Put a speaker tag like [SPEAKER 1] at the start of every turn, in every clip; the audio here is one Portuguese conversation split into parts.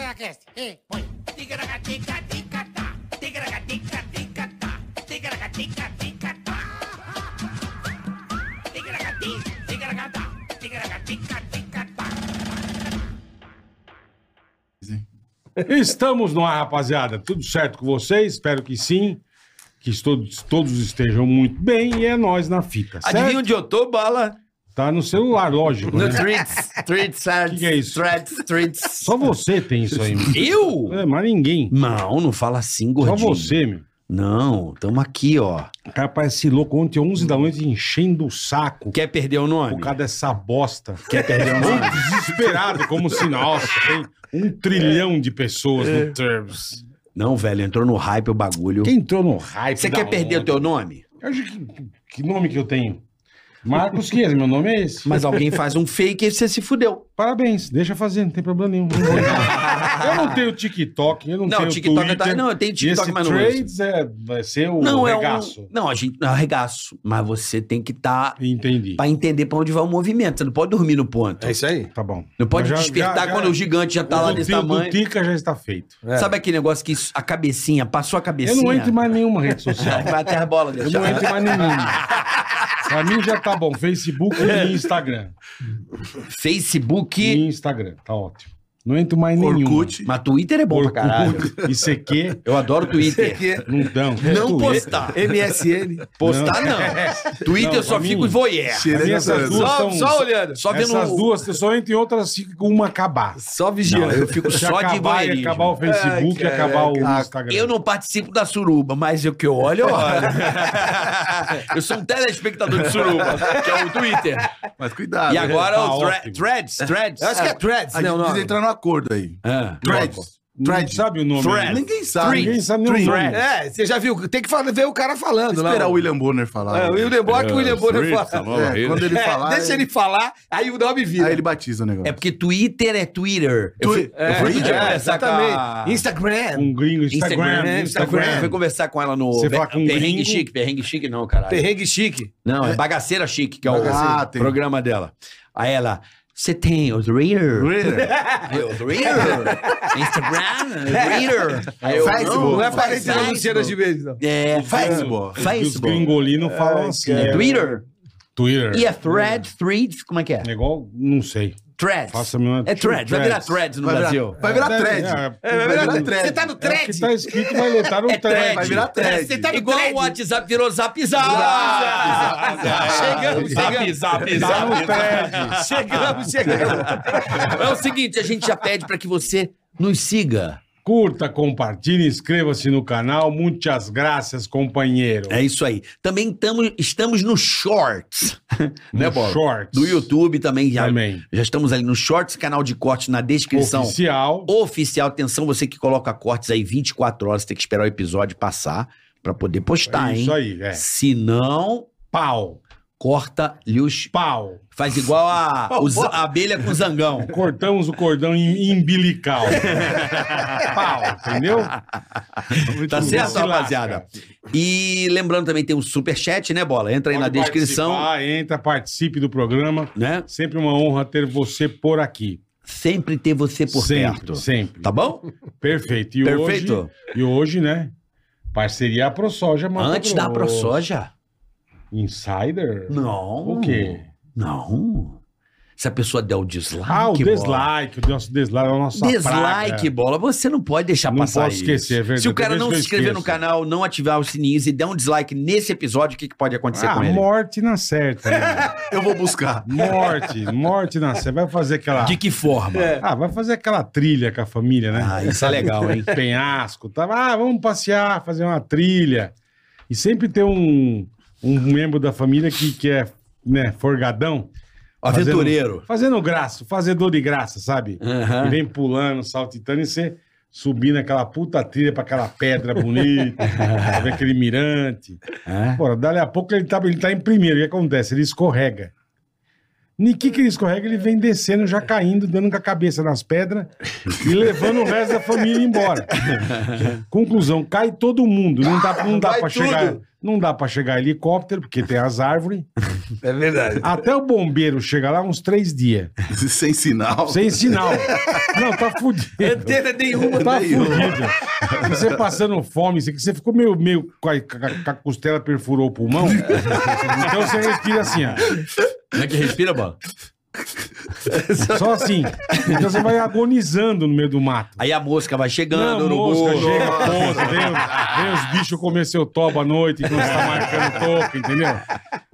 [SPEAKER 1] Ticaracast. E põe.
[SPEAKER 2] Ticaracatica-ticatá, ticaracatica-ticatá, ticaracatica-ticatá. Ticaracati, ticaracatá, ticaracatica-ticatá.
[SPEAKER 3] Estamos no ar, rapaziada. Tudo certo com vocês? Espero que sim. Que todos, todos estejam muito bem. E é nós na fita, certo?
[SPEAKER 4] Adivinha onde eu tô, bala?
[SPEAKER 3] Tá no celular, lógico,
[SPEAKER 4] No
[SPEAKER 3] né?
[SPEAKER 4] Treats. Treats, Threads.
[SPEAKER 3] Que que é isso?
[SPEAKER 4] Threads, Treats.
[SPEAKER 3] Só você tem isso aí. meu.
[SPEAKER 4] Eu?
[SPEAKER 3] É, mas ninguém.
[SPEAKER 4] Não, não fala assim,
[SPEAKER 3] Só
[SPEAKER 4] gordinho.
[SPEAKER 3] você, meu.
[SPEAKER 4] Não, tamo aqui, ó.
[SPEAKER 3] Rapaz, esse louco ontem, 11 da noite, enchendo o saco.
[SPEAKER 4] Quer perder o nome?
[SPEAKER 3] Por causa dessa bosta. Quer perder o nome? Desesperado, como se, nossa, tem um trilhão de pessoas
[SPEAKER 4] É.
[SPEAKER 3] no Terms.
[SPEAKER 4] Não, velho, entrou no hype o bagulho.
[SPEAKER 3] Quem entrou no hype?
[SPEAKER 4] Você
[SPEAKER 3] da
[SPEAKER 4] quer perder
[SPEAKER 3] onda?
[SPEAKER 4] o teu nome?
[SPEAKER 3] Eu acho que, que nome que eu tenho? Marcos Chiesa, meu nome é esse.
[SPEAKER 4] Mas alguém faz um fake e você se fudeu.
[SPEAKER 3] Parabéns, deixa fazer, não tem problema nenhum. Não vou dar. eu não tenho TikTok, eu não,
[SPEAKER 4] Não,
[SPEAKER 3] tenho
[SPEAKER 4] TikTok
[SPEAKER 3] Twitter.
[SPEAKER 4] tá- não, eu tenho
[SPEAKER 3] E
[SPEAKER 4] TikTok,
[SPEAKER 3] esse
[SPEAKER 4] mas não
[SPEAKER 3] trades é, vai ser o
[SPEAKER 4] não,
[SPEAKER 3] regaço.
[SPEAKER 4] é um. Não, a gente não é regaço. Mas você tem que estar tá
[SPEAKER 3] Entendi.
[SPEAKER 4] pra entender pra onde vai o movimento. Você não pode dormir no ponto.
[SPEAKER 5] É isso aí.
[SPEAKER 3] Tá bom.
[SPEAKER 4] Não pode
[SPEAKER 3] Mas já-
[SPEAKER 4] despertar
[SPEAKER 3] já-
[SPEAKER 4] quando
[SPEAKER 3] já-
[SPEAKER 4] o gigante já tá lá
[SPEAKER 3] o
[SPEAKER 4] desse
[SPEAKER 3] do-
[SPEAKER 4] tamanho.
[SPEAKER 3] do Tica já está feito.
[SPEAKER 5] É.
[SPEAKER 4] Sabe aquele negócio que isso- a cabecinha, passou a
[SPEAKER 3] Eu
[SPEAKER 4] cabecinha?
[SPEAKER 3] não entro em mais nenhuma rede social.
[SPEAKER 4] Vai até a bola
[SPEAKER 3] Eu
[SPEAKER 4] deixar.
[SPEAKER 3] não entro em mais nenhuma. Pra mim já tá bom. Facebook e Instagram.
[SPEAKER 4] Facebook,
[SPEAKER 3] E Instagram, tá ótimo. Não entro mais nenhuma.
[SPEAKER 5] Orkut.
[SPEAKER 4] mas Twitter é bom pra caralho.
[SPEAKER 3] Orkut, ICQ,
[SPEAKER 4] Eu adoro Twitter.
[SPEAKER 5] Que
[SPEAKER 3] não dão.
[SPEAKER 4] Não postar.
[SPEAKER 5] MSN.
[SPEAKER 4] Postar não. Twitter
[SPEAKER 3] É. Não,
[SPEAKER 4] eu só
[SPEAKER 3] pra
[SPEAKER 4] fico
[SPEAKER 3] mim-
[SPEAKER 4] voyeur.
[SPEAKER 3] Pra mim,
[SPEAKER 5] Tirei
[SPEAKER 3] essas
[SPEAKER 5] essas
[SPEAKER 3] duas
[SPEAKER 4] Só,
[SPEAKER 3] são-
[SPEAKER 4] só olhando. Só vendo...
[SPEAKER 3] Essas duas, você só entra em outras se uma acabar.
[SPEAKER 5] Só
[SPEAKER 4] Não,
[SPEAKER 5] vigiando.
[SPEAKER 4] eu fico
[SPEAKER 3] Se
[SPEAKER 4] só de
[SPEAKER 3] acabar, e
[SPEAKER 4] voyeurismo.
[SPEAKER 3] acabar o Facebook e
[SPEAKER 5] Ai,
[SPEAKER 3] acabar o
[SPEAKER 5] caraca.
[SPEAKER 3] Instagram.
[SPEAKER 4] Eu não participo da suruba, mas o que eu olho, eu olho. eu sou um telespectador de suruba, que é o Twitter.
[SPEAKER 5] Mas cuidado.
[SPEAKER 4] e agora
[SPEAKER 3] tá
[SPEAKER 4] os thre-
[SPEAKER 3] ótimo.
[SPEAKER 4] threads, threads.
[SPEAKER 5] Eu acho que é Threads,
[SPEAKER 6] né? A
[SPEAKER 5] né?
[SPEAKER 6] gente
[SPEAKER 5] o nome?
[SPEAKER 6] precisa entrar num acordo aí.
[SPEAKER 4] Ah.
[SPEAKER 6] Threads.
[SPEAKER 3] Não sabe o nome.
[SPEAKER 4] Thread.
[SPEAKER 3] né?
[SPEAKER 6] Ninguém sabe.
[SPEAKER 3] Ninguém sabe nem o
[SPEAKER 6] Thread.
[SPEAKER 3] nome.
[SPEAKER 5] É, você já viu. Tem que fa- ver o cara falando lá.
[SPEAKER 6] Esperar
[SPEAKER 5] ó.
[SPEAKER 6] o William Bonner falar.
[SPEAKER 5] É, o William Bonner, que o William Bonner
[SPEAKER 7] Fritz,
[SPEAKER 5] fala.
[SPEAKER 7] tá bom,
[SPEAKER 6] É, quando ele
[SPEAKER 5] É,
[SPEAKER 6] falar.
[SPEAKER 5] deixa ele falar, aí o nome vira.
[SPEAKER 6] Aí ele batiza o negócio.
[SPEAKER 4] É porque Twitter é Twitter. Eu fui,
[SPEAKER 5] É,
[SPEAKER 4] eu fui
[SPEAKER 5] é,
[SPEAKER 4] conversar com a-
[SPEAKER 5] exatamente. Instagram.
[SPEAKER 3] Um gringo,
[SPEAKER 4] É.
[SPEAKER 3] Instagram.
[SPEAKER 4] Instagram, Instagram. Fui conversar com ela no
[SPEAKER 3] Você
[SPEAKER 4] Pe-
[SPEAKER 3] fala com um
[SPEAKER 4] Perrengue
[SPEAKER 3] gringo?
[SPEAKER 4] Chique. Perrengue Chique não, caralho.
[SPEAKER 5] Perrengue chique.
[SPEAKER 4] Não, é Bagaceira Chique, que é o
[SPEAKER 6] Ah, tem.
[SPEAKER 4] programa dela. Aí ela, você tem o
[SPEAKER 6] É,
[SPEAKER 4] Twitter?
[SPEAKER 6] Twitter.
[SPEAKER 4] Aí
[SPEAKER 5] É
[SPEAKER 4] eu, Twitter? Instagram? Twitter? Aí eu,
[SPEAKER 6] Facebook.
[SPEAKER 5] Não é
[SPEAKER 4] Facebook.
[SPEAKER 5] parente da Luciana Gimenez, não.
[SPEAKER 4] É,
[SPEAKER 6] Facebook.
[SPEAKER 3] Os
[SPEAKER 4] Facebook.
[SPEAKER 3] gringolinos falam assim.
[SPEAKER 4] É
[SPEAKER 3] né?
[SPEAKER 4] Twitter?
[SPEAKER 3] Twitter.
[SPEAKER 4] E é Thread, Threads, como é que é?
[SPEAKER 3] É igual, não sei.
[SPEAKER 4] Threads.
[SPEAKER 3] Faça a minha-
[SPEAKER 4] É Threads, vai virar
[SPEAKER 3] Threads.
[SPEAKER 4] Threads no
[SPEAKER 6] Vai virar-
[SPEAKER 4] Brasil.
[SPEAKER 6] Vai virar thread.
[SPEAKER 3] É,
[SPEAKER 5] É
[SPEAKER 3] vai virar
[SPEAKER 5] verdade.
[SPEAKER 3] thread.
[SPEAKER 5] Você tá no
[SPEAKER 3] É o que
[SPEAKER 5] thread?
[SPEAKER 3] tá escrito, vai letar no
[SPEAKER 4] É thread.
[SPEAKER 3] thread.
[SPEAKER 6] Vai virar thread.
[SPEAKER 5] Você tá no
[SPEAKER 4] Igual
[SPEAKER 5] thread?
[SPEAKER 4] o WhatsApp virou Zap Zap.
[SPEAKER 5] Chegamos,
[SPEAKER 4] Zap
[SPEAKER 5] chegamos.
[SPEAKER 4] Zap
[SPEAKER 3] Tá
[SPEAKER 4] Zap.
[SPEAKER 3] no thread.
[SPEAKER 5] Chegamos, chegamos.
[SPEAKER 4] É o seguinte, a gente já pede pra que você nos siga.
[SPEAKER 3] Curta, compartilhe, inscreva-se no canal. Muitas graças, companheiro.
[SPEAKER 4] É isso aí. Também tamo, estamos no Shorts.
[SPEAKER 3] No
[SPEAKER 4] né, Bola?
[SPEAKER 3] Shorts.
[SPEAKER 4] Do YouTube também. Já,
[SPEAKER 3] Também.
[SPEAKER 4] já estamos ali no Shorts, canal de corte na descrição.
[SPEAKER 3] Oficial.
[SPEAKER 4] Oficial, atenção, você que coloca cortes aí 24 horas, tem que esperar o episódio passar pra poder postar,
[SPEAKER 3] é
[SPEAKER 4] hein?
[SPEAKER 3] isso aí, é.
[SPEAKER 4] Se não,
[SPEAKER 3] Pau.
[SPEAKER 4] corta-lhe os...
[SPEAKER 3] Pau.
[SPEAKER 4] Faz igual a, os- a abelha com zangão.
[SPEAKER 3] Cortamos o cordão im- umbilical. Pau, entendeu?
[SPEAKER 4] Tá certo,
[SPEAKER 3] Se lasca.
[SPEAKER 4] rapaziada? E lembrando também, tem um superchat, né, Bola? Entra aí
[SPEAKER 3] Pode
[SPEAKER 4] na descrição,
[SPEAKER 3] participar, Entra, participe do programa.
[SPEAKER 4] né?
[SPEAKER 3] Sempre uma honra ter você por aqui.
[SPEAKER 4] Sempre ter você por
[SPEAKER 3] sempre,
[SPEAKER 4] perto.
[SPEAKER 3] sempre.
[SPEAKER 4] Tá bom?
[SPEAKER 3] Perfeito. E
[SPEAKER 4] Perfeito.
[SPEAKER 3] hoje, e hoje, né? Parceria a ProSoja, Mato
[SPEAKER 4] Antes da
[SPEAKER 3] Grosso.
[SPEAKER 4] ProSoja?
[SPEAKER 3] Insider?
[SPEAKER 4] Não.
[SPEAKER 3] O quê?
[SPEAKER 4] Hum. Não. Se a pessoa der o dislike.
[SPEAKER 3] ah, o
[SPEAKER 4] bola.
[SPEAKER 3] dislike, o nosso dislike, é a nossa
[SPEAKER 4] Dislike,
[SPEAKER 3] praga.
[SPEAKER 4] bola. Você não pode deixar
[SPEAKER 3] Não
[SPEAKER 4] passar
[SPEAKER 3] posso
[SPEAKER 4] isso.
[SPEAKER 3] esquecer, é verdade.
[SPEAKER 4] Se o cara
[SPEAKER 3] Talvez
[SPEAKER 4] não
[SPEAKER 3] eu
[SPEAKER 4] se inscrever
[SPEAKER 3] esqueça.
[SPEAKER 4] no canal, não ativar os sininhos e der um dislike nesse episódio, o que, que pode acontecer
[SPEAKER 3] Ah,
[SPEAKER 4] com ele?
[SPEAKER 3] morte na certa. né?
[SPEAKER 6] Eu vou buscar.
[SPEAKER 3] morte, morte na certa. Vai fazer aquela.
[SPEAKER 4] De que forma?
[SPEAKER 3] Ah, vai fazer aquela trilha com a família, né?
[SPEAKER 4] É. Ah, isso é legal, hein?
[SPEAKER 3] penhasco, tá? Ah, vamos passear, fazer uma trilha. E sempre tem um, um membro da família que, que é, né, forgadão. fazendo-
[SPEAKER 4] Aventureiro.
[SPEAKER 3] Fazendo graça, fazedor de graça, sabe?
[SPEAKER 4] Aham.
[SPEAKER 3] E vem pulando, saltitando e você subindo aquela puta trilha pra aquela pedra bonita, pra ver aquele mirante.
[SPEAKER 4] É?
[SPEAKER 3] Bora, dali a pouco ele tá, ele tá em primeiro. O que acontece? Ele escorrega. Niki que ele escorrega, ele vem descendo, já caindo, dando com a cabeça nas pedras e levando o resto da família embora. Conclusão, cai todo mundo. Não dá, não dá
[SPEAKER 5] Vai
[SPEAKER 3] pra chegar.
[SPEAKER 5] tudo.
[SPEAKER 3] Não dá pra chegar helicóptero, porque tem as árvores.
[SPEAKER 5] É verdade.
[SPEAKER 3] Até o bombeiro chegar lá uns três dias.
[SPEAKER 6] Sem sinal.
[SPEAKER 3] Sem sinal. Não, tá fudido.
[SPEAKER 5] Antena nenhuma.
[SPEAKER 3] Tá
[SPEAKER 6] Daí,
[SPEAKER 3] fudido. Você passando fome, você você ficou meio, meio com, a, com a- com a costela perfurou o pulmão. Então você respira assim, ó.
[SPEAKER 4] Como é que respira, mano?
[SPEAKER 3] Só assim. Então você vai agonizando no meio do mato.
[SPEAKER 4] Aí a mosca vai
[SPEAKER 3] Não,
[SPEAKER 4] chegando, urubu.
[SPEAKER 3] mosca, chega, ponta, vem, os- vem os bichos comer seu toba à noite, que você tá marcando toco, entendeu?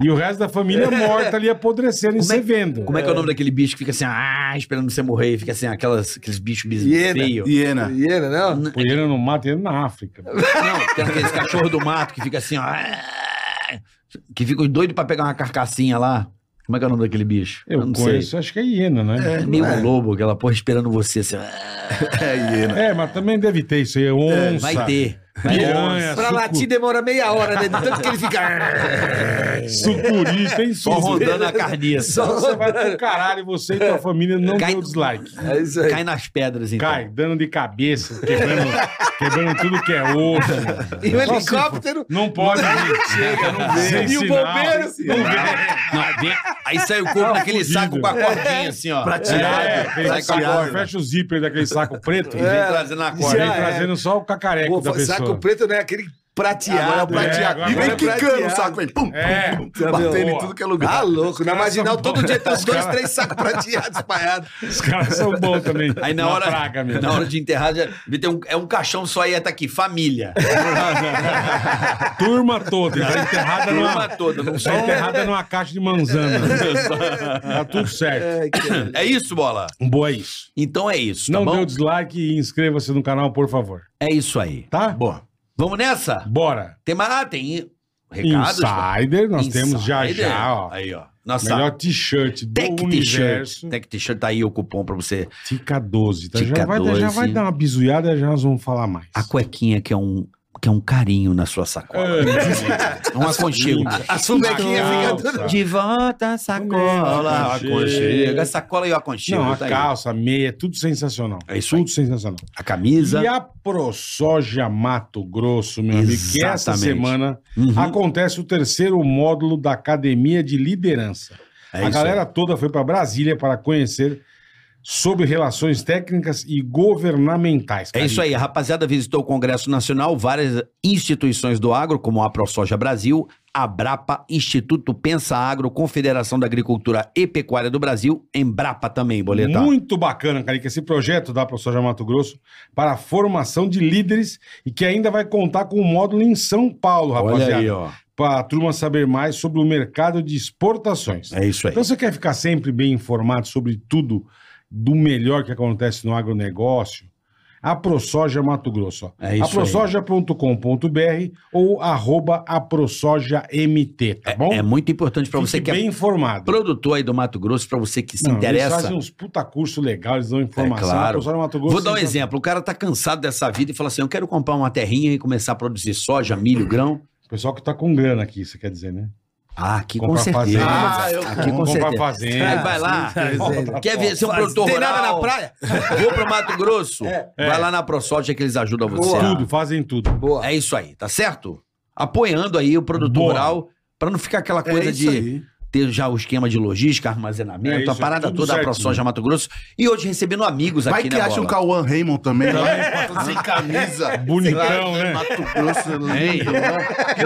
[SPEAKER 3] E o resto da família morta ali apodrecendo e
[SPEAKER 4] É. Como é-
[SPEAKER 3] se vendo.
[SPEAKER 4] Como é que é o nome daquele bicho que fica assim, ah, esperando você morrer, e fica assim, aquelas, aqueles bichos
[SPEAKER 5] Hiena.
[SPEAKER 4] feios.
[SPEAKER 6] Hiena.
[SPEAKER 5] Hiena, não?
[SPEAKER 3] Poeira no mato, ele na África.
[SPEAKER 4] Não, tem aqueles cachorros do mato que fica assim, ó. "Ah", Que fica doido pra pegar uma carcassinha lá. Como é que é o nome daquele bicho?
[SPEAKER 3] Eu,
[SPEAKER 4] não
[SPEAKER 3] conheço, acho que é hiena,
[SPEAKER 4] sei.
[SPEAKER 3] né?
[SPEAKER 4] É meio lobo, aquela porra esperando você. Assim, "Ah".
[SPEAKER 6] É hiena.
[SPEAKER 3] É, mas também deve ter isso aí, é onça.
[SPEAKER 4] É, vai ter. Vai ter.
[SPEAKER 3] Piranha,
[SPEAKER 5] Pra latir demora meia hora, né? De Tanto que ele fica.
[SPEAKER 3] é, sucuri, tem
[SPEAKER 4] Só
[SPEAKER 3] suco.
[SPEAKER 4] rondando a carniça.
[SPEAKER 3] Então Você vai pro caralho, você e tua família não
[SPEAKER 4] Cai-
[SPEAKER 3] deu dislike.
[SPEAKER 5] É isso aí.
[SPEAKER 4] Cai nas pedras, então.
[SPEAKER 3] Cai, dando de cabeça, quebrando, quebrando tudo que é osso.
[SPEAKER 5] E o
[SPEAKER 3] Só se
[SPEAKER 5] helicóptero.
[SPEAKER 3] Não pode vir.
[SPEAKER 6] Chega, não vê.
[SPEAKER 3] Sem
[SPEAKER 5] E o
[SPEAKER 3] sinal,
[SPEAKER 5] bombeiro?
[SPEAKER 3] sem sinal.
[SPEAKER 4] Não, vem- aí sai o corpo naquele
[SPEAKER 3] fudido.
[SPEAKER 4] saco com
[SPEAKER 5] É.
[SPEAKER 4] a cordinha, assim, ó.
[SPEAKER 6] Pra
[SPEAKER 3] É,
[SPEAKER 6] tirar.
[SPEAKER 3] aquele
[SPEAKER 4] sai com a
[SPEAKER 3] saco,
[SPEAKER 4] corda.
[SPEAKER 3] fecha o zíper daquele saco preto e
[SPEAKER 4] Vem
[SPEAKER 3] vem,
[SPEAKER 4] trazendo a
[SPEAKER 3] vem
[SPEAKER 4] corda.
[SPEAKER 5] Já é.
[SPEAKER 3] trazendo só o cacareco
[SPEAKER 5] Pô,
[SPEAKER 3] da pessoa.
[SPEAKER 5] saco preto, né? Aquele
[SPEAKER 6] Agora é o
[SPEAKER 5] prateado.
[SPEAKER 6] prateado.
[SPEAKER 3] agora
[SPEAKER 6] e vem
[SPEAKER 3] é
[SPEAKER 6] quicando o
[SPEAKER 5] prateado.
[SPEAKER 6] saco aí. Pum,
[SPEAKER 3] É.
[SPEAKER 6] pum, pum, batendo em
[SPEAKER 3] Boa.
[SPEAKER 6] tudo que é
[SPEAKER 5] Ah,
[SPEAKER 3] Tá
[SPEAKER 6] lugar.
[SPEAKER 5] louco. Na marginal,
[SPEAKER 3] são
[SPEAKER 5] todo
[SPEAKER 3] bons.
[SPEAKER 5] dia tem uns dois,
[SPEAKER 3] Cara-
[SPEAKER 5] três sacos prateados espalhados.
[SPEAKER 3] Os caras são bons também.
[SPEAKER 4] Aí na hora,
[SPEAKER 3] praga mesmo.
[SPEAKER 4] na hora de enterrar, já, tem um, é um caixão só aí, tá aqui, família.
[SPEAKER 3] Turma toda, tá enterrada
[SPEAKER 4] Turma
[SPEAKER 3] numa,
[SPEAKER 4] toda, não só
[SPEAKER 3] tá enterrada numa caixa de manzana. tá tudo certo.
[SPEAKER 5] É, que-
[SPEAKER 4] É isso, bola.
[SPEAKER 3] Boa é isso.
[SPEAKER 4] Então é isso, tá
[SPEAKER 3] não dê
[SPEAKER 4] bom?
[SPEAKER 3] o dislike e inscreva-se no canal, por favor.
[SPEAKER 4] É isso aí.
[SPEAKER 3] Tá?
[SPEAKER 6] Boa.
[SPEAKER 4] Vamos nessa?
[SPEAKER 3] Bora.
[SPEAKER 4] Tem mais? Ah, tem recados? tá?
[SPEAKER 3] Insider, ah, nós
[SPEAKER 4] Insider.
[SPEAKER 3] temos já já, ó.
[SPEAKER 4] Aí, ó. Nossa,
[SPEAKER 3] Melhor t-shirt do
[SPEAKER 4] Tech
[SPEAKER 3] universo.
[SPEAKER 4] T-shirt. Tech T-shirt, tá aí o cupom pra você.
[SPEAKER 3] Tica 12. Tá? já,
[SPEAKER 4] Tica
[SPEAKER 3] vai, dar- já
[SPEAKER 4] 12.
[SPEAKER 3] vai dar uma bisuiada, já nós vamos falar mais.
[SPEAKER 4] A cuequinha que é um, que é um carinho na sua sacola. É um aconchego.
[SPEAKER 5] As fumequinhas ficam
[SPEAKER 3] Calça.
[SPEAKER 5] tudo.
[SPEAKER 4] De volta, a sacola,
[SPEAKER 3] Aconchego.
[SPEAKER 4] aconchego. A sacola e o aconchego.
[SPEAKER 3] Não, a
[SPEAKER 4] tá aí.
[SPEAKER 3] calça, a meia, tudo sensacional.
[SPEAKER 4] É isso
[SPEAKER 3] tudo sensacional.
[SPEAKER 4] A camisa.
[SPEAKER 3] E a ProSoja Mato Grosso, meu amigo, que essa
[SPEAKER 4] Exatamente.
[SPEAKER 3] semana
[SPEAKER 4] Uhum.
[SPEAKER 3] acontece o terceiro módulo da Academia de Liderança.
[SPEAKER 4] É
[SPEAKER 3] a
[SPEAKER 4] isso aí.
[SPEAKER 3] galera toda foi para Brasília para conhecer sobre relações técnicas e governamentais.
[SPEAKER 4] É isso aí, a rapaziada visitou o Congresso Nacional, várias instituições do agro, como a ProSoja Brasil, a Brapa, Instituto Pensa Agro, Confederação da Agricultura e Pecuária do Brasil, Embrapa também, Boleta.
[SPEAKER 3] Muito bacana, Carica, esse projeto da ProSoja Mato Grosso para a formação de líderes e que ainda vai contar com um módulo em São Paulo,
[SPEAKER 4] Olha aí,
[SPEAKER 3] rapaziada.
[SPEAKER 4] ó.
[SPEAKER 3] Para a turma saber mais sobre o mercado de exportações.
[SPEAKER 4] É isso aí.
[SPEAKER 3] Então você quer ficar sempre bem informado sobre tudo do melhor que acontece no agronegócio? A ProSoja Mato Grosso. ó.
[SPEAKER 4] É isso aí.
[SPEAKER 3] aprosoja.com.br ou arroba aprosojamt, tá bom?
[SPEAKER 4] É muito importante pra você
[SPEAKER 3] Fique
[SPEAKER 4] que é
[SPEAKER 3] bem informado.
[SPEAKER 4] produtor aí do Mato Grosso, pra você que se
[SPEAKER 3] Não, Eles
[SPEAKER 4] interessa. É
[SPEAKER 3] fazem uns puta curso legal, eles dão informação.
[SPEAKER 4] claro.
[SPEAKER 3] A ProSoja Mato Grosso,
[SPEAKER 4] Vou dar um
[SPEAKER 3] eles-
[SPEAKER 4] exemplo. O cara tá cansado dessa vida e fala assim: eu quero comprar uma terrinha e começar a produzir soja, milho, grão.
[SPEAKER 3] O pessoal que tá com grana aqui, você quer dizer, né?
[SPEAKER 4] Ah, aqui com
[SPEAKER 3] Comprar
[SPEAKER 4] certeza.
[SPEAKER 3] fazenda. Ah,
[SPEAKER 4] Ah, eu aqui com
[SPEAKER 3] Comprar
[SPEAKER 4] certeza.
[SPEAKER 3] fazenda.
[SPEAKER 4] Aí vai lá,
[SPEAKER 5] fazenda.
[SPEAKER 4] quer ver, ser um
[SPEAKER 5] Faz-
[SPEAKER 4] produtor
[SPEAKER 5] Tem
[SPEAKER 4] rural.
[SPEAKER 5] nada na praia?
[SPEAKER 4] Vou pro Mato Grosso.
[SPEAKER 3] É.
[SPEAKER 4] Vai lá na ProSoja que eles ajudam você.
[SPEAKER 5] Boa.
[SPEAKER 4] a-
[SPEAKER 3] Tudo, fazem tudo.
[SPEAKER 5] Boa.
[SPEAKER 4] É isso aí, tá certo? Apoiando aí o produtor
[SPEAKER 3] Boa.
[SPEAKER 4] rural pra não ficar aquela
[SPEAKER 6] É
[SPEAKER 4] coisa de ter já o esquema de logística, armazenamento,
[SPEAKER 3] É isso,
[SPEAKER 4] a parada
[SPEAKER 3] é tudo
[SPEAKER 4] toda da
[SPEAKER 3] certinho.
[SPEAKER 4] ProSoja Mato Grosso. E hoje recebendo amigos
[SPEAKER 6] Vai
[SPEAKER 4] aqui,
[SPEAKER 6] que
[SPEAKER 4] né,
[SPEAKER 6] acha um
[SPEAKER 4] Bola?
[SPEAKER 6] Cauã Raymond também. Sem camisa.
[SPEAKER 3] Bonitão, né?
[SPEAKER 6] Mato Grosso.
[SPEAKER 4] Hein?
[SPEAKER 6] lindo.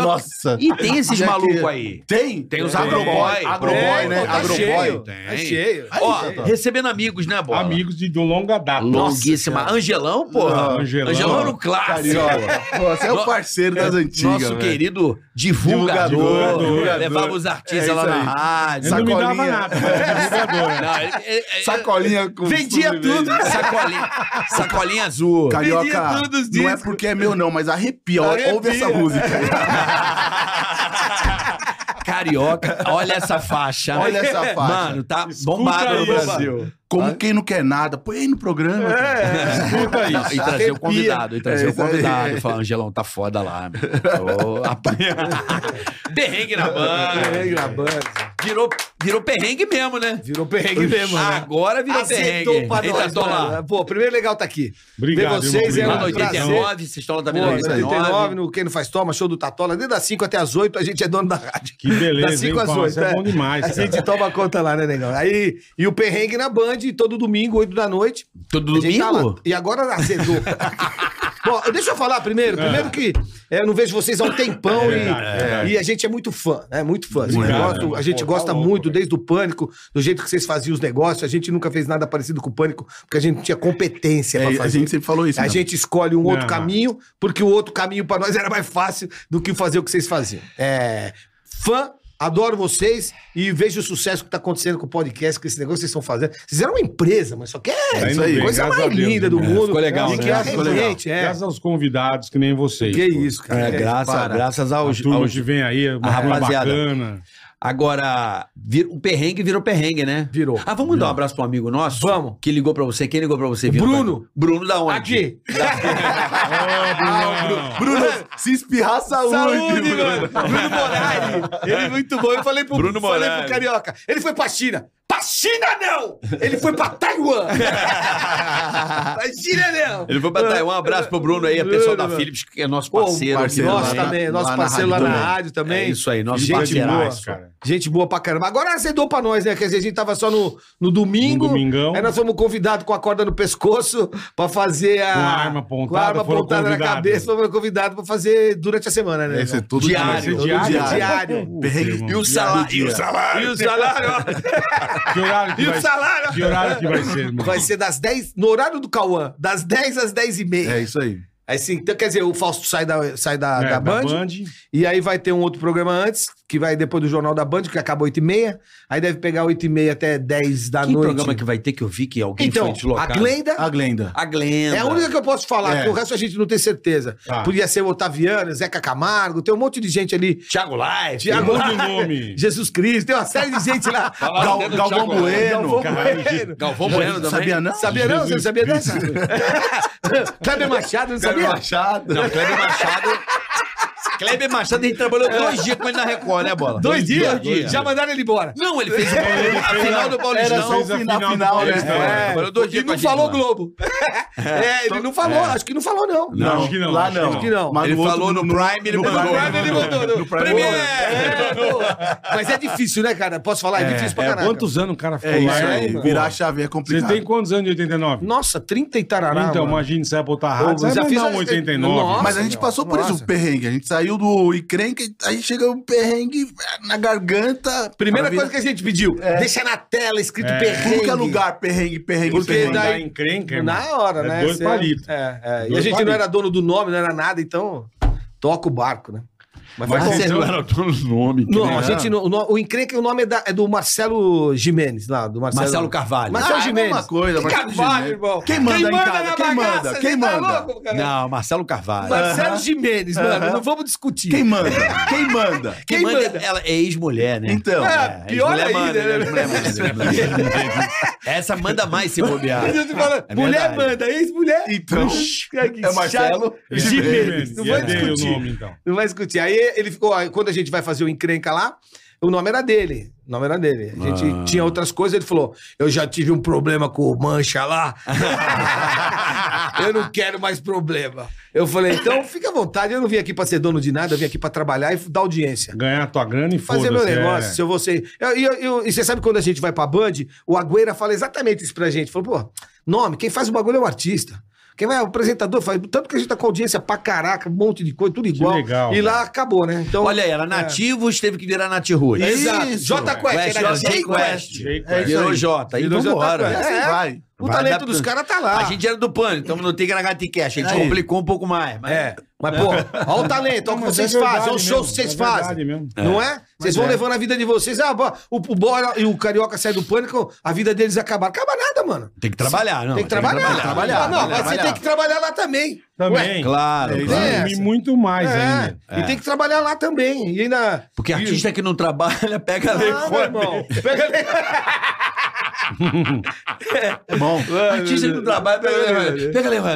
[SPEAKER 6] Nossa.
[SPEAKER 4] E tem esses
[SPEAKER 6] E aqui?
[SPEAKER 4] malucos aí.
[SPEAKER 6] Tem?
[SPEAKER 4] Tem os
[SPEAKER 6] Tem.
[SPEAKER 4] agroboy.
[SPEAKER 6] Agroboy, né?
[SPEAKER 5] Tem, pô, tá
[SPEAKER 6] Agroboy.
[SPEAKER 5] cheio.
[SPEAKER 4] Tem.
[SPEAKER 5] É cheio.
[SPEAKER 4] Ó,
[SPEAKER 6] gente.
[SPEAKER 4] recebendo amigos, né, Bola?
[SPEAKER 3] Amigos de, de longa data.
[SPEAKER 4] Longuíssima. Angelão, porra.
[SPEAKER 3] Não, Angelão.
[SPEAKER 4] Angelão era um clássico.
[SPEAKER 6] Carioca. Você é o parceiro das antigas.
[SPEAKER 4] Nosso
[SPEAKER 6] velho.
[SPEAKER 4] querido divulgador,
[SPEAKER 6] Divulgador,
[SPEAKER 3] divulgador.
[SPEAKER 4] levava os artistas
[SPEAKER 6] É
[SPEAKER 4] lá
[SPEAKER 6] isso
[SPEAKER 4] na
[SPEAKER 6] aí.
[SPEAKER 4] rádio.
[SPEAKER 3] Ele não me dava
[SPEAKER 6] Sacolinha.
[SPEAKER 3] nada, era divulgador. né?
[SPEAKER 4] Não, ele- ele- ele-
[SPEAKER 6] Sacolinha com
[SPEAKER 4] vendia
[SPEAKER 6] sobremesa.
[SPEAKER 4] tudo. Sacolinha, sacolinha azul.
[SPEAKER 6] Carioca,
[SPEAKER 5] Vendia todos os
[SPEAKER 6] não é
[SPEAKER 5] discos.
[SPEAKER 6] porque é meu não, mas arrepia. ó,
[SPEAKER 5] Arrepia.
[SPEAKER 6] Ouve essa música.
[SPEAKER 4] Carioca, olha essa faixa.
[SPEAKER 6] Olha essa faixa.
[SPEAKER 4] Mano, ah. tá
[SPEAKER 3] Escuta
[SPEAKER 4] bombado no
[SPEAKER 3] aí,
[SPEAKER 4] Brasil.
[SPEAKER 6] Como quem não quer nada, põe aí no programa.
[SPEAKER 4] É.
[SPEAKER 6] cara.
[SPEAKER 3] Escuta
[SPEAKER 4] Não,
[SPEAKER 3] isso.
[SPEAKER 4] e trazer o convidado, e trazer
[SPEAKER 6] É
[SPEAKER 4] o
[SPEAKER 6] isso aí.
[SPEAKER 4] convidado. Falar, Angelão, tá foda lá, meu. Tô apanhando. Perrengue na banda.
[SPEAKER 5] Tem na banda.
[SPEAKER 4] Virou, virou perrengue mesmo, né?
[SPEAKER 5] Virou perrengue mesmo. né?
[SPEAKER 4] Agora virou
[SPEAKER 3] Tá
[SPEAKER 5] Acertou
[SPEAKER 4] perrengue.
[SPEAKER 5] pra
[SPEAKER 4] Eita,
[SPEAKER 5] nós,
[SPEAKER 4] tô lá.
[SPEAKER 5] mano. Pô, primeiro legal tá aqui.
[SPEAKER 3] Obrigado,
[SPEAKER 5] Ver
[SPEAKER 3] irmão,
[SPEAKER 5] vocês é
[SPEAKER 4] Lá
[SPEAKER 5] um
[SPEAKER 4] no
[SPEAKER 5] prazer.
[SPEAKER 4] 89, vocês estão lá também
[SPEAKER 5] Pô,
[SPEAKER 4] no
[SPEAKER 5] 89,
[SPEAKER 4] 89.
[SPEAKER 5] no Quem Não Faz Toma, show do Tatola, desde das 5 até as 8 a gente é dono da rádio.
[SPEAKER 3] Que beleza,
[SPEAKER 5] Das 5
[SPEAKER 3] hein,
[SPEAKER 5] às
[SPEAKER 3] Paulo?
[SPEAKER 5] 8,
[SPEAKER 3] Isso é bom demais,
[SPEAKER 5] A
[SPEAKER 3] cara.
[SPEAKER 5] gente toma conta lá, né, negão? Aí, e o perrengue na Band, todo domingo, 8 da noite.
[SPEAKER 4] Todo
[SPEAKER 5] A gente tá lá.
[SPEAKER 4] domingo?
[SPEAKER 5] e agora azedou. Bom, deixa eu falar primeiro. Primeiro que é, eu não vejo vocês há um tempão
[SPEAKER 3] É
[SPEAKER 5] e-
[SPEAKER 3] verdade, é verdade.
[SPEAKER 5] e, a gente é muito fã, né? Muito fã. A gente
[SPEAKER 3] Obrigado.
[SPEAKER 5] gosta, a gente
[SPEAKER 3] Pô, tá
[SPEAKER 5] gosta
[SPEAKER 3] louco,
[SPEAKER 5] muito
[SPEAKER 3] velho.
[SPEAKER 5] desde o Pânico, do jeito que vocês faziam os negócios. A gente nunca fez nada parecido com o Pânico, porque a gente não tinha competência pra
[SPEAKER 6] É, a
[SPEAKER 5] fazer.
[SPEAKER 6] gente sempre falou isso.
[SPEAKER 5] A
[SPEAKER 6] mesmo.
[SPEAKER 5] gente escolhe um outro
[SPEAKER 3] Não.
[SPEAKER 5] caminho, porque o outro caminho pra nós era mais fácil do que fazer o que vocês faziam. É, fã, adoro vocês e vejo o sucesso que tá acontecendo com o podcast, com esse negócio que vocês estão fazendo. Vocês eram uma empresa, mas só que é
[SPEAKER 3] Tá
[SPEAKER 5] isso
[SPEAKER 3] indo
[SPEAKER 5] aí,
[SPEAKER 3] bem,
[SPEAKER 5] coisa
[SPEAKER 3] graças
[SPEAKER 5] mais
[SPEAKER 3] a Deus.
[SPEAKER 5] linda do
[SPEAKER 3] É,
[SPEAKER 5] mundo.
[SPEAKER 4] ficou legal,
[SPEAKER 5] e
[SPEAKER 3] né?
[SPEAKER 5] que a
[SPEAKER 3] Ficou
[SPEAKER 5] gente, é.
[SPEAKER 3] Graças aos convidados que nem vocês.
[SPEAKER 5] Que
[SPEAKER 3] pô.
[SPEAKER 5] isso, cara.
[SPEAKER 4] É, graças,
[SPEAKER 5] para.
[SPEAKER 4] graças aos,
[SPEAKER 3] A turma
[SPEAKER 4] aos-
[SPEAKER 3] que vem aí, uma turma
[SPEAKER 4] rapaziada.
[SPEAKER 3] bacana.
[SPEAKER 4] Agora, vir- o perrengue virou perrengue, né?
[SPEAKER 5] Virou.
[SPEAKER 4] Ah, vamos dar um abraço pra um amigo nosso?
[SPEAKER 5] Vamos.
[SPEAKER 4] Que ligou pra você. Quem ligou pra você? Vitor?
[SPEAKER 5] Bruno.
[SPEAKER 4] Bruno da onde?
[SPEAKER 5] Aqui.
[SPEAKER 3] Ah,
[SPEAKER 6] Bruno, se espirrar, saúde.
[SPEAKER 5] Saúde,
[SPEAKER 6] Bruno.
[SPEAKER 5] mano. Bruno Morari. Ele é muito bom. Eu falei pro
[SPEAKER 4] Bruno
[SPEAKER 5] falei
[SPEAKER 4] Morari.
[SPEAKER 5] pro Carioca. Ele foi pra China. Pra China, não! Ele foi pra Taiwan. pra China, não.
[SPEAKER 4] Ele foi pra Taiwan. Um abraço pro Bruno aí, a pessoa da
[SPEAKER 5] Ah. Bruno.
[SPEAKER 4] Philips, que é nosso
[SPEAKER 5] Pô,
[SPEAKER 4] parceiro.
[SPEAKER 6] parceiro
[SPEAKER 4] aqui
[SPEAKER 5] nosso tá?
[SPEAKER 6] lá,
[SPEAKER 5] também,
[SPEAKER 6] lá
[SPEAKER 5] nosso
[SPEAKER 6] na
[SPEAKER 5] parceiro lá
[SPEAKER 6] rádio
[SPEAKER 5] na
[SPEAKER 6] também.
[SPEAKER 5] rádio também.
[SPEAKER 4] É isso aí, nosso
[SPEAKER 5] Gente
[SPEAKER 4] parceiraço,
[SPEAKER 5] boa.
[SPEAKER 3] cara.
[SPEAKER 5] Gente boa pra caramba. Agora azedou pra nós, né? Quer dizer, a gente tava só no, no domingo.
[SPEAKER 3] No domingão.
[SPEAKER 5] Aí nós fomos convidados com a corda no pescoço pra fazer a.
[SPEAKER 3] Com a arma
[SPEAKER 5] Com a
[SPEAKER 3] apontada,
[SPEAKER 5] arma
[SPEAKER 3] foram
[SPEAKER 5] apontada na
[SPEAKER 3] convidados.
[SPEAKER 5] cabeça, fomos convidados pra fazer durante a semana, né?
[SPEAKER 6] Esse é
[SPEAKER 5] irmão?
[SPEAKER 6] todo
[SPEAKER 4] Diário.
[SPEAKER 6] dia.
[SPEAKER 5] Todo
[SPEAKER 3] Diário?
[SPEAKER 5] dia,
[SPEAKER 3] Diário.
[SPEAKER 5] diário.
[SPEAKER 6] Perrengue.
[SPEAKER 4] E o salário? E o salário?
[SPEAKER 5] E o salário, ó.
[SPEAKER 3] Que horário que
[SPEAKER 5] E
[SPEAKER 3] vai
[SPEAKER 5] o salário?
[SPEAKER 3] Que horário que vai ser, irmão?
[SPEAKER 5] Vai ser das 10, no horário do Cauã, das 10 às 10 e meia.
[SPEAKER 6] É isso aí.
[SPEAKER 5] Aí sim, então, quer dizer, o Fausto sai da, sai da,
[SPEAKER 3] É,
[SPEAKER 5] da Band, e aí vai ter um outro programa antes, que vai depois do Jornal da Band, que acaba 8 e meia, aí deve pegar 8 e meia até 10 da
[SPEAKER 4] Que
[SPEAKER 5] noite.
[SPEAKER 4] programa que vai ter que eu vi que alguém
[SPEAKER 5] Então,
[SPEAKER 4] foi deslocado?
[SPEAKER 5] a Glenda...
[SPEAKER 6] A Glenda.
[SPEAKER 4] A Glenda.
[SPEAKER 5] É a única que eu posso falar,
[SPEAKER 6] É.
[SPEAKER 5] que o resto a gente não tem certeza.
[SPEAKER 3] Tá.
[SPEAKER 5] Podia ser o Otaviano, Zeca Camargo, tem um monte de gente ali.
[SPEAKER 4] Thiago Live.
[SPEAKER 5] Tiago
[SPEAKER 3] monte de nome.
[SPEAKER 5] Jesus Cristo, tem uma série de gente lá.
[SPEAKER 6] Gal-
[SPEAKER 4] até do
[SPEAKER 6] Galvão
[SPEAKER 4] Thiago né?
[SPEAKER 6] Bueno.
[SPEAKER 5] Galvão
[SPEAKER 3] Caralho,
[SPEAKER 5] Bueno.
[SPEAKER 4] Galvão Bueno também.
[SPEAKER 6] Sabia não?
[SPEAKER 5] Sabia não? Você não
[SPEAKER 3] Jesus
[SPEAKER 5] sabia dessa? Kleber Machado, não sabia?
[SPEAKER 6] Machado.
[SPEAKER 4] Não, então, Kleber Machado. Kleber Machado, a gente trabalhou dois dias com ele na Record, né, Bola?
[SPEAKER 5] Dois dias?
[SPEAKER 4] Dois dias.
[SPEAKER 5] Já mandaram ele embora.
[SPEAKER 4] Não, ele fez o- a final do
[SPEAKER 6] Era
[SPEAKER 4] Paulistão.
[SPEAKER 6] só o
[SPEAKER 3] Fez a
[SPEAKER 6] final,
[SPEAKER 3] final do
[SPEAKER 6] final, né?
[SPEAKER 3] Paulistão.
[SPEAKER 6] É.
[SPEAKER 4] Trabalhou dois
[SPEAKER 5] Porque
[SPEAKER 4] dias com a
[SPEAKER 5] não
[SPEAKER 4] gente
[SPEAKER 5] falou
[SPEAKER 4] lá.
[SPEAKER 5] Globo. É, ele não falou, acho que não falou, não.
[SPEAKER 3] Não, acho que não,
[SPEAKER 6] Lá
[SPEAKER 3] acho que
[SPEAKER 6] não.
[SPEAKER 3] não.
[SPEAKER 5] que não.
[SPEAKER 6] Mas
[SPEAKER 4] Ele
[SPEAKER 6] outro,
[SPEAKER 4] falou no Prime, ele
[SPEAKER 6] no
[SPEAKER 4] mandou.
[SPEAKER 6] Prime
[SPEAKER 5] Mas ele mandou.
[SPEAKER 6] No
[SPEAKER 5] No
[SPEAKER 6] Prime.
[SPEAKER 5] Premier! É, pô. Mas é difícil, né, cara? Posso falar? É, difícil pra
[SPEAKER 3] É,
[SPEAKER 5] caraca.
[SPEAKER 3] quantos anos o cara ficou
[SPEAKER 6] É isso
[SPEAKER 3] lá?
[SPEAKER 6] aí.
[SPEAKER 3] irmão?
[SPEAKER 6] Virar a chave é
[SPEAKER 3] Vocês
[SPEAKER 6] complicado.
[SPEAKER 3] têm quantos anos de 89?
[SPEAKER 5] Nossa, 30 e tarará.
[SPEAKER 3] então,
[SPEAKER 5] mano.
[SPEAKER 3] imagina, você vai botar rádio,
[SPEAKER 5] Ô,
[SPEAKER 3] você
[SPEAKER 5] já
[SPEAKER 3] vai
[SPEAKER 5] fiz
[SPEAKER 3] mandar um
[SPEAKER 5] a-
[SPEAKER 3] 89.
[SPEAKER 5] Nossa.
[SPEAKER 6] Mas a gente
[SPEAKER 5] meu.
[SPEAKER 6] passou por isso,
[SPEAKER 5] Nossa.
[SPEAKER 6] o perrengue. A gente saiu do encrenca, aí chega um perrengue na garganta.
[SPEAKER 5] Primeira
[SPEAKER 6] Maravilha.
[SPEAKER 5] coisa que a gente pediu, deixa na tela escrito
[SPEAKER 3] É.
[SPEAKER 5] perrengue.
[SPEAKER 6] Tudo que é lugar, perrengue, perrengue,
[SPEAKER 5] Porque
[SPEAKER 6] perrengue.
[SPEAKER 5] daí-
[SPEAKER 3] Mandar encrenca, irmão.
[SPEAKER 5] Na hora,
[SPEAKER 3] É
[SPEAKER 5] né?
[SPEAKER 3] dois
[SPEAKER 5] Cê-
[SPEAKER 3] palitos.
[SPEAKER 5] É, é. E
[SPEAKER 3] Dois
[SPEAKER 5] a gente
[SPEAKER 3] palitos.
[SPEAKER 5] não era dono do nome, não era nada, então toca o barco, né? Mas,
[SPEAKER 4] Mas
[SPEAKER 5] faz
[SPEAKER 4] vocês
[SPEAKER 5] sentido.
[SPEAKER 4] não eram todos nome. que
[SPEAKER 5] Não,
[SPEAKER 4] nem
[SPEAKER 5] a
[SPEAKER 4] era.
[SPEAKER 5] gente não, o no- o encrenca, o nome é, da- é do Marcelo Jimenez, lá, do Marcelo,
[SPEAKER 4] Marcelo Carvalho.
[SPEAKER 5] Mas-
[SPEAKER 6] Ah,
[SPEAKER 5] Marcelo
[SPEAKER 6] é
[SPEAKER 5] Gimenez.
[SPEAKER 6] uma coisa, Marcelo Gimenez. Quem manda em casa? Quem manda? Quem
[SPEAKER 5] tá
[SPEAKER 6] manda?
[SPEAKER 5] cara?
[SPEAKER 4] Não, Marcelo Carvalho.
[SPEAKER 5] Marcelo Jimenez, mano,
[SPEAKER 6] Aham.
[SPEAKER 5] não vamos discutir.
[SPEAKER 6] Quem manda? Quem manda?
[SPEAKER 4] Quem
[SPEAKER 5] Quem
[SPEAKER 4] manda
[SPEAKER 5] manda?
[SPEAKER 4] ela é ex-mulher, né?
[SPEAKER 6] Então,
[SPEAKER 5] É, pior
[SPEAKER 4] ex-mulher
[SPEAKER 5] ainda,
[SPEAKER 4] manda, né?
[SPEAKER 5] né?
[SPEAKER 4] Ex-mulher manda, ex-mulher manda. Essa manda mais se bobear.
[SPEAKER 5] Mas eu te falo,
[SPEAKER 4] É
[SPEAKER 5] mulher
[SPEAKER 4] verdade.
[SPEAKER 5] manda, ex-mulher.
[SPEAKER 6] Então,
[SPEAKER 5] Puxa, que
[SPEAKER 6] é Marcelo
[SPEAKER 5] chato.
[SPEAKER 3] É,
[SPEAKER 5] Jimenez.
[SPEAKER 3] Jimenez.
[SPEAKER 5] Não
[SPEAKER 3] E
[SPEAKER 5] vai
[SPEAKER 3] é dele o
[SPEAKER 5] discutir.
[SPEAKER 3] nome, então.
[SPEAKER 5] Não vai discutir. Aí ele ficou. aí Quando a gente vai fazer o encrenca lá, o nome era dele. O nome era dele. A gente tinha outras coisas, ele falou: Eu já tive um problema com o Mancha lá. eu não quero mais problema. Eu falei, então fica à vontade, eu não vim aqui pra ser dono de nada, eu vim aqui pra trabalhar e dar audiência.
[SPEAKER 3] Ganhar a tua grana e foda-se.
[SPEAKER 5] Fazer meu
[SPEAKER 3] é.
[SPEAKER 5] negócio, se eu vou ser. eu- E eu- eu- e você sabe quando a gente vai pra Band, o Agüera fala exatamente isso pra gente. Falou, pô, nome, quem faz o bagulho é o artista. Quem vai é o apresentador, faz. Tanto que a gente tá com audiência pra caraca, um monte de coisa, tudo igual.
[SPEAKER 3] legal,
[SPEAKER 5] e lá
[SPEAKER 3] cara.
[SPEAKER 5] acabou, né? Então,
[SPEAKER 4] Olha aí, era nativos, teve que virar nativos.
[SPEAKER 5] É, Exato. J Quest,
[SPEAKER 4] Quest,
[SPEAKER 5] era
[SPEAKER 4] ó,
[SPEAKER 5] J
[SPEAKER 4] J
[SPEAKER 5] Quest.
[SPEAKER 4] Quest.
[SPEAKER 3] Jay Quest.
[SPEAKER 6] É isso
[SPEAKER 4] Virou
[SPEAKER 6] aí.
[SPEAKER 4] Jota. E
[SPEAKER 5] Virou J
[SPEAKER 4] vambora.
[SPEAKER 5] Quest.
[SPEAKER 6] assim
[SPEAKER 5] É.
[SPEAKER 6] vai.
[SPEAKER 5] O
[SPEAKER 4] Vai
[SPEAKER 5] talento
[SPEAKER 4] adaptando.
[SPEAKER 5] dos caras tá lá.
[SPEAKER 4] A gente era do pânico, estamos no Tigragati Cash. A gente
[SPEAKER 6] Aí.
[SPEAKER 4] complicou um pouco mais. Mas...
[SPEAKER 5] É, mas, pô, olha o talento, olha o que
[SPEAKER 3] Não, mas
[SPEAKER 5] Então, vocês
[SPEAKER 3] é verdade
[SPEAKER 5] fazem, olha os shows
[SPEAKER 3] mesmo,
[SPEAKER 5] que vocês
[SPEAKER 3] é verdade
[SPEAKER 5] fazem.
[SPEAKER 3] mesmo.
[SPEAKER 5] Não é? Vocês vão levando a vida de vocês. Ah, bo- o, o Bora e o Carioca saem do pânico, a vida deles acabar. Acaba nada, mano.
[SPEAKER 4] Tem que trabalhar, não.
[SPEAKER 5] tem que trabalhar.
[SPEAKER 6] trabalhar,
[SPEAKER 5] não, mas
[SPEAKER 6] trabalhar.
[SPEAKER 5] você tem que trabalhar lá também.
[SPEAKER 3] Também.
[SPEAKER 4] Claro,
[SPEAKER 6] É isso
[SPEAKER 4] claro.
[SPEAKER 5] aí.
[SPEAKER 3] E muito mais
[SPEAKER 5] É,
[SPEAKER 3] ainda.
[SPEAKER 5] e tem que trabalhar lá também. E ainda.
[SPEAKER 4] Porque artista que não trabalha pega a
[SPEAKER 5] Ah, meu
[SPEAKER 4] vergonha.
[SPEAKER 5] irmão. Pega
[SPEAKER 4] É bom. Artista do trabalho, É. pega Leandro.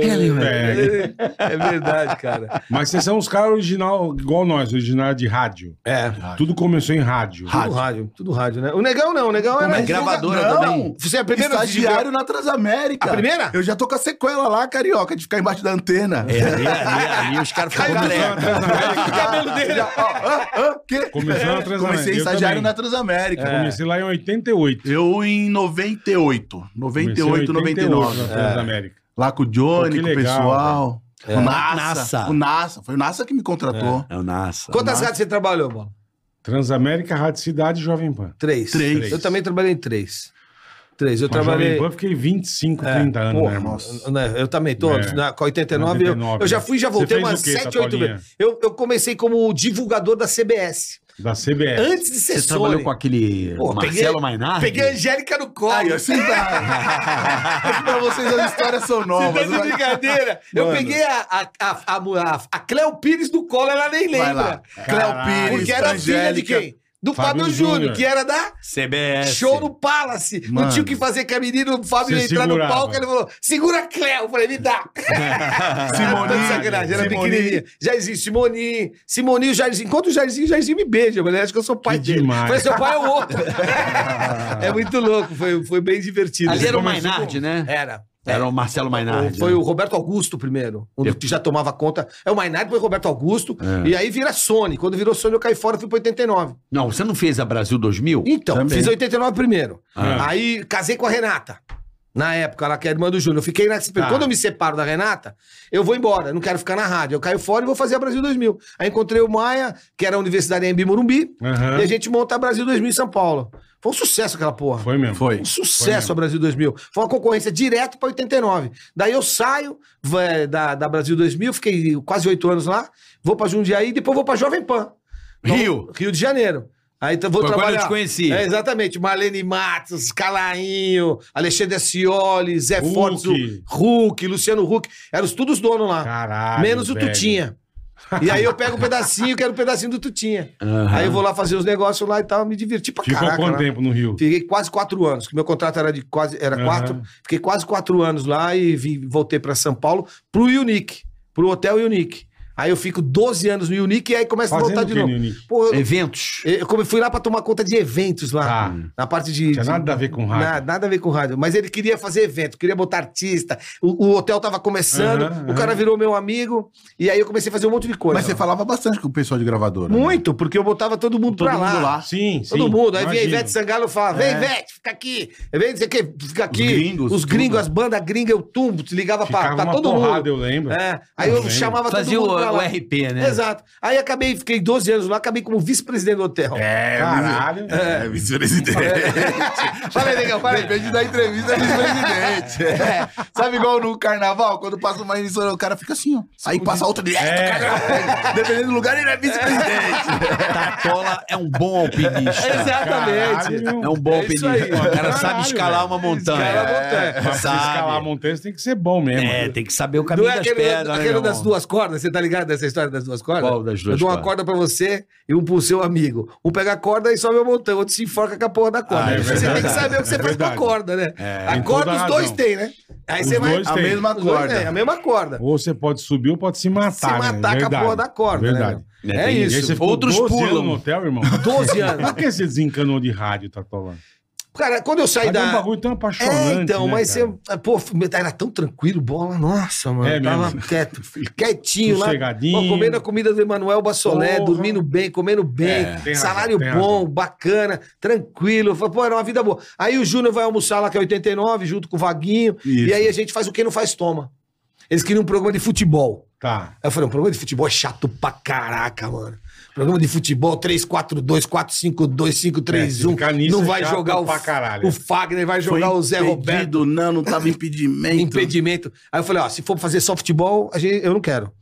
[SPEAKER 4] Pega Leandro.
[SPEAKER 3] É.
[SPEAKER 5] É verdade, cara.
[SPEAKER 3] Mas vocês são uns caras original, igual nós, originário de rádio.
[SPEAKER 5] É.
[SPEAKER 3] Tudo começou em rádio.
[SPEAKER 5] Tudo rádio, tudo rádio, né? O Negão não, o Negão era...
[SPEAKER 4] mas gravadora
[SPEAKER 5] Não,
[SPEAKER 4] também.
[SPEAKER 5] Você é a primeira...
[SPEAKER 6] Estagiário na Transamérica.
[SPEAKER 5] A primeira?
[SPEAKER 6] Eu já tô com a sequela lá, carioca, de ficar embaixo da antena.
[SPEAKER 4] É, ali, ali, ali os caras ficam treco.
[SPEAKER 5] O cabelo dele...
[SPEAKER 6] Já, ó, hã? Hã? Quê?
[SPEAKER 3] Começou na Transamérica.
[SPEAKER 6] Comecei
[SPEAKER 3] Eu
[SPEAKER 6] estagiário
[SPEAKER 3] também.
[SPEAKER 6] na Transamérica.
[SPEAKER 5] É.
[SPEAKER 3] Eu Comecei lá em 88.
[SPEAKER 6] Eu em 98. 98, 99.
[SPEAKER 3] Na
[SPEAKER 5] é.
[SPEAKER 3] Transamérica.
[SPEAKER 6] Lá com o Johnny,
[SPEAKER 3] né? Pô, que
[SPEAKER 6] com o
[SPEAKER 3] legal,
[SPEAKER 6] pessoal.
[SPEAKER 5] velho.
[SPEAKER 6] O
[SPEAKER 5] É.
[SPEAKER 6] Nassa.
[SPEAKER 4] Nassa.
[SPEAKER 6] O Nassa. Foi o Nassa que me contratou.
[SPEAKER 4] É o Nassa.
[SPEAKER 5] Quantas rádios você trabalhou, mano?
[SPEAKER 3] Transamérica, Rádio Cidade e Jovem Pan.
[SPEAKER 5] Três.
[SPEAKER 6] Três.
[SPEAKER 5] Eu também trabalhei em três. Três. Eu
[SPEAKER 3] Mas
[SPEAKER 5] trabalhei... É.
[SPEAKER 3] Jovem Pan eu fiquei 25, 30 anos,
[SPEAKER 5] Porra,
[SPEAKER 3] né, irmão?
[SPEAKER 5] eu- né, Eu também tô
[SPEAKER 3] É.
[SPEAKER 5] na, com 89. eu- eu,
[SPEAKER 3] 89,
[SPEAKER 5] já
[SPEAKER 3] né?
[SPEAKER 5] fui e já
[SPEAKER 3] Você
[SPEAKER 5] voltei
[SPEAKER 3] fez
[SPEAKER 5] umas
[SPEAKER 3] o quê,
[SPEAKER 5] 7, 8
[SPEAKER 3] Sacolinha?
[SPEAKER 5] vezes. Eu, eu comecei como divulgador da CBS.
[SPEAKER 3] Da CBS.
[SPEAKER 5] Antes de ser
[SPEAKER 4] Você trabalhou
[SPEAKER 5] Sony.
[SPEAKER 4] com aquele
[SPEAKER 5] Pô, peguei-
[SPEAKER 4] Marcelo Mainardi?
[SPEAKER 5] Peguei a Angélica
[SPEAKER 3] Ah,
[SPEAKER 5] no
[SPEAKER 3] É.
[SPEAKER 5] colo.
[SPEAKER 6] Aí, assim dá. É que pra vocês as histórias são
[SPEAKER 5] Você
[SPEAKER 6] novas. né?
[SPEAKER 5] tá de
[SPEAKER 6] vai.
[SPEAKER 5] brincadeira? Eu
[SPEAKER 6] Mano.
[SPEAKER 5] peguei a, a, a, a, a, a Cleo Pires do colo, ela nem
[SPEAKER 6] Vai
[SPEAKER 5] lembra.
[SPEAKER 6] lá.
[SPEAKER 3] Caralho.
[SPEAKER 6] Cléo Pires,
[SPEAKER 5] Porque era filha de
[SPEAKER 6] Angélica.
[SPEAKER 5] quem? Do
[SPEAKER 3] Fábio
[SPEAKER 5] Fábio, Júnior,
[SPEAKER 3] Júnior.
[SPEAKER 5] que era da
[SPEAKER 4] CBS.
[SPEAKER 5] Show no Palace. Não
[SPEAKER 6] Mano.
[SPEAKER 5] tinha o que fazer com a menina, o Fábio
[SPEAKER 3] Você
[SPEAKER 5] ia entrar
[SPEAKER 3] segurava.
[SPEAKER 5] no palco, ele falou, segura a Cleo. Eu falei, me dá.
[SPEAKER 6] Simone,
[SPEAKER 5] Tá de sacanagem, era
[SPEAKER 6] Simone.
[SPEAKER 5] pequenininha. Jairzinho, Simoni, Simoni, o Jairzinho. Enquanto o Jairzinho, o Jairzinho me beija. Eu falei, acho que eu sou pai
[SPEAKER 3] Que
[SPEAKER 5] dele.
[SPEAKER 3] demais.
[SPEAKER 5] Falei, seu pai é o outro. é muito louco, foi, foi bem divertido.
[SPEAKER 4] Ali era o
[SPEAKER 3] Começou
[SPEAKER 4] Mainardi, né?
[SPEAKER 5] Era.
[SPEAKER 4] Era o Marcelo
[SPEAKER 3] Ah,
[SPEAKER 4] Mainardi. né?
[SPEAKER 5] Foi o Roberto Augusto primeiro, um que já tomava conta. É o Mainardi, foi o Roberto Augusto.
[SPEAKER 3] É.
[SPEAKER 5] E aí vira Sony. Quando virou Sony, eu caí fora, fui pra 89.
[SPEAKER 4] Não, você não fez a Brasil 2000?
[SPEAKER 5] Então,
[SPEAKER 6] Também.
[SPEAKER 5] fiz 89 primeiro.
[SPEAKER 3] Ah.
[SPEAKER 5] Aí casei com a Renata. Na época, ela que é irmã do Júnior. Eu fiquei na.
[SPEAKER 3] Tá.
[SPEAKER 5] Quando eu me separo da Renata, eu vou embora. eu Não quero ficar na rádio. Eu caio fora e vou fazer a Brasil 2000. Aí encontrei o Maia, que era a Universidade Embi Morumbi.
[SPEAKER 3] Aham.
[SPEAKER 5] E a gente monta a Brasil 2000 em São Paulo. Foi um sucesso aquela porra.
[SPEAKER 3] Foi mesmo.
[SPEAKER 6] Foi.
[SPEAKER 3] Foi
[SPEAKER 5] Um sucesso
[SPEAKER 3] mesmo.
[SPEAKER 5] a Brasil 2000. Foi uma concorrência direto para 89. Daí eu saio vé, da, da Brasil 2000, fiquei quase oito anos lá, vou para Jundiaí e depois vou para Jovem Pan. Então,
[SPEAKER 4] Rio.
[SPEAKER 5] Rio de Janeiro. Aí então, vou
[SPEAKER 4] Foi quando
[SPEAKER 5] trabalhar.
[SPEAKER 4] eu te conheci.
[SPEAKER 5] É, exatamente. Marlene Matos, Calainho, Alexandre Scioli, Zé
[SPEAKER 3] Huck.
[SPEAKER 5] Fortes, o Hulk, Luciano Huck. Eram todos os donos lá.
[SPEAKER 3] Caralho.
[SPEAKER 5] menos o
[SPEAKER 3] velho.
[SPEAKER 5] Tutinha. E aí eu pego um pedacinho, quero um pedacinho do Tutinha.
[SPEAKER 4] Aham.
[SPEAKER 5] Aí eu vou lá fazer os negócios lá e tal, me diverti pra
[SPEAKER 3] Ficou
[SPEAKER 5] caraca. né?
[SPEAKER 3] quanto
[SPEAKER 5] lá.
[SPEAKER 3] tempo no Rio?
[SPEAKER 5] Fiquei quase quatro anos, que meu contrato era de quase era
[SPEAKER 3] Aham.
[SPEAKER 5] quatro. Fiquei quase quatro anos lá e vim, voltei pra São Paulo pro Unique, pro Hotel Unique. Aí eu fico 12 anos no Unique e aí começo a voltar
[SPEAKER 3] Fazendo o
[SPEAKER 5] de
[SPEAKER 3] quê, É
[SPEAKER 5] novo.
[SPEAKER 3] Nini?
[SPEAKER 5] Pô, eu,
[SPEAKER 4] Eventos.
[SPEAKER 5] eu come- fui lá pra tomar conta de eventos lá,
[SPEAKER 3] Tá.
[SPEAKER 5] na parte de,
[SPEAKER 3] Tinha
[SPEAKER 5] de-
[SPEAKER 3] nada a ver com rádio.
[SPEAKER 5] Nada, nada a ver com rádio. Mas ele queria fazer evento, queria botar artista. O, o hotel tava começando,
[SPEAKER 3] Aham,
[SPEAKER 5] o cara
[SPEAKER 3] aham.
[SPEAKER 5] virou meu amigo. E aí eu comecei a fazer um monte de coisa.
[SPEAKER 6] Mas você falava bastante com o pessoal de gravadora. né?
[SPEAKER 5] Muito, porque eu botava todo mundo
[SPEAKER 6] Todo
[SPEAKER 5] pra
[SPEAKER 6] mundo lá.
[SPEAKER 3] Sim, sim.
[SPEAKER 5] Todo mundo. Aí vinha
[SPEAKER 3] imagino.
[SPEAKER 5] Ivete Sangalo e falava: vem,
[SPEAKER 6] É.
[SPEAKER 5] Ivete, fica aqui. Vem, não sei o quê, fica aqui.
[SPEAKER 6] gringos,
[SPEAKER 5] Os gringos,
[SPEAKER 6] tudo.
[SPEAKER 5] as bandas gringas, eu tumbo, te ligava pra,
[SPEAKER 3] Ficava
[SPEAKER 5] pra
[SPEAKER 3] uma
[SPEAKER 5] tá todo
[SPEAKER 3] porrada,
[SPEAKER 5] mundo.
[SPEAKER 3] eu lembro.
[SPEAKER 5] É, Aí eu
[SPEAKER 3] lembro.
[SPEAKER 5] chamava
[SPEAKER 4] Fazia
[SPEAKER 5] todo
[SPEAKER 4] o,
[SPEAKER 5] mundo. pra
[SPEAKER 4] o
[SPEAKER 5] lá.
[SPEAKER 4] RP, né?
[SPEAKER 5] Exato. Aí acabei, fiquei 12 anos lá, acabei como vice-presidente do hotel.
[SPEAKER 6] É,
[SPEAKER 3] Caralho. É.
[SPEAKER 6] É, vice-presidente.
[SPEAKER 5] Fala aí, legal, fala aí.
[SPEAKER 6] Depende da entrevista, é vice-presidente. É. Sabe igual no carnaval, quando passa uma emissora, o cara fica assim, ó. Aí passa outra, ele é. do carnaval. Dependendo do lugar, ele é vice-presidente.
[SPEAKER 4] Tatola é um bom alpinista.
[SPEAKER 5] Exatamente.
[SPEAKER 3] Caralho.
[SPEAKER 4] É um bom
[SPEAKER 5] É isso
[SPEAKER 4] alpinista.
[SPEAKER 5] aí.
[SPEAKER 4] O cara sabe
[SPEAKER 3] Caralho,
[SPEAKER 4] escalar
[SPEAKER 3] velho.
[SPEAKER 4] uma montanha.
[SPEAKER 5] Escala a montanha.
[SPEAKER 4] É,
[SPEAKER 3] Pra você
[SPEAKER 4] sabe.
[SPEAKER 3] escalar montanhas tem que ser bom mesmo.
[SPEAKER 4] É, tem que saber o
[SPEAKER 5] Não
[SPEAKER 4] caminho
[SPEAKER 5] é
[SPEAKER 4] das
[SPEAKER 5] aquele,
[SPEAKER 4] pedras. né,
[SPEAKER 5] aquele
[SPEAKER 4] meu
[SPEAKER 5] das
[SPEAKER 4] irmão?
[SPEAKER 5] duas cordas? Você tá ligado nessa história das duas cordas?
[SPEAKER 4] Qual das duas
[SPEAKER 5] Eu dou uma
[SPEAKER 4] cordas?
[SPEAKER 5] corda pra você e um pro seu amigo. Um pega a corda e sobe a montanha, outro se enforca com a porra da corda.
[SPEAKER 3] Ah, é
[SPEAKER 5] você tem
[SPEAKER 3] verdade.
[SPEAKER 5] que saber o que você
[SPEAKER 3] É
[SPEAKER 5] faz com a
[SPEAKER 3] verdade.
[SPEAKER 5] corda, né? a
[SPEAKER 3] É,
[SPEAKER 4] É.
[SPEAKER 3] tem
[SPEAKER 5] corda
[SPEAKER 3] toda
[SPEAKER 5] os
[SPEAKER 3] a
[SPEAKER 5] dois
[SPEAKER 3] razão.
[SPEAKER 5] têm, né? Aí
[SPEAKER 3] Os
[SPEAKER 5] você vai.
[SPEAKER 3] dois
[SPEAKER 5] a
[SPEAKER 3] têm.
[SPEAKER 5] mesma
[SPEAKER 6] Os dois
[SPEAKER 5] corda.
[SPEAKER 6] têm,
[SPEAKER 5] a mesma corda.
[SPEAKER 3] Ou você pode subir ou pode se matar.
[SPEAKER 5] Se
[SPEAKER 3] né?
[SPEAKER 5] matar com a
[SPEAKER 3] Verdade.
[SPEAKER 5] porra da corda,
[SPEAKER 3] Verdade.
[SPEAKER 5] né?
[SPEAKER 4] É,
[SPEAKER 5] meu? É,
[SPEAKER 4] tem-
[SPEAKER 3] E aí
[SPEAKER 5] isso.
[SPEAKER 3] você ficou
[SPEAKER 4] Outros
[SPEAKER 3] 12
[SPEAKER 4] pulam.
[SPEAKER 3] anos no hotel, irmão?
[SPEAKER 5] 12 anos.
[SPEAKER 3] Por que você desencanou de rádio, Tatola?
[SPEAKER 5] Cara, quando eu saí
[SPEAKER 3] Aí é um
[SPEAKER 5] da.
[SPEAKER 3] bagulho tão
[SPEAKER 5] É,
[SPEAKER 3] apaixonante,
[SPEAKER 5] então,
[SPEAKER 3] né,
[SPEAKER 5] mas
[SPEAKER 3] cara?
[SPEAKER 5] você. Pô, era tão tranquilo, bola. Nossa, mano.
[SPEAKER 3] É
[SPEAKER 5] tava
[SPEAKER 3] mesmo.
[SPEAKER 5] quieto, quietinho lá.
[SPEAKER 3] Sossegadinho.
[SPEAKER 5] Pô, comendo a comida do Emanuel Bassolé,
[SPEAKER 3] Porra.
[SPEAKER 5] dormindo bem, comendo bem.
[SPEAKER 3] É, tem
[SPEAKER 5] salário
[SPEAKER 3] razão, tem
[SPEAKER 5] bom, bacana, tranquilo. Falei, Pô, era uma vida boa. Aí o Júnior vai almoçar lá, que é 89, junto com o Vaguinho.
[SPEAKER 6] Isso.
[SPEAKER 5] E aí a gente faz o que não faz, toma. Eles queriam um programa de futebol.
[SPEAKER 3] Tá.
[SPEAKER 5] Aí eu falei, um programa de futebol é chato pra caraca, mano. Programa de futebol 3-4-2, 4-5-2,
[SPEAKER 3] É, ficar
[SPEAKER 5] 5-3-1.
[SPEAKER 3] nisso
[SPEAKER 5] não
[SPEAKER 3] é
[SPEAKER 5] vai
[SPEAKER 3] chato
[SPEAKER 5] jogar o,
[SPEAKER 3] pra caralho.
[SPEAKER 5] o Fagner, vai jogar o Zé Roberto.
[SPEAKER 6] impedido, Não, não tava impedimento.
[SPEAKER 5] Impedimento. Aí eu falei, ó, se for fazer só futebol, a gente, eu não quero.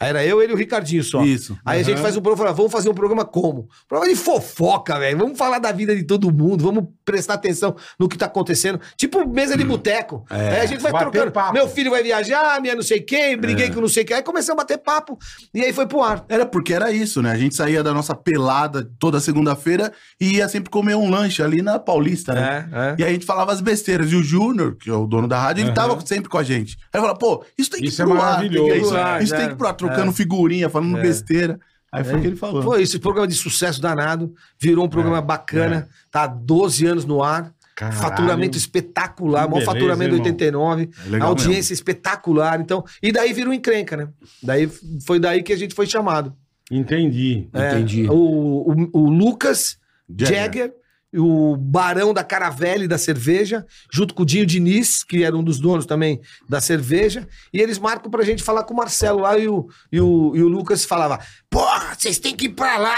[SPEAKER 5] Aí era eu, ele e o Ricardinho só.
[SPEAKER 6] Isso.
[SPEAKER 5] Aí a gente faz um programa, fala, vamos fazer um programa como? Programa de fofoca, velho. Vamos falar da vida de todo mundo, vamos prestar atenção no que tá acontecendo. Tipo mesa de boteco. Aí a gente vai
[SPEAKER 3] Hum. É. Bater
[SPEAKER 5] trocando.
[SPEAKER 3] papo. É.
[SPEAKER 5] Meu filho vai viajar, minha não sei quem, briguei com não sei quem. Aí começamos a bater papo. E aí foi pro ar.
[SPEAKER 6] Era porque era isso, né? A gente saía da nossa pelada toda segunda-feira e ia sempre comer um lanche ali na Paulista, né?
[SPEAKER 5] É, é.
[SPEAKER 6] E a gente falava as besteiras. E o Júnior, que é o dono da rádio, ele tava sempre com a gente. Aí eu falava, pô, isso tem que
[SPEAKER 3] Isso é
[SPEAKER 6] pro ar, tem que ir pro ar,
[SPEAKER 3] maravilhoso,
[SPEAKER 5] né?
[SPEAKER 6] Isso tem que ir pro ar, trocando figurinha, falando besteira. Aí foi o que ele falou.
[SPEAKER 5] Foi esse programa de sucesso danado. Virou um programa bacana. Tá há 12 anos no ar.
[SPEAKER 3] É. Caralho.
[SPEAKER 5] Faturamento espetacular,
[SPEAKER 3] Que
[SPEAKER 5] maior
[SPEAKER 3] beleza,
[SPEAKER 5] faturamento de
[SPEAKER 3] irmão.
[SPEAKER 5] 89,
[SPEAKER 6] É legal
[SPEAKER 5] audiência espetacular, então, e daí virou encrenca, né? Daí foi daí que a gente foi chamado.
[SPEAKER 3] Entendi.
[SPEAKER 5] É,
[SPEAKER 4] Entendi.
[SPEAKER 5] o, o, o Lucas
[SPEAKER 6] Jagger.
[SPEAKER 5] Jagger, e o Barão da Caravelle e da cerveja, junto com o Dinho Diniz, que era um dos donos também da cerveja, e eles marcam pra gente falar com o Marcelo lá e o, e o, e o Lucas falava: Porra, vocês têm que ir pra lá!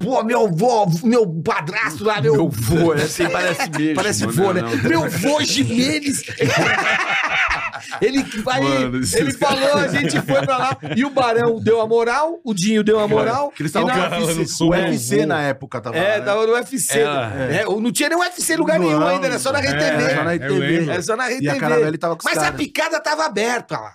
[SPEAKER 5] Pô, meu vô, meu padrasto lá, meu.
[SPEAKER 4] Meu vô, é assim, parece mesmo.
[SPEAKER 5] Parece
[SPEAKER 4] Não,
[SPEAKER 5] vô, né?
[SPEAKER 4] não.
[SPEAKER 5] Meu vô Jimenez. Ele vai.
[SPEAKER 6] Mano, esses
[SPEAKER 5] ele falou, a gente foi pra lá. E o Barão deu a moral, o Dinho deu a moral.
[SPEAKER 6] Que eles
[SPEAKER 5] e
[SPEAKER 6] estavam
[SPEAKER 5] na-
[SPEAKER 6] com
[SPEAKER 3] Cara, no
[SPEAKER 6] UFC,
[SPEAKER 3] sul,
[SPEAKER 6] o UFC
[SPEAKER 3] voo.
[SPEAKER 6] na época, tava
[SPEAKER 5] né? é,
[SPEAKER 6] lá, né?
[SPEAKER 5] tava no UFC.
[SPEAKER 4] É.
[SPEAKER 5] né? É, não tinha nem UFC em lugar
[SPEAKER 6] Não,
[SPEAKER 5] nenhum ainda, era só na
[SPEAKER 6] é,
[SPEAKER 5] RedeTV.
[SPEAKER 6] é, só na
[SPEAKER 3] eu lembro.
[SPEAKER 6] RTV.
[SPEAKER 5] Era só na RedeTV.
[SPEAKER 6] E a Caravelle tava com os
[SPEAKER 5] Mas a
[SPEAKER 6] caras.
[SPEAKER 5] picada tava aberta lá.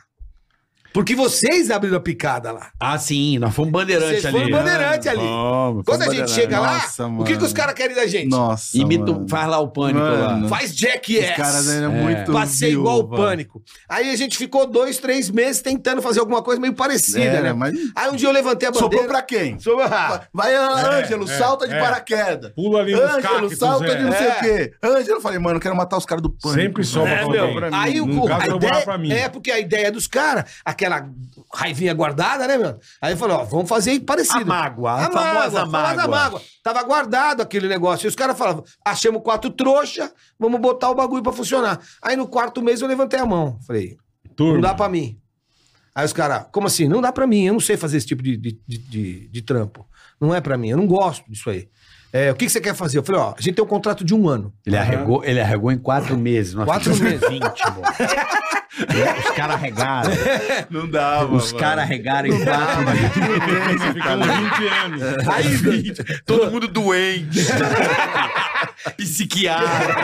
[SPEAKER 5] Porque vocês abriram a picada lá.
[SPEAKER 4] Ah, sim, nós fomos
[SPEAKER 5] Vocês
[SPEAKER 4] bandeirante ali. né?
[SPEAKER 5] foram bandeirante ali.
[SPEAKER 6] Vamos,
[SPEAKER 5] Quando a
[SPEAKER 6] vamos
[SPEAKER 5] gente
[SPEAKER 6] bandeirante.
[SPEAKER 5] chega lá,
[SPEAKER 6] Nossa,
[SPEAKER 5] o que, que
[SPEAKER 6] mano.
[SPEAKER 5] os caras querem da gente? um
[SPEAKER 6] Nossa,
[SPEAKER 4] Imita,
[SPEAKER 6] mano.
[SPEAKER 4] faz lá o pânico
[SPEAKER 6] Mano.
[SPEAKER 4] lá.
[SPEAKER 5] Faz
[SPEAKER 6] Os
[SPEAKER 5] jackass.
[SPEAKER 6] caras eram
[SPEAKER 4] É.
[SPEAKER 6] muito
[SPEAKER 5] Passei igual o
[SPEAKER 6] viúva.
[SPEAKER 5] pânico. Aí a gente ficou dois, três meses tentando fazer alguma coisa meio parecida,
[SPEAKER 6] Era,
[SPEAKER 5] né?
[SPEAKER 6] É, mas-
[SPEAKER 5] Aí um dia eu levantei a
[SPEAKER 6] Sobrou
[SPEAKER 5] bandeira.
[SPEAKER 6] pra quem?
[SPEAKER 5] Sobrou- Ah,
[SPEAKER 6] Vai, ah, Ângelo,
[SPEAKER 3] é,
[SPEAKER 6] salta de
[SPEAKER 3] é.
[SPEAKER 6] paraquedas.
[SPEAKER 3] Pula ali nos
[SPEAKER 6] Ângelo,
[SPEAKER 3] cactos,
[SPEAKER 6] salta
[SPEAKER 3] é.
[SPEAKER 6] de não sei
[SPEAKER 5] É.
[SPEAKER 6] o quê. Ângelo, eu falei, mano, eu quero matar os caras do pânico.
[SPEAKER 3] Sempre
[SPEAKER 6] só.
[SPEAKER 3] sobra
[SPEAKER 5] É,
[SPEAKER 3] pra
[SPEAKER 5] meu,
[SPEAKER 3] alguém.
[SPEAKER 5] aí o
[SPEAKER 3] Nunca
[SPEAKER 5] a
[SPEAKER 3] sobra
[SPEAKER 5] ideia-
[SPEAKER 3] pra mim.
[SPEAKER 5] É, porque a ideia dos caras, aquela raivinha guardada, né, meu? Aí falou, ó, vamos fazer parecido.
[SPEAKER 4] A mágoa, a
[SPEAKER 5] a
[SPEAKER 4] famosa
[SPEAKER 5] mágoa, famosa
[SPEAKER 4] mágoa.
[SPEAKER 5] mágoa. Tava guardado aquele negócio. E os caras falavam, achamos quatro trouxa, vamos botar o bagulho pra funcionar. Aí no quarto mês eu levantei a mão. Falei,
[SPEAKER 3] Turma.
[SPEAKER 5] Não dá pra mim. Aí os caras, como assim? Não dá pra mim, eu não sei fazer esse tipo de, de, de, de- de trampo. Não é pra mim, eu não gosto disso aí. É, o que, que você quer fazer? Eu falei, ó, a gente tem um contrato de um ano.
[SPEAKER 4] Ele arregou, ele arregou em quatro meses. Nós
[SPEAKER 5] Quatro
[SPEAKER 4] ficamos
[SPEAKER 5] meses.
[SPEAKER 4] 20, amor. Os caras arregaram.
[SPEAKER 6] Não dá, mano.
[SPEAKER 4] Os caras arregaram em quatro meses.
[SPEAKER 3] Ficamos 20 anos.
[SPEAKER 6] É
[SPEAKER 5] Aí,
[SPEAKER 6] Todo mundo doente.
[SPEAKER 4] Psiquiatra.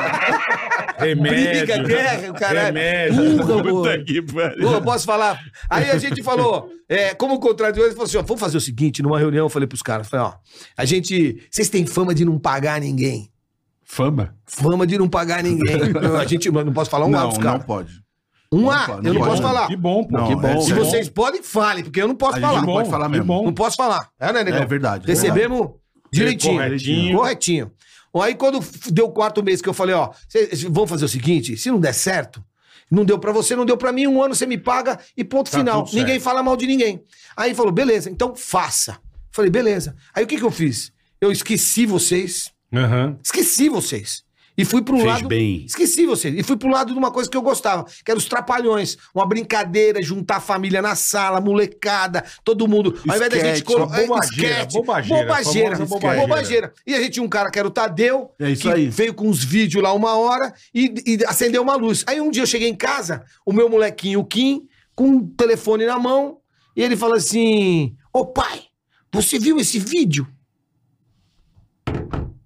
[SPEAKER 6] né?
[SPEAKER 5] briga,
[SPEAKER 3] Remédio.
[SPEAKER 5] guerra, o é caralho.
[SPEAKER 3] Remédio.
[SPEAKER 5] Puta,
[SPEAKER 4] Puta
[SPEAKER 5] amor.
[SPEAKER 4] que pariu.
[SPEAKER 5] Pô, eu posso falar? Aí a gente falou, é, como o contrato de hoje, falou assim, ó, vamos fazer o seguinte, numa reunião eu falei pros caras, falei, ó, a gente, vocês têm fama de não pagar ninguém.
[SPEAKER 4] Fama.
[SPEAKER 5] Fama de não pagar ninguém. A gente, eu não posso falar um A
[SPEAKER 6] Não,
[SPEAKER 5] dos
[SPEAKER 6] não
[SPEAKER 5] caras.
[SPEAKER 6] pode.
[SPEAKER 5] Um
[SPEAKER 6] não
[SPEAKER 5] A,
[SPEAKER 6] pode,
[SPEAKER 5] eu não
[SPEAKER 6] não
[SPEAKER 5] posso
[SPEAKER 6] pode.
[SPEAKER 5] falar.
[SPEAKER 3] Que bom, pô.
[SPEAKER 6] Não,
[SPEAKER 3] que bom.
[SPEAKER 6] é
[SPEAKER 5] Se
[SPEAKER 6] sério.
[SPEAKER 5] vocês podem, falem, porque eu não posso
[SPEAKER 6] A gente
[SPEAKER 5] falar.
[SPEAKER 6] não
[SPEAKER 5] Não,
[SPEAKER 6] pode falar
[SPEAKER 3] que
[SPEAKER 6] mesmo.
[SPEAKER 3] bom.
[SPEAKER 5] posso falar. É, né, negão?
[SPEAKER 6] É verdade.
[SPEAKER 5] Recebemos direitinho.
[SPEAKER 3] Corretinho.
[SPEAKER 5] Corretinho. Aí quando f- deu o quarto mês que eu falei, ó, vocês vão fazer o seguinte, se não der certo, não deu pra você, não deu pra mim, um ano você me paga e ponto
[SPEAKER 3] Tá
[SPEAKER 5] final.
[SPEAKER 3] tudo certo.
[SPEAKER 5] Ninguém fala mal de ninguém. Aí falou, beleza, então faça. Falei, beleza. Aí o que que eu fiz? Eu esqueci vocês,
[SPEAKER 3] Aham.
[SPEAKER 5] esqueci vocês. E fui pro
[SPEAKER 4] Fez
[SPEAKER 5] lado.
[SPEAKER 4] bem.
[SPEAKER 5] Esqueci vocês. E fui pro lado de uma coisa que eu gostava, que era os trapalhões. Uma brincadeira, juntar a família na sala, molecada, todo mundo. Ao invés da
[SPEAKER 6] Esquete,
[SPEAKER 5] gente colo- é,
[SPEAKER 3] uma bobageira,
[SPEAKER 5] esquete,
[SPEAKER 3] bobageira,
[SPEAKER 5] bobageira,
[SPEAKER 3] famosa
[SPEAKER 5] bobageira.
[SPEAKER 3] bobageira.
[SPEAKER 5] E a gente tinha um cara que era o Tadeu,
[SPEAKER 6] É isso
[SPEAKER 5] que
[SPEAKER 6] aí.
[SPEAKER 5] veio com uns vídeos lá uma hora e, e acendeu uma luz. Aí um dia eu cheguei em casa, o meu molequinho, o Kim, com um telefone na mão, e ele fala assim: Ô pai, você viu esse vídeo?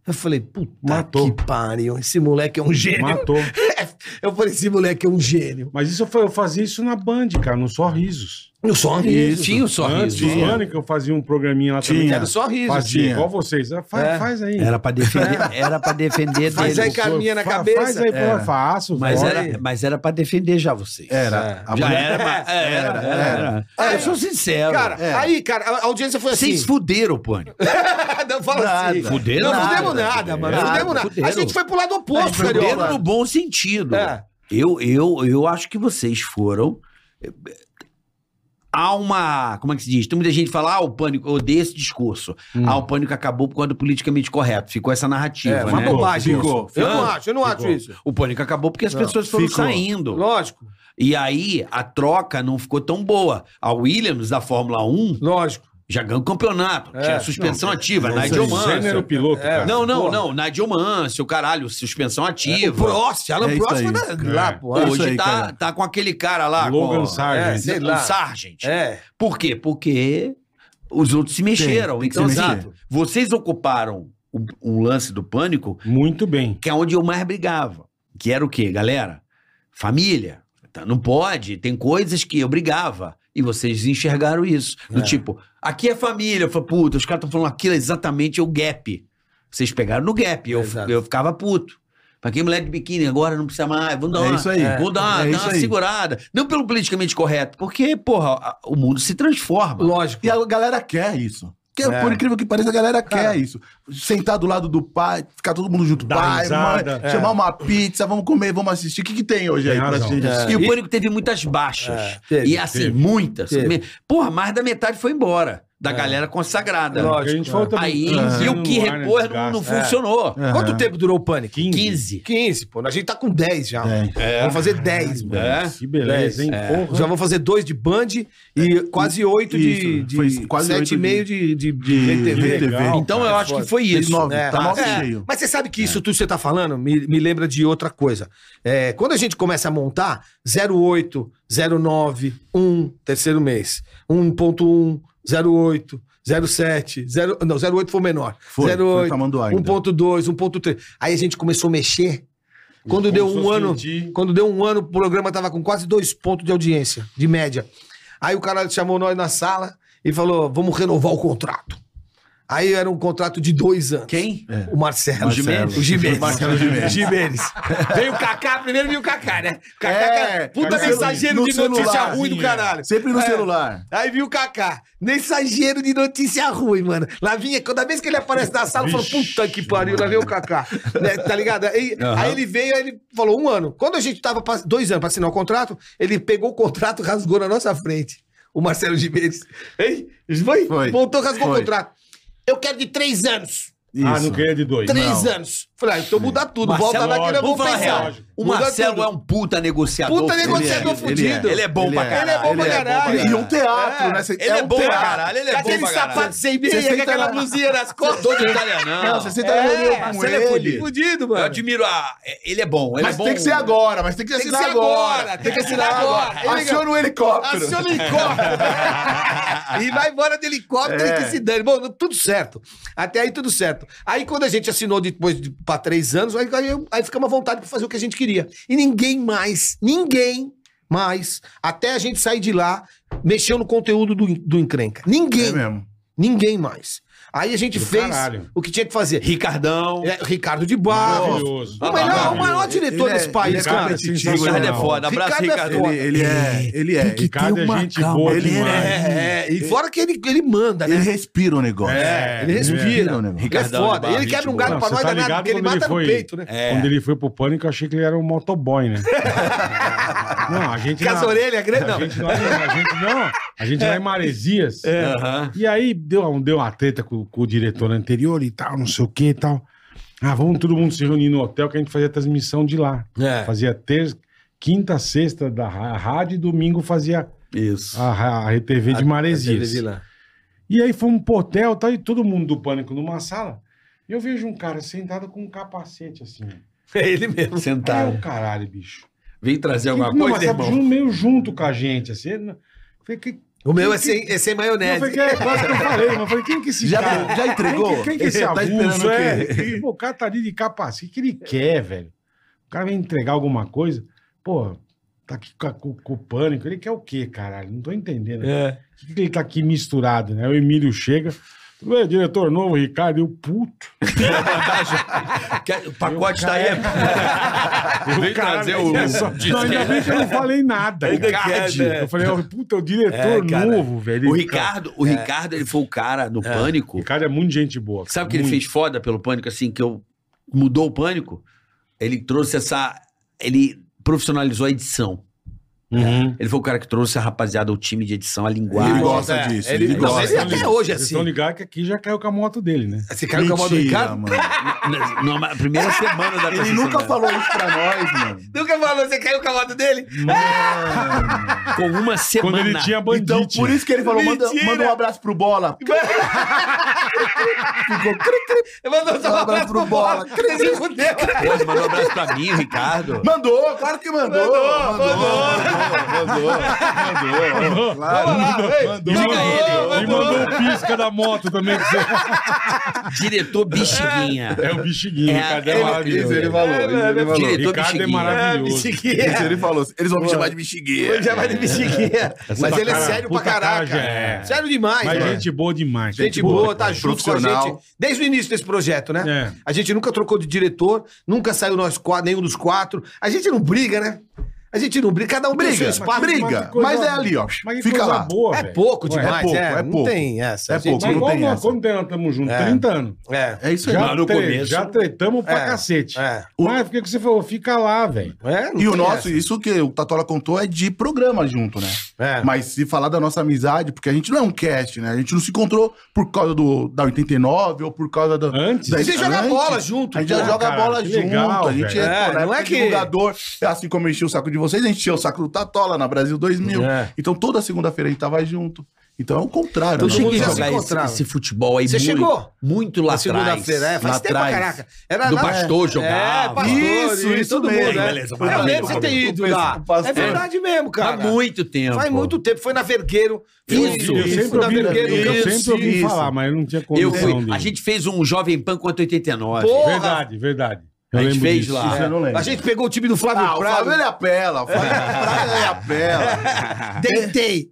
[SPEAKER 5] Eu falei, puta
[SPEAKER 3] Matou.
[SPEAKER 5] que pariu, esse moleque é um gênio.
[SPEAKER 3] Matou.
[SPEAKER 5] Eu falei, esse moleque é um gênio.
[SPEAKER 3] Mas isso eu, fa- eu fazia isso na Band, cara, no Sorrisos.
[SPEAKER 5] No sorriso.
[SPEAKER 4] Isso. Tinha o
[SPEAKER 3] Antes
[SPEAKER 4] sorriso.
[SPEAKER 3] do Pânico, eu fazia um programinha lá
[SPEAKER 6] Tinha.
[SPEAKER 5] Era sorriso.
[SPEAKER 3] também. Fazia
[SPEAKER 6] Tinha.
[SPEAKER 3] igual vocês. Ah, Faz,
[SPEAKER 5] É.
[SPEAKER 3] faz aí.
[SPEAKER 4] Era pra defender, era pra defender
[SPEAKER 5] Faz aí,
[SPEAKER 4] deles.
[SPEAKER 5] cara. Carminha na
[SPEAKER 3] Fa-
[SPEAKER 5] cabeça.
[SPEAKER 3] Faz aí,
[SPEAKER 6] Era.
[SPEAKER 3] eu faço.
[SPEAKER 4] Mas
[SPEAKER 3] bora.
[SPEAKER 4] era, mas era pra defender já vocês.
[SPEAKER 6] Era. A
[SPEAKER 4] Já
[SPEAKER 6] mulher-
[SPEAKER 4] era, mas- era, era, era. Ah, Eu sou sincero.
[SPEAKER 5] Cara,
[SPEAKER 6] É.
[SPEAKER 5] aí, cara, a audiência foi assim.
[SPEAKER 4] vocês fuderam o pânico.
[SPEAKER 5] não fala assim.
[SPEAKER 6] Nada.
[SPEAKER 4] Fuderam
[SPEAKER 5] não
[SPEAKER 4] nada.
[SPEAKER 5] fudemos nada, mano. Não
[SPEAKER 4] Nada, É,
[SPEAKER 5] fudemos nada.
[SPEAKER 4] fuderam.
[SPEAKER 5] A gente foi pro lado oposto,
[SPEAKER 6] A gente foi pro
[SPEAKER 5] Carioca.
[SPEAKER 4] Fuderam no bom sentido.
[SPEAKER 5] É.
[SPEAKER 4] Eu, eu, eu acho que vocês foram. Há uma. Como é que se diz? Tem muita gente que fala, ah, o pânico, eu odeio esse discurso. Ah, o pânico acabou por causa do politicamente correto. Ficou essa narrativa.
[SPEAKER 5] Hum. É, uma
[SPEAKER 4] né?
[SPEAKER 5] bobagem.
[SPEAKER 6] Ficou,
[SPEAKER 5] Eu não
[SPEAKER 4] ficou.
[SPEAKER 5] acho, eu não acho isso.
[SPEAKER 4] O pânico acabou porque as pessoas foram
[SPEAKER 6] ficou.
[SPEAKER 4] saindo.
[SPEAKER 5] Lógico,
[SPEAKER 4] E aí a troca não ficou tão boa. A Williams da Fórmula 1
[SPEAKER 5] lógico.
[SPEAKER 4] Já ganhou o campeonato. tinha suspensão ativa, na
[SPEAKER 3] é Gênero
[SPEAKER 4] idiomância.
[SPEAKER 3] piloto, cara.
[SPEAKER 4] Não, não,
[SPEAKER 5] Porra.
[SPEAKER 4] não. Na idiomância, o caralho, suspensão
[SPEAKER 5] O
[SPEAKER 4] ativa.
[SPEAKER 5] Prost, Alan
[SPEAKER 6] É isso
[SPEAKER 5] Prost
[SPEAKER 6] aí.
[SPEAKER 5] foi da- lá,
[SPEAKER 3] É.
[SPEAKER 5] pô.
[SPEAKER 6] É isso
[SPEAKER 4] Hoje
[SPEAKER 6] aí,
[SPEAKER 4] tá,
[SPEAKER 6] cara.
[SPEAKER 4] tá com aquele cara lá.
[SPEAKER 3] Logan
[SPEAKER 4] com...
[SPEAKER 5] É,
[SPEAKER 3] Sargent.
[SPEAKER 5] sei
[SPEAKER 4] o
[SPEAKER 5] lá.
[SPEAKER 4] Sargent.
[SPEAKER 5] É.
[SPEAKER 4] Por quê? Porque os outros se mexeram.
[SPEAKER 6] tem que
[SPEAKER 4] então,
[SPEAKER 6] se
[SPEAKER 4] assim,
[SPEAKER 6] mexer.
[SPEAKER 4] vocês ocuparam o, o lance do pânico,
[SPEAKER 3] Muito bem.
[SPEAKER 4] que é onde eu mais brigava. Que era o quê, galera? Família. Tá, Não pode, tem coisas que eu brigava. E vocês enxergaram isso. Do tipo, aqui é família. Eu falei, puta, os caras estão falando aquilo, é exatamente o gap. Vocês pegaram no gap. Eu,
[SPEAKER 5] Exato.
[SPEAKER 4] eu ficava puto. Pra quem mulher de biquíni agora não precisa mais, vamos dar uma,
[SPEAKER 6] É isso aí.
[SPEAKER 4] vou dar,
[SPEAKER 6] É
[SPEAKER 4] dar
[SPEAKER 6] isso
[SPEAKER 4] uma
[SPEAKER 6] aí.
[SPEAKER 4] segurada. Não pelo politicamente correto, porque, porra, a- o mundo se transforma.
[SPEAKER 5] Lógico.
[SPEAKER 6] E a galera quer isso. Que,
[SPEAKER 5] É.
[SPEAKER 6] Por incrível que pareça, a galera
[SPEAKER 5] Cara.
[SPEAKER 6] quer isso. Sentar do lado do pai, ficar todo mundo junto.
[SPEAKER 3] Dar
[SPEAKER 6] Pai, mãe,
[SPEAKER 3] risada. é.
[SPEAKER 6] chamar uma pizza, vamos comer, vamos assistir. O que, que tem hoje
[SPEAKER 3] Tem
[SPEAKER 6] aí pra
[SPEAKER 3] razão.
[SPEAKER 6] gente?
[SPEAKER 4] E
[SPEAKER 6] assistir?
[SPEAKER 4] o pânico teve muitas baixas.
[SPEAKER 5] É, teve,
[SPEAKER 4] e assim,
[SPEAKER 3] teve.
[SPEAKER 4] muitas.
[SPEAKER 5] Teve.
[SPEAKER 4] Me- Porra, mais da metade foi embora. Da galera consagrada.
[SPEAKER 5] Lógico.
[SPEAKER 3] Porque a gente falou É. também.
[SPEAKER 4] é. Aí,
[SPEAKER 3] trazer
[SPEAKER 4] e o que
[SPEAKER 3] no ar, né,
[SPEAKER 4] repôs não,
[SPEAKER 3] desgaste.
[SPEAKER 4] não funcionou.
[SPEAKER 6] Aham.
[SPEAKER 5] Quanto tempo durou o pânico?
[SPEAKER 4] 15.
[SPEAKER 5] 15, pô. A gente tá com 10 já.
[SPEAKER 4] É.
[SPEAKER 5] Vamos fazer 10, mano.
[SPEAKER 4] É.
[SPEAKER 3] Que beleza, hein? Porra.
[SPEAKER 5] Já vou fazer dois de Band e quase oito de,
[SPEAKER 6] É. isso, foi
[SPEAKER 5] de
[SPEAKER 6] quase
[SPEAKER 5] sete
[SPEAKER 6] oito
[SPEAKER 5] e
[SPEAKER 6] de-
[SPEAKER 5] meio de, de,
[SPEAKER 6] de
[SPEAKER 5] TV.
[SPEAKER 6] TV.
[SPEAKER 4] Então eu acho que foi
[SPEAKER 6] Tem
[SPEAKER 4] isso.
[SPEAKER 6] É nove,
[SPEAKER 4] né?
[SPEAKER 6] tá nove
[SPEAKER 5] É,
[SPEAKER 6] cheio.
[SPEAKER 5] mas você sabe que isso tudo que você tá falando me, me lembra de outra coisa. É, quando a gente começa a montar, 08, 09, 1, terceiro mês. 1.1, 08, 07, 0, não, 08 foi o menor.
[SPEAKER 6] Foi, tá foi né? o
[SPEAKER 5] 08,
[SPEAKER 6] Tamanduá ainda.
[SPEAKER 5] 1.2, 1.3. Aí a gente começou a mexer. Quando deu um
[SPEAKER 3] Começou a
[SPEAKER 5] ano,
[SPEAKER 3] sentir.
[SPEAKER 5] quando deu um ano, o programa tava com quase dois pontos de audiência, de média. Aí o cara chamou nós na sala e falou: vamos renovar o contrato. Aí era um contrato de dois anos.
[SPEAKER 4] Quem?
[SPEAKER 6] é?
[SPEAKER 5] O Marcelo.
[SPEAKER 4] O Gimenez.
[SPEAKER 5] O Gimenez.
[SPEAKER 6] Marcelo Gimenez.
[SPEAKER 5] Gimenez. Veio o Kaká, primeiro veio o Kaká, né? Kaká,
[SPEAKER 6] É,
[SPEAKER 5] puta
[SPEAKER 3] no
[SPEAKER 5] mensageiro
[SPEAKER 6] celu-
[SPEAKER 5] de
[SPEAKER 6] no
[SPEAKER 5] notícia
[SPEAKER 6] celular.
[SPEAKER 5] ruim do caralho.
[SPEAKER 6] Sempre no
[SPEAKER 5] É.
[SPEAKER 6] celular.
[SPEAKER 5] Aí viu o Kaká, mensageiro de notícia ruim, mano. Lá vinha, cada vez que ele aparece na sala, eu falo,
[SPEAKER 3] Vixe,
[SPEAKER 5] puta que pariu, lá veio o Kaká. Né, tá ligado? Aí, aí ele veio, aí ele falou, um ano. Quando a gente tava, pra- dois anos pra assinar o contrato, ele pegou o contrato, rasgou na nossa frente. O Marcelo Gimenez. Hein? Foi?
[SPEAKER 6] Foi.
[SPEAKER 5] Voltou, rasgou o
[SPEAKER 6] Foi.
[SPEAKER 5] contrato. Eu quero de três anos.
[SPEAKER 6] Isso.
[SPEAKER 3] Ah, não queria de dois.
[SPEAKER 5] Três
[SPEAKER 6] Não.
[SPEAKER 5] anos. Falei, ah, então muda tudo.
[SPEAKER 4] Marcelo,
[SPEAKER 5] Volta lá que eu vou
[SPEAKER 4] vamos falar
[SPEAKER 5] pensar.
[SPEAKER 4] real. O
[SPEAKER 5] Muda
[SPEAKER 4] Marcelo
[SPEAKER 5] tudo.
[SPEAKER 4] é um puta negociador.
[SPEAKER 5] Puta
[SPEAKER 4] filho. Ele
[SPEAKER 5] negociador
[SPEAKER 4] é.
[SPEAKER 5] fudido.
[SPEAKER 4] Ele é bom pra
[SPEAKER 5] Ele é bom
[SPEAKER 4] caralho.
[SPEAKER 5] pra caralho.
[SPEAKER 6] E um teatro, né? Cê-
[SPEAKER 4] Ele é
[SPEAKER 6] um
[SPEAKER 4] bom pra
[SPEAKER 6] teatro.
[SPEAKER 4] caralho. Ele é bom
[SPEAKER 5] Aquele
[SPEAKER 4] pra
[SPEAKER 5] sapato
[SPEAKER 4] caralho.
[SPEAKER 5] sem meia,
[SPEAKER 6] Você
[SPEAKER 5] com aquela
[SPEAKER 6] senta-
[SPEAKER 5] blusinha nas costas.
[SPEAKER 4] Todo tá italianão.
[SPEAKER 6] Não, você senta na reunião com
[SPEAKER 4] Marcelo é
[SPEAKER 6] ele.
[SPEAKER 4] fudido.
[SPEAKER 5] Fudido,
[SPEAKER 4] Eu
[SPEAKER 5] mano.
[SPEAKER 4] admiro a... Ele é bom. Ele
[SPEAKER 6] Mas
[SPEAKER 4] é bom.
[SPEAKER 6] tem que ser agora, mas tem que
[SPEAKER 5] Tem que
[SPEAKER 6] assinar
[SPEAKER 5] ser
[SPEAKER 6] agora.
[SPEAKER 5] agora. Tem que assinar agora. Ele-
[SPEAKER 6] Aciona o helicóptero.
[SPEAKER 5] Aciona o helicóptero. e vai embora de helicóptero
[SPEAKER 6] É.
[SPEAKER 5] e que se dane. Bom, tudo certo. Até aí tudo certo. Aí quando a gente assinou depois de, pra três anos, aí, aí, aí ficamos à vontade pra fazer o que a gente queria. E ninguém mais, ninguém mais, até a gente sair de lá, mexeu no conteúdo do, do encrenca.
[SPEAKER 6] É
[SPEAKER 5] Ninguém,
[SPEAKER 6] mesmo.
[SPEAKER 5] ninguém mais. Aí a gente
[SPEAKER 3] Do
[SPEAKER 5] fez
[SPEAKER 3] caralho.
[SPEAKER 5] o que tinha que fazer.
[SPEAKER 4] Ricardão.
[SPEAKER 5] É, Ricardo de Barros.
[SPEAKER 3] Maravilhoso. Ah,
[SPEAKER 5] O melhor, o
[SPEAKER 3] Maravilhoso.
[SPEAKER 5] maior diretor
[SPEAKER 6] Ele é-
[SPEAKER 5] desse país,
[SPEAKER 6] ele é
[SPEAKER 5] cara.
[SPEAKER 6] competitivo,
[SPEAKER 4] Ricardo é
[SPEAKER 3] sensacional.
[SPEAKER 4] foda. Abraço,
[SPEAKER 5] Ricardo é
[SPEAKER 4] Ricardo.
[SPEAKER 5] foda.
[SPEAKER 6] Ele, ele é, ele é.
[SPEAKER 3] Ricardo é gente boa
[SPEAKER 6] ele
[SPEAKER 3] demais.
[SPEAKER 6] é.
[SPEAKER 5] É, é, e fora que ele, ele manda, né?
[SPEAKER 6] Ele respira o negócio.
[SPEAKER 3] É,
[SPEAKER 5] Ele respira.
[SPEAKER 6] o
[SPEAKER 5] Ele,
[SPEAKER 6] negócio.
[SPEAKER 5] é
[SPEAKER 4] Ricardão,
[SPEAKER 5] foda.
[SPEAKER 4] ele
[SPEAKER 5] Ele quebra um
[SPEAKER 3] Não,
[SPEAKER 5] galho pra
[SPEAKER 3] você
[SPEAKER 5] nós
[SPEAKER 3] tá
[SPEAKER 5] danado,
[SPEAKER 3] ligado
[SPEAKER 5] porque ele
[SPEAKER 3] quando ele
[SPEAKER 5] mata
[SPEAKER 3] foi, É.
[SPEAKER 5] no peito, né?
[SPEAKER 3] Quando ele foi pro Pânico, eu achei que ele era um motoboy, né? Não, a gente...
[SPEAKER 5] Com as
[SPEAKER 3] na-
[SPEAKER 5] orelhas grandes,
[SPEAKER 3] A
[SPEAKER 5] não.
[SPEAKER 3] gente, não, a gente não, a gente lá em Maresias.
[SPEAKER 5] É.
[SPEAKER 4] Aham.
[SPEAKER 3] E aí deu, um- deu uma treta com, com o diretor anterior e tal, não sei o que e tal. Ah, vamos todo mundo se reunir no hotel que a gente fazia a transmissão de lá.
[SPEAKER 5] É.
[SPEAKER 3] Fazia terça, quinta, sexta da ra- rádio e domingo fazia
[SPEAKER 4] Isso.
[SPEAKER 3] a, ra- a RTV de Maresias. E aí fomos pro hotel tal, e todo mundo do pânico numa sala. E eu vejo um cara sentado com um capacete assim.
[SPEAKER 5] É ele mesmo.
[SPEAKER 6] Tá.
[SPEAKER 3] Aí
[SPEAKER 4] Sentado.
[SPEAKER 3] eu, caralho, bicho.
[SPEAKER 4] Vem trazer alguma
[SPEAKER 3] não, mas
[SPEAKER 4] coisa,
[SPEAKER 3] tá
[SPEAKER 4] irmão?
[SPEAKER 3] junto, meio junto com a gente, assim. Eu Falei, que,
[SPEAKER 5] O meu é sem, é sem
[SPEAKER 3] Não,
[SPEAKER 5] maionese.
[SPEAKER 3] foi que é, quase que eu falei, mas falei, quem que esse
[SPEAKER 6] Já-
[SPEAKER 3] cara...
[SPEAKER 6] já entregou?
[SPEAKER 3] Quem que, quem que esse
[SPEAKER 6] Tá
[SPEAKER 3] avulso
[SPEAKER 6] esperando o
[SPEAKER 3] é?
[SPEAKER 6] quê?
[SPEAKER 3] Pô, o cara tá ali de capacete, o que ele quer, velho? O cara vem entregar alguma coisa, pô, tá aqui com, a- com- com o pânico, ele quer o quê, caralho? Não tô entendendo.
[SPEAKER 5] É.
[SPEAKER 3] O que, que ele tá aqui misturado, né? O Emílio chega, tudo bem, diretor novo, Ricardo, eu, puto.
[SPEAKER 4] Que- Ah, O pacote tá aí. Vem trazer o.
[SPEAKER 3] é só- Não, ainda bem que eu não falei nada,
[SPEAKER 4] Ainda
[SPEAKER 3] cara.
[SPEAKER 4] quer, né?
[SPEAKER 3] Eu falei, ó, puta, o diretor
[SPEAKER 4] É, cara.
[SPEAKER 3] novo, velho.
[SPEAKER 4] O
[SPEAKER 3] ele-
[SPEAKER 4] Ricardo,
[SPEAKER 5] É.
[SPEAKER 4] o Ricardo, ele foi o cara no
[SPEAKER 3] O
[SPEAKER 4] pânico.
[SPEAKER 3] Ricardo é muito gente boa.
[SPEAKER 4] Sabe o que ele
[SPEAKER 3] muito.
[SPEAKER 4] fez foda pelo pânico, assim, que eu mudou o pânico? Ele trouxe essa. Ele profissionalizou a edição.
[SPEAKER 3] Uhum.
[SPEAKER 4] Ele foi o cara que trouxe a rapaziada, o time de edição, a linguagem.
[SPEAKER 6] Ele gosta
[SPEAKER 5] é,
[SPEAKER 6] disso.
[SPEAKER 5] ele
[SPEAKER 6] Ele,
[SPEAKER 5] gosta.
[SPEAKER 6] gosta.
[SPEAKER 5] Mas ele até hoje é
[SPEAKER 3] Vocês
[SPEAKER 5] assim.
[SPEAKER 3] estão ligados que aqui já caiu com a moto dele, né?
[SPEAKER 5] Você caiu com a mão do
[SPEAKER 6] Mentira,
[SPEAKER 5] Ricardo?
[SPEAKER 6] mano.
[SPEAKER 4] Na, na primeira semana da
[SPEAKER 6] Ele
[SPEAKER 4] concessionária.
[SPEAKER 6] nunca falou isso pra nós, mano.
[SPEAKER 5] Nunca falou, você caiu com a moto dele?
[SPEAKER 4] Com uma semana.
[SPEAKER 3] Quando ele tinha bandite.
[SPEAKER 6] Então, por isso que ele falou, manda,
[SPEAKER 5] Mentira.
[SPEAKER 6] manda um abraço pro Bola. Ficou cri, cri.
[SPEAKER 5] Eu mandou só um
[SPEAKER 6] Agora
[SPEAKER 5] abraço
[SPEAKER 6] pro
[SPEAKER 5] pro bola.
[SPEAKER 6] bola.
[SPEAKER 5] Você se fudeu.
[SPEAKER 4] Pô, ele mandou um abraço pra mim, Ricardo.
[SPEAKER 6] Mandou, claro que mandou.
[SPEAKER 5] Mandou,
[SPEAKER 6] mandou, mandou, mandou, claro.
[SPEAKER 5] Vamos lá, ei,
[SPEAKER 3] E mandou,
[SPEAKER 5] pega ele.
[SPEAKER 3] e mandou o pisca da moto também. que você-
[SPEAKER 4] Diretor Bexiguinha.
[SPEAKER 3] É o bexiguinho,
[SPEAKER 4] É,
[SPEAKER 3] Ricardo é
[SPEAKER 4] ele-
[SPEAKER 6] Isso
[SPEAKER 3] maravilhoso.
[SPEAKER 6] ele
[SPEAKER 3] É,
[SPEAKER 6] falou, isso ele falou.
[SPEAKER 4] Diretor
[SPEAKER 3] Ricardo é
[SPEAKER 4] Bexiguinha.
[SPEAKER 3] maravilhoso.
[SPEAKER 6] Isso
[SPEAKER 5] Bexiguinha.
[SPEAKER 6] ele falou. Eles vão me chamar de bexiguinha.
[SPEAKER 5] Já vai é de bexiguinha. Mas
[SPEAKER 3] puta
[SPEAKER 5] ele é
[SPEAKER 3] cara-
[SPEAKER 5] sério pra
[SPEAKER 3] puta
[SPEAKER 5] caraca.
[SPEAKER 3] cara já é.
[SPEAKER 5] Sério demais,
[SPEAKER 3] Mas
[SPEAKER 5] mano.
[SPEAKER 3] gente boa demais.
[SPEAKER 5] né? Gente boa, tá
[SPEAKER 6] cara.
[SPEAKER 5] junto com a
[SPEAKER 6] Profissional.
[SPEAKER 5] gente desde o início desse projeto, né?
[SPEAKER 3] É.
[SPEAKER 5] A gente nunca trocou de diretor, nunca saiu nós quatro, nenhum dos quatro. A gente não briga, né? A gente não briga, cada um tem o seu
[SPEAKER 6] Briga,
[SPEAKER 5] espaço.
[SPEAKER 6] briga.
[SPEAKER 3] coisa-
[SPEAKER 6] Mas é ali, ó.
[SPEAKER 3] Mas que
[SPEAKER 6] Fica
[SPEAKER 3] coisa
[SPEAKER 6] lá.
[SPEAKER 3] boa,
[SPEAKER 5] É
[SPEAKER 3] velho.
[SPEAKER 5] pouco
[SPEAKER 3] Ué,
[SPEAKER 5] demais, é,
[SPEAKER 6] pouco, é
[SPEAKER 5] não
[SPEAKER 6] pouco.
[SPEAKER 5] tem essa.
[SPEAKER 6] É
[SPEAKER 5] A gente-
[SPEAKER 6] pouco,
[SPEAKER 3] Mas
[SPEAKER 6] não
[SPEAKER 3] igual
[SPEAKER 6] tem
[SPEAKER 3] nós,
[SPEAKER 6] essa.
[SPEAKER 3] quando nós estamos juntos,
[SPEAKER 5] É.
[SPEAKER 3] 30 anos.
[SPEAKER 5] É,
[SPEAKER 6] É isso aí.
[SPEAKER 3] Já,
[SPEAKER 4] Mas no
[SPEAKER 3] tre-
[SPEAKER 4] começo-
[SPEAKER 3] já tretamos pra
[SPEAKER 5] É,
[SPEAKER 3] cacete.
[SPEAKER 5] é.
[SPEAKER 3] Mas o que que você falou? Fica lá, velho.
[SPEAKER 5] é, não
[SPEAKER 6] E o
[SPEAKER 5] tem
[SPEAKER 6] nosso,
[SPEAKER 5] essa.
[SPEAKER 6] isso que o Tatola contou é de programa junto, né?
[SPEAKER 5] É.
[SPEAKER 6] Mas se falar da nossa amizade, porque a gente não é um cast, né? A gente não se encontrou por causa do, da 89 ou por causa da.
[SPEAKER 3] Antes?
[SPEAKER 6] da-
[SPEAKER 5] A gente joga
[SPEAKER 6] antes.
[SPEAKER 5] bola junto,
[SPEAKER 6] A gente já
[SPEAKER 5] pô,
[SPEAKER 6] joga
[SPEAKER 3] cara,
[SPEAKER 6] bola
[SPEAKER 3] que
[SPEAKER 6] junto.
[SPEAKER 3] legal,
[SPEAKER 6] a gente
[SPEAKER 3] velho.
[SPEAKER 5] É,
[SPEAKER 6] pô, na
[SPEAKER 5] não
[SPEAKER 6] época
[SPEAKER 5] é
[SPEAKER 6] de
[SPEAKER 5] que-
[SPEAKER 6] divulgador, assim como eu enchi o saco de vocês, a gente encheu o saco do Tatola na Brasil 2000.
[SPEAKER 5] É.
[SPEAKER 6] Então toda segunda-feira a gente tava junto. Então é o contrário.
[SPEAKER 4] Eu
[SPEAKER 5] Todo mundo
[SPEAKER 4] cheguei a
[SPEAKER 5] já se
[SPEAKER 4] jogar esse,
[SPEAKER 5] encontrava.
[SPEAKER 4] esse futebol aí
[SPEAKER 5] Você
[SPEAKER 4] muito,
[SPEAKER 5] chegou?
[SPEAKER 4] muito lá
[SPEAKER 5] Na
[SPEAKER 4] atrás.
[SPEAKER 5] segunda-feira, é, faz
[SPEAKER 4] lá
[SPEAKER 5] tempo pra
[SPEAKER 4] atrás.
[SPEAKER 5] caraca. Era
[SPEAKER 4] Do
[SPEAKER 5] lá-
[SPEAKER 4] pastor jogava.
[SPEAKER 5] É, pastor,
[SPEAKER 6] Isso, isso mesmo.
[SPEAKER 5] né?
[SPEAKER 4] Beleza,
[SPEAKER 5] Eu
[SPEAKER 4] beleza.
[SPEAKER 5] lembro de você ter ido
[SPEAKER 6] Beleza,
[SPEAKER 5] lá.
[SPEAKER 6] pastor.
[SPEAKER 5] É verdade mesmo, cara.
[SPEAKER 4] Há muito tempo.
[SPEAKER 5] Faz muito tempo, foi na Vergueiro.
[SPEAKER 4] Isso,
[SPEAKER 5] Foi-
[SPEAKER 3] Eu
[SPEAKER 4] isso,
[SPEAKER 3] sempre ouvi,
[SPEAKER 5] Vergueiro,
[SPEAKER 3] eu
[SPEAKER 5] isso,
[SPEAKER 3] sempre ouvi
[SPEAKER 6] isso.
[SPEAKER 3] falar, mas eu não tinha
[SPEAKER 4] Eu
[SPEAKER 3] condição
[SPEAKER 4] fui.
[SPEAKER 3] dele.
[SPEAKER 4] A gente fez um Jovem Pan contra 89.
[SPEAKER 5] Pô,
[SPEAKER 3] Verdade, verdade. Eu
[SPEAKER 4] A gente
[SPEAKER 3] lembro
[SPEAKER 4] fez
[SPEAKER 3] disso.
[SPEAKER 4] lá.
[SPEAKER 6] Isso eu não lembro.
[SPEAKER 5] A gente pegou o time do Flávio
[SPEAKER 6] Ah, o
[SPEAKER 5] Prado.
[SPEAKER 6] Flávio ele apela. O Flávio Prado, ele é apela.
[SPEAKER 4] É
[SPEAKER 5] Deitei.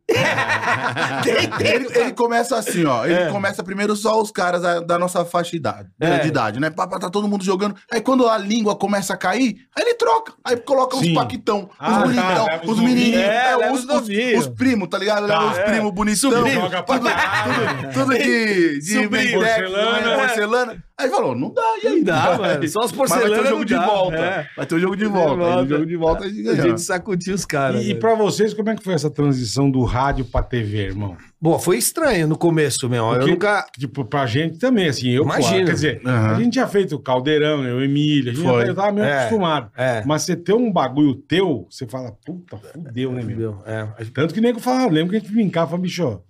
[SPEAKER 6] Ele, ele começa assim, ó. Ele começa primeiro só os caras da, da nossa faixa de idade,
[SPEAKER 5] É.
[SPEAKER 6] de idade, né? Pá, pá, tá todo mundo jogando. Aí quando a língua começa a cair, aí ele troca. Aí coloca os
[SPEAKER 3] Sim.
[SPEAKER 6] paquitão,
[SPEAKER 3] Ah,
[SPEAKER 6] os
[SPEAKER 3] tá,
[SPEAKER 6] bonitão,
[SPEAKER 3] leva os
[SPEAKER 6] os
[SPEAKER 3] novinhos.
[SPEAKER 6] menininhos,
[SPEAKER 5] É,
[SPEAKER 6] é,
[SPEAKER 5] leva
[SPEAKER 6] os,
[SPEAKER 5] os
[SPEAKER 6] os,
[SPEAKER 5] novinhos.
[SPEAKER 6] os primos, tá ligado? Leva os primos, bonitão.
[SPEAKER 3] Sobrinho. Joga pra
[SPEAKER 6] tudo,
[SPEAKER 3] caralho.
[SPEAKER 6] tudo, tudo que... De
[SPEAKER 5] Sobrinho.
[SPEAKER 6] Mendex,
[SPEAKER 3] Porcelana.
[SPEAKER 6] não é porcelana. Aí falou, não dá, e aí?
[SPEAKER 5] Não dá, mano. Só
[SPEAKER 6] Mas vai ter
[SPEAKER 5] as
[SPEAKER 6] o
[SPEAKER 5] porcelanas
[SPEAKER 6] jogo
[SPEAKER 5] não
[SPEAKER 6] de
[SPEAKER 5] dá.
[SPEAKER 6] volta.
[SPEAKER 5] É.
[SPEAKER 6] Vai ter o jogo de volta. Aí no jogo de volta é a gente
[SPEAKER 5] A
[SPEAKER 6] ganha.
[SPEAKER 5] gente sacudiu os caras.
[SPEAKER 3] E, e
[SPEAKER 5] velho.
[SPEAKER 3] pra vocês, como é que foi essa transição do rádio pra TV, irmão?
[SPEAKER 5] Bom, foi estranho no começo, meu. Eu
[SPEAKER 3] Porque,
[SPEAKER 5] nunca...
[SPEAKER 3] Tipo, pra gente também, assim, eu...
[SPEAKER 5] Imagino.
[SPEAKER 3] claro, Quer dizer,
[SPEAKER 6] Aham.
[SPEAKER 3] a gente tinha feito o Caldeirão, né, o Emílio, a gente
[SPEAKER 6] Foi.
[SPEAKER 3] já tava meio
[SPEAKER 5] É.
[SPEAKER 3] acostumado.
[SPEAKER 5] É.
[SPEAKER 3] Mas você ter um bagulho teu, você fala, puta, fudeu, né, meu?
[SPEAKER 5] Entendeu? É.
[SPEAKER 3] Tanto que nego falava, lembra que a gente brincava, falava, bicho,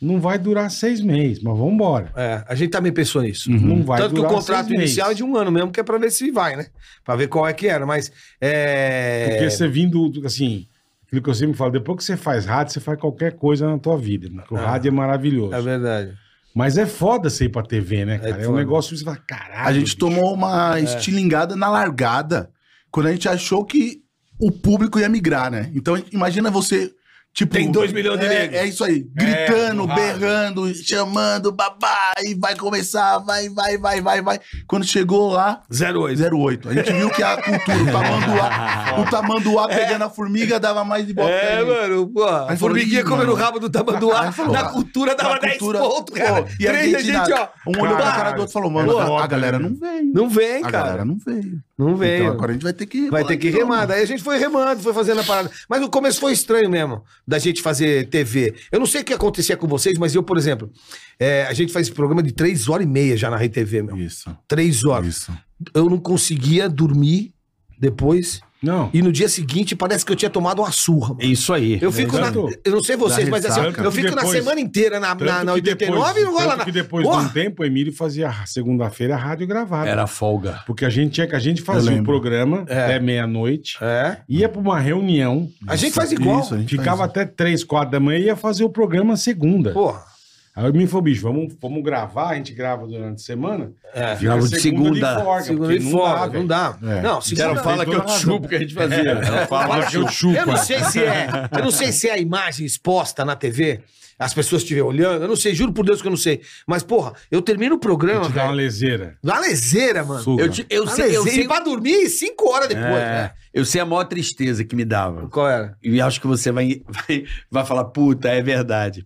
[SPEAKER 3] não vai durar seis meses, mas vambora.
[SPEAKER 5] É, a gente também pensou nisso.
[SPEAKER 3] Não vai
[SPEAKER 5] Tanto que o
[SPEAKER 3] durar
[SPEAKER 5] contrato
[SPEAKER 3] seis meses.
[SPEAKER 5] inicial é de um ano mesmo, que é pra ver se vai, né? Pra ver qual é que era, mas. É...
[SPEAKER 3] Porque você vindo, do- assim, aquilo que eu sempre falo, depois que você faz rádio, você faz qualquer coisa na tua vida. Porque o rádio é maravilhoso.
[SPEAKER 5] É verdade.
[SPEAKER 3] Mas é foda você ir pra TV, né, cara? É, um
[SPEAKER 5] foda.
[SPEAKER 3] negócio que você fala, caralho.
[SPEAKER 6] A gente
[SPEAKER 3] bicho.
[SPEAKER 6] tomou
[SPEAKER 5] É.
[SPEAKER 6] uma estilingada na largada quando a gente achou que o público ia migrar, né? Então imagina você. Tipo,
[SPEAKER 5] Tem dois milhões de
[SPEAKER 6] é,
[SPEAKER 5] negros.
[SPEAKER 6] É isso aí. Gritando,
[SPEAKER 3] no rádio.
[SPEAKER 6] berrando, chamando, babá, e vai começar, vai, vai, vai, vai, vai. Quando chegou lá,
[SPEAKER 5] 08.
[SPEAKER 6] 08. A gente viu que a cultura, o tamanduá, o tamanduá pegando a formiga dava mais de bola. que a
[SPEAKER 5] É,
[SPEAKER 6] gente.
[SPEAKER 5] mano, pô. A
[SPEAKER 6] Aí
[SPEAKER 5] formiguinha
[SPEAKER 6] falou, "Ih,
[SPEAKER 5] comendo o
[SPEAKER 6] mano."
[SPEAKER 5] rabo do tamanduá.
[SPEAKER 6] Aí falou,
[SPEAKER 5] Na
[SPEAKER 6] "Ah,
[SPEAKER 5] cultura dava
[SPEAKER 6] Na
[SPEAKER 5] 10
[SPEAKER 6] cultura,
[SPEAKER 5] pontos, cara.
[SPEAKER 6] pô,
[SPEAKER 5] E Três a gente,
[SPEAKER 6] na-
[SPEAKER 5] ó.
[SPEAKER 6] Um olhou pra
[SPEAKER 5] Caralho.
[SPEAKER 6] cara do outro e falou, mano,
[SPEAKER 3] Porra,
[SPEAKER 6] a galera
[SPEAKER 3] velho.
[SPEAKER 6] não veio.
[SPEAKER 5] Não vem,
[SPEAKER 6] a
[SPEAKER 5] cara.
[SPEAKER 6] galera não veio.
[SPEAKER 5] Não veio.
[SPEAKER 6] Então agora então. a gente vai ter que.
[SPEAKER 5] Vai ter que remar. né? Daí a gente foi remando, foi fazendo a parada. Mas no começo foi estranho mesmo, da gente fazer TV. Eu não sei o que acontecia com vocês, mas eu, por exemplo, é, a gente faz esse programa de três horas e meia já na Rede TV, meu.
[SPEAKER 6] Isso.
[SPEAKER 5] Três horas.
[SPEAKER 6] Isso.
[SPEAKER 5] Eu não conseguia dormir depois.
[SPEAKER 3] Não.
[SPEAKER 5] E no dia seguinte parece que eu tinha tomado uma surra, mano.
[SPEAKER 4] É Isso aí.
[SPEAKER 5] Eu fico na.
[SPEAKER 3] Tanto-
[SPEAKER 5] Eu não sei vocês,
[SPEAKER 6] Dá
[SPEAKER 5] mas assim,
[SPEAKER 6] ressaca.
[SPEAKER 5] eu fico
[SPEAKER 3] Tanto que
[SPEAKER 5] na
[SPEAKER 3] depois-
[SPEAKER 5] semana inteira na,
[SPEAKER 3] Tanto
[SPEAKER 5] na, na
[SPEAKER 3] que
[SPEAKER 5] 89 e não rola
[SPEAKER 3] tanto
[SPEAKER 5] nada.
[SPEAKER 3] que depois de
[SPEAKER 5] Porra!
[SPEAKER 3] um tempo, o Emílio fazia a segunda-feira a rádio gravada.
[SPEAKER 4] Era folga.
[SPEAKER 3] Porque a gente tinha que a gente fazia o
[SPEAKER 6] lembro.
[SPEAKER 3] programa
[SPEAKER 5] É.
[SPEAKER 3] até meia-noite,
[SPEAKER 5] É.
[SPEAKER 3] ia pra uma reunião,
[SPEAKER 5] A gente faz igual.
[SPEAKER 6] Isso, a gente
[SPEAKER 3] ficava até três, quatro da manhã e ia fazer o programa segunda.
[SPEAKER 5] Porra.
[SPEAKER 3] Aí o Emílio falou, bicho, vamos, vamos gravar, a gente grava durante a semana.
[SPEAKER 5] É.
[SPEAKER 3] Fica
[SPEAKER 4] Grava de segunda.
[SPEAKER 3] de folga,
[SPEAKER 5] Segunda
[SPEAKER 3] porque
[SPEAKER 5] e folga,
[SPEAKER 3] velho.
[SPEAKER 5] não dá.
[SPEAKER 6] É.
[SPEAKER 5] Não, segunda
[SPEAKER 3] fala que eu te chupo
[SPEAKER 4] que a gente fazia. Ela
[SPEAKER 3] Fala que eu chupo.
[SPEAKER 5] Eu não sei se é. Eu não sei se é a imagem exposta na TV, as pessoas estiverem olhando. Eu não sei, juro por Deus que eu não sei. Mas, porra, eu termino o programa,
[SPEAKER 3] Te dá uma
[SPEAKER 5] velho.
[SPEAKER 3] leseira.
[SPEAKER 5] Dá leseira, mano.
[SPEAKER 3] Suga.
[SPEAKER 4] Eu, te- eu
[SPEAKER 5] Dá
[SPEAKER 4] sei, eu
[SPEAKER 5] leseira.
[SPEAKER 4] sei,
[SPEAKER 5] Tá E pra dormir cinco horas
[SPEAKER 4] É,
[SPEAKER 5] depois, né?
[SPEAKER 4] eu sei a maior tristeza que me dava.
[SPEAKER 5] Qual era?
[SPEAKER 4] E acho que você vai, vai, vai falar, puta, é verdade.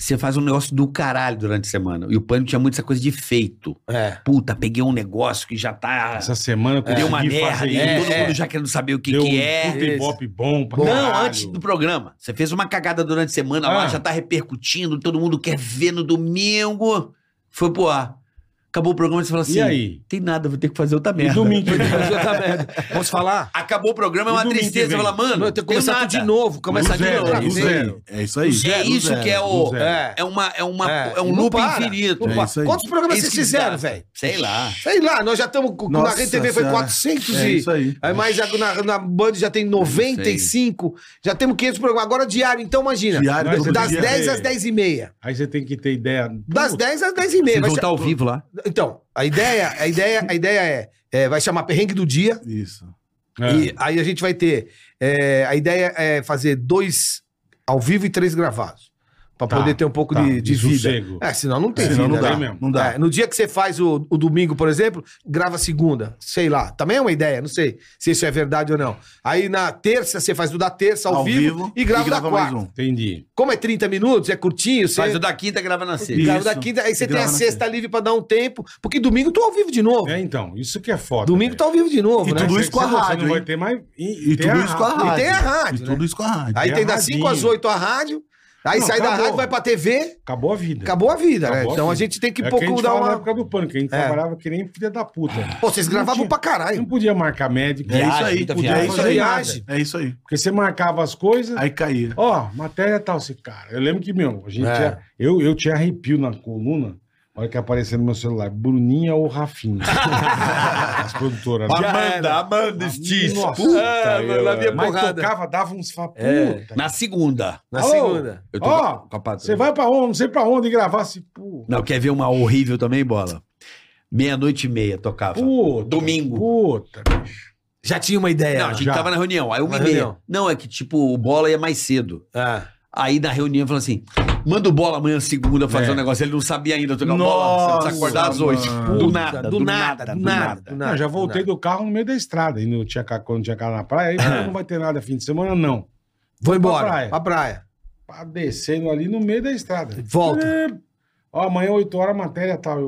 [SPEAKER 4] Você faz um negócio do caralho durante a semana. E o pânico tinha muito essa coisa de feito.
[SPEAKER 5] É.
[SPEAKER 4] Puta, peguei um negócio que já tá.
[SPEAKER 3] Essa semana eu consegui
[SPEAKER 4] deu uma merda.
[SPEAKER 3] fazer
[SPEAKER 4] e
[SPEAKER 3] isso.
[SPEAKER 4] todo
[SPEAKER 5] É,
[SPEAKER 4] mundo já querendo saber o que,
[SPEAKER 3] deu
[SPEAKER 4] que
[SPEAKER 3] um
[SPEAKER 4] é.
[SPEAKER 3] puta ibope bom pra
[SPEAKER 4] Não,
[SPEAKER 3] caralho.
[SPEAKER 4] antes do programa. Você fez uma cagada durante a semana,
[SPEAKER 3] Ah.
[SPEAKER 4] lá já tá repercutindo, todo mundo quer ver no domingo. Foi pro ar. Acabou o programa, você fala assim:
[SPEAKER 3] E aí?
[SPEAKER 4] tem nada, vou ter que fazer outra merda.
[SPEAKER 3] domingo?
[SPEAKER 4] Vou ter que fazer outra merda.
[SPEAKER 5] Posso falar?
[SPEAKER 4] Acabou o programa, é
[SPEAKER 3] E
[SPEAKER 4] uma
[SPEAKER 3] domingo que
[SPEAKER 4] tristeza. Você
[SPEAKER 3] vem?
[SPEAKER 4] fala, mano,
[SPEAKER 5] Não, tem que começar tudo de novo. Começar
[SPEAKER 3] Do
[SPEAKER 5] de
[SPEAKER 3] zero,
[SPEAKER 5] novo.
[SPEAKER 3] do zero.
[SPEAKER 6] É isso aí.
[SPEAKER 4] É isso que é
[SPEAKER 3] do
[SPEAKER 4] o.
[SPEAKER 3] zero.
[SPEAKER 5] É.
[SPEAKER 4] É, uma, é, uma,
[SPEAKER 5] É.
[SPEAKER 4] é, um
[SPEAKER 5] Não
[SPEAKER 4] loop
[SPEAKER 5] para.
[SPEAKER 4] infinito.
[SPEAKER 6] Não É isso aí.
[SPEAKER 5] Quantos programas
[SPEAKER 4] Isso
[SPEAKER 5] vocês
[SPEAKER 4] que
[SPEAKER 5] fizeram,
[SPEAKER 4] dá.
[SPEAKER 5] velho?
[SPEAKER 4] Sei lá.
[SPEAKER 5] Sei lá, nós já estamos. Na
[SPEAKER 6] Nossa
[SPEAKER 5] Rede TV foi
[SPEAKER 6] Senhora.
[SPEAKER 5] 400
[SPEAKER 6] É
[SPEAKER 5] e.
[SPEAKER 6] isso aí.
[SPEAKER 5] Mas a- na, na Band já tem 95. Já temos 500 programas. Agora diário, então imagina.
[SPEAKER 6] Diário,
[SPEAKER 3] Mas
[SPEAKER 6] todo
[SPEAKER 5] das
[SPEAKER 3] dia.
[SPEAKER 5] 10 às 10 e meia.
[SPEAKER 3] Aí você tem que ter ideia.
[SPEAKER 5] Das 10 às 10 e meia. Vai
[SPEAKER 4] Vocês vão
[SPEAKER 5] cha-
[SPEAKER 4] estar ao vivo lá.
[SPEAKER 5] Então, a ideia, a ideia, a ideia é, é, vai chamar Perrengue do Dia.
[SPEAKER 6] Isso.
[SPEAKER 3] É.
[SPEAKER 5] E aí a gente vai ter. é, a ideia é fazer dois ao vivo e três gravados. Pra
[SPEAKER 3] Tá,
[SPEAKER 5] poder ter um pouco
[SPEAKER 3] tá,
[SPEAKER 5] de, de
[SPEAKER 3] de
[SPEAKER 5] vida.
[SPEAKER 3] sossego.
[SPEAKER 5] É, senão não tem
[SPEAKER 6] Senão
[SPEAKER 5] vida,
[SPEAKER 6] não dá.
[SPEAKER 5] né?
[SPEAKER 3] mesmo.
[SPEAKER 6] Não dá.
[SPEAKER 5] É, no dia que você faz o, o domingo, por exemplo, grava segunda. Sei lá. Também é uma ideia, não sei se isso é verdade ou não. Aí na terça você faz o da terça tá ao, vivo, e grava, da quarta.
[SPEAKER 6] um.
[SPEAKER 3] Entendi.
[SPEAKER 5] Como é 30 minutos, é curtinho, você
[SPEAKER 4] Faz o da quinta, grava na sexta.
[SPEAKER 5] grava
[SPEAKER 6] Isso.
[SPEAKER 5] da quinta, aí você tem
[SPEAKER 6] Grava
[SPEAKER 5] a
[SPEAKER 6] na
[SPEAKER 5] sexta livre pra dar um tempo, porque domingo eu tô ao vivo de novo.
[SPEAKER 3] É, então, isso que é foda.
[SPEAKER 5] domingo
[SPEAKER 3] velho.
[SPEAKER 5] tá ao vivo de novo,
[SPEAKER 6] E
[SPEAKER 5] né?
[SPEAKER 6] tudo
[SPEAKER 3] Mas
[SPEAKER 6] isso
[SPEAKER 3] é que
[SPEAKER 6] com a
[SPEAKER 3] você não-
[SPEAKER 6] rádio,
[SPEAKER 3] Você não vai
[SPEAKER 6] hein?
[SPEAKER 3] ter mais.
[SPEAKER 6] E
[SPEAKER 3] tem
[SPEAKER 6] tudo
[SPEAKER 3] a
[SPEAKER 6] isso com a
[SPEAKER 3] rádio.
[SPEAKER 6] rádio.
[SPEAKER 5] E tem a rádio,
[SPEAKER 6] E tudo
[SPEAKER 5] né?
[SPEAKER 6] isso com a rádio.
[SPEAKER 5] Aí
[SPEAKER 3] É
[SPEAKER 5] tem das
[SPEAKER 3] radinho.
[SPEAKER 5] 5 às 8 a rádio, aí
[SPEAKER 3] Não,
[SPEAKER 5] sai da
[SPEAKER 3] acabou.
[SPEAKER 5] rádio, vai pra TV,
[SPEAKER 3] Acabou a vida.
[SPEAKER 5] acabou a vida, né?
[SPEAKER 3] Acabou a
[SPEAKER 5] Então a
[SPEAKER 3] vida.
[SPEAKER 5] gente tem que
[SPEAKER 3] É
[SPEAKER 5] pouco
[SPEAKER 3] a gente
[SPEAKER 5] dar
[SPEAKER 3] fala na
[SPEAKER 5] uma.
[SPEAKER 3] época do pânico, a gente
[SPEAKER 5] É.
[SPEAKER 3] trabalhava que nem filha da puta.
[SPEAKER 5] Pô, vocês gravavam
[SPEAKER 3] tinha-
[SPEAKER 5] pra
[SPEAKER 3] Não
[SPEAKER 5] caralho.
[SPEAKER 3] podia marcar médico.
[SPEAKER 4] É isso aí,
[SPEAKER 3] não
[SPEAKER 4] tá
[SPEAKER 3] podia fazer
[SPEAKER 4] viagem.
[SPEAKER 5] É isso aí,
[SPEAKER 3] nada.
[SPEAKER 5] viagem.
[SPEAKER 6] É isso aí.
[SPEAKER 3] Porque você marcava as coisas.
[SPEAKER 6] Aí caía.
[SPEAKER 3] Ó, matéria tal, assim, cara. Eu lembro que, meu, a gente
[SPEAKER 5] É.
[SPEAKER 3] tinha- eu, eu tinha arrepio na coluna. Olha que apareceu no meu celular, Bruninha ou Rafinha? As produtoras. né?
[SPEAKER 4] Amanda, Amanda,
[SPEAKER 3] Nossa,
[SPEAKER 5] Ah,
[SPEAKER 4] eu-
[SPEAKER 5] lá vinha
[SPEAKER 3] Mas
[SPEAKER 5] porrada.
[SPEAKER 3] tocava, dava uns faputa.
[SPEAKER 4] É. Na segunda.
[SPEAKER 5] Na
[SPEAKER 3] Alô?
[SPEAKER 5] segunda.
[SPEAKER 4] Eu
[SPEAKER 3] Ó,
[SPEAKER 4] com a patroa.
[SPEAKER 3] Você vai pra onde, não sei pra onde, gravar assim, pô.
[SPEAKER 4] Não, quer ver uma horrível também, bola? Meia-noite e meia tocava.
[SPEAKER 3] Puta,
[SPEAKER 4] Domingo.
[SPEAKER 3] Puta, bicho.
[SPEAKER 5] Já tinha uma ideia.
[SPEAKER 4] Não, a gente
[SPEAKER 3] já.
[SPEAKER 4] tava na reunião, aí uma
[SPEAKER 5] Na
[SPEAKER 4] e meia.
[SPEAKER 5] reunião.
[SPEAKER 4] Não, é que tipo, o bola ia mais cedo.
[SPEAKER 5] Ah.
[SPEAKER 4] Aí na reunião falou assim: manda o bola amanhã, segunda, fazer
[SPEAKER 3] É.
[SPEAKER 4] um negócio. Ele não sabia ainda tocar bola. Você precisa acordar às
[SPEAKER 6] mano.
[SPEAKER 4] oito. Do
[SPEAKER 6] Puta,
[SPEAKER 4] nada,
[SPEAKER 5] do, nada, do nada, do nada.
[SPEAKER 3] Não, já voltei
[SPEAKER 5] do
[SPEAKER 3] do carro no meio da estrada, e não tinha, ca- quando tinha carro na praia, aí
[SPEAKER 5] Ah.
[SPEAKER 3] pô, não vai ter nada fim de semana, não.
[SPEAKER 5] nada. Vou embora.
[SPEAKER 3] Pra praia.
[SPEAKER 5] Pra praia.
[SPEAKER 3] Pá, Descendo ali no meio da estrada. "É,
[SPEAKER 5] Volta.
[SPEAKER 3] Ó, amanhã 8 horas matéria tal.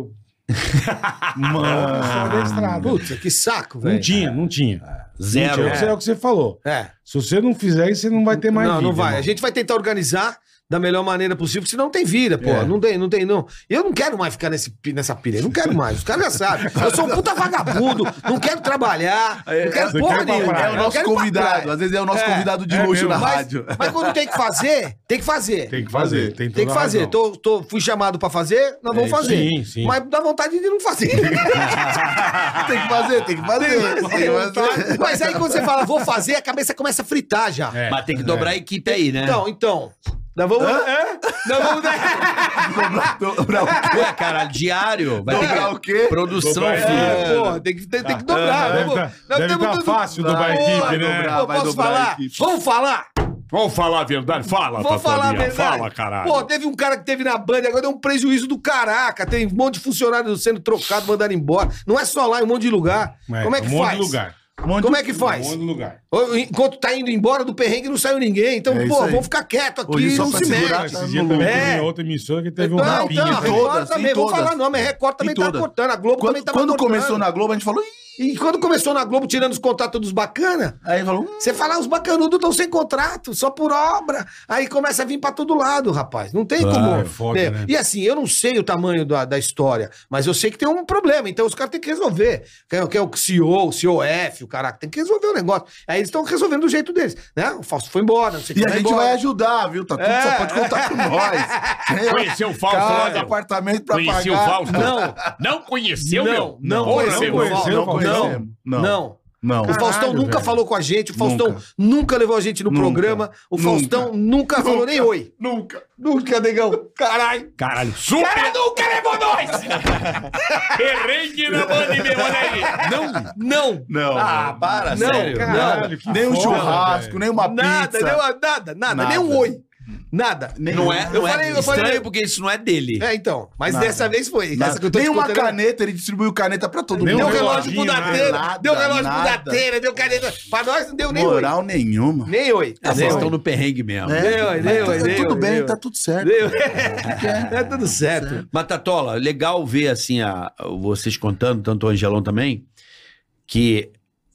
[SPEAKER 3] Eu... Só da estrada. Um
[SPEAKER 5] Putz, Ah, que saco, velho. Ah,
[SPEAKER 3] não tinha, não tinha. Não
[SPEAKER 4] Zero.
[SPEAKER 3] tinha, É. o que você falou.
[SPEAKER 5] É.
[SPEAKER 3] Se você não fizer isso, você não vai ter mais
[SPEAKER 5] não,
[SPEAKER 3] vida,
[SPEAKER 5] não vai.
[SPEAKER 3] irmão.
[SPEAKER 5] A gente vai tentar organizar da melhor maneira possível, porque senão não tem vida, pô.
[SPEAKER 3] É.
[SPEAKER 5] Não tem, não tem, não. Eu não quero mais ficar nesse, pi- nessa pilha. Eu não quero mais. Os caras já sabem. Eu sou um puta vagabundo. Não quero trabalhar. Não quero
[SPEAKER 3] É. Você
[SPEAKER 5] porra
[SPEAKER 3] quer ir pra
[SPEAKER 5] nenhuma.
[SPEAKER 3] praia.
[SPEAKER 6] É
[SPEAKER 5] Eu
[SPEAKER 6] o
[SPEAKER 5] quero
[SPEAKER 6] nosso
[SPEAKER 5] ir pra
[SPEAKER 6] convidado.
[SPEAKER 5] praia.
[SPEAKER 6] Às vezes é o nosso
[SPEAKER 5] É,
[SPEAKER 6] convidado de
[SPEAKER 3] é
[SPEAKER 6] luxo
[SPEAKER 3] mesmo.
[SPEAKER 6] na
[SPEAKER 5] Mas-
[SPEAKER 6] rádio.
[SPEAKER 5] Mas quando tem que fazer, tem que fazer.
[SPEAKER 3] Tem que fazer. Tem,
[SPEAKER 5] Tem que fazer. Tô, tô- fui chamado pra fazer, nós vamos
[SPEAKER 6] isso
[SPEAKER 5] fazer.
[SPEAKER 3] aí. É, Sim, sim.
[SPEAKER 5] Mas dá vontade de não fazer.
[SPEAKER 6] tem que fazer, tem que fazer. tem que fazer.
[SPEAKER 5] Mas aí quando você fala, vou fazer, a cabeça começa a fritar já.
[SPEAKER 3] É.
[SPEAKER 4] É. Mas tem que dobrar a
[SPEAKER 6] É
[SPEAKER 4] equipe aí, né?
[SPEAKER 5] Então, então. Nós vamos.
[SPEAKER 3] É?
[SPEAKER 5] Nós vamos.
[SPEAKER 6] Dobrar- dobrar o quê?
[SPEAKER 4] Ué, caralho, diário. Vai ter
[SPEAKER 6] Dobrar
[SPEAKER 4] que...
[SPEAKER 6] o quê?
[SPEAKER 4] Produção,
[SPEAKER 3] Dobrar-
[SPEAKER 4] filho.
[SPEAKER 5] É, porra, tem que, tem, tem que dobrar.
[SPEAKER 3] Deve
[SPEAKER 5] vamos-
[SPEAKER 3] tá-
[SPEAKER 5] nós
[SPEAKER 3] deve
[SPEAKER 5] temos
[SPEAKER 3] tá
[SPEAKER 5] tudo-
[SPEAKER 3] fácil dobrar a
[SPEAKER 5] Porra,
[SPEAKER 3] equipe, né?
[SPEAKER 5] dobrar,
[SPEAKER 6] Vai
[SPEAKER 5] posso
[SPEAKER 6] dobrar a
[SPEAKER 5] falar?
[SPEAKER 6] equipe.
[SPEAKER 5] Vamos falar?
[SPEAKER 1] Vamos falar a verdade? Fala,
[SPEAKER 5] Vamos falar a
[SPEAKER 1] Tatorinha.
[SPEAKER 5] verdade.
[SPEAKER 1] Fala, caralho.
[SPEAKER 5] Pô, teve um cara que teve na Band, agora deu um prejuízo do caraca. Tem um monte de funcionário sendo trocado, mandado embora. Não é só lá, é um monte de lugar. Como é que
[SPEAKER 3] um monte
[SPEAKER 5] faz?
[SPEAKER 3] de lugar.
[SPEAKER 5] Como é que
[SPEAKER 3] Um
[SPEAKER 5] faz?
[SPEAKER 3] monte de lugar.
[SPEAKER 5] Ô, Enquanto tá indo embora do perrengue, não saiu ninguém. Então,
[SPEAKER 6] É
[SPEAKER 5] pô,
[SPEAKER 6] isso aí.
[SPEAKER 5] vamos ficar quieto aqui
[SPEAKER 6] Hoje
[SPEAKER 5] e
[SPEAKER 6] só
[SPEAKER 5] não
[SPEAKER 6] pra
[SPEAKER 5] se mexe.
[SPEAKER 6] segurar,
[SPEAKER 3] Esse
[SPEAKER 6] tá
[SPEAKER 3] dia
[SPEAKER 6] no
[SPEAKER 3] também
[SPEAKER 5] lugar.
[SPEAKER 3] teve
[SPEAKER 5] É.
[SPEAKER 3] outra emissora que teve um
[SPEAKER 5] Não,
[SPEAKER 3] rapinha.
[SPEAKER 5] então, a
[SPEAKER 3] também.
[SPEAKER 5] Record
[SPEAKER 6] todas, em
[SPEAKER 5] também, vou
[SPEAKER 6] todas.
[SPEAKER 5] falar nome, a Record também
[SPEAKER 6] Em
[SPEAKER 5] tava
[SPEAKER 6] todas.
[SPEAKER 5] cortando, a Globo também
[SPEAKER 6] Quando,
[SPEAKER 5] tava
[SPEAKER 6] quando
[SPEAKER 5] cortando.
[SPEAKER 6] começou na Globo, a gente falou. "Ih",
[SPEAKER 5] E quando começou na Globo, tirando os contratos dos bacanas,
[SPEAKER 6] Aí falou. "Hum,
[SPEAKER 5] Você fala, "Ah, os bacanudos estão sem contrato, só por obra. Aí começa a vir pra todo lado, rapaz. Não tem como.
[SPEAKER 3] é foda,
[SPEAKER 5] É,
[SPEAKER 3] né?
[SPEAKER 5] E assim, eu não sei o tamanho da, da história, mas eu sei que tem um problema. Então os caras têm que resolver. Que é, que é o CEO, o COF, o caraca, tem que resolver o negócio. Aí eles estão resolvendo do jeito deles. Né? O Fausto foi embora, não sei o
[SPEAKER 6] E
[SPEAKER 5] que
[SPEAKER 6] a
[SPEAKER 5] foi
[SPEAKER 6] gente
[SPEAKER 5] embora. É.
[SPEAKER 6] vai ajudar, viu? Tá tudo, só pode contar com nós.
[SPEAKER 1] Conheceu o Fausto
[SPEAKER 6] Cara,
[SPEAKER 1] lá, meu?
[SPEAKER 6] apartamento pra pagar.
[SPEAKER 1] Conheceu o Fausto?
[SPEAKER 5] Não.
[SPEAKER 1] Não conheceu,
[SPEAKER 5] Não,
[SPEAKER 1] meu?
[SPEAKER 5] não
[SPEAKER 1] Porra,
[SPEAKER 5] conheceu,
[SPEAKER 1] meu.
[SPEAKER 5] não
[SPEAKER 6] Não
[SPEAKER 5] conheceu. Não,
[SPEAKER 6] conhecemos.
[SPEAKER 5] não.
[SPEAKER 6] Não. Não.
[SPEAKER 5] o Faustão nunca
[SPEAKER 3] velho.
[SPEAKER 5] falou com a gente, o Faustão nunca, levou a gente no
[SPEAKER 6] Nunca.
[SPEAKER 5] programa, o
[SPEAKER 6] Nunca.
[SPEAKER 5] Faustão nunca, falou nem oi.
[SPEAKER 6] Nunca.
[SPEAKER 5] Nunca, negão. Caralho.
[SPEAKER 1] Caralho, super! Cara, nunca levou nós! Perrengue na banda, meu, olha aí.
[SPEAKER 5] Não, não.
[SPEAKER 6] Não.
[SPEAKER 4] Ah, para,
[SPEAKER 5] Não,
[SPEAKER 4] sério.
[SPEAKER 5] cara.
[SPEAKER 3] Caralho, que
[SPEAKER 6] nem um
[SPEAKER 3] foda,
[SPEAKER 6] churrasco,
[SPEAKER 3] velho.
[SPEAKER 6] nem uma
[SPEAKER 5] Nada,
[SPEAKER 6] pizza.
[SPEAKER 5] deu- nada, nada,
[SPEAKER 6] Nada.
[SPEAKER 5] nem um oi. Nada.
[SPEAKER 4] Não é,
[SPEAKER 5] Eu
[SPEAKER 4] não é
[SPEAKER 5] falei, eu
[SPEAKER 4] estranho
[SPEAKER 5] falei.
[SPEAKER 4] porque isso não é dele.
[SPEAKER 5] É, então. Mas dessa vez foi.
[SPEAKER 6] Nada.
[SPEAKER 5] Essa que eu tô
[SPEAKER 6] Nem
[SPEAKER 5] te
[SPEAKER 6] uma
[SPEAKER 5] contando, né?
[SPEAKER 6] caneta, ele distribuiu caneta pra todo
[SPEAKER 3] Nem
[SPEAKER 6] mundo.
[SPEAKER 5] Deu
[SPEAKER 3] um
[SPEAKER 5] relógio pro
[SPEAKER 3] reloginho, né?
[SPEAKER 5] Datena. Deu
[SPEAKER 6] Nada,
[SPEAKER 5] relógio pro
[SPEAKER 6] nada.
[SPEAKER 5] Datena, deu caneta. Pra nós não deu nem oi.
[SPEAKER 6] Moral nenhuma.
[SPEAKER 5] Nem um oi.
[SPEAKER 4] Ah,
[SPEAKER 5] Nem
[SPEAKER 4] Vocês
[SPEAKER 5] oi.
[SPEAKER 4] estão no perrengue mesmo.
[SPEAKER 6] É,
[SPEAKER 5] Deu,
[SPEAKER 6] mas
[SPEAKER 5] deu,
[SPEAKER 6] tá-
[SPEAKER 5] deu,
[SPEAKER 6] Tudo bem,
[SPEAKER 5] deu.
[SPEAKER 6] tá tudo certo.
[SPEAKER 5] Deu. É tudo certo.
[SPEAKER 4] Mas, Tatola, legal ver assim a, vocês contando, tanto o Angelão também, que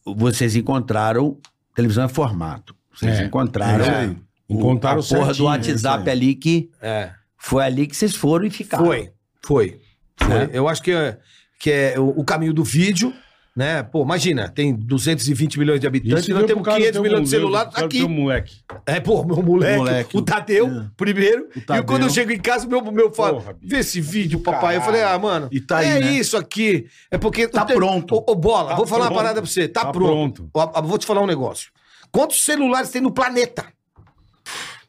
[SPEAKER 4] vocês encontraram. Televisão é formato. Vocês
[SPEAKER 3] É.
[SPEAKER 5] um
[SPEAKER 6] Tá
[SPEAKER 4] encontraram.
[SPEAKER 3] É.
[SPEAKER 4] o-
[SPEAKER 3] Encontraram
[SPEAKER 4] a porra do
[SPEAKER 3] certinho,
[SPEAKER 4] WhatsApp ali que
[SPEAKER 5] É.
[SPEAKER 4] foi ali que vocês foram e ficaram.
[SPEAKER 5] Foi, foi. foi.
[SPEAKER 4] Né?
[SPEAKER 5] Eu acho que é, que é o, o caminho do vídeo, né? Pô, imagina, tem 220 milhões de habitantes,
[SPEAKER 3] Isso
[SPEAKER 5] e nós
[SPEAKER 3] deu por
[SPEAKER 5] temos
[SPEAKER 3] causa
[SPEAKER 5] 500
[SPEAKER 3] do
[SPEAKER 5] milhões de
[SPEAKER 3] teu um
[SPEAKER 5] celulares
[SPEAKER 3] moleque, por causa um do
[SPEAKER 5] aqui.
[SPEAKER 3] teu moleque.
[SPEAKER 5] É, pô, meu moleque,
[SPEAKER 6] Moleque.
[SPEAKER 5] o Tadeu,
[SPEAKER 6] É.
[SPEAKER 5] primeiro.
[SPEAKER 6] Tadeu.
[SPEAKER 5] E quando eu chego em casa, meu, meu fala,
[SPEAKER 3] Porra, bicho.
[SPEAKER 5] vê esse vídeo, papai. Eu falei, ah, mano,
[SPEAKER 6] E tá aí,
[SPEAKER 5] é
[SPEAKER 6] né?
[SPEAKER 5] isso aqui. É porque...
[SPEAKER 6] Tá pronto.
[SPEAKER 5] Ô, ô, Bola,
[SPEAKER 3] Tá
[SPEAKER 5] vou falar
[SPEAKER 3] pronto.
[SPEAKER 5] uma parada pra você. Tá,
[SPEAKER 3] Tá
[SPEAKER 5] pronto.
[SPEAKER 3] pronto.
[SPEAKER 5] Ó, ó, vou te falar um negócio. Quantos celulares tem no planeta?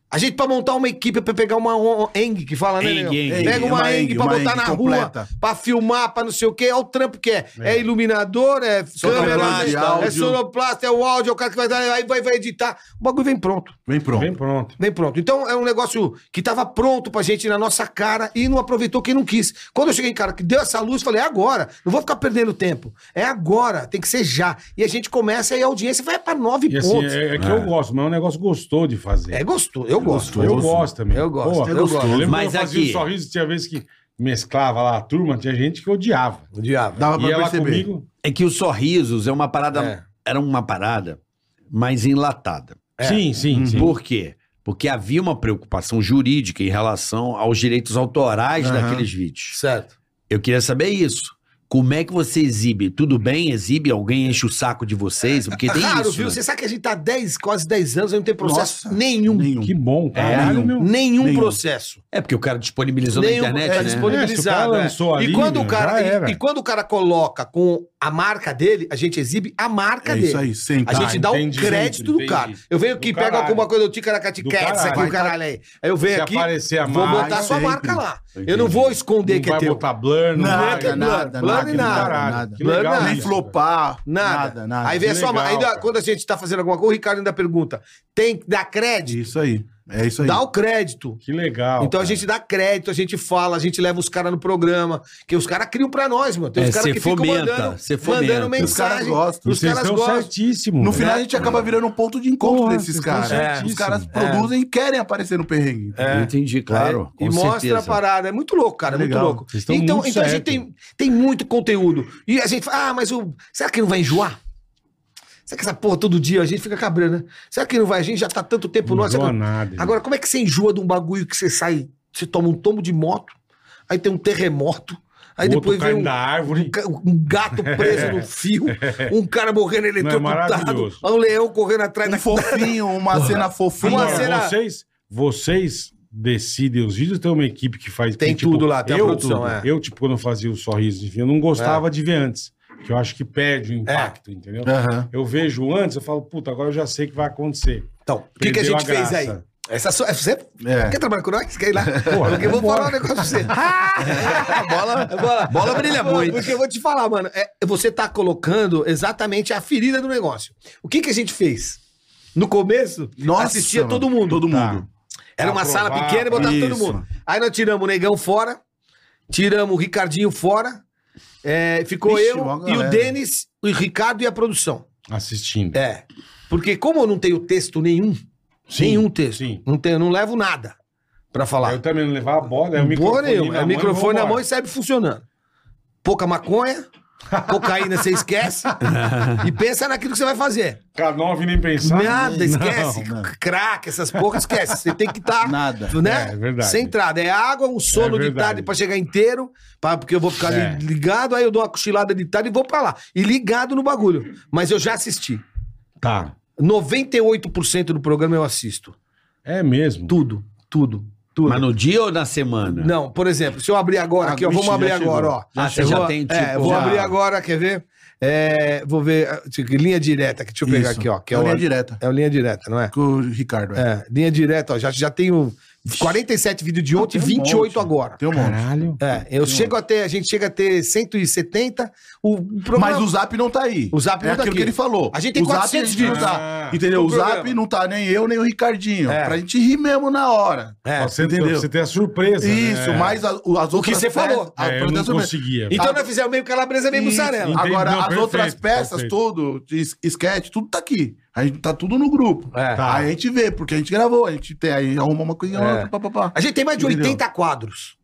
[SPEAKER 5] A gente, pra montar uma equipe, pra pegar uma on- Eng, que fala, né,
[SPEAKER 4] Eng,
[SPEAKER 5] Negão?
[SPEAKER 4] Eng.
[SPEAKER 5] Pega uma,
[SPEAKER 6] Uma
[SPEAKER 5] Eng
[SPEAKER 6] Eng,
[SPEAKER 5] pra
[SPEAKER 6] uma
[SPEAKER 5] botar
[SPEAKER 6] Eng
[SPEAKER 5] na rua,
[SPEAKER 6] completa.
[SPEAKER 5] pra filmar, pra não sei o quê. Olha o trampo que é. É, iluminador, é câmera,
[SPEAKER 6] Sonoplasta,
[SPEAKER 5] é
[SPEAKER 6] áudio.
[SPEAKER 5] sonoplasta, é o áudio, é o cara que vai dar, aí vai, vai editar. O bagulho vem pronto.
[SPEAKER 6] Vem pronto.
[SPEAKER 3] Bem pronto.
[SPEAKER 5] Bem pronto. Então é um negócio que tava pronto pra gente na nossa cara e não aproveitou quem não quis. Quando eu cheguei em cara que deu essa luz, falei, é agora. Não vou ficar perdendo tempo. É agora, tem que ser já. E a gente começa e a audiência vai pra nove
[SPEAKER 3] E assim,
[SPEAKER 5] pontos.
[SPEAKER 3] é, é que eu gosto, mas é um negócio gostou de fazer.
[SPEAKER 5] É gostoso, eu gosto.
[SPEAKER 3] Eu gosto também.
[SPEAKER 5] Eu gosto,
[SPEAKER 3] Porra,
[SPEAKER 5] eu
[SPEAKER 3] lembro
[SPEAKER 5] gosto.
[SPEAKER 3] quando Eu
[SPEAKER 4] Mas
[SPEAKER 3] Mas fazia
[SPEAKER 4] aqui-
[SPEAKER 3] o sorriso, tinha vezes que mesclava lá a turma, tinha gente que odiava.
[SPEAKER 5] O diabo.
[SPEAKER 6] Dava pra
[SPEAKER 3] Ia lá
[SPEAKER 6] perceber.
[SPEAKER 3] comigo,
[SPEAKER 4] É que os sorrisos é uma parada.
[SPEAKER 5] É.
[SPEAKER 4] Era uma parada mais enlatada.
[SPEAKER 5] É.
[SPEAKER 3] Sim, sim, sim.
[SPEAKER 4] Por quê? Porque havia uma preocupação jurídica em relação aos direitos autorais
[SPEAKER 6] Aham.
[SPEAKER 4] daqueles vídeos.
[SPEAKER 5] Certo.
[SPEAKER 4] Eu queria saber isso. Como é que você exibe? Tudo bem? Exibe? Alguém enche o saco de vocês? Porque tem
[SPEAKER 5] É Raro,
[SPEAKER 4] isso.
[SPEAKER 5] viu?
[SPEAKER 4] né?
[SPEAKER 5] Você sabe que a gente tá há 10, quase 10 anos e não tem processo
[SPEAKER 6] Nossa.
[SPEAKER 5] nenhum.
[SPEAKER 6] Nenhum.
[SPEAKER 3] Que bom,
[SPEAKER 4] É,
[SPEAKER 3] caralho, meu.
[SPEAKER 5] Nenhum,
[SPEAKER 6] Nenhum.
[SPEAKER 5] processo.
[SPEAKER 4] É porque o cara disponibilizou
[SPEAKER 5] Nenhum-
[SPEAKER 4] na internet,
[SPEAKER 5] é,
[SPEAKER 4] né?
[SPEAKER 5] disponibilizado,
[SPEAKER 3] É, se o cara lançou
[SPEAKER 5] é.
[SPEAKER 3] ali,
[SPEAKER 5] e quando o
[SPEAKER 3] meu,
[SPEAKER 5] cara
[SPEAKER 3] já
[SPEAKER 5] e-
[SPEAKER 3] era.
[SPEAKER 5] e, quando o cara coloca com a marca dele, a gente exibe a marca
[SPEAKER 6] É
[SPEAKER 5] dele.
[SPEAKER 6] isso aí, sempre.
[SPEAKER 5] A gente dá
[SPEAKER 3] Tá, entendi,
[SPEAKER 5] o crédito
[SPEAKER 3] entendi,
[SPEAKER 5] do
[SPEAKER 3] entendi.
[SPEAKER 5] cara. Eu venho aqui,
[SPEAKER 3] Do
[SPEAKER 5] pego
[SPEAKER 3] caralho.
[SPEAKER 5] alguma coisa, eu tiro
[SPEAKER 3] Do
[SPEAKER 5] Caracatiquetes
[SPEAKER 3] caralho.
[SPEAKER 5] aqui, o caralho aí. Aí eu venho
[SPEAKER 3] Se
[SPEAKER 5] é aqui,
[SPEAKER 3] aparecer a
[SPEAKER 5] vou
[SPEAKER 3] marca,
[SPEAKER 5] botar sua
[SPEAKER 6] sempre.
[SPEAKER 5] marca lá. Eu
[SPEAKER 4] Entendi.
[SPEAKER 5] não vou esconder que
[SPEAKER 3] não
[SPEAKER 5] é
[SPEAKER 3] vai
[SPEAKER 5] teu.
[SPEAKER 3] botar blur, não
[SPEAKER 5] Nada,
[SPEAKER 3] vai-
[SPEAKER 5] nada,
[SPEAKER 3] caralho.
[SPEAKER 5] nada,
[SPEAKER 6] nada.
[SPEAKER 3] Que
[SPEAKER 5] Nada. é
[SPEAKER 3] legal
[SPEAKER 6] Nem
[SPEAKER 3] isso,
[SPEAKER 6] flopar.
[SPEAKER 5] Nada.
[SPEAKER 6] Nada, nada.
[SPEAKER 5] Aí vem a sua
[SPEAKER 3] Legal,
[SPEAKER 5] marca. Ainda,
[SPEAKER 3] cara.
[SPEAKER 5] quando a gente tá fazendo alguma coisa, o Ricardo ainda pergunta: tem que dar crédito?
[SPEAKER 6] Isso aí. É isso aí.
[SPEAKER 5] Dá o crédito.
[SPEAKER 3] Que legal.
[SPEAKER 5] Então a
[SPEAKER 3] cara.
[SPEAKER 5] gente dá crédito, a gente fala, a gente leva os caras no programa, que os caras criam pra nós, mano. Tem
[SPEAKER 4] É,
[SPEAKER 5] os caras
[SPEAKER 4] cê
[SPEAKER 5] que ficam
[SPEAKER 4] fomenta,
[SPEAKER 5] mandando,
[SPEAKER 4] cê fomenta.
[SPEAKER 5] mandando mensagem.
[SPEAKER 6] Os caras gostam.
[SPEAKER 5] Os
[SPEAKER 3] Vocês
[SPEAKER 5] caras
[SPEAKER 3] estão
[SPEAKER 5] gostam. Né?
[SPEAKER 3] certíssimo.
[SPEAKER 6] No
[SPEAKER 3] velho.
[SPEAKER 6] final a gente acaba virando um ponto de encontro
[SPEAKER 3] Porra,
[SPEAKER 6] desses
[SPEAKER 5] é
[SPEAKER 3] vocês
[SPEAKER 6] caras.
[SPEAKER 3] estão
[SPEAKER 6] Os
[SPEAKER 3] certíssimos.
[SPEAKER 6] caras produzem e querem aparecer no perrengue.
[SPEAKER 4] Eu Entendi, claro.
[SPEAKER 5] É, e
[SPEAKER 4] com
[SPEAKER 5] mostra
[SPEAKER 4] certeza.
[SPEAKER 5] a parada. É muito louco, cara. É muito
[SPEAKER 6] Legal.
[SPEAKER 5] louco.
[SPEAKER 3] Vocês estão
[SPEAKER 5] Então,
[SPEAKER 3] muito
[SPEAKER 5] então a gente
[SPEAKER 3] certo.
[SPEAKER 5] tem, tem muito conteúdo. E a gente fala, ah, mas o, será que não vai enjoar? Será que essa porra todo dia a gente fica cabrando, né? Será que não vai? A gente já tá tanto tempo
[SPEAKER 3] Não
[SPEAKER 5] nós.
[SPEAKER 3] enjoa
[SPEAKER 5] Agora,
[SPEAKER 3] nada. gente.
[SPEAKER 5] agora, como é que você enjoa de um bagulho que você sai, você toma um tombo de moto, aí tem um terremoto, aí
[SPEAKER 3] O outro
[SPEAKER 5] depois vem
[SPEAKER 3] caindo
[SPEAKER 5] um,
[SPEAKER 3] da árvore.
[SPEAKER 5] ca- um gato preso no fio, um cara morrendo eletrocutado,
[SPEAKER 3] É. maravilhoso.
[SPEAKER 5] um leão correndo atrás
[SPEAKER 6] Um fofinho, uma cena fofinha.
[SPEAKER 5] Uma
[SPEAKER 3] Agora,
[SPEAKER 5] cena-
[SPEAKER 3] vocês, vocês decidem os vídeos, tem uma equipe que faz.
[SPEAKER 5] Tem
[SPEAKER 3] que, tipo,
[SPEAKER 5] tudo lá, tem a
[SPEAKER 3] eu,
[SPEAKER 5] produção, é.
[SPEAKER 3] Eu, tipo, quando eu fazia o sorriso, enfim, eu não gostava de ver antes. Que eu acho que perde
[SPEAKER 5] É.
[SPEAKER 3] o impacto, entendeu?
[SPEAKER 6] Aham.
[SPEAKER 3] Eu vejo antes, eu falo, puta, agora eu já sei o que vai acontecer.
[SPEAKER 5] Então, o que, que a
[SPEAKER 3] Perdeu
[SPEAKER 5] gente
[SPEAKER 3] a
[SPEAKER 5] fez
[SPEAKER 3] graça.
[SPEAKER 5] aí? Essa sua, você
[SPEAKER 6] É.
[SPEAKER 5] quer trabalhar com nós? Quer ir lá? porque eu vou
[SPEAKER 3] vambora.
[SPEAKER 5] falar um negócio pra você. É,
[SPEAKER 6] A É, bola,
[SPEAKER 5] bola,
[SPEAKER 6] bola brilha muito.
[SPEAKER 5] Porque eu vou te falar, mano, é, você tá colocando exatamente a ferida do negócio. O que, que a gente fez? No começo, assistia
[SPEAKER 6] mano.
[SPEAKER 5] todo mundo. Tá.
[SPEAKER 6] Todo mundo.
[SPEAKER 5] Era uma
[SPEAKER 3] Aprovava.
[SPEAKER 5] sala pequena e botava todo
[SPEAKER 6] Isso.
[SPEAKER 5] mundo. Aí nós tiramos o Negão fora, tiramos o Ricardinho fora, é, ficou
[SPEAKER 6] Vixe, mó
[SPEAKER 5] eu e
[SPEAKER 6] galera.
[SPEAKER 5] o Denis, o Ricardo e a produção.
[SPEAKER 3] Assistindo.
[SPEAKER 5] É. Porque como eu não tenho texto nenhum,
[SPEAKER 3] Sim,
[SPEAKER 5] nenhum texto,
[SPEAKER 3] sim.
[SPEAKER 5] Não, tenho, não levo nada pra falar.
[SPEAKER 3] Eu também não levava a bola, é o
[SPEAKER 5] Porra
[SPEAKER 3] microfone.
[SPEAKER 5] nenhuma.
[SPEAKER 3] na
[SPEAKER 5] É
[SPEAKER 3] mão e
[SPEAKER 5] microfone na
[SPEAKER 3] vambora.
[SPEAKER 5] mão e serve funcionando. Pouca maconha, cocaína você esquece e pensa naquilo que você vai fazer.
[SPEAKER 3] K9 um nem pensar.
[SPEAKER 5] Nada, esquece.
[SPEAKER 6] não.
[SPEAKER 5] Crack, essas porcas, esquece. Você tem que estar...
[SPEAKER 6] Nada.
[SPEAKER 5] Né?
[SPEAKER 3] É, é verdade.
[SPEAKER 5] Sem entrada. É água, um sono
[SPEAKER 3] É
[SPEAKER 5] de
[SPEAKER 3] verdade.
[SPEAKER 5] tarde pra chegar inteiro, pra, porque eu vou ficar
[SPEAKER 3] É.
[SPEAKER 5] li- ligado, aí eu dou uma cochilada de tarde e vou pra lá. E ligado no bagulho. Mas eu já assisti.
[SPEAKER 3] Tá.
[SPEAKER 5] 98% do programa eu assisto.
[SPEAKER 3] É mesmo.
[SPEAKER 5] Tudo, tudo, tudo.
[SPEAKER 4] Mas no dia ou na semana?
[SPEAKER 5] Não, por exemplo, se eu abrir agora aqui, ó,
[SPEAKER 6] Vixe,
[SPEAKER 5] vamos abrir
[SPEAKER 6] já chegou.
[SPEAKER 5] agora, ó.
[SPEAKER 4] Ah, você
[SPEAKER 5] Eu
[SPEAKER 4] já
[SPEAKER 5] vou-
[SPEAKER 4] tem,
[SPEAKER 5] É,
[SPEAKER 4] tipo,
[SPEAKER 5] vou
[SPEAKER 4] já-
[SPEAKER 5] abrir agora, quer ver? É, vou ver, ah, tipo, linha direta aqui, deixa eu pegar
[SPEAKER 6] Isso.
[SPEAKER 5] aqui, ó. Que
[SPEAKER 6] é
[SPEAKER 5] é,
[SPEAKER 6] a
[SPEAKER 5] o,
[SPEAKER 6] linha direta.
[SPEAKER 5] é o linha direta, não é?
[SPEAKER 6] Com o Ricardo. É.
[SPEAKER 5] É, linha direta, ó, já, já tenho 47 vídeos
[SPEAKER 6] Ah,
[SPEAKER 5] de ontem e
[SPEAKER 3] tem um
[SPEAKER 5] 28
[SPEAKER 3] monte, né?
[SPEAKER 5] agora.
[SPEAKER 6] Tem um monte.
[SPEAKER 3] Caralho.
[SPEAKER 5] É, eu chego até, a gente chega a ter 170. O programa-
[SPEAKER 6] Mas o Zap não tá aí.
[SPEAKER 5] O Zap não
[SPEAKER 6] é
[SPEAKER 5] tá
[SPEAKER 6] aquilo
[SPEAKER 5] aqui.
[SPEAKER 6] que ele falou.
[SPEAKER 5] A gente tem
[SPEAKER 6] o
[SPEAKER 5] 400
[SPEAKER 6] Zap, a gente
[SPEAKER 5] vídeos.
[SPEAKER 6] não tá.
[SPEAKER 3] Ah,
[SPEAKER 6] entendeu?
[SPEAKER 5] do
[SPEAKER 6] O Zap
[SPEAKER 5] programa.
[SPEAKER 6] não tá nem eu, nem o Ricardinho.
[SPEAKER 5] É.
[SPEAKER 6] Pra gente rir mesmo na hora.
[SPEAKER 5] É.
[SPEAKER 3] você,
[SPEAKER 6] entendeu?
[SPEAKER 3] você tem a surpresa.
[SPEAKER 6] Isso,
[SPEAKER 3] né?
[SPEAKER 6] mas a- as outras Ah,
[SPEAKER 5] que você
[SPEAKER 6] peças-
[SPEAKER 5] falou.
[SPEAKER 6] as
[SPEAKER 3] É, eu
[SPEAKER 6] outras
[SPEAKER 3] não
[SPEAKER 6] peças-
[SPEAKER 3] conseguia.
[SPEAKER 5] Então
[SPEAKER 6] Tá.
[SPEAKER 5] nós fizemos meio calabresa, meio
[SPEAKER 6] Isso.
[SPEAKER 5] mussarela.
[SPEAKER 3] Entendi.
[SPEAKER 6] Agora,
[SPEAKER 3] Não,
[SPEAKER 6] as
[SPEAKER 3] perfeito,
[SPEAKER 6] outras peças,
[SPEAKER 3] perfeito.
[SPEAKER 6] tudo, es- sketch, tudo tá aqui. A gente tá tudo no grupo.
[SPEAKER 5] É.
[SPEAKER 3] Tá.
[SPEAKER 6] Aí a gente vê, porque a gente gravou, a gente tem, aí arruma uma coisinha
[SPEAKER 5] É.
[SPEAKER 6] lá, pá, pá, pá.
[SPEAKER 5] A gente tem mais de 80 quadros.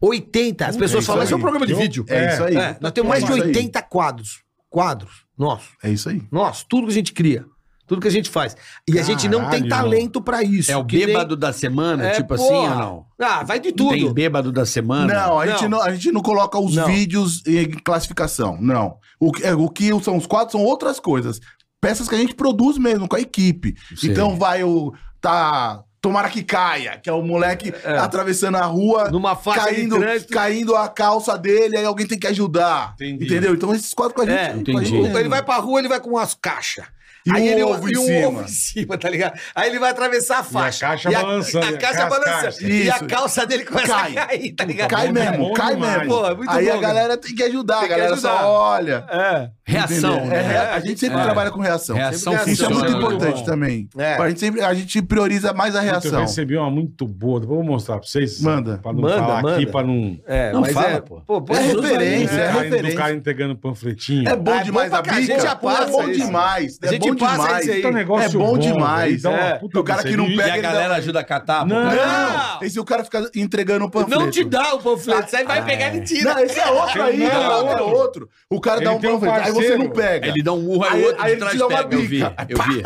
[SPEAKER 5] 80. As pessoas
[SPEAKER 6] isso
[SPEAKER 5] falam,
[SPEAKER 6] aí.
[SPEAKER 5] esse é um programa de
[SPEAKER 3] Eu-
[SPEAKER 5] vídeo.
[SPEAKER 6] É, isso aí.
[SPEAKER 5] É, nós temos mais de
[SPEAKER 6] É isso aí.
[SPEAKER 5] 80 quadros. Quadros. Nossa.
[SPEAKER 6] É isso aí.
[SPEAKER 5] Nossa, tudo que a gente cria. Tudo que a gente faz. E a gente não tem
[SPEAKER 3] Caralho.
[SPEAKER 5] talento pra isso.
[SPEAKER 4] É o
[SPEAKER 5] que nem-
[SPEAKER 4] bêbado da semana,
[SPEAKER 5] É,
[SPEAKER 4] tipo assim
[SPEAKER 5] porra.
[SPEAKER 4] ou não?
[SPEAKER 5] Ah, vai de tudo.
[SPEAKER 4] Tem bêbado da semana?
[SPEAKER 6] Não, a
[SPEAKER 5] Não.
[SPEAKER 6] gente não, a gente não coloca os
[SPEAKER 5] Não.
[SPEAKER 6] vídeos em classificação, não. O, que- é, o que são os quadros são outras coisas. Peças que a gente produz mesmo com a equipe.
[SPEAKER 4] Sim.
[SPEAKER 6] Então vai o. Tá. Tomara que caia, que é o moleque atravessando a rua,
[SPEAKER 5] Numa faixa de
[SPEAKER 6] caindo,
[SPEAKER 5] trânsito.
[SPEAKER 6] caindo a calça dele, aí alguém tem que ajudar.
[SPEAKER 3] Entendi.
[SPEAKER 6] Entendeu? Então esses quadros com a gente.
[SPEAKER 5] É,
[SPEAKER 6] com a
[SPEAKER 4] entendi.
[SPEAKER 6] gente
[SPEAKER 5] O- Ele
[SPEAKER 6] mesmo.
[SPEAKER 5] vai pra rua, ele vai com umas caixas.
[SPEAKER 6] E um
[SPEAKER 5] ele,
[SPEAKER 6] ovo
[SPEAKER 5] e
[SPEAKER 6] em
[SPEAKER 5] um
[SPEAKER 6] cima.
[SPEAKER 5] ovo em cima, tá ligado? Aí ele vai atravessar a faixa.
[SPEAKER 3] caixa balançando,
[SPEAKER 5] A,
[SPEAKER 3] e a
[SPEAKER 5] caixa
[SPEAKER 3] ca-
[SPEAKER 5] balançando.
[SPEAKER 3] caixa.
[SPEAKER 5] E a
[SPEAKER 6] Isso.
[SPEAKER 5] calça dele começa
[SPEAKER 6] Cai.
[SPEAKER 5] a cair, tá ligado?
[SPEAKER 6] Cai mesmo,
[SPEAKER 3] bom
[SPEAKER 6] cai
[SPEAKER 3] demais.
[SPEAKER 6] mesmo.
[SPEAKER 5] Pô, é muito
[SPEAKER 6] aí
[SPEAKER 5] bom,
[SPEAKER 6] a galera tem que ajudar, a
[SPEAKER 5] Tem que
[SPEAKER 6] galera
[SPEAKER 5] ajudar.
[SPEAKER 6] só olha.
[SPEAKER 5] É.
[SPEAKER 4] Reação.
[SPEAKER 6] Entendeu?
[SPEAKER 4] né?
[SPEAKER 6] É, a gente sempre
[SPEAKER 4] É.
[SPEAKER 6] trabalha com reação.
[SPEAKER 4] Reação
[SPEAKER 6] Sempre- Isso é muito
[SPEAKER 4] funciona, né?
[SPEAKER 6] importante
[SPEAKER 3] Muito bom.
[SPEAKER 6] também.
[SPEAKER 5] É.
[SPEAKER 6] A gente sempre a gente prioriza mais a
[SPEAKER 3] Puta, Eu
[SPEAKER 6] reação.
[SPEAKER 3] recebi uma muito boa, depois eu vou mostrar pra vocês.
[SPEAKER 6] Manda.
[SPEAKER 3] Pra não
[SPEAKER 5] Manda,
[SPEAKER 3] falar aqui,
[SPEAKER 5] manda.
[SPEAKER 3] pra não...
[SPEAKER 5] É,
[SPEAKER 4] Não
[SPEAKER 5] mas
[SPEAKER 4] fala,
[SPEAKER 5] é,
[SPEAKER 4] pô.
[SPEAKER 5] pô
[SPEAKER 6] É
[SPEAKER 5] é
[SPEAKER 6] referência,
[SPEAKER 3] Do
[SPEAKER 6] é
[SPEAKER 5] referência.
[SPEAKER 3] cara- do
[SPEAKER 6] referência.
[SPEAKER 3] cara entregando panfletinho.
[SPEAKER 6] É bom
[SPEAKER 5] Ah, é
[SPEAKER 6] demais
[SPEAKER 5] bom
[SPEAKER 6] a
[SPEAKER 5] pra cá, a gente
[SPEAKER 6] bicha.
[SPEAKER 5] já passa
[SPEAKER 6] é bom
[SPEAKER 5] isso.
[SPEAKER 6] demais.
[SPEAKER 5] A gente
[SPEAKER 6] é bom
[SPEAKER 5] passa
[SPEAKER 6] demais.
[SPEAKER 5] isso aí.
[SPEAKER 3] Puta negócio
[SPEAKER 6] é bom demais,
[SPEAKER 3] velho, dá uma
[SPEAKER 5] é.
[SPEAKER 3] puta
[SPEAKER 6] O cara que não
[SPEAKER 3] e-
[SPEAKER 4] E
[SPEAKER 6] pega-
[SPEAKER 4] a galera ajuda a catar?
[SPEAKER 3] Não.
[SPEAKER 4] pô?
[SPEAKER 5] Não!
[SPEAKER 6] Não! Esse é o cara fica entregando o panfleto.
[SPEAKER 5] Ah! Não te dá o panfleto, Ah, você vai pegar e tira.
[SPEAKER 6] Não, esse é outro aí,
[SPEAKER 3] Não,
[SPEAKER 6] cara,
[SPEAKER 3] é
[SPEAKER 6] é
[SPEAKER 3] outro.
[SPEAKER 6] outro. O cara
[SPEAKER 3] Ele
[SPEAKER 6] dá um
[SPEAKER 3] tem um
[SPEAKER 6] panfleto, aí você
[SPEAKER 3] parceiro.
[SPEAKER 6] não pega.
[SPEAKER 4] Ele dá um murro, aí
[SPEAKER 6] Aí-
[SPEAKER 4] o outro
[SPEAKER 6] aí
[SPEAKER 4] de
[SPEAKER 6] ele
[SPEAKER 4] trás
[SPEAKER 6] te dá uma
[SPEAKER 4] pega. Eu vi,
[SPEAKER 6] bica.
[SPEAKER 4] eu vi.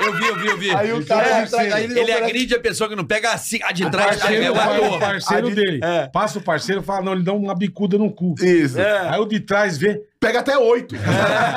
[SPEAKER 4] Eu vi, eu vi, eu vi.
[SPEAKER 6] Aí o
[SPEAKER 3] Ele
[SPEAKER 6] cara
[SPEAKER 3] tem um
[SPEAKER 6] ele traz- aí
[SPEAKER 3] parceiro.
[SPEAKER 6] ele
[SPEAKER 4] Ele
[SPEAKER 6] dá um pra-
[SPEAKER 4] agride a pessoa que não pega a, ci- a de trás, tá
[SPEAKER 3] Parceiro,
[SPEAKER 4] ligado?
[SPEAKER 3] vai
[SPEAKER 4] É
[SPEAKER 3] o
[SPEAKER 4] o
[SPEAKER 3] parceiro
[SPEAKER 6] A de-
[SPEAKER 3] dele. Passa o parceiro e fala, não, ele dá uma bicuda no cu.
[SPEAKER 6] Isso.
[SPEAKER 3] Aí o de trás vê.
[SPEAKER 6] Pega até oito.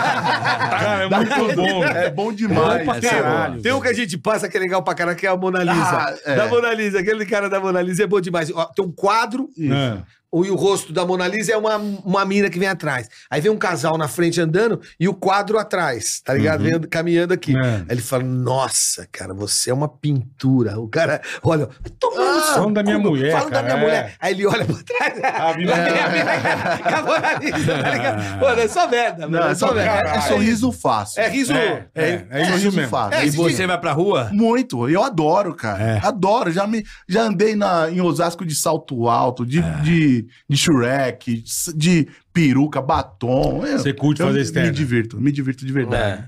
[SPEAKER 3] Cara, é muito É. bom.
[SPEAKER 6] É
[SPEAKER 3] velho.
[SPEAKER 6] bom
[SPEAKER 3] Bom
[SPEAKER 6] demais.
[SPEAKER 3] pra
[SPEAKER 4] essa é boa.
[SPEAKER 3] caralho.
[SPEAKER 5] Tem um que a gente passa que é legal pra caralho, que é a Mona Lisa.
[SPEAKER 6] Ah, é.
[SPEAKER 5] Da Mona Lisa, aquele cara da Mona Lisa é bom demais. Ó, Tem um quadro
[SPEAKER 3] É.
[SPEAKER 5] o, e o rosto da Mona Lisa é uma, uma mina que vem atrás. Aí vem um casal na frente andando e o quadro atrás, tá ligado? Vendo, caminhando aqui.
[SPEAKER 3] Uhum. É.
[SPEAKER 5] Aí ele fala: Nossa, cara, você é uma pintura. O cara, olha, toma
[SPEAKER 3] Ah, falando da minha mulher,
[SPEAKER 5] Falando da
[SPEAKER 3] cara,
[SPEAKER 5] minha
[SPEAKER 3] é.
[SPEAKER 5] mulher. Aí ele olha pra trás.
[SPEAKER 3] A é mina-
[SPEAKER 6] É,
[SPEAKER 5] lá vem a mina com a Mona Lisa, tá ligado? Mano, é só
[SPEAKER 3] tá
[SPEAKER 5] merda, mano.
[SPEAKER 6] Não,
[SPEAKER 5] É
[SPEAKER 6] é,
[SPEAKER 5] só merda.
[SPEAKER 6] é sorriso fácil.
[SPEAKER 5] É riso.
[SPEAKER 3] É, é, é isso mesmo. É.
[SPEAKER 6] fácil.
[SPEAKER 4] E você vai pra rua?
[SPEAKER 6] Muito, eu adoro, cara. Adoro. Já, me, já andei na, em Osasco de salto alto, de,
[SPEAKER 3] É.
[SPEAKER 6] de, de Shrek, de peruca, batom. Eu-
[SPEAKER 3] Você curte
[SPEAKER 6] eu
[SPEAKER 3] fazer
[SPEAKER 6] me-
[SPEAKER 3] externa?
[SPEAKER 6] Me divirto, me divirto de verdade.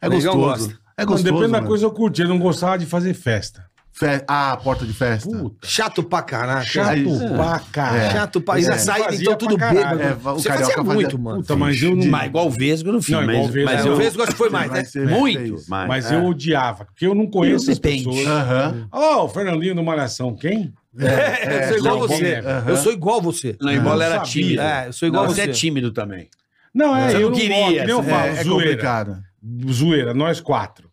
[SPEAKER 6] É,
[SPEAKER 5] Negão
[SPEAKER 6] gostoso.
[SPEAKER 5] gosta.
[SPEAKER 6] É
[SPEAKER 3] Não,
[SPEAKER 6] gostoso.
[SPEAKER 3] depende da
[SPEAKER 6] mano.
[SPEAKER 3] coisa eu curti. Eu não gostava de fazer festa.
[SPEAKER 6] Fe- Ah, porta de festa.
[SPEAKER 3] Puta,
[SPEAKER 5] Chato pra caralho.
[SPEAKER 3] chato
[SPEAKER 6] aí-
[SPEAKER 3] pra
[SPEAKER 5] É.
[SPEAKER 3] caralho.
[SPEAKER 5] Chato pra. E
[SPEAKER 3] É.
[SPEAKER 5] na saída,
[SPEAKER 3] Fazia
[SPEAKER 5] então, tudo
[SPEAKER 3] pra caralho.
[SPEAKER 5] bêbado.
[SPEAKER 6] É, o
[SPEAKER 5] Você
[SPEAKER 6] carioca
[SPEAKER 5] fazia
[SPEAKER 6] fazia-
[SPEAKER 5] muito, mano.
[SPEAKER 3] Puta, mas eu não.
[SPEAKER 4] Mas igual o Vesgo eu não fiz.
[SPEAKER 3] Não, igual o
[SPEAKER 4] mas,
[SPEAKER 3] Vesgo
[SPEAKER 4] mas
[SPEAKER 3] eu
[SPEAKER 4] eu,
[SPEAKER 5] Eu vejo que acho que foi mais, né?
[SPEAKER 6] Mas você-
[SPEAKER 4] Muito. Mas-
[SPEAKER 3] Mas eu odiava, porque eu não conheço
[SPEAKER 4] Eu
[SPEAKER 3] as
[SPEAKER 4] depende.
[SPEAKER 3] pessoas.
[SPEAKER 6] Aham.
[SPEAKER 3] Ó, o Fernandinho do Malhação, quem?
[SPEAKER 6] é,
[SPEAKER 5] eu sou igual
[SPEAKER 3] não,
[SPEAKER 5] você. É.
[SPEAKER 3] bom, né?
[SPEAKER 5] Eu sou igual você.
[SPEAKER 4] Não, igual
[SPEAKER 3] Eu
[SPEAKER 4] ela era
[SPEAKER 3] sabia.
[SPEAKER 4] tímido.
[SPEAKER 5] É, eu sou igual
[SPEAKER 4] Não,
[SPEAKER 5] você.
[SPEAKER 4] é tímido também.
[SPEAKER 3] Não, é,
[SPEAKER 4] Você não
[SPEAKER 3] eu não
[SPEAKER 4] queria,
[SPEAKER 3] gosto, que nem eu
[SPEAKER 4] é,
[SPEAKER 3] falo,
[SPEAKER 6] É, é
[SPEAKER 3] zoeira.
[SPEAKER 6] complicado.
[SPEAKER 3] zoeira, nós quatro.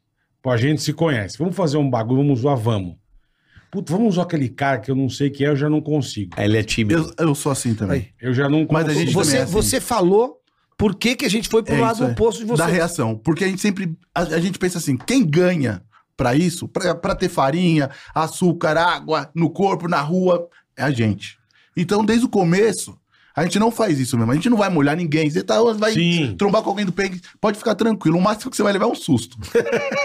[SPEAKER 3] Pô, a gente se conhece. Vamos fazer um bagulho, vamos zoar, vamos. Putz, vamos zoar aquele cara que eu não sei quem é, eu já não consigo.
[SPEAKER 4] Ele é tímido.
[SPEAKER 6] Eu, eu sou assim também.
[SPEAKER 3] Eu já não
[SPEAKER 6] Mas a
[SPEAKER 3] consigo.
[SPEAKER 6] gente
[SPEAKER 5] Você,
[SPEAKER 6] também é assim.
[SPEAKER 5] você falou por que, que a gente foi pro
[SPEAKER 6] É isso
[SPEAKER 5] lado
[SPEAKER 6] aí.
[SPEAKER 5] oposto de você.
[SPEAKER 6] Da reação. Porque a gente sempre. A, a gente pensa assim: quem ganha pra isso, pra, pra ter farinha, açúcar, água, no corpo, na rua, é a gente. Então, desde o começo, a gente não faz isso mesmo. A gente não vai molhar ninguém. Você tá, vai
[SPEAKER 3] Sim.
[SPEAKER 6] trombar com alguém do PEG. Pode ficar tranquilo. O máximo que você vai levar é um susto.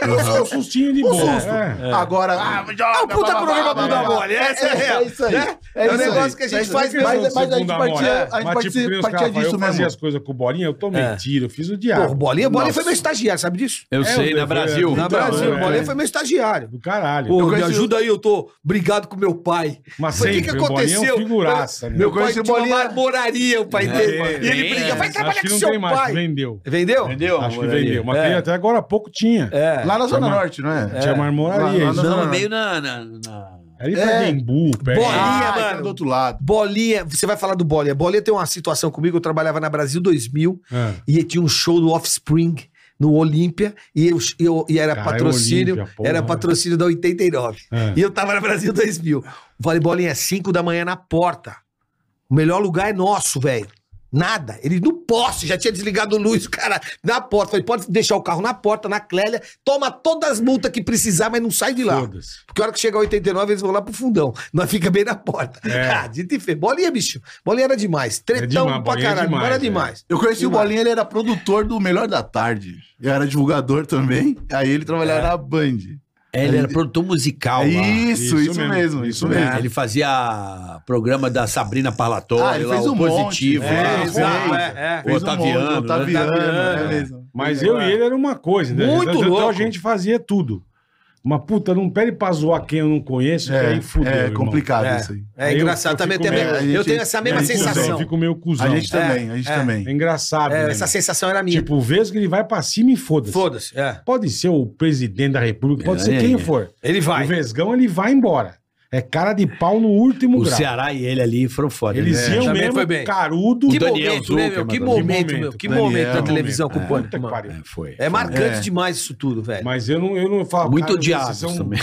[SPEAKER 3] É um sustinho de
[SPEAKER 6] Um
[SPEAKER 3] boa.
[SPEAKER 6] susto.
[SPEAKER 3] é.
[SPEAKER 6] Agora. Ah, joga,
[SPEAKER 5] É um puta programa pro
[SPEAKER 6] Ah,
[SPEAKER 5] dar mole, essa é a real,
[SPEAKER 6] isso aí.
[SPEAKER 5] né? É
[SPEAKER 6] isso
[SPEAKER 5] um
[SPEAKER 6] aí.
[SPEAKER 5] negócio que a gente
[SPEAKER 6] É isso
[SPEAKER 5] faz
[SPEAKER 6] aí.
[SPEAKER 5] mesmo.
[SPEAKER 6] Mas, mas a gente
[SPEAKER 3] um Segunda
[SPEAKER 6] partia,
[SPEAKER 3] moda.
[SPEAKER 6] a gente
[SPEAKER 3] Mas, tipo,
[SPEAKER 6] partia,
[SPEAKER 3] que nem os
[SPEAKER 6] partia
[SPEAKER 3] caras falam,
[SPEAKER 6] disso
[SPEAKER 3] Eu fazia
[SPEAKER 6] mesmo.
[SPEAKER 3] as coisas com o Bolinha, eu tomei
[SPEAKER 5] É.
[SPEAKER 3] tiro, eu fiz o
[SPEAKER 5] Porra,
[SPEAKER 3] diabo.
[SPEAKER 5] Bolinha, é Bolinha
[SPEAKER 6] Nossa.
[SPEAKER 5] foi meu estagiário, sabe disso?
[SPEAKER 4] Eu, sei, na
[SPEAKER 3] eu-
[SPEAKER 4] Brasil.
[SPEAKER 5] Na
[SPEAKER 3] Então,
[SPEAKER 5] Brasil,
[SPEAKER 3] é.
[SPEAKER 5] Bolinha foi meu estagiário.
[SPEAKER 3] Do caralho.
[SPEAKER 5] Pô,
[SPEAKER 6] conheci
[SPEAKER 5] me
[SPEAKER 6] o-
[SPEAKER 5] ajuda aí, eu tô brigado com meu pai.
[SPEAKER 3] Mas
[SPEAKER 5] Foi,
[SPEAKER 3] sempre, o Bolinha é um figuraça, né?
[SPEAKER 5] meu pai
[SPEAKER 6] conheci o É,
[SPEAKER 5] tinha uma
[SPEAKER 6] Bolinha-
[SPEAKER 5] moraria, o pai dele. E ele
[SPEAKER 4] tem,
[SPEAKER 5] briga,
[SPEAKER 4] é.
[SPEAKER 5] vai
[SPEAKER 3] Acho
[SPEAKER 5] trabalhar
[SPEAKER 3] que
[SPEAKER 5] com
[SPEAKER 3] assim não
[SPEAKER 5] seu
[SPEAKER 3] tem mais,
[SPEAKER 5] pai.
[SPEAKER 3] vendeu.
[SPEAKER 5] Vendeu?
[SPEAKER 4] Entendeu?
[SPEAKER 3] Acho que
[SPEAKER 4] Moraria?
[SPEAKER 3] vendeu. Mas
[SPEAKER 5] É.
[SPEAKER 3] tem até agora há pouco tinha.
[SPEAKER 5] É.
[SPEAKER 6] Lá na Zona
[SPEAKER 3] Chama-
[SPEAKER 6] Norte, não é?
[SPEAKER 3] Tinha mais moraria.
[SPEAKER 6] Lá- lá
[SPEAKER 3] isso.
[SPEAKER 6] na
[SPEAKER 4] Não,
[SPEAKER 6] Zona
[SPEAKER 4] no
[SPEAKER 6] Norte.
[SPEAKER 4] é, meio na... na- na-
[SPEAKER 3] Ali perto
[SPEAKER 6] É.
[SPEAKER 3] de Embu, perto.
[SPEAKER 5] Bolinha.
[SPEAKER 3] Ah,
[SPEAKER 6] Ah,
[SPEAKER 5] mano.
[SPEAKER 6] então do outro lado.
[SPEAKER 5] Bolinha, você vai falar do Bolinha. Bolinha tem uma situação comigo, eu trabalhava na Brasil 2000
[SPEAKER 3] É.
[SPEAKER 5] e tinha um show do Offspring no Olímpia e, eu, eu- e era
[SPEAKER 3] Caralho,
[SPEAKER 5] patrocínio,
[SPEAKER 3] é Olímpia, porra.
[SPEAKER 5] era patrocínio da 89.
[SPEAKER 3] É.
[SPEAKER 5] E eu tava na Brasil 2000. Falei, Bolinha, 5 da manhã na porta. O melhor lugar é nosso, velho. Nada. Ele no poste, já tinha desligado luz, cara, na porta. Falei, pode deixar o carro na porta, na Clélia, toma todas as multas que precisar, mas não sai de lá.
[SPEAKER 3] Foda-se.
[SPEAKER 5] Porque a hora que chegar 89, eles vão lá pro fundão. Nós fica bem na porta.
[SPEAKER 3] É.
[SPEAKER 5] Ah, dito e feito. Bolinha, bicho. Bolinha era demais. Tretão
[SPEAKER 3] demais,
[SPEAKER 5] pra
[SPEAKER 3] Bolinha é
[SPEAKER 5] caralho.
[SPEAKER 3] demais,
[SPEAKER 5] era
[SPEAKER 3] é.
[SPEAKER 5] demais.
[SPEAKER 6] Eu conheci o
[SPEAKER 5] Demais.
[SPEAKER 6] Bolinha, ele era produtor do Melhor da Tarde. Eu era divulgador também. Aí ele trabalhava na Band. É
[SPEAKER 4] Ele era produtor musical lá.
[SPEAKER 6] Isso, isso, mesmo, isso mesmo.
[SPEAKER 4] É, Ele fazia programa da Sabrina Parlatore,
[SPEAKER 6] Ah, ele
[SPEAKER 4] lá,
[SPEAKER 6] fez
[SPEAKER 4] o
[SPEAKER 6] um
[SPEAKER 4] Positivo.
[SPEAKER 6] monte,
[SPEAKER 5] Tá
[SPEAKER 4] lá,
[SPEAKER 6] fez,
[SPEAKER 4] o-
[SPEAKER 6] fez.
[SPEAKER 5] é,
[SPEAKER 4] o
[SPEAKER 6] Fez um
[SPEAKER 4] Otaviano.
[SPEAKER 6] monte,
[SPEAKER 4] né?
[SPEAKER 6] Otaviano,
[SPEAKER 5] Otaviano,
[SPEAKER 6] é
[SPEAKER 5] é.
[SPEAKER 6] mesmo.
[SPEAKER 3] Mas eu e ele era uma coisa, né?
[SPEAKER 5] Muito
[SPEAKER 3] Então,
[SPEAKER 5] louco.
[SPEAKER 3] a gente fazia tudo. Mas, puta, não pede pra zoar quem eu não conheço, que aí fudeu,
[SPEAKER 6] É, é
[SPEAKER 3] irmão.
[SPEAKER 6] complicado
[SPEAKER 5] É.
[SPEAKER 6] isso aí.
[SPEAKER 5] É
[SPEAKER 3] Eu-
[SPEAKER 5] engraçado
[SPEAKER 3] eu
[SPEAKER 5] também. Eu,
[SPEAKER 3] fico
[SPEAKER 5] também-
[SPEAKER 6] meio- a
[SPEAKER 5] eu
[SPEAKER 6] gente-
[SPEAKER 5] tenho essa mesma
[SPEAKER 3] Aí, cuzão,
[SPEAKER 5] sensação.
[SPEAKER 3] Eu fico meio cuzão.
[SPEAKER 6] A gente
[SPEAKER 5] É,
[SPEAKER 6] também, a gente
[SPEAKER 5] é.
[SPEAKER 6] também.
[SPEAKER 3] É engraçado.
[SPEAKER 5] É,
[SPEAKER 3] né,
[SPEAKER 5] essa
[SPEAKER 3] meu?
[SPEAKER 5] sensação era minha.
[SPEAKER 3] Tipo, o Vesgo, ele vai pra cima e foda-se.
[SPEAKER 5] Foda-se. É.
[SPEAKER 3] Pode ser o presidente da república, pode ser
[SPEAKER 4] É,
[SPEAKER 3] quem
[SPEAKER 4] é.
[SPEAKER 3] for.
[SPEAKER 5] Ele vai.
[SPEAKER 3] O Vesgão, ele vai embora. É cara de pau no último
[SPEAKER 4] O
[SPEAKER 3] grau.
[SPEAKER 4] Ceará e ele ali foram foda.
[SPEAKER 3] Eles
[SPEAKER 4] né?
[SPEAKER 3] iam
[SPEAKER 5] também
[SPEAKER 3] mesmo,
[SPEAKER 5] foi bem.
[SPEAKER 3] carudo.
[SPEAKER 5] Que
[SPEAKER 4] Daniel
[SPEAKER 5] momento, né, meu?
[SPEAKER 4] Zuckerman
[SPEAKER 5] Que
[SPEAKER 4] também.
[SPEAKER 5] momento,
[SPEAKER 3] Que
[SPEAKER 5] meu. Que
[SPEAKER 6] momento.
[SPEAKER 5] momento da
[SPEAKER 6] Daniel,
[SPEAKER 5] televisão
[SPEAKER 3] momento.
[SPEAKER 5] com o Pânico,
[SPEAKER 3] Puta que
[SPEAKER 5] mano.
[SPEAKER 3] pariu.
[SPEAKER 4] É, foi.
[SPEAKER 5] É marcante
[SPEAKER 6] É.
[SPEAKER 5] demais isso tudo, velho.
[SPEAKER 3] Mas eu não, eu não falo...
[SPEAKER 4] Muito
[SPEAKER 3] cara,
[SPEAKER 4] odiado
[SPEAKER 3] vocês são- um
[SPEAKER 4] também.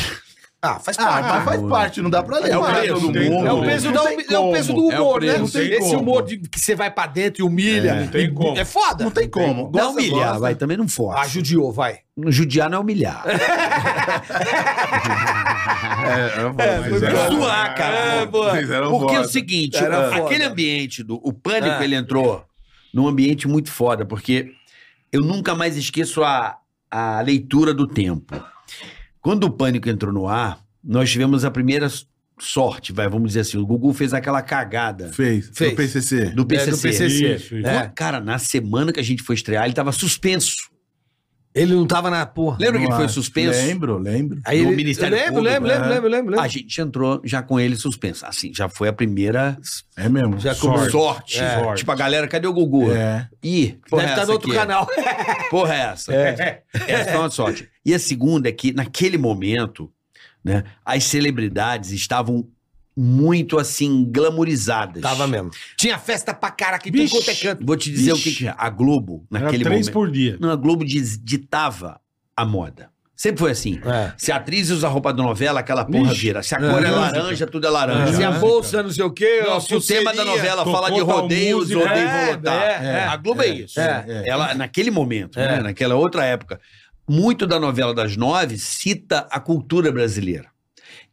[SPEAKER 5] Ah, faz
[SPEAKER 6] Ah,
[SPEAKER 5] parte.
[SPEAKER 6] mas faz parte, não dá pra
[SPEAKER 4] É o
[SPEAKER 6] levar
[SPEAKER 4] preço,
[SPEAKER 6] todo
[SPEAKER 3] tem
[SPEAKER 6] mundo.
[SPEAKER 3] como.
[SPEAKER 5] É o peso, da,
[SPEAKER 6] Não tem
[SPEAKER 5] humi- é o peso do
[SPEAKER 6] como.
[SPEAKER 4] É o
[SPEAKER 5] humor, né?
[SPEAKER 4] preço.
[SPEAKER 3] Não tem
[SPEAKER 5] Esse
[SPEAKER 3] como.
[SPEAKER 5] humor de, que você vai pra dentro e humilha.
[SPEAKER 3] Não tem
[SPEAKER 5] E-
[SPEAKER 3] como.
[SPEAKER 5] É foda.
[SPEAKER 6] Não tem como.
[SPEAKER 4] Não é
[SPEAKER 6] Gosta,
[SPEAKER 4] humilhar,
[SPEAKER 6] gosta.
[SPEAKER 4] vai, também não força.
[SPEAKER 5] Ah, judiou, vai.
[SPEAKER 4] Judiar não é humilhar.
[SPEAKER 6] É, eu vou, mas
[SPEAKER 3] foi
[SPEAKER 6] é.
[SPEAKER 3] bom.
[SPEAKER 4] zoar, cara.
[SPEAKER 5] É, boa.
[SPEAKER 6] Vocês eram
[SPEAKER 4] Porque é o
[SPEAKER 6] foda.
[SPEAKER 4] seguinte,
[SPEAKER 5] Era foda.
[SPEAKER 4] aquele ambiente do. O pânico,
[SPEAKER 5] É.
[SPEAKER 4] ele entrou num ambiente muito foda, porque eu nunca mais esqueço a, a leitura do tempo. Quando o pânico entrou no ar, nós tivemos a primeira sorte, vai, vamos dizer assim. O Gugu fez aquela cagada
[SPEAKER 6] Fez,
[SPEAKER 5] Fez.
[SPEAKER 6] É, do PCC.
[SPEAKER 4] do PCC.
[SPEAKER 5] do PCC.
[SPEAKER 3] Isso, isso.
[SPEAKER 5] É.
[SPEAKER 4] Quando- Cara, na semana que a gente foi estrear, ele tava suspenso.
[SPEAKER 5] Ele não tava na porra.
[SPEAKER 4] Lembra que ele
[SPEAKER 6] Não
[SPEAKER 4] foi
[SPEAKER 6] acho.
[SPEAKER 4] suspenso?
[SPEAKER 6] Lembro, lembro.
[SPEAKER 5] Aí
[SPEAKER 4] Do
[SPEAKER 5] ele,
[SPEAKER 4] Ministério
[SPEAKER 5] eu lembro,
[SPEAKER 4] Público,
[SPEAKER 5] lembro,
[SPEAKER 4] né?
[SPEAKER 5] lembro, lembro, lembro,
[SPEAKER 4] A gente entrou já com ele suspenso. Assim, já foi a primeira
[SPEAKER 6] É mesmo.
[SPEAKER 5] Já
[SPEAKER 3] Sorte.
[SPEAKER 5] começou.
[SPEAKER 4] sorte.
[SPEAKER 3] É. Sorte.
[SPEAKER 4] Tipo, a galera, cadê o Gugu?
[SPEAKER 6] É.
[SPEAKER 4] Ih, porra
[SPEAKER 5] Deve
[SPEAKER 4] é
[SPEAKER 5] estar
[SPEAKER 4] essa
[SPEAKER 5] no outro
[SPEAKER 4] aqui?
[SPEAKER 5] canal.
[SPEAKER 4] Porra é essa?
[SPEAKER 3] É.
[SPEAKER 4] Essa foi uma sorte. E a segunda é que, naquele momento, né, as celebridades estavam muito, assim, glamorizadas.
[SPEAKER 5] Tava mesmo. Tinha festa pra cara que
[SPEAKER 3] Vixe.
[SPEAKER 5] tudo quanto é canto.
[SPEAKER 4] Vou te dizer
[SPEAKER 3] Ixi.
[SPEAKER 4] o que que é. A Globo,
[SPEAKER 3] Era
[SPEAKER 4] naquele
[SPEAKER 3] três
[SPEAKER 4] momento...
[SPEAKER 3] por dia.
[SPEAKER 4] Não, a Globo diz- ditava a moda. Sempre foi assim.
[SPEAKER 5] É.
[SPEAKER 4] Se a atriz usa a roupa da novela, aquela porra
[SPEAKER 3] Ixi.
[SPEAKER 4] vira. Se a cor é,
[SPEAKER 5] É.
[SPEAKER 4] laranja, tudo é
[SPEAKER 5] Se
[SPEAKER 4] laranja.
[SPEAKER 5] a bolsa, não sei o quê.
[SPEAKER 4] Não,
[SPEAKER 5] a
[SPEAKER 4] se o tema da
[SPEAKER 5] pulseirinha.
[SPEAKER 4] novela
[SPEAKER 3] tocou
[SPEAKER 4] fala de
[SPEAKER 3] tal
[SPEAKER 4] rodeios,
[SPEAKER 3] música,
[SPEAKER 4] odeio
[SPEAKER 5] é,
[SPEAKER 4] voltar.
[SPEAKER 5] é, é.
[SPEAKER 4] a Globo é, isso.
[SPEAKER 5] é,
[SPEAKER 4] Ela, naquele momento,
[SPEAKER 5] É.
[SPEAKER 4] né, naquela outra época, muito da novela das nove cita a cultura brasileira.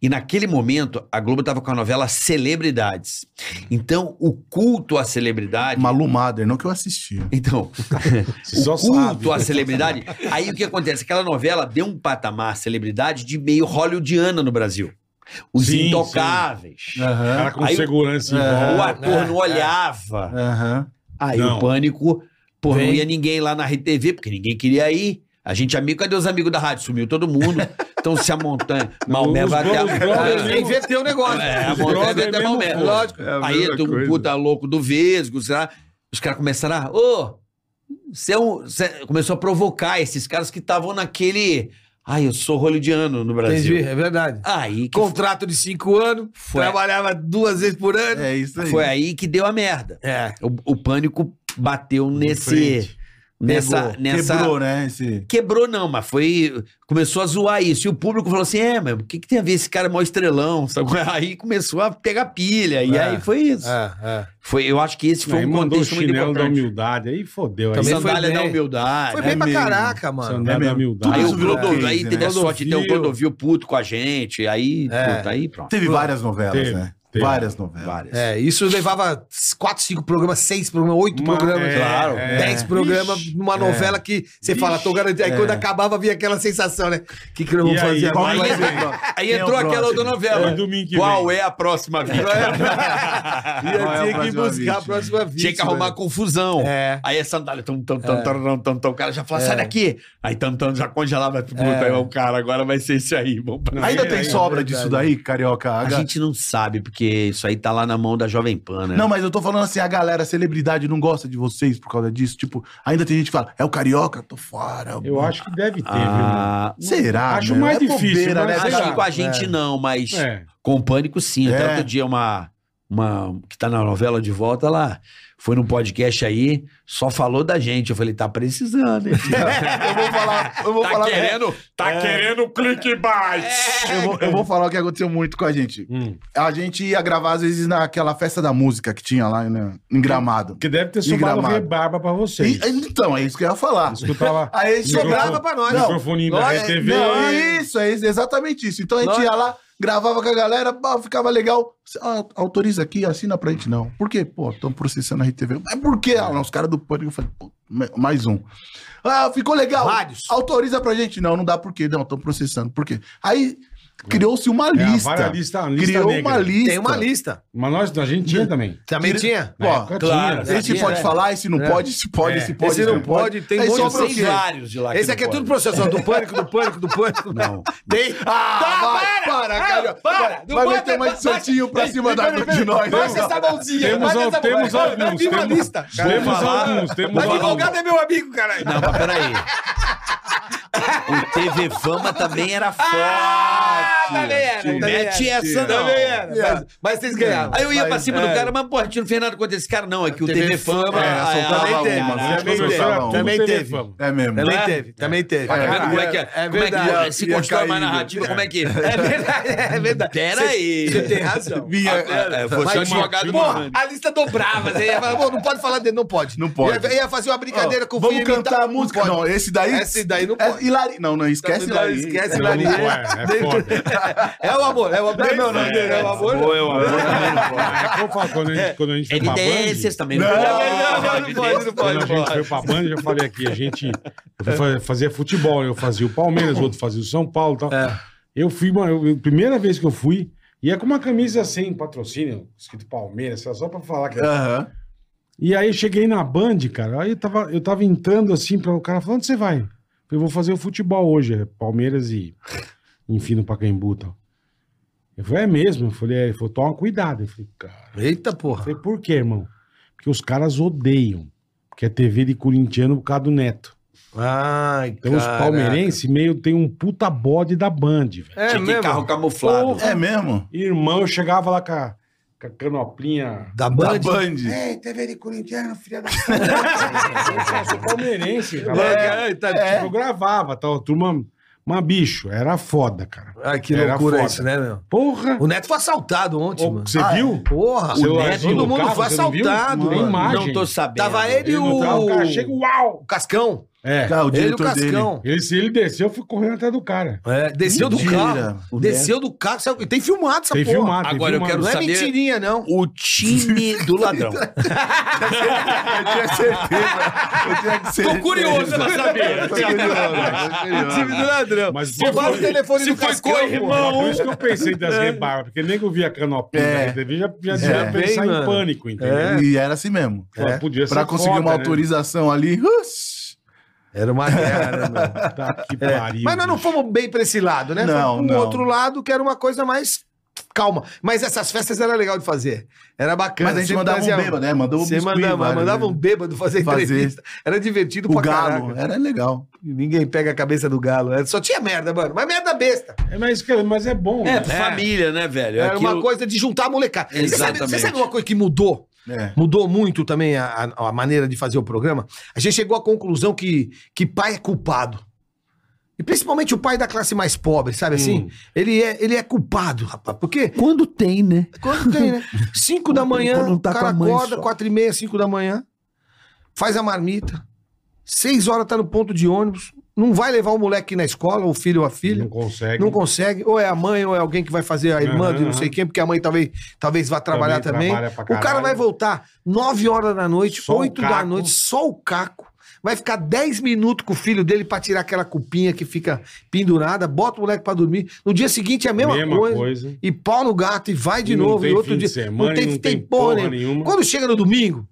[SPEAKER 4] E naquele momento, a Globo estava com a novela Celebridades. Então, o culto à celebridade.
[SPEAKER 6] Malu Mader, não que eu assisti.
[SPEAKER 4] Então,
[SPEAKER 3] Você só
[SPEAKER 4] o culto
[SPEAKER 3] sabe.
[SPEAKER 4] à celebridade. Aí o que acontece? Aquela novela deu um patamar celebridade de meio hollywoodiana no Brasil. Os
[SPEAKER 3] Sim,
[SPEAKER 4] intocáveis.
[SPEAKER 3] O cara com
[SPEAKER 4] Aí É, o-
[SPEAKER 3] segurança em
[SPEAKER 4] O
[SPEAKER 3] volta.
[SPEAKER 4] ator não olhava.
[SPEAKER 6] Aham.
[SPEAKER 4] Aí
[SPEAKER 3] Não.
[SPEAKER 4] o pânico, porra, não
[SPEAKER 5] Vem.
[SPEAKER 4] ia ninguém lá na RTV, porque ninguém queria ir. A gente amigo, cadê os amigos da rádio? Sumiu todo mundo. Então se a montanha. Malmé
[SPEAKER 3] os
[SPEAKER 4] vai até
[SPEAKER 3] bro- os brothers
[SPEAKER 4] a.
[SPEAKER 5] Ele inverteu o negócio.
[SPEAKER 4] É, a
[SPEAKER 3] os
[SPEAKER 4] montanha vai
[SPEAKER 3] brother
[SPEAKER 4] até
[SPEAKER 3] mesmo
[SPEAKER 4] Malmé.
[SPEAKER 3] foram.
[SPEAKER 4] Lógico.
[SPEAKER 6] É a
[SPEAKER 4] Aí
[SPEAKER 6] mesma
[SPEAKER 4] entra um
[SPEAKER 6] coisa.
[SPEAKER 4] puta louco do Vesgo, será? Os caras começaram a. Ô! Você é um. você- Começou a provocar esses caras que estavam naquele. Ai, eu sou hollywoodiano no Brasil.
[SPEAKER 5] Entendi, é verdade.
[SPEAKER 4] Aí que
[SPEAKER 5] Contrato de cinco anos,
[SPEAKER 4] Foi.
[SPEAKER 5] trabalhava duas vezes por ano.
[SPEAKER 6] É isso aí.
[SPEAKER 4] foi aí que deu a merda.
[SPEAKER 5] É.
[SPEAKER 4] O, o pânico bateu nesse.
[SPEAKER 3] frente.
[SPEAKER 4] Nessa,
[SPEAKER 6] Pegou,
[SPEAKER 4] nessa,
[SPEAKER 6] Quebrou, né? Esse...
[SPEAKER 4] quebrou não, mas foi começou a zoar isso. E o público falou assim: "É, mas o que, que tem a ver esse cara mó estrelão?" Sabe? Aí começou a pegar pilha e
[SPEAKER 5] É.
[SPEAKER 4] aí foi isso.
[SPEAKER 5] É,
[SPEAKER 4] Foi, eu acho que esse foi
[SPEAKER 3] Aí
[SPEAKER 4] um
[SPEAKER 3] mandou o
[SPEAKER 4] contexto muito
[SPEAKER 3] chinelo da
[SPEAKER 4] importante.
[SPEAKER 3] humildade. Aí fodeu. Aí
[SPEAKER 5] Também foi
[SPEAKER 4] Sandália
[SPEAKER 5] bem.
[SPEAKER 4] da
[SPEAKER 5] é.
[SPEAKER 4] humildade.
[SPEAKER 5] Foi
[SPEAKER 4] né?
[SPEAKER 5] bem pra
[SPEAKER 6] mesmo.
[SPEAKER 5] caraca, mano.
[SPEAKER 3] sandália da
[SPEAKER 6] mesmo.
[SPEAKER 3] humildade.
[SPEAKER 4] Aí
[SPEAKER 6] Isso
[SPEAKER 4] o
[SPEAKER 6] virou
[SPEAKER 4] Clodovil, aí
[SPEAKER 6] case,
[SPEAKER 4] teve
[SPEAKER 6] né?
[SPEAKER 4] a sorte de ter o
[SPEAKER 3] Clodovil.
[SPEAKER 4] Clodovil puto com a gente, aí,
[SPEAKER 5] É.
[SPEAKER 4] puta, aí pronto.
[SPEAKER 6] Teve várias novelas,
[SPEAKER 3] Teve,
[SPEAKER 6] né?
[SPEAKER 3] teve.
[SPEAKER 6] Várias novelas.
[SPEAKER 4] Várias.
[SPEAKER 5] É, isso levava quatro, cinco programas, seis programas, oito
[SPEAKER 3] Uma-
[SPEAKER 5] programas.
[SPEAKER 3] é,
[SPEAKER 4] claro.
[SPEAKER 3] é.
[SPEAKER 5] Dez programas
[SPEAKER 3] Ixi.
[SPEAKER 5] numa novela que você fala, tô garantido. Aí quando acabava, vinha aquela sensação, né? O que, que nós vamos
[SPEAKER 3] E aí,
[SPEAKER 5] fazer
[SPEAKER 3] qual
[SPEAKER 5] agora?
[SPEAKER 4] Aí,
[SPEAKER 6] Mas,
[SPEAKER 4] aí
[SPEAKER 6] ó, quem é o
[SPEAKER 4] entrou aquela outra
[SPEAKER 6] próximo?
[SPEAKER 4] novela.
[SPEAKER 3] É domingo que
[SPEAKER 4] Qual
[SPEAKER 3] vem.
[SPEAKER 4] é a próxima vítima?
[SPEAKER 5] Ia
[SPEAKER 6] Qual é a
[SPEAKER 5] ter que
[SPEAKER 6] próxima
[SPEAKER 5] buscar
[SPEAKER 6] vítima?
[SPEAKER 5] a próxima vítima.
[SPEAKER 4] Tinha que arrumar
[SPEAKER 5] né?
[SPEAKER 4] confusão.
[SPEAKER 5] É.
[SPEAKER 4] Aí a sandália, tum, tum, tum, tum, tum, tum, tum, o cara já fala, sai daqui. Aí tum, tum, já congelava, puta,
[SPEAKER 5] É.
[SPEAKER 4] é. o cara, agora vai ser esse aí. Vamos pra...
[SPEAKER 6] Ainda
[SPEAKER 3] É,
[SPEAKER 6] tem
[SPEAKER 3] é
[SPEAKER 6] sobra
[SPEAKER 5] verdade.
[SPEAKER 6] disso daí, Carioca? A
[SPEAKER 4] A
[SPEAKER 6] ga-
[SPEAKER 4] gente não sabe, porque isso aí tá lá na mão da Jovem Pan, né?
[SPEAKER 6] Não, mas eu tô falando assim, a galera, a celebridade não gosta de vocês por causa disso. Tipo, ainda tem gente que fala, é o Carioca? Tô fora.
[SPEAKER 3] Eu acho que deve ter,
[SPEAKER 4] Ah,
[SPEAKER 6] Será?
[SPEAKER 3] Acho
[SPEAKER 6] né?
[SPEAKER 3] mais
[SPEAKER 6] É
[SPEAKER 3] difícil,
[SPEAKER 6] bobeira,
[SPEAKER 3] mas
[SPEAKER 6] né,
[SPEAKER 4] acho
[SPEAKER 3] sei
[SPEAKER 6] cara?
[SPEAKER 4] que
[SPEAKER 3] lá.
[SPEAKER 4] com a gente não, mas
[SPEAKER 3] viu? É.
[SPEAKER 4] com o Pânico sim. Até
[SPEAKER 6] É.
[SPEAKER 4] outro dia uma, uma que tá na novela de volta, ela foi num podcast aí, só falou da gente. Eu falei, tá precisando, hein? filho?
[SPEAKER 6] Eu vou falar, eu vou
[SPEAKER 1] Tá
[SPEAKER 6] falar,
[SPEAKER 4] É.
[SPEAKER 1] querendo, tá querendo clickbait.
[SPEAKER 6] eu vou, eu vou falar o que aconteceu muito com a gente.
[SPEAKER 3] Hum.
[SPEAKER 6] A gente ia gravar às vezes naquela festa da música que tinha lá né, em Gramado.
[SPEAKER 3] Porque deve ter
[SPEAKER 6] E
[SPEAKER 3] sobrado
[SPEAKER 6] gramado.
[SPEAKER 3] rebarba pra vocês.
[SPEAKER 6] E- então, é isso que eu ia falar.
[SPEAKER 3] Escutava.
[SPEAKER 6] Aí sobrava pra nós. Não,
[SPEAKER 3] Microfoninho da
[SPEAKER 6] Nós-
[SPEAKER 3] RTV.
[SPEAKER 6] Não, é isso, é isso, exatamente isso. Então a gente
[SPEAKER 5] Nós-
[SPEAKER 6] ia lá, gravava com a galera, pá, ficava legal. Ah, autoriza aqui, assina pra gente, não. Por quê? Pô, estão processando a RTV. Mas por quê? Ah, não, os caras do pânico, eu falei, pô, me- mais um. Ah, ficou legal.
[SPEAKER 5] Vários.
[SPEAKER 6] Autoriza pra gente. Não, não dá por quê? Não, estão processando. Por quê? Aí criou-se uma
[SPEAKER 3] É,
[SPEAKER 6] lista.
[SPEAKER 3] várias listas, uma lista
[SPEAKER 6] criou
[SPEAKER 3] negra.
[SPEAKER 6] uma lista.
[SPEAKER 5] Tem uma lista.
[SPEAKER 3] Mas nós, a gente tinha também.
[SPEAKER 5] Também tinha?
[SPEAKER 3] Na
[SPEAKER 6] Ó,
[SPEAKER 3] época
[SPEAKER 1] claro,
[SPEAKER 3] tinha.
[SPEAKER 6] Esse
[SPEAKER 5] Sabia,
[SPEAKER 6] pode
[SPEAKER 5] né?
[SPEAKER 6] falar, esse não pode, esse pode, esse pode. É
[SPEAKER 5] Esse não pode, tem
[SPEAKER 6] Aí
[SPEAKER 5] um monte
[SPEAKER 6] sobra
[SPEAKER 5] de
[SPEAKER 6] o
[SPEAKER 4] Tem
[SPEAKER 5] gente.
[SPEAKER 6] quê?
[SPEAKER 4] vários de lá.
[SPEAKER 5] Esse aqui é tudo processo, ó, do pânico, do pânico, do pânico.
[SPEAKER 4] Não.
[SPEAKER 5] Tem.
[SPEAKER 6] Ah,
[SPEAKER 5] "Tá,
[SPEAKER 6] vai, para, cara.
[SPEAKER 1] para,
[SPEAKER 6] Vai,
[SPEAKER 1] não
[SPEAKER 6] vai
[SPEAKER 1] bota,
[SPEAKER 6] meter mais
[SPEAKER 1] vai,
[SPEAKER 6] sortinho pra cima da, de nós.
[SPEAKER 5] Baixa
[SPEAKER 6] né?
[SPEAKER 5] essa mãozinha.
[SPEAKER 3] Temos,
[SPEAKER 5] baixa
[SPEAKER 3] al-
[SPEAKER 5] essa é
[SPEAKER 3] temos
[SPEAKER 5] mão.
[SPEAKER 3] alguns.
[SPEAKER 5] Viva a
[SPEAKER 3] Temos,
[SPEAKER 5] lista.
[SPEAKER 3] temos
[SPEAKER 4] falar-
[SPEAKER 3] alguns. Temos alguns.
[SPEAKER 5] Advogado é meu amigo, caralho.
[SPEAKER 4] Não, mas peraí. O TV Fama também era forte.
[SPEAKER 5] era.
[SPEAKER 4] Mete essa, não.
[SPEAKER 5] Também era.
[SPEAKER 6] Yeah.
[SPEAKER 5] É, Mas, mas vocês ganharam.
[SPEAKER 4] Aí eu ia pra cima do
[SPEAKER 5] é.
[SPEAKER 4] cara, mas porra, tinha o Fernando contra esse cara, não. É que o
[SPEAKER 5] TV
[SPEAKER 4] TV, Fama.
[SPEAKER 5] Fama,
[SPEAKER 4] é,
[SPEAKER 5] é,
[SPEAKER 4] soltava
[SPEAKER 5] também teve,
[SPEAKER 4] uma,
[SPEAKER 5] né?
[SPEAKER 4] né?
[SPEAKER 5] Também
[SPEAKER 3] Conversava
[SPEAKER 5] teve,
[SPEAKER 3] tudo
[SPEAKER 5] também
[SPEAKER 3] no
[SPEAKER 5] teve.
[SPEAKER 3] telefone.
[SPEAKER 6] É mesmo.
[SPEAKER 5] Também
[SPEAKER 4] É?
[SPEAKER 5] teve, também teve.
[SPEAKER 4] Tá vendo como é que é?
[SPEAKER 5] É
[SPEAKER 4] como é que
[SPEAKER 5] verdade.
[SPEAKER 4] se
[SPEAKER 6] ia
[SPEAKER 4] constrói mais
[SPEAKER 6] caindo.
[SPEAKER 4] narrativa? Como é que.
[SPEAKER 5] É verdade, é verdade.
[SPEAKER 4] Peraí.
[SPEAKER 5] Você tem razão.
[SPEAKER 6] Vinha-
[SPEAKER 4] É, você é
[SPEAKER 5] Mas,
[SPEAKER 4] advogado
[SPEAKER 5] porra,
[SPEAKER 4] mano.
[SPEAKER 5] a lista dobrava. Você ia falar, pô, não pode falar dele, não pode.
[SPEAKER 6] Não pode.
[SPEAKER 5] Ia, ia fazer uma brincadeira com o
[SPEAKER 6] Vamos
[SPEAKER 5] filho e
[SPEAKER 6] cantar
[SPEAKER 5] tal,
[SPEAKER 6] a música.
[SPEAKER 5] Não,
[SPEAKER 6] tá Não,
[SPEAKER 5] pode.
[SPEAKER 6] esse daí.
[SPEAKER 5] Esse daí não
[SPEAKER 6] é
[SPEAKER 5] pode.
[SPEAKER 6] Hilari- Não, não, esquece
[SPEAKER 5] Não, não,
[SPEAKER 6] Hilari.
[SPEAKER 5] esquece
[SPEAKER 3] É,
[SPEAKER 5] Hilari.
[SPEAKER 3] não é, é foda.
[SPEAKER 5] É o amor, é o amor. Não é meu nome dele, é o amor.
[SPEAKER 4] Ou eu, ou eu.
[SPEAKER 3] É, como eu falo, Quando a gente, quando a
[SPEAKER 5] É
[SPEAKER 3] gente foi pra
[SPEAKER 4] Evidências
[SPEAKER 3] Band,
[SPEAKER 4] também. Não,
[SPEAKER 5] não, não, não pode, não
[SPEAKER 3] quando a
[SPEAKER 5] pode.
[SPEAKER 3] gente foi pra Band, eu falei aqui, a gente eu fa- fazia futebol, eu fazia o Palmeiras, o outro fazia o São Paulo e tal.
[SPEAKER 5] É.
[SPEAKER 3] Eu fui, mano, eu- primeira vez que eu fui, ia com uma camisa sem patrocínio, escrito Palmeiras, só pra falar que era
[SPEAKER 6] Aham.
[SPEAKER 3] E aí eu cheguei na Band, cara. Aí eu tava, eu tava entrando assim para o cara falando: "Onde você vai?" Eu falei, vou fazer o futebol hoje, é Palmeiras e enfim no Pacaembu, e tal. Eu falei: "É mesmo?" Eu falei: "É." Ele falou: "Toma cuidado." Eu falei: "Cara,
[SPEAKER 5] Eita,
[SPEAKER 3] eu
[SPEAKER 5] porra.
[SPEAKER 3] falei, por quê, irmão? Porque os caras odeiam, porque é TV de corintiano por causa do Neto.
[SPEAKER 5] Ai,
[SPEAKER 3] Então os palmeirenses meio tem um puta bode da Band, velho.
[SPEAKER 5] É
[SPEAKER 4] Tinha que
[SPEAKER 5] mesmo.
[SPEAKER 4] carro camuflado.
[SPEAKER 6] É mesmo?
[SPEAKER 3] Irmão, eu chegava lá com a, com a canoplinha
[SPEAKER 5] Da
[SPEAKER 6] Da
[SPEAKER 5] Band.
[SPEAKER 6] Band.
[SPEAKER 3] Ei, TV de corintiano, filha da Eu sou palmeirense, cara.
[SPEAKER 5] É, eita,
[SPEAKER 3] Tipo, Eu gravava, tal, turma. Mas, bicho, era foda, cara.
[SPEAKER 5] Ai, que
[SPEAKER 3] Era
[SPEAKER 5] loucura
[SPEAKER 3] foda.
[SPEAKER 5] isso, né, meu?
[SPEAKER 3] Porra!
[SPEAKER 5] O Neto foi assaltado ontem,
[SPEAKER 3] Ô,
[SPEAKER 5] mano.
[SPEAKER 3] Você viu?
[SPEAKER 5] Porra,
[SPEAKER 3] Você
[SPEAKER 5] Ah, é. o
[SPEAKER 3] olhou
[SPEAKER 5] Neto,
[SPEAKER 3] assim no
[SPEAKER 5] todo mundo
[SPEAKER 3] carro,
[SPEAKER 5] foi
[SPEAKER 3] você não viu?
[SPEAKER 5] assaltado.
[SPEAKER 3] Tem
[SPEAKER 5] mano.
[SPEAKER 3] imagem.
[SPEAKER 4] Não tô sabendo.
[SPEAKER 5] Tava ele e
[SPEAKER 3] No
[SPEAKER 5] o...
[SPEAKER 3] carro, O cara chega, uau!
[SPEAKER 5] o Cascão.
[SPEAKER 3] É.
[SPEAKER 6] Cara, Ah, o
[SPEAKER 5] Ele e o
[SPEAKER 6] diretor dele.
[SPEAKER 5] Cascão.
[SPEAKER 3] Ele, se ele desceu, eu fui correndo atrás do cara.
[SPEAKER 5] É, desceu
[SPEAKER 6] Mentira.
[SPEAKER 5] do carro. Desceu do carro. sabe? E Tem filmado essa
[SPEAKER 3] Tem
[SPEAKER 5] Tá, porra.
[SPEAKER 3] filmado. tem
[SPEAKER 4] Agora eu
[SPEAKER 3] filmado.
[SPEAKER 4] quero
[SPEAKER 5] Não é
[SPEAKER 4] saber-
[SPEAKER 5] mentirinha, não.
[SPEAKER 4] O time do ladrão.
[SPEAKER 6] Eu tinha certeza. Eu tinha que ser.
[SPEAKER 4] Tô curioso né? pra
[SPEAKER 6] Eu
[SPEAKER 4] saber.
[SPEAKER 6] tô curioso, eu tô curioso.
[SPEAKER 5] Time do ladrão.
[SPEAKER 3] Mas se
[SPEAKER 5] Pô,
[SPEAKER 3] foi,
[SPEAKER 5] fala o telefone do Cascão, porra.
[SPEAKER 3] irmão. Por isso que eu pensei
[SPEAKER 5] É.
[SPEAKER 3] das rebarbas, porque nem que eu vi a canopinha
[SPEAKER 6] É.
[SPEAKER 3] da TV, já já
[SPEAKER 6] É,
[SPEAKER 3] devia pensar
[SPEAKER 5] bem,
[SPEAKER 3] em
[SPEAKER 5] mano.
[SPEAKER 3] pânico, entendeu?
[SPEAKER 5] É.
[SPEAKER 6] E era assim mesmo.
[SPEAKER 3] Pô, Podia
[SPEAKER 6] Pra conseguir
[SPEAKER 3] foda,
[SPEAKER 6] uma
[SPEAKER 3] né?
[SPEAKER 6] autorização ali. uss,
[SPEAKER 5] Era uma guerra, né, mano?
[SPEAKER 3] Tá, que
[SPEAKER 5] É.
[SPEAKER 3] pariu.
[SPEAKER 5] Mas nós não fomos bem pra esse lado, né?
[SPEAKER 6] Não,
[SPEAKER 5] Foi pro
[SPEAKER 6] não.
[SPEAKER 5] outro lado, que era uma coisa mais calma. Mas essas festas era legal de fazer. Era bacana.
[SPEAKER 6] Mas a gente
[SPEAKER 5] Sempre
[SPEAKER 6] mandava
[SPEAKER 5] trazia-
[SPEAKER 6] um bêbado, né? Mandou um
[SPEAKER 5] Você
[SPEAKER 6] biscuit,
[SPEAKER 5] mandava,
[SPEAKER 6] vários,
[SPEAKER 5] mandava
[SPEAKER 6] né?
[SPEAKER 5] um bêbado fazer
[SPEAKER 6] Fazer.
[SPEAKER 5] entrevista. Era divertido
[SPEAKER 6] O
[SPEAKER 5] pra
[SPEAKER 6] galo.
[SPEAKER 5] caraca.
[SPEAKER 6] Era legal.
[SPEAKER 5] Ninguém pega a cabeça do galo. Era- Só tinha merda, mano. Mas merda besta.
[SPEAKER 3] É, mas, cara, mas é bom.
[SPEAKER 4] É,
[SPEAKER 3] né?
[SPEAKER 4] família, né, velho?
[SPEAKER 5] Era uma
[SPEAKER 4] Aquilo-
[SPEAKER 5] coisa de juntar a molecada. Você sabe- Você
[SPEAKER 4] Exatamente.
[SPEAKER 5] sabe uma coisa que mudou?
[SPEAKER 6] É.
[SPEAKER 5] Mudou muito também a, a- a maneira de fazer o programa. A gente chegou à conclusão que, que pai é culpado. E principalmente o pai da classe mais pobre, sabe
[SPEAKER 4] Hum.
[SPEAKER 5] assim? Ele, é, ele é culpado, rapaz. Porque
[SPEAKER 4] Quando tem, né?
[SPEAKER 5] quando tem, né? Cinco da manhã,
[SPEAKER 4] quando
[SPEAKER 5] o
[SPEAKER 4] tá com
[SPEAKER 5] cara
[SPEAKER 4] a mãe
[SPEAKER 5] acorda,
[SPEAKER 4] só.
[SPEAKER 5] quatro e meia, cinco da manhã, faz a marmita, seis horas tá no ponto de ônibus, não vai levar o moleque na escola, ou o filho ou a filha.
[SPEAKER 3] Não consegue.
[SPEAKER 5] Não consegue, ou é a mãe, ou é alguém que vai fazer a irmã
[SPEAKER 3] Aham,
[SPEAKER 5] de não sei quem, porque a mãe talvez, talvez vá trabalhar também.
[SPEAKER 3] trabalha pra
[SPEAKER 5] o cara
[SPEAKER 3] caralho.
[SPEAKER 5] vai voltar 9 horas da noite,
[SPEAKER 3] Só o
[SPEAKER 5] 8 da
[SPEAKER 3] caco.
[SPEAKER 5] noite, só o caco. Vai ficar 10 minutos com o filho dele pra tirar aquela cupinha que fica pendurada, bota o moleque pra dormir. No dia seguinte é a mesma, coisa. E pau no gato, e vai de
[SPEAKER 3] E não
[SPEAKER 5] novo, e
[SPEAKER 3] tem
[SPEAKER 5] outro
[SPEAKER 3] fim
[SPEAKER 5] dia.
[SPEAKER 3] de semana,
[SPEAKER 5] não tem,
[SPEAKER 3] e
[SPEAKER 5] não tem porra nenhuma.
[SPEAKER 3] nenhuma.
[SPEAKER 5] Quando chega no domingo,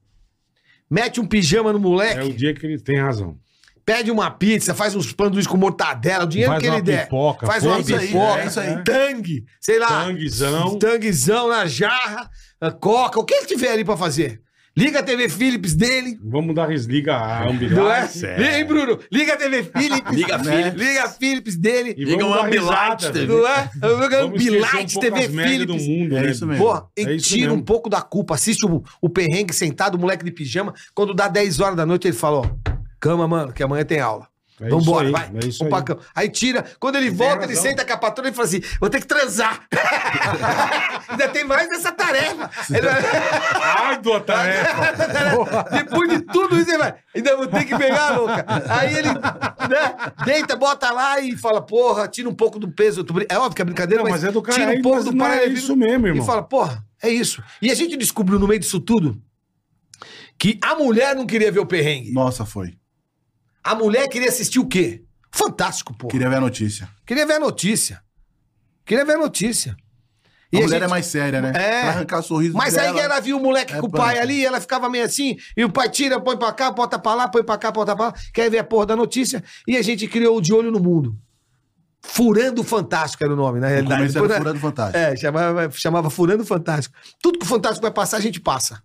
[SPEAKER 5] mete um pijama no moleque,
[SPEAKER 3] É o dia que ele tem razão.
[SPEAKER 5] pede uma pizza, faz uns sanduíches com mortadela, o dinheiro
[SPEAKER 3] Faz
[SPEAKER 5] que ele
[SPEAKER 3] uma
[SPEAKER 5] der.
[SPEAKER 3] pipoca,
[SPEAKER 5] faz
[SPEAKER 3] pô,
[SPEAKER 5] uma
[SPEAKER 3] é isso
[SPEAKER 6] aí,
[SPEAKER 5] pipoca,
[SPEAKER 6] é isso aí.
[SPEAKER 5] tangue, sei lá.
[SPEAKER 3] Tanguezão.
[SPEAKER 5] Tanguezão na jarra, a coca, o que ele tiver ali pra fazer. Liga a TV Philips dele.
[SPEAKER 3] Vamos dar desliga a
[SPEAKER 5] Não é?
[SPEAKER 3] Ambilight.
[SPEAKER 5] Liga, hein, Bruno? Liga a TV Philips. né?
[SPEAKER 4] Liga a Philips.
[SPEAKER 5] Liga a Philips dele.
[SPEAKER 3] E
[SPEAKER 4] Liga
[SPEAKER 3] vamos
[SPEAKER 4] um
[SPEAKER 3] dar
[SPEAKER 4] Ambilight
[SPEAKER 3] risada,
[SPEAKER 4] TV.
[SPEAKER 3] velho.
[SPEAKER 5] Não é? Eu
[SPEAKER 3] Vamos esquecer
[SPEAKER 5] Ambilight
[SPEAKER 3] um pouco
[SPEAKER 5] TV
[SPEAKER 3] as merda do
[SPEAKER 5] Philips.
[SPEAKER 3] mundo,
[SPEAKER 6] É
[SPEAKER 3] né?
[SPEAKER 6] isso mesmo.
[SPEAKER 5] Pô,
[SPEAKER 3] É
[SPEAKER 5] e
[SPEAKER 3] isso
[SPEAKER 5] tira um
[SPEAKER 3] mesmo.
[SPEAKER 5] pouco da culpa. Assiste o, o perrengue sentado, o moleque de pijama. Quando dá 10 horas da noite, ele fala: Ó, cama, mano, que amanhã tem aula.
[SPEAKER 3] É isso
[SPEAKER 5] Vambora,
[SPEAKER 3] aí,
[SPEAKER 5] Então vai.
[SPEAKER 3] é isso
[SPEAKER 5] Vamos pra
[SPEAKER 3] aí.
[SPEAKER 5] cama. Aí tira. Quando ele volta, ele
[SPEAKER 3] razão.
[SPEAKER 5] senta com a patroa e fala assim: Vou ter que transar. Ainda tem mais dessa tarefa. Ele vai-
[SPEAKER 3] Árdua tarefa.
[SPEAKER 5] Depois de tudo isso, ele vai. Ainda vou ter que pegar, louca. Aí ele né, deita, bota lá e fala: Porra, tira um pouco do peso. do brin-" É óbvio que é brincadeira,
[SPEAKER 3] Não,
[SPEAKER 5] mas,
[SPEAKER 3] mas é do cara.
[SPEAKER 5] tira um
[SPEAKER 3] aí,
[SPEAKER 5] pouco
[SPEAKER 3] mas
[SPEAKER 5] do
[SPEAKER 3] não é
[SPEAKER 5] paralelismo
[SPEAKER 3] isso mesmo, irmão.
[SPEAKER 5] e fala, porra, é isso. E a gente descobriu no meio disso tudo que a mulher não queria ver o perrengue.
[SPEAKER 6] Nossa, foi.
[SPEAKER 5] A mulher queria assistir o quê? Fantástico, pô. Queria...
[SPEAKER 6] Queria ver a notícia.
[SPEAKER 5] ver a notícia. Queria ver a notícia.
[SPEAKER 6] A mulher
[SPEAKER 5] gente-
[SPEAKER 6] é mais séria, né?
[SPEAKER 5] É.
[SPEAKER 6] Pra arrancar sorriso
[SPEAKER 5] Mas aí
[SPEAKER 6] dela.
[SPEAKER 5] ela viu o moleque
[SPEAKER 6] É
[SPEAKER 5] com o pai
[SPEAKER 6] punk.
[SPEAKER 5] ali, ela ficava meio assim, e o pai tira, põe pra cá, bota pra lá, põe pra cá, bota pra lá, quer ver a porra da notícia, e a gente criou o De Olho no Mundo. Furando o Fantástico era o nome, na
[SPEAKER 6] No
[SPEAKER 5] realidade.
[SPEAKER 6] começo era
[SPEAKER 5] Depois, né?
[SPEAKER 6] Furando Fantástico.
[SPEAKER 5] É, chamava, chamava Furando o Fantástico. Tudo que o Fantástico vai passar, a gente passa.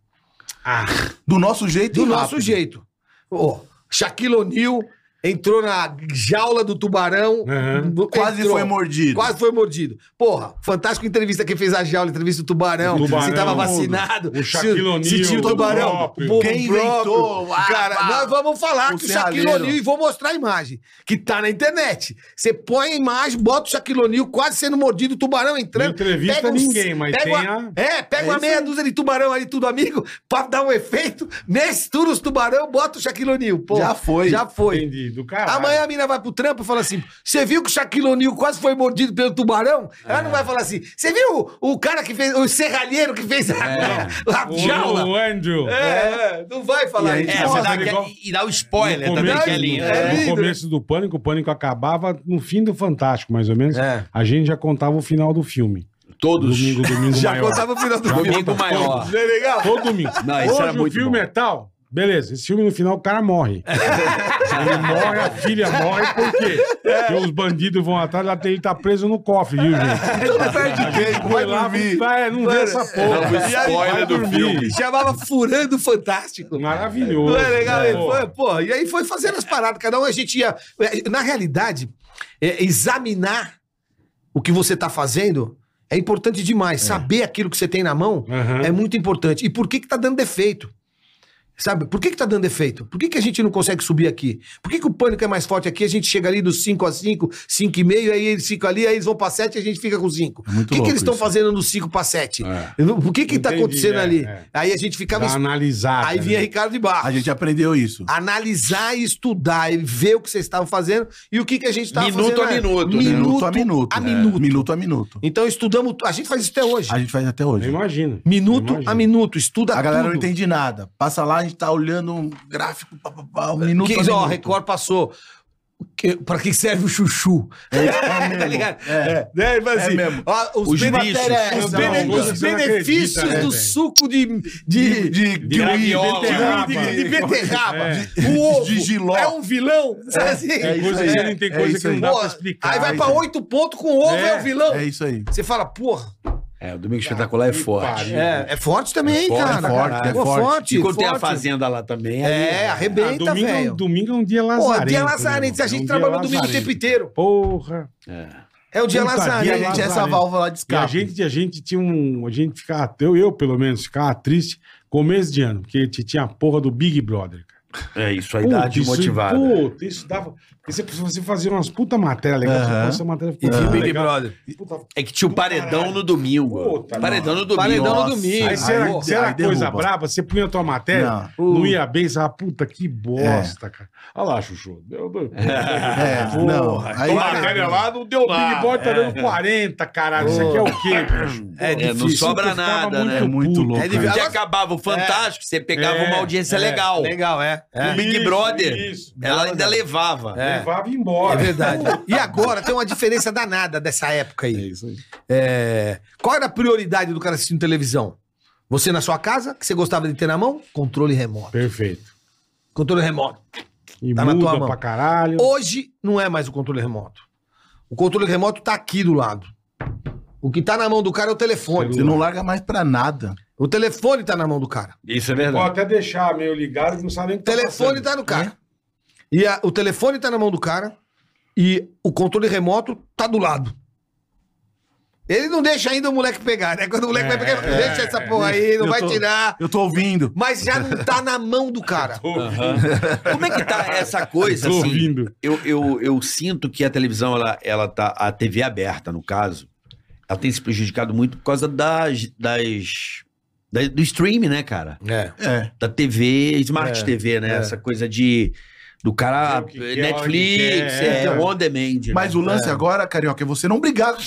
[SPEAKER 3] Ah,
[SPEAKER 6] Do nosso jeito
[SPEAKER 5] Do
[SPEAKER 6] e
[SPEAKER 5] nosso
[SPEAKER 6] rápido.
[SPEAKER 5] jeito. Ó, Shaquille O'Neal entrou na jaula do tubarão.
[SPEAKER 3] Uhum.
[SPEAKER 5] do-
[SPEAKER 6] Quase
[SPEAKER 5] entrou.
[SPEAKER 6] foi mordido.
[SPEAKER 5] Quase foi mordido. Porra, fantástico entrevista que fez a jaula, entrevista do tubarão.
[SPEAKER 3] O tubarão,
[SPEAKER 5] se tava vacinado.
[SPEAKER 3] o Shaquille
[SPEAKER 5] se- Se
[SPEAKER 3] O'Neal,
[SPEAKER 5] tinha o
[SPEAKER 3] o
[SPEAKER 5] tubarão.
[SPEAKER 3] próprio.
[SPEAKER 5] o
[SPEAKER 6] Quem inventou? Ah,
[SPEAKER 5] Cara,
[SPEAKER 6] ah,
[SPEAKER 5] nós vamos falar
[SPEAKER 6] o
[SPEAKER 5] que o Shaquille
[SPEAKER 6] serralheiro.
[SPEAKER 5] O'Neal, e vou mostrar a imagem, que tá na internet. Você põe a imagem, bota o Shaquille O'Neal quase sendo mordido, o tubarão entrando.
[SPEAKER 3] Não entrevista
[SPEAKER 5] pega
[SPEAKER 3] ninguém, mas
[SPEAKER 5] pega
[SPEAKER 3] tem
[SPEAKER 5] uma-
[SPEAKER 3] a-
[SPEAKER 5] é, pega uma
[SPEAKER 6] isso
[SPEAKER 5] meia dúzia de tubarão aí, tudo amigo, pra dar um efeito, mistura os tubarão, bota o Shaquille O'Neal. Pô,
[SPEAKER 6] Já foi.
[SPEAKER 5] Já foi.
[SPEAKER 3] Entendi, do caralho.
[SPEAKER 5] Amanhã a mina vai pro trampo e fala assim, você viu que o Shaquille O'Neal quase foi mordido pelo tubarão? Ela
[SPEAKER 3] É.
[SPEAKER 5] não vai falar assim, você viu o, o cara que fez, o serralheiro que fez a, a
[SPEAKER 3] É. O-
[SPEAKER 5] jaula?
[SPEAKER 3] O Andrew.
[SPEAKER 5] É, é, não vai falar
[SPEAKER 6] E aí,
[SPEAKER 4] É,
[SPEAKER 6] Nossa,
[SPEAKER 4] você dá,
[SPEAKER 3] ele
[SPEAKER 4] aque-
[SPEAKER 3] né? igual-
[SPEAKER 4] e dá o spoiler
[SPEAKER 3] No
[SPEAKER 4] também,
[SPEAKER 3] começo- né?
[SPEAKER 4] que é lindo.
[SPEAKER 5] É
[SPEAKER 3] no
[SPEAKER 5] lindo,
[SPEAKER 3] começo do Pânico, o Pânico acabava no fim do Fantástico, mais ou menos.
[SPEAKER 5] É.
[SPEAKER 3] A gente já contava o final do filme.
[SPEAKER 4] Todos.
[SPEAKER 3] Domingo, domingo
[SPEAKER 5] Já
[SPEAKER 3] maior.
[SPEAKER 5] contava o final do filme.
[SPEAKER 4] Domingo maior.
[SPEAKER 5] Não é legal?
[SPEAKER 3] Todo domingo.
[SPEAKER 4] Não, isso
[SPEAKER 3] Hoje
[SPEAKER 4] era
[SPEAKER 3] o
[SPEAKER 4] muito
[SPEAKER 3] filme
[SPEAKER 4] bom.
[SPEAKER 3] é tal. Beleza, esse filme no final o cara morre. Ele morre, a filha morre, por quê? Porque os bandidos vão atrás, lá tem- ele tá preso no cofre, viu, gente?
[SPEAKER 6] Todo perde tempo, vai
[SPEAKER 3] Foi lá,
[SPEAKER 6] dormir.
[SPEAKER 3] vai, não vê essa porra.
[SPEAKER 4] Dava o spoiler
[SPEAKER 3] Vai
[SPEAKER 4] do
[SPEAKER 3] dormir.
[SPEAKER 4] filme.
[SPEAKER 5] Chamava Furando o Fantástico.
[SPEAKER 3] Maravilhoso.
[SPEAKER 5] Não é legal?
[SPEAKER 3] né,
[SPEAKER 5] Ele
[SPEAKER 3] pô?
[SPEAKER 5] foi, pô, e aí foi fazendo as paradas. Cada um a gente ia. eh, Na realidade, é, examinar o que você tá fazendo é importante demais. Saber aquilo que você tem na mão
[SPEAKER 3] Aham.
[SPEAKER 5] é muito importante. E por que que tá dando defeito? Sabe? Por que que tá dando defeito? Por que que a gente não consegue subir aqui? Por que que o pânico é mais forte aqui? A gente chega ali dos 5 a 5, 5 e meio, aí eles ficam ali, aí eles vão pra 7 e a gente fica com 5.
[SPEAKER 3] É
[SPEAKER 6] muito
[SPEAKER 5] o que que
[SPEAKER 6] louco
[SPEAKER 5] eles estão
[SPEAKER 6] isso.
[SPEAKER 5] fazendo do 5 pra 7? Por que que tá
[SPEAKER 3] Entendi,
[SPEAKER 5] acontecendo
[SPEAKER 3] é,
[SPEAKER 5] ali?
[SPEAKER 3] é.
[SPEAKER 5] Aí a gente ficava...
[SPEAKER 3] Dá uma analisada.
[SPEAKER 5] Aí vinha
[SPEAKER 3] né?
[SPEAKER 5] Ricardo de Barros
[SPEAKER 6] A gente aprendeu isso.
[SPEAKER 5] analisar e estudar e ver o que vocês estavam fazendo e o que, que a gente estava fazendo.
[SPEAKER 4] Minuto a
[SPEAKER 5] né?
[SPEAKER 4] minuto, né?
[SPEAKER 5] Minuto
[SPEAKER 6] a minuto.
[SPEAKER 5] a
[SPEAKER 6] É.
[SPEAKER 5] minuto.
[SPEAKER 6] Minuto a minuto.
[SPEAKER 5] Então estudamos, tu- a gente faz isso até hoje.
[SPEAKER 6] A gente faz até hoje.
[SPEAKER 3] Eu imagino.
[SPEAKER 5] Minuto
[SPEAKER 3] Eu imagino.
[SPEAKER 5] a minuto, estuda
[SPEAKER 6] A galera
[SPEAKER 5] tudo.
[SPEAKER 6] não entende nada. Passa lá, a gente tá olhando um gráfico, pá, pá, pá, um minuto
[SPEAKER 5] Que,
[SPEAKER 6] a
[SPEAKER 5] ó,
[SPEAKER 6] minuto.
[SPEAKER 5] Record passou. Que, pra que serve o chuchu?
[SPEAKER 6] É, é mesmo.
[SPEAKER 5] tá ligado?
[SPEAKER 6] É.
[SPEAKER 5] né? Mas,
[SPEAKER 6] É
[SPEAKER 5] assim,
[SPEAKER 6] mesmo. né?
[SPEAKER 5] ó, os,
[SPEAKER 4] Os
[SPEAKER 5] bene-
[SPEAKER 4] bichos.
[SPEAKER 5] é, os
[SPEAKER 6] São-
[SPEAKER 5] bene- os
[SPEAKER 3] Você não
[SPEAKER 5] benefícios
[SPEAKER 3] acredita, né,
[SPEAKER 5] do
[SPEAKER 3] velho?
[SPEAKER 5] suco de, de,
[SPEAKER 6] de, de,
[SPEAKER 4] graviola.
[SPEAKER 5] beterraba.
[SPEAKER 3] de-
[SPEAKER 5] De beterraba.
[SPEAKER 3] É.
[SPEAKER 5] O ovo
[SPEAKER 6] De giló.
[SPEAKER 5] é um vilão. sabe assim?
[SPEAKER 3] Tem coisa
[SPEAKER 6] aí,
[SPEAKER 3] que não tem
[SPEAKER 6] é
[SPEAKER 3] coisa
[SPEAKER 6] isso
[SPEAKER 3] que não
[SPEAKER 6] aí.
[SPEAKER 3] dá
[SPEAKER 5] Pô,
[SPEAKER 3] pra explicar.
[SPEAKER 5] aí vai
[SPEAKER 3] né?
[SPEAKER 5] pra oito pontos com ovo, é,
[SPEAKER 3] É,
[SPEAKER 5] o vilão.
[SPEAKER 6] É isso aí.
[SPEAKER 5] Você fala, porra,
[SPEAKER 4] É, o Domingo Espetacular é
[SPEAKER 3] Que
[SPEAKER 4] forte.
[SPEAKER 3] pariu.
[SPEAKER 5] É, é forte também,
[SPEAKER 4] forte,
[SPEAKER 5] cara.
[SPEAKER 6] é forte, é
[SPEAKER 5] Pô,
[SPEAKER 6] forte.
[SPEAKER 4] E quando tem a
[SPEAKER 5] forte.
[SPEAKER 4] Fazenda lá também. aí-
[SPEAKER 5] É,
[SPEAKER 3] Ah,
[SPEAKER 5] arrebenta,
[SPEAKER 3] domingo, é um-
[SPEAKER 5] velho.
[SPEAKER 3] domingo é um dia
[SPEAKER 5] Pô, é
[SPEAKER 3] lazarento.
[SPEAKER 5] o dia
[SPEAKER 3] né,
[SPEAKER 5] lazarento. A gente
[SPEAKER 3] é um
[SPEAKER 5] trabalha
[SPEAKER 3] dia
[SPEAKER 5] no domingo o
[SPEAKER 3] lazarento.
[SPEAKER 5] tempo inteiro.
[SPEAKER 3] Porra.
[SPEAKER 5] É o dia
[SPEAKER 3] Puta,
[SPEAKER 6] E
[SPEAKER 5] lazarento.
[SPEAKER 6] a gente é essa
[SPEAKER 3] Lazarento.
[SPEAKER 6] válvula
[SPEAKER 3] E
[SPEAKER 6] de
[SPEAKER 3] a
[SPEAKER 6] escape.
[SPEAKER 3] gente, a gente tinha um. A gente ficava, eu, eu pelo menos, ficava triste começo de ano, porque te- tinha a porra do Big Brother. cara.
[SPEAKER 4] É isso, a
[SPEAKER 3] Puta,
[SPEAKER 4] idade
[SPEAKER 3] isso-
[SPEAKER 4] motivada.
[SPEAKER 3] Puta, isso dava. porque Você, você fazia umas puta matéria legal.
[SPEAKER 6] Aham.
[SPEAKER 3] Essa matéria ficou
[SPEAKER 6] Aham.
[SPEAKER 3] Ah, legal.
[SPEAKER 5] Brother.
[SPEAKER 3] Puta,
[SPEAKER 4] É que tinha o paredão no domingo.
[SPEAKER 3] Puta,
[SPEAKER 4] paredão no domingo.
[SPEAKER 5] Paredão no
[SPEAKER 4] Nossa.
[SPEAKER 5] domingo.
[SPEAKER 3] Aí se era,
[SPEAKER 5] Aí,
[SPEAKER 3] se era
[SPEAKER 6] aí
[SPEAKER 3] coisa
[SPEAKER 6] derruba.
[SPEAKER 3] braba, você punha a tua matéria, não, ia bem, você falava, puta, que bosta, cara. Olha lá, Chuchu. Deu, deu-
[SPEAKER 6] É, não.
[SPEAKER 3] Porra,
[SPEAKER 6] Aí,
[SPEAKER 3] a matéria lá não deu O Big Brother tá dando 40, caralho. Isso aqui é o quê, bicho?
[SPEAKER 4] É, não
[SPEAKER 3] difícil.
[SPEAKER 4] sobra
[SPEAKER 3] Eu ficava
[SPEAKER 4] nada,
[SPEAKER 3] muito
[SPEAKER 4] né?
[SPEAKER 6] é muito
[SPEAKER 3] puto.
[SPEAKER 6] louco.
[SPEAKER 5] É de-
[SPEAKER 6] cara.
[SPEAKER 4] Que acabava o Fantástico, você pegava
[SPEAKER 3] É,
[SPEAKER 4] uma audiência
[SPEAKER 3] é,
[SPEAKER 4] legal.
[SPEAKER 5] Legal, é.
[SPEAKER 4] O Big
[SPEAKER 3] Isso,
[SPEAKER 4] Brother,
[SPEAKER 3] isso.
[SPEAKER 4] ela ainda levava.
[SPEAKER 5] É.
[SPEAKER 3] Levava embora.
[SPEAKER 5] É verdade. E agora tem uma diferença danada dessa época aí. É isso aí. Qual era a prioridade do cara assistindo televisão? Você na sua casa, que você gostava de ter na mão? Controle remoto.
[SPEAKER 3] Perfeito.
[SPEAKER 5] Controle remoto.
[SPEAKER 3] E
[SPEAKER 5] Tá na
[SPEAKER 3] muda
[SPEAKER 5] tua mão.
[SPEAKER 3] pra caralho.
[SPEAKER 5] Hoje não é mais o controle remoto. O controle remoto tá aqui do lado. O que tá na mão do cara é o telefone.
[SPEAKER 6] Você não larga mais pra nada.
[SPEAKER 5] O telefone tá na mão do cara.
[SPEAKER 4] Isso é
[SPEAKER 3] Pode
[SPEAKER 4] verdade.
[SPEAKER 3] até deixar meio ligado, que não sabe nem o que
[SPEAKER 5] O telefone
[SPEAKER 3] tá
[SPEAKER 5] tá no
[SPEAKER 6] É?
[SPEAKER 5] cara. E a- o telefone tá na mão do cara e o controle remoto tá do lado. Ele não deixa ainda o moleque pegar, né? Quando o moleque vai pegar, ele fala, deixa essa porra aí, não
[SPEAKER 6] É, Eu
[SPEAKER 5] vai
[SPEAKER 6] tô-
[SPEAKER 5] tirar.
[SPEAKER 6] Eu tô ouvindo.
[SPEAKER 5] Mas já não tá na mão do cara.
[SPEAKER 4] Como é que tá essa coisa,
[SPEAKER 3] Tô
[SPEAKER 4] assim?
[SPEAKER 3] ouvindo.
[SPEAKER 4] Eu, eu, eu sinto que a televisão, ela, ela tá. A TV aberta, no caso, ela tem se prejudicado muito por causa das. das da- do streaming, né, cara?
[SPEAKER 5] É.
[SPEAKER 6] É.
[SPEAKER 4] Da TV, Smart TV, né?
[SPEAKER 5] é.
[SPEAKER 4] Essa coisa de. Do cara.
[SPEAKER 3] Ver o que quer,
[SPEAKER 4] Netflix,
[SPEAKER 3] a hora que quer,
[SPEAKER 4] é,
[SPEAKER 3] é.
[SPEAKER 4] on demand.
[SPEAKER 6] Mas
[SPEAKER 4] né?
[SPEAKER 6] o lance agora, Carioca, é você não brigar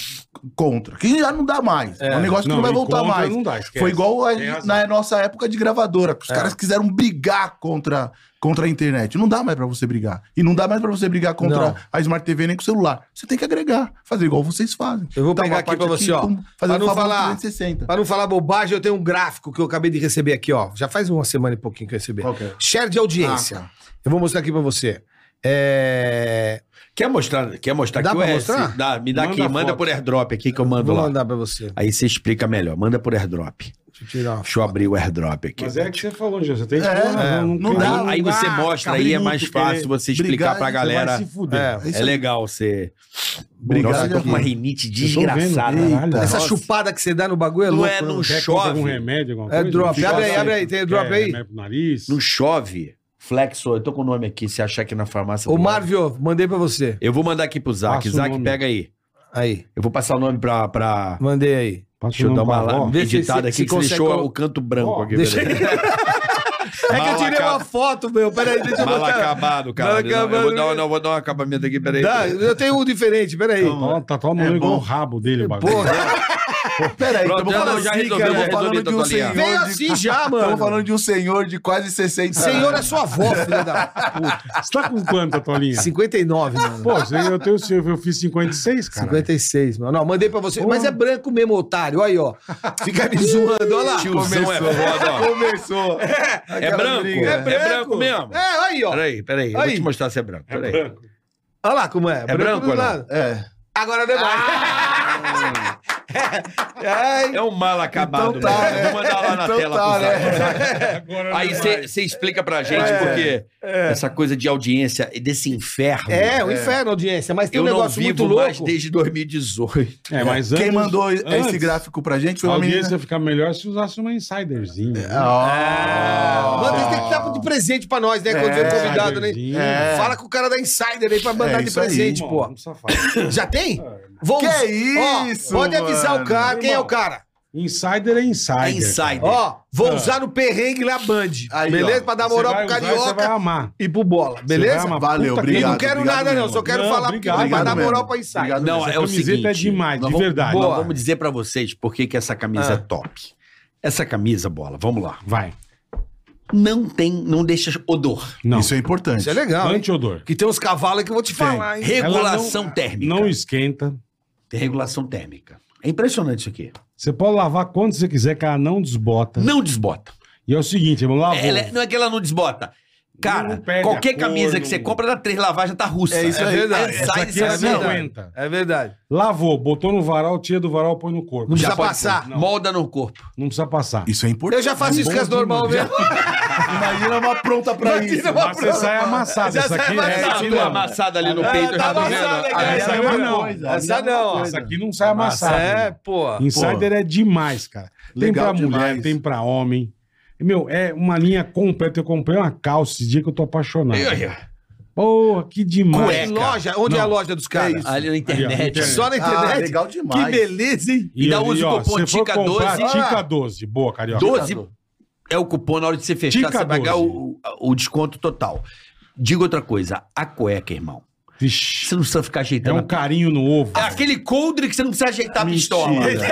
[SPEAKER 6] contra. Que já não dá mais. É, um negócio que não, vai voltar
[SPEAKER 3] encontra,
[SPEAKER 6] mais.
[SPEAKER 3] Não dá, esquece.
[SPEAKER 6] Foi igual a-
[SPEAKER 3] Tem razão.
[SPEAKER 6] na nossa época de gravadora.
[SPEAKER 5] É.
[SPEAKER 6] que Os caras quiseram brigar contra, contra a internet. Não dá mais pra você brigar. E não dá mais pra você brigar contra
[SPEAKER 5] Não.
[SPEAKER 6] a Smart TV nem com o celular. Você tem que agregar. Fazer igual vocês fazem.
[SPEAKER 5] Eu vou
[SPEAKER 6] Dá
[SPEAKER 5] pegar
[SPEAKER 6] uma
[SPEAKER 5] aqui
[SPEAKER 6] parte
[SPEAKER 5] pra você, ó.
[SPEAKER 6] pum,
[SPEAKER 5] Pra
[SPEAKER 6] Fazer
[SPEAKER 5] não
[SPEAKER 6] um favor
[SPEAKER 5] falar-
[SPEAKER 6] 360.
[SPEAKER 5] Pra não falar bobagem, eu tenho um gráfico que eu acabei de receber aqui, ó. Já faz uma semana e pouquinho que eu recebi.
[SPEAKER 6] Qual que é?
[SPEAKER 5] Share de audiência.
[SPEAKER 6] Ah, tá.
[SPEAKER 5] Eu vou mostrar aqui pra você. É...
[SPEAKER 4] Quer mostrar, quer mostrar
[SPEAKER 5] Dá
[SPEAKER 4] aqui
[SPEAKER 5] pra
[SPEAKER 4] o
[SPEAKER 5] mostrar?
[SPEAKER 4] S? Dá, me dá
[SPEAKER 3] Manda
[SPEAKER 4] aqui,
[SPEAKER 3] foto.
[SPEAKER 4] manda por airdrop aqui que eu mando
[SPEAKER 5] Vou
[SPEAKER 4] lá.
[SPEAKER 5] mandar pra você.
[SPEAKER 4] Aí você explica melhor. Manda por airdrop.
[SPEAKER 5] Deixa eu tirar uma
[SPEAKER 4] Deixa eu abrir o airdrop aqui.
[SPEAKER 3] Mas é o que você falou, Jô. Você tem que.
[SPEAKER 6] É,
[SPEAKER 3] Pô,
[SPEAKER 6] é, não
[SPEAKER 3] tem- um
[SPEAKER 6] dá.
[SPEAKER 4] aí
[SPEAKER 6] não
[SPEAKER 4] você
[SPEAKER 6] dá,
[SPEAKER 4] mostra, aí é
[SPEAKER 6] cabrito,
[SPEAKER 4] mais
[SPEAKER 6] querer
[SPEAKER 4] fácil você explicar
[SPEAKER 6] brigar,
[SPEAKER 4] pra
[SPEAKER 6] você
[SPEAKER 4] galera.
[SPEAKER 6] vai se fuder.
[SPEAKER 5] É,
[SPEAKER 6] É isso
[SPEAKER 4] É
[SPEAKER 6] aí.
[SPEAKER 4] legal você.
[SPEAKER 6] Obrigado,
[SPEAKER 4] Nossa, eu tô com uma
[SPEAKER 6] Jair.
[SPEAKER 4] rinite
[SPEAKER 3] Eu tô vendo,
[SPEAKER 4] desgraçada.
[SPEAKER 3] caralho.
[SPEAKER 5] Essa
[SPEAKER 4] Nossa.
[SPEAKER 5] chupada que você dá no bagulho é
[SPEAKER 4] Não
[SPEAKER 5] louco.
[SPEAKER 4] é, não
[SPEAKER 5] né?
[SPEAKER 3] Quer comprar algum
[SPEAKER 4] chove.
[SPEAKER 3] remédio, alguma
[SPEAKER 5] É
[SPEAKER 3] coisa?
[SPEAKER 5] drop.
[SPEAKER 3] Fica
[SPEAKER 5] Abre aí,
[SPEAKER 3] assim,
[SPEAKER 5] abre aí. Tem drop
[SPEAKER 3] quer
[SPEAKER 5] aí?
[SPEAKER 3] remédio pro nariz?
[SPEAKER 4] Não chove. Flexo, eu tô com o nome aqui, se achar aqui na farmácia.
[SPEAKER 5] Ô,
[SPEAKER 4] do lado.
[SPEAKER 5] Marvio, mandei pra você.
[SPEAKER 4] Eu vou mandar aqui pro Zac.
[SPEAKER 3] Passa o
[SPEAKER 4] Zac,
[SPEAKER 3] nome.
[SPEAKER 4] pega aí.
[SPEAKER 5] Aí,
[SPEAKER 4] Eu vou passar o nome pra. pra...
[SPEAKER 5] mandei aí.
[SPEAKER 3] Passa
[SPEAKER 4] Deixa eu
[SPEAKER 3] o
[SPEAKER 4] dar
[SPEAKER 3] nome
[SPEAKER 4] uma
[SPEAKER 3] pra
[SPEAKER 4] lá-
[SPEAKER 3] avó.
[SPEAKER 5] Vê se-
[SPEAKER 4] editada
[SPEAKER 5] se-
[SPEAKER 4] aqui,
[SPEAKER 5] se
[SPEAKER 4] que você
[SPEAKER 5] consegue
[SPEAKER 4] deixou
[SPEAKER 5] colo-
[SPEAKER 4] o canto branco
[SPEAKER 3] Ó,
[SPEAKER 4] aqui.
[SPEAKER 5] deixa-
[SPEAKER 4] peraí.
[SPEAKER 5] É que eu
[SPEAKER 4] Mal
[SPEAKER 5] tirei
[SPEAKER 4] acaba-
[SPEAKER 5] uma foto, meu. Peraí, deixa eu
[SPEAKER 4] Mal
[SPEAKER 5] botar.
[SPEAKER 4] acabado, cara.
[SPEAKER 5] Mal
[SPEAKER 4] Não, Eu vou
[SPEAKER 5] acabado.
[SPEAKER 4] dar, uma- não, eu vou dar um acabamento aqui, peraí.
[SPEAKER 5] Dá, eu tenho um diferente, peraí.
[SPEAKER 3] Ó, Tá tomando
[SPEAKER 6] É
[SPEAKER 3] igual
[SPEAKER 6] bom.
[SPEAKER 3] o rabo dele, o bagulho.
[SPEAKER 5] Porra,
[SPEAKER 6] Peraí,
[SPEAKER 4] Pronto,
[SPEAKER 6] estamos
[SPEAKER 4] já-
[SPEAKER 6] falando,
[SPEAKER 4] já
[SPEAKER 6] assim,
[SPEAKER 4] resolvi,
[SPEAKER 6] cara,
[SPEAKER 4] já
[SPEAKER 6] tamo falando
[SPEAKER 4] resolvi,
[SPEAKER 6] de um
[SPEAKER 4] doutor
[SPEAKER 6] senhor.
[SPEAKER 4] Aliás.
[SPEAKER 5] veio
[SPEAKER 6] de-
[SPEAKER 5] assim já, mano.
[SPEAKER 6] Estamos falando de um senhor de quase 60
[SPEAKER 5] Senhor é
[SPEAKER 6] anos.
[SPEAKER 5] sua avó, filha da.
[SPEAKER 3] Você tá com quanto, Tolinha?
[SPEAKER 5] 59, mano.
[SPEAKER 3] Pô, você- eu, tenho, eu fiz 56, cara.
[SPEAKER 5] 56, mano. Não, mandei pra você.
[SPEAKER 3] Porra.
[SPEAKER 5] Mas é branco mesmo, otário. Olha aí, ó. Fica me zoando, olha lá.
[SPEAKER 4] Tiozão é foda, ó.
[SPEAKER 6] Começou.
[SPEAKER 4] É branco?
[SPEAKER 6] briga.
[SPEAKER 4] É branco, mesmo?
[SPEAKER 5] É, olha aí, ó.
[SPEAKER 4] Peraí, peraí. Eu vou
[SPEAKER 5] Aí.
[SPEAKER 4] te mostrar se é branco. Peraí.
[SPEAKER 5] Olha lá como é.
[SPEAKER 4] É branco
[SPEAKER 5] do
[SPEAKER 4] ou não?
[SPEAKER 5] lado.
[SPEAKER 6] É.
[SPEAKER 5] Agora não é mais. Ai,
[SPEAKER 4] Ah, É um mal acabado.
[SPEAKER 6] Então tá,
[SPEAKER 4] mesmo. Eu
[SPEAKER 6] né?
[SPEAKER 4] Vou mandar lá na
[SPEAKER 6] Então
[SPEAKER 4] tela
[SPEAKER 6] tá,
[SPEAKER 4] pro Zac.
[SPEAKER 6] né?
[SPEAKER 3] Agora
[SPEAKER 4] É, Aí você explica pra gente, porque essa coisa de audiência e desse inferno.
[SPEAKER 5] É, um inferno, audiência. Mas tem
[SPEAKER 4] eu
[SPEAKER 5] um
[SPEAKER 4] não
[SPEAKER 5] negócio muito
[SPEAKER 4] vivo
[SPEAKER 5] louco.
[SPEAKER 4] mais desde 2018.
[SPEAKER 3] É, mas antes,
[SPEAKER 6] Quem mandou esse
[SPEAKER 3] antes,
[SPEAKER 6] gráfico pra gente
[SPEAKER 3] A
[SPEAKER 6] foi uma
[SPEAKER 3] audiência
[SPEAKER 6] menina.
[SPEAKER 3] ia ficar melhor se usasse uma insiderzinha. né?
[SPEAKER 6] Ah.
[SPEAKER 5] Manda, tem que dar de presente pra nós, né? Quando
[SPEAKER 6] É,
[SPEAKER 5] vem o convidado, né?
[SPEAKER 3] Insiderzinha.
[SPEAKER 6] É.
[SPEAKER 5] Fala com o cara da Insider aí pra mandar
[SPEAKER 6] É
[SPEAKER 5] de
[SPEAKER 6] isso aí,
[SPEAKER 5] presente,
[SPEAKER 3] Irmão,
[SPEAKER 5] pô.
[SPEAKER 3] não precisa falar.
[SPEAKER 5] Já tem?
[SPEAKER 3] É,
[SPEAKER 5] Vou
[SPEAKER 6] Que
[SPEAKER 5] usar.
[SPEAKER 6] isso,
[SPEAKER 5] Ó, pode avisar
[SPEAKER 6] mano.
[SPEAKER 5] o cara. Quem é
[SPEAKER 3] Irmão.
[SPEAKER 5] o cara?
[SPEAKER 3] Insider é insider.
[SPEAKER 4] É insider.
[SPEAKER 5] Ó, vou
[SPEAKER 3] Ah.
[SPEAKER 5] usar no perrengue lá Band.
[SPEAKER 6] Aí,
[SPEAKER 5] beleza?
[SPEAKER 6] ó.
[SPEAKER 5] Pra dar
[SPEAKER 3] Você
[SPEAKER 5] moral
[SPEAKER 3] vai
[SPEAKER 5] pro
[SPEAKER 3] usar, Você vai
[SPEAKER 5] carioca
[SPEAKER 3] amar.
[SPEAKER 5] e pro bola,
[SPEAKER 3] Você
[SPEAKER 5] beleza?
[SPEAKER 3] vai amar.
[SPEAKER 6] Valeu,
[SPEAKER 3] Puta que-
[SPEAKER 5] E
[SPEAKER 6] obrigado.
[SPEAKER 5] não quero nada, não.
[SPEAKER 6] mesmo.
[SPEAKER 5] Só quero
[SPEAKER 3] Não,
[SPEAKER 5] falar
[SPEAKER 3] obrigado,
[SPEAKER 5] porque pra dar
[SPEAKER 6] obrigado
[SPEAKER 5] moral
[SPEAKER 6] mesmo.
[SPEAKER 5] pra Insider.
[SPEAKER 6] Obrigado
[SPEAKER 3] Tá
[SPEAKER 4] não,
[SPEAKER 3] essa
[SPEAKER 4] é o
[SPEAKER 3] camiseta
[SPEAKER 4] seguinte.
[SPEAKER 3] é demais,
[SPEAKER 4] nós
[SPEAKER 3] de
[SPEAKER 4] vamos-
[SPEAKER 3] verdade.
[SPEAKER 4] nós
[SPEAKER 5] Boa.
[SPEAKER 4] vamos dizer pra vocês por que que essa camisa
[SPEAKER 5] Ah.
[SPEAKER 4] é top. Essa camisa, bola, vamos lá.
[SPEAKER 3] Vai.
[SPEAKER 4] Não tem, não deixa odor.
[SPEAKER 3] Não.
[SPEAKER 6] Isso é importante.
[SPEAKER 5] Isso é legal, hein?
[SPEAKER 3] Antiodor.
[SPEAKER 5] Que tem uns cavalos que eu vou te falar, hein?
[SPEAKER 4] Regulação
[SPEAKER 3] Ela não-
[SPEAKER 4] térmica.
[SPEAKER 3] Não esquenta.
[SPEAKER 4] Tem regulação térmica. É impressionante isso aqui.
[SPEAKER 3] Você pode lavar quanto você quiser, que ela não desbota.
[SPEAKER 4] Não desbota.
[SPEAKER 3] E é o seguinte, irmão, lavou.
[SPEAKER 4] Ela é- não é que ela não desbota. Cara,
[SPEAKER 3] Não perde
[SPEAKER 4] qualquer
[SPEAKER 3] a cor,
[SPEAKER 4] camisa que
[SPEAKER 3] não-
[SPEAKER 4] você compra, dá três lavagens, tá russa.
[SPEAKER 6] É isso aí.
[SPEAKER 4] verdade.
[SPEAKER 5] Essa
[SPEAKER 3] Essa
[SPEAKER 4] Sai,
[SPEAKER 3] aqui é
[SPEAKER 4] sai,
[SPEAKER 5] Essa
[SPEAKER 4] não.
[SPEAKER 5] é
[SPEAKER 3] 50.
[SPEAKER 5] É verdade.
[SPEAKER 3] Lavou, botou no varal, tira do varal, põe no corpo.
[SPEAKER 5] Não
[SPEAKER 4] Já
[SPEAKER 5] precisa
[SPEAKER 4] pode-
[SPEAKER 5] passar.
[SPEAKER 3] Não.
[SPEAKER 4] Molda no corpo.
[SPEAKER 3] Não precisa passar.
[SPEAKER 6] Isso é importante.
[SPEAKER 5] Eu já faço isso com as
[SPEAKER 3] Bom
[SPEAKER 5] normal
[SPEAKER 3] demais.
[SPEAKER 5] mesmo.
[SPEAKER 6] Imagina uma pronta pra
[SPEAKER 5] Imagina
[SPEAKER 6] isso.
[SPEAKER 5] uma-
[SPEAKER 3] Mas você sai amassado.
[SPEAKER 5] Já
[SPEAKER 3] Essa
[SPEAKER 5] sai
[SPEAKER 3] aqui é
[SPEAKER 5] amassado,
[SPEAKER 4] Amassado,
[SPEAKER 5] tirando.
[SPEAKER 3] estilão.
[SPEAKER 4] amassado ali no
[SPEAKER 5] Ah,
[SPEAKER 4] peito.
[SPEAKER 5] tá
[SPEAKER 4] já tô
[SPEAKER 5] amassado,
[SPEAKER 4] vendo.
[SPEAKER 5] né, cara?
[SPEAKER 3] Essa
[SPEAKER 6] Ali é
[SPEAKER 3] aqui
[SPEAKER 6] uma
[SPEAKER 3] não.
[SPEAKER 6] coisa,
[SPEAKER 5] Essa
[SPEAKER 6] ali é uma
[SPEAKER 5] não,
[SPEAKER 6] coisa.
[SPEAKER 3] Essa aqui não sai amassada. né?
[SPEAKER 5] É, pô.
[SPEAKER 3] Insider é demais, cara. Tem
[SPEAKER 6] Legal
[SPEAKER 3] pra mulher,
[SPEAKER 6] demais.
[SPEAKER 3] tem pra homem. E, Meu, é uma linha completa. Eu comprei uma calça esse dia que eu tô apaixonado.
[SPEAKER 4] Aí, ó.
[SPEAKER 3] Porra, que
[SPEAKER 5] Que
[SPEAKER 3] demais.
[SPEAKER 4] Cueca.
[SPEAKER 5] loja? Onde é a
[SPEAKER 3] Não.
[SPEAKER 5] loja dos caras? É.
[SPEAKER 6] isso.
[SPEAKER 4] Ali
[SPEAKER 3] Ali,
[SPEAKER 4] na
[SPEAKER 3] ó,
[SPEAKER 4] internet.
[SPEAKER 3] internet.
[SPEAKER 5] Só na internet?
[SPEAKER 6] Ah, legal demais.
[SPEAKER 5] Que beleza, hein?
[SPEAKER 4] E ainda usa o
[SPEAKER 3] ó,
[SPEAKER 4] cupom
[SPEAKER 3] se for
[SPEAKER 4] Tica
[SPEAKER 3] comprar,
[SPEAKER 4] 12.
[SPEAKER 3] Tica 12. Boa, Carioca.
[SPEAKER 4] 12 é o cupom na hora de você fechar,
[SPEAKER 3] Dica
[SPEAKER 4] você pagar
[SPEAKER 3] 12.
[SPEAKER 4] o, o desconto total. Diga outra coisa, a cueca, irmão.
[SPEAKER 3] Vixe,
[SPEAKER 4] Você não precisa ficar
[SPEAKER 3] é
[SPEAKER 4] ajeitando.
[SPEAKER 3] um carinho no ovo.
[SPEAKER 4] É aquele coldre que você não precisa ajeitar a pistola.
[SPEAKER 6] Mentira.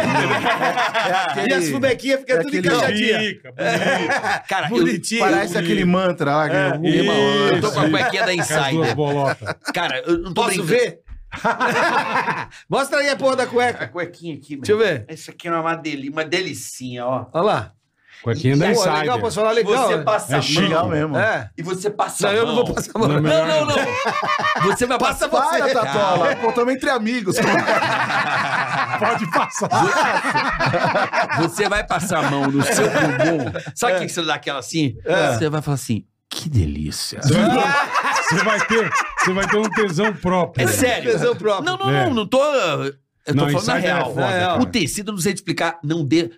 [SPEAKER 5] E as fumequinhas ficam
[SPEAKER 6] é
[SPEAKER 5] tudo
[SPEAKER 6] aquele-
[SPEAKER 5] encaixadinha.
[SPEAKER 3] Fica, bonito.
[SPEAKER 4] É. Cara, eu,
[SPEAKER 5] Bonitinho.
[SPEAKER 6] Parece aquele mantra lá. que
[SPEAKER 5] É,
[SPEAKER 6] eu- É,
[SPEAKER 4] irmão, eu tô
[SPEAKER 3] Isso,
[SPEAKER 4] com a
[SPEAKER 3] isso.
[SPEAKER 4] cuequinha da
[SPEAKER 3] Com as duas
[SPEAKER 4] Insider.
[SPEAKER 3] bolotas.
[SPEAKER 4] Cara, eu não tô
[SPEAKER 5] Posso
[SPEAKER 4] brincando.
[SPEAKER 5] ver? Mostra aí a porra da
[SPEAKER 4] A
[SPEAKER 5] cueca.
[SPEAKER 4] cuequinha aqui,
[SPEAKER 5] Deixa eu
[SPEAKER 4] meu.
[SPEAKER 5] ver.
[SPEAKER 4] Essa aqui é uma, deli uma delicinha, ó.
[SPEAKER 5] Olha lá.
[SPEAKER 3] Cuequinha da
[SPEAKER 5] Pô,
[SPEAKER 3] Insider.
[SPEAKER 5] legal, posso falar legal?
[SPEAKER 4] você
[SPEAKER 5] né?
[SPEAKER 4] passa
[SPEAKER 3] É
[SPEAKER 4] a
[SPEAKER 3] chique.
[SPEAKER 4] mão.
[SPEAKER 6] Legal mesmo.
[SPEAKER 5] É.
[SPEAKER 4] E você passa a
[SPEAKER 5] Não,
[SPEAKER 4] mão.
[SPEAKER 5] eu não vou passar a mão.
[SPEAKER 3] Não,
[SPEAKER 4] Não, é não, não. Você vai
[SPEAKER 5] Passa
[SPEAKER 4] passar
[SPEAKER 5] você.
[SPEAKER 6] Para, Tatola.
[SPEAKER 4] Cara.
[SPEAKER 6] Pô, tamo entre amigos.
[SPEAKER 3] Ah, Pode passar.
[SPEAKER 4] Você vai passar a mão no seu bumbum. Sabe
[SPEAKER 5] É.
[SPEAKER 4] o que que você dá aquela assim? Você vai falar assim, que delícia.
[SPEAKER 3] Você vai, você vai ter, você vai ter um tesão próprio.
[SPEAKER 4] É sério.
[SPEAKER 5] Tesão próprio.
[SPEAKER 4] Não, não,
[SPEAKER 3] É.
[SPEAKER 4] não, não tô... Eu
[SPEAKER 3] Não,
[SPEAKER 4] tô falando
[SPEAKER 3] isso
[SPEAKER 4] na
[SPEAKER 3] aí é
[SPEAKER 4] real.
[SPEAKER 3] foda,
[SPEAKER 5] cara.
[SPEAKER 4] o tecido, não sei te explicar, não dê...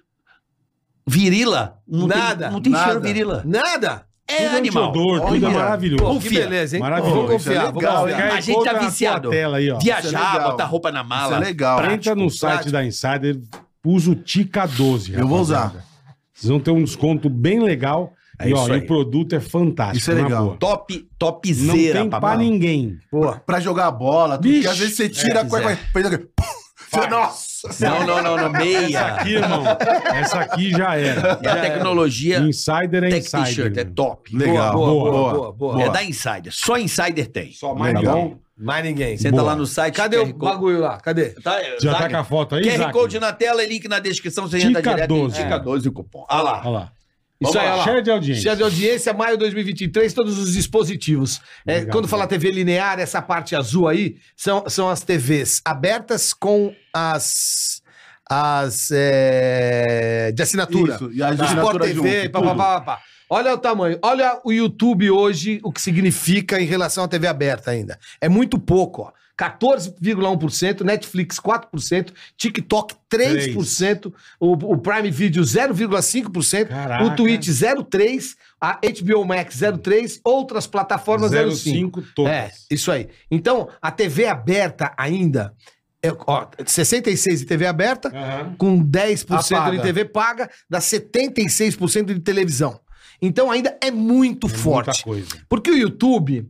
[SPEAKER 4] Virila. Não
[SPEAKER 5] Nada,
[SPEAKER 4] Tem, não tem cheiro
[SPEAKER 6] nada.
[SPEAKER 4] virila.
[SPEAKER 5] Nada.
[SPEAKER 4] É
[SPEAKER 3] Tudo
[SPEAKER 4] animal.
[SPEAKER 3] Odor, tudo é
[SPEAKER 4] Olha.
[SPEAKER 3] maravilhoso.
[SPEAKER 5] Que
[SPEAKER 4] Confia.
[SPEAKER 5] beleza, hein?
[SPEAKER 3] Maravilhoso.
[SPEAKER 5] Vou
[SPEAKER 6] Isso
[SPEAKER 5] confiar,
[SPEAKER 6] é
[SPEAKER 5] vou
[SPEAKER 6] legal,
[SPEAKER 5] confiar.
[SPEAKER 6] hein?
[SPEAKER 4] A gente tá
[SPEAKER 3] Encontra na tua
[SPEAKER 4] viciado.
[SPEAKER 3] tela aí, ó.
[SPEAKER 6] Isso é
[SPEAKER 4] Viajar,
[SPEAKER 6] legal.
[SPEAKER 4] botar roupa na
[SPEAKER 6] Isso
[SPEAKER 4] mala.
[SPEAKER 6] é legal.
[SPEAKER 3] Entra no site da Insider, usa o Tica 12.
[SPEAKER 6] Eu vou
[SPEAKER 3] rapaziada. Vocês vão ter um desconto bem legal.
[SPEAKER 4] É
[SPEAKER 3] e ó,
[SPEAKER 4] isso
[SPEAKER 3] e
[SPEAKER 4] aí.
[SPEAKER 3] o produto é fantástico.
[SPEAKER 6] Isso é
[SPEAKER 3] na
[SPEAKER 6] legal.
[SPEAKER 3] boa.
[SPEAKER 4] Top,
[SPEAKER 3] Não
[SPEAKER 4] topzera,
[SPEAKER 3] tem
[SPEAKER 4] papai.
[SPEAKER 3] pra ninguém.
[SPEAKER 5] Boa.
[SPEAKER 6] Pra jogar a bola, tudo,
[SPEAKER 3] Vixe,
[SPEAKER 6] porque às vezes você tira
[SPEAKER 4] é,
[SPEAKER 6] a cueca, fez aqui, pum, você, nossa,
[SPEAKER 4] Não, não, não, não, meia.
[SPEAKER 3] Aqui, irmão. Essa aqui já era.
[SPEAKER 4] É a tecnologia
[SPEAKER 3] Insider é
[SPEAKER 4] Tech
[SPEAKER 3] Insider.
[SPEAKER 4] T-shirt, é
[SPEAKER 3] né?
[SPEAKER 4] top.
[SPEAKER 6] legal,
[SPEAKER 5] Boa, boa, boa,
[SPEAKER 3] boa,
[SPEAKER 5] boa.
[SPEAKER 4] É da Insider, só Insider tem.
[SPEAKER 3] Só mais
[SPEAKER 6] Legal.
[SPEAKER 3] bom.
[SPEAKER 5] Mais um, ninguém.
[SPEAKER 4] Senta
[SPEAKER 3] Boa.
[SPEAKER 4] lá no site.
[SPEAKER 5] Cadê
[SPEAKER 4] QR
[SPEAKER 5] o
[SPEAKER 4] Code.
[SPEAKER 5] bagulho lá? Cadê?
[SPEAKER 4] Tá,
[SPEAKER 3] Já
[SPEAKER 4] Zaga.
[SPEAKER 3] tá com a foto aí,
[SPEAKER 4] QR
[SPEAKER 3] Isaac?
[SPEAKER 4] Code na tela e link na descrição. Você
[SPEAKER 3] Tica
[SPEAKER 4] entra direto em
[SPEAKER 3] 12.
[SPEAKER 4] Tica 12 o cupom. Olha lá.
[SPEAKER 3] Olha lá.
[SPEAKER 5] Isso aí, olha lá.
[SPEAKER 3] Cheio de audiência.
[SPEAKER 5] Cheia de audiência, é maio de 2023, todos os dispositivos. É,
[SPEAKER 3] Obrigado,
[SPEAKER 5] quando fala
[SPEAKER 3] Zé.
[SPEAKER 5] TV linear, essa parte azul aí, são, são as TVs abertas com as. as é, de assinatura.
[SPEAKER 6] Isso, e a
[SPEAKER 5] Tá. Sport
[SPEAKER 6] assinatura
[SPEAKER 5] TV,
[SPEAKER 6] junto,
[SPEAKER 5] pá, pá,
[SPEAKER 6] tudo.
[SPEAKER 5] pá, pá, pá. Olha o tamanho, olha o YouTube hoje, o que significa em relação à TV aberta ainda. É muito pouco, ó. 14,1%, Netflix 4%, TikTok 3%, o, o Prime Video 0,5%,
[SPEAKER 3] Caraca.
[SPEAKER 5] o Twitch 0,3%, a HBO Max 0,3%, outras plataformas 0,5%.
[SPEAKER 3] 05 todas.
[SPEAKER 5] É, isso aí. Então, a TV aberta ainda, é, ó, 66% de TV aberta,
[SPEAKER 4] É.
[SPEAKER 3] Aham.
[SPEAKER 5] com 10% de
[SPEAKER 3] Ah,
[SPEAKER 6] Apaga.
[SPEAKER 5] TV paga, dá 76% de televisão. Então ainda é muito
[SPEAKER 3] É muita
[SPEAKER 5] forte.
[SPEAKER 3] coisa.
[SPEAKER 5] Porque o YouTube,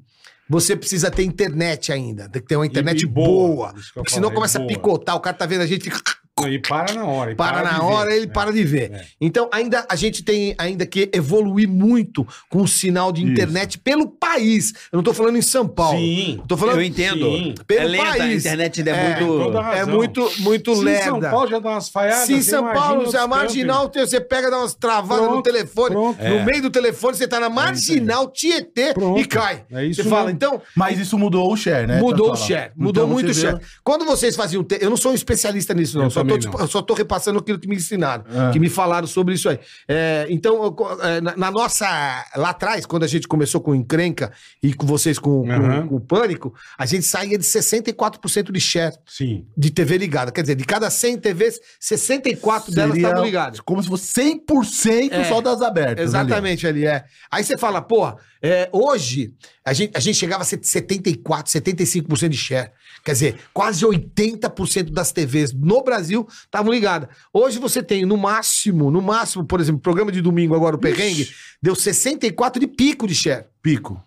[SPEAKER 5] você precisa ter internet ainda. Tem que ter uma internet
[SPEAKER 3] e boa,
[SPEAKER 5] boa.
[SPEAKER 3] isso que eu
[SPEAKER 5] Porque
[SPEAKER 3] ia
[SPEAKER 5] senão
[SPEAKER 3] falar, e
[SPEAKER 5] começa a
[SPEAKER 3] boa.
[SPEAKER 5] picotar, o cara tá vendo a gente, fica,
[SPEAKER 3] E para na hora. e
[SPEAKER 5] para
[SPEAKER 3] de
[SPEAKER 5] na
[SPEAKER 3] ver.
[SPEAKER 5] hora, ele
[SPEAKER 3] É.
[SPEAKER 5] para de ver.
[SPEAKER 3] É.
[SPEAKER 5] Então ainda a gente tem ainda que evoluir muito com o sinal de internet pelo país. Eu não tô falando em São Paulo.
[SPEAKER 3] Sim.
[SPEAKER 5] Eu tô falando
[SPEAKER 4] Eu entendo.
[SPEAKER 3] Sim.
[SPEAKER 5] Pelo
[SPEAKER 4] é lenta, a
[SPEAKER 5] país.
[SPEAKER 4] internet ainda é,
[SPEAKER 5] É,
[SPEAKER 4] muito.
[SPEAKER 3] toda
[SPEAKER 5] é
[SPEAKER 3] razão.
[SPEAKER 5] muito muito
[SPEAKER 3] Se
[SPEAKER 5] lerda.
[SPEAKER 3] em São Paulo já dá umas falhadas.
[SPEAKER 5] Se em
[SPEAKER 3] você
[SPEAKER 5] São
[SPEAKER 3] imagina
[SPEAKER 5] Paulo,
[SPEAKER 3] os
[SPEAKER 5] se é a
[SPEAKER 3] campos.
[SPEAKER 5] marginal, você pega, dá umas travadas no
[SPEAKER 3] Pronto,
[SPEAKER 5] telefone.
[SPEAKER 3] pronto.
[SPEAKER 5] No
[SPEAKER 3] É.
[SPEAKER 5] meio do telefone, você tá na marginal, tietê
[SPEAKER 3] Pronto.
[SPEAKER 5] e cai.
[SPEAKER 3] É isso
[SPEAKER 5] você fala,
[SPEAKER 3] mesmo. É, tá
[SPEAKER 5] então.
[SPEAKER 6] Mas isso mudou o share, né?
[SPEAKER 5] Mudou o
[SPEAKER 6] Então,
[SPEAKER 5] share,
[SPEAKER 6] então,
[SPEAKER 5] mudou muito o
[SPEAKER 6] você vê-
[SPEAKER 5] share. Quando vocês faziam. te- Eu não sou um especialista nisso, não.
[SPEAKER 3] Eu
[SPEAKER 5] Só tô,
[SPEAKER 3] também
[SPEAKER 5] disp-
[SPEAKER 3] não.
[SPEAKER 5] eu só tô repassando aquilo que me ensinaram,
[SPEAKER 6] É.
[SPEAKER 5] que me falaram sobre isso aí. É, então, eu co- é, na, na nossa. Lá atrás, quando a gente começou com o encrenca e com vocês com, com-
[SPEAKER 3] Aham.
[SPEAKER 5] com o pânico, a gente saía de 64% de share
[SPEAKER 3] Sim.
[SPEAKER 5] de TV ligada. Quer dizer, de cada 100 TVs, 64 delas
[SPEAKER 6] Seria
[SPEAKER 5] estavam ligadas.
[SPEAKER 6] Como se fosse 100%
[SPEAKER 5] É,
[SPEAKER 6] só das abertas. ali.
[SPEAKER 5] Exatamente ali, é. Aí você fala, porra, é, hoje a gente, a gente chegava a 74, 75% de share. Quer dizer, quase 80% das TVs no Brasil estavam ligadas. Hoje você tem, no máximo, no máximo, por exemplo, programa de domingo agora, o Perrengue, deu 64% de pico de share.
[SPEAKER 6] Pico.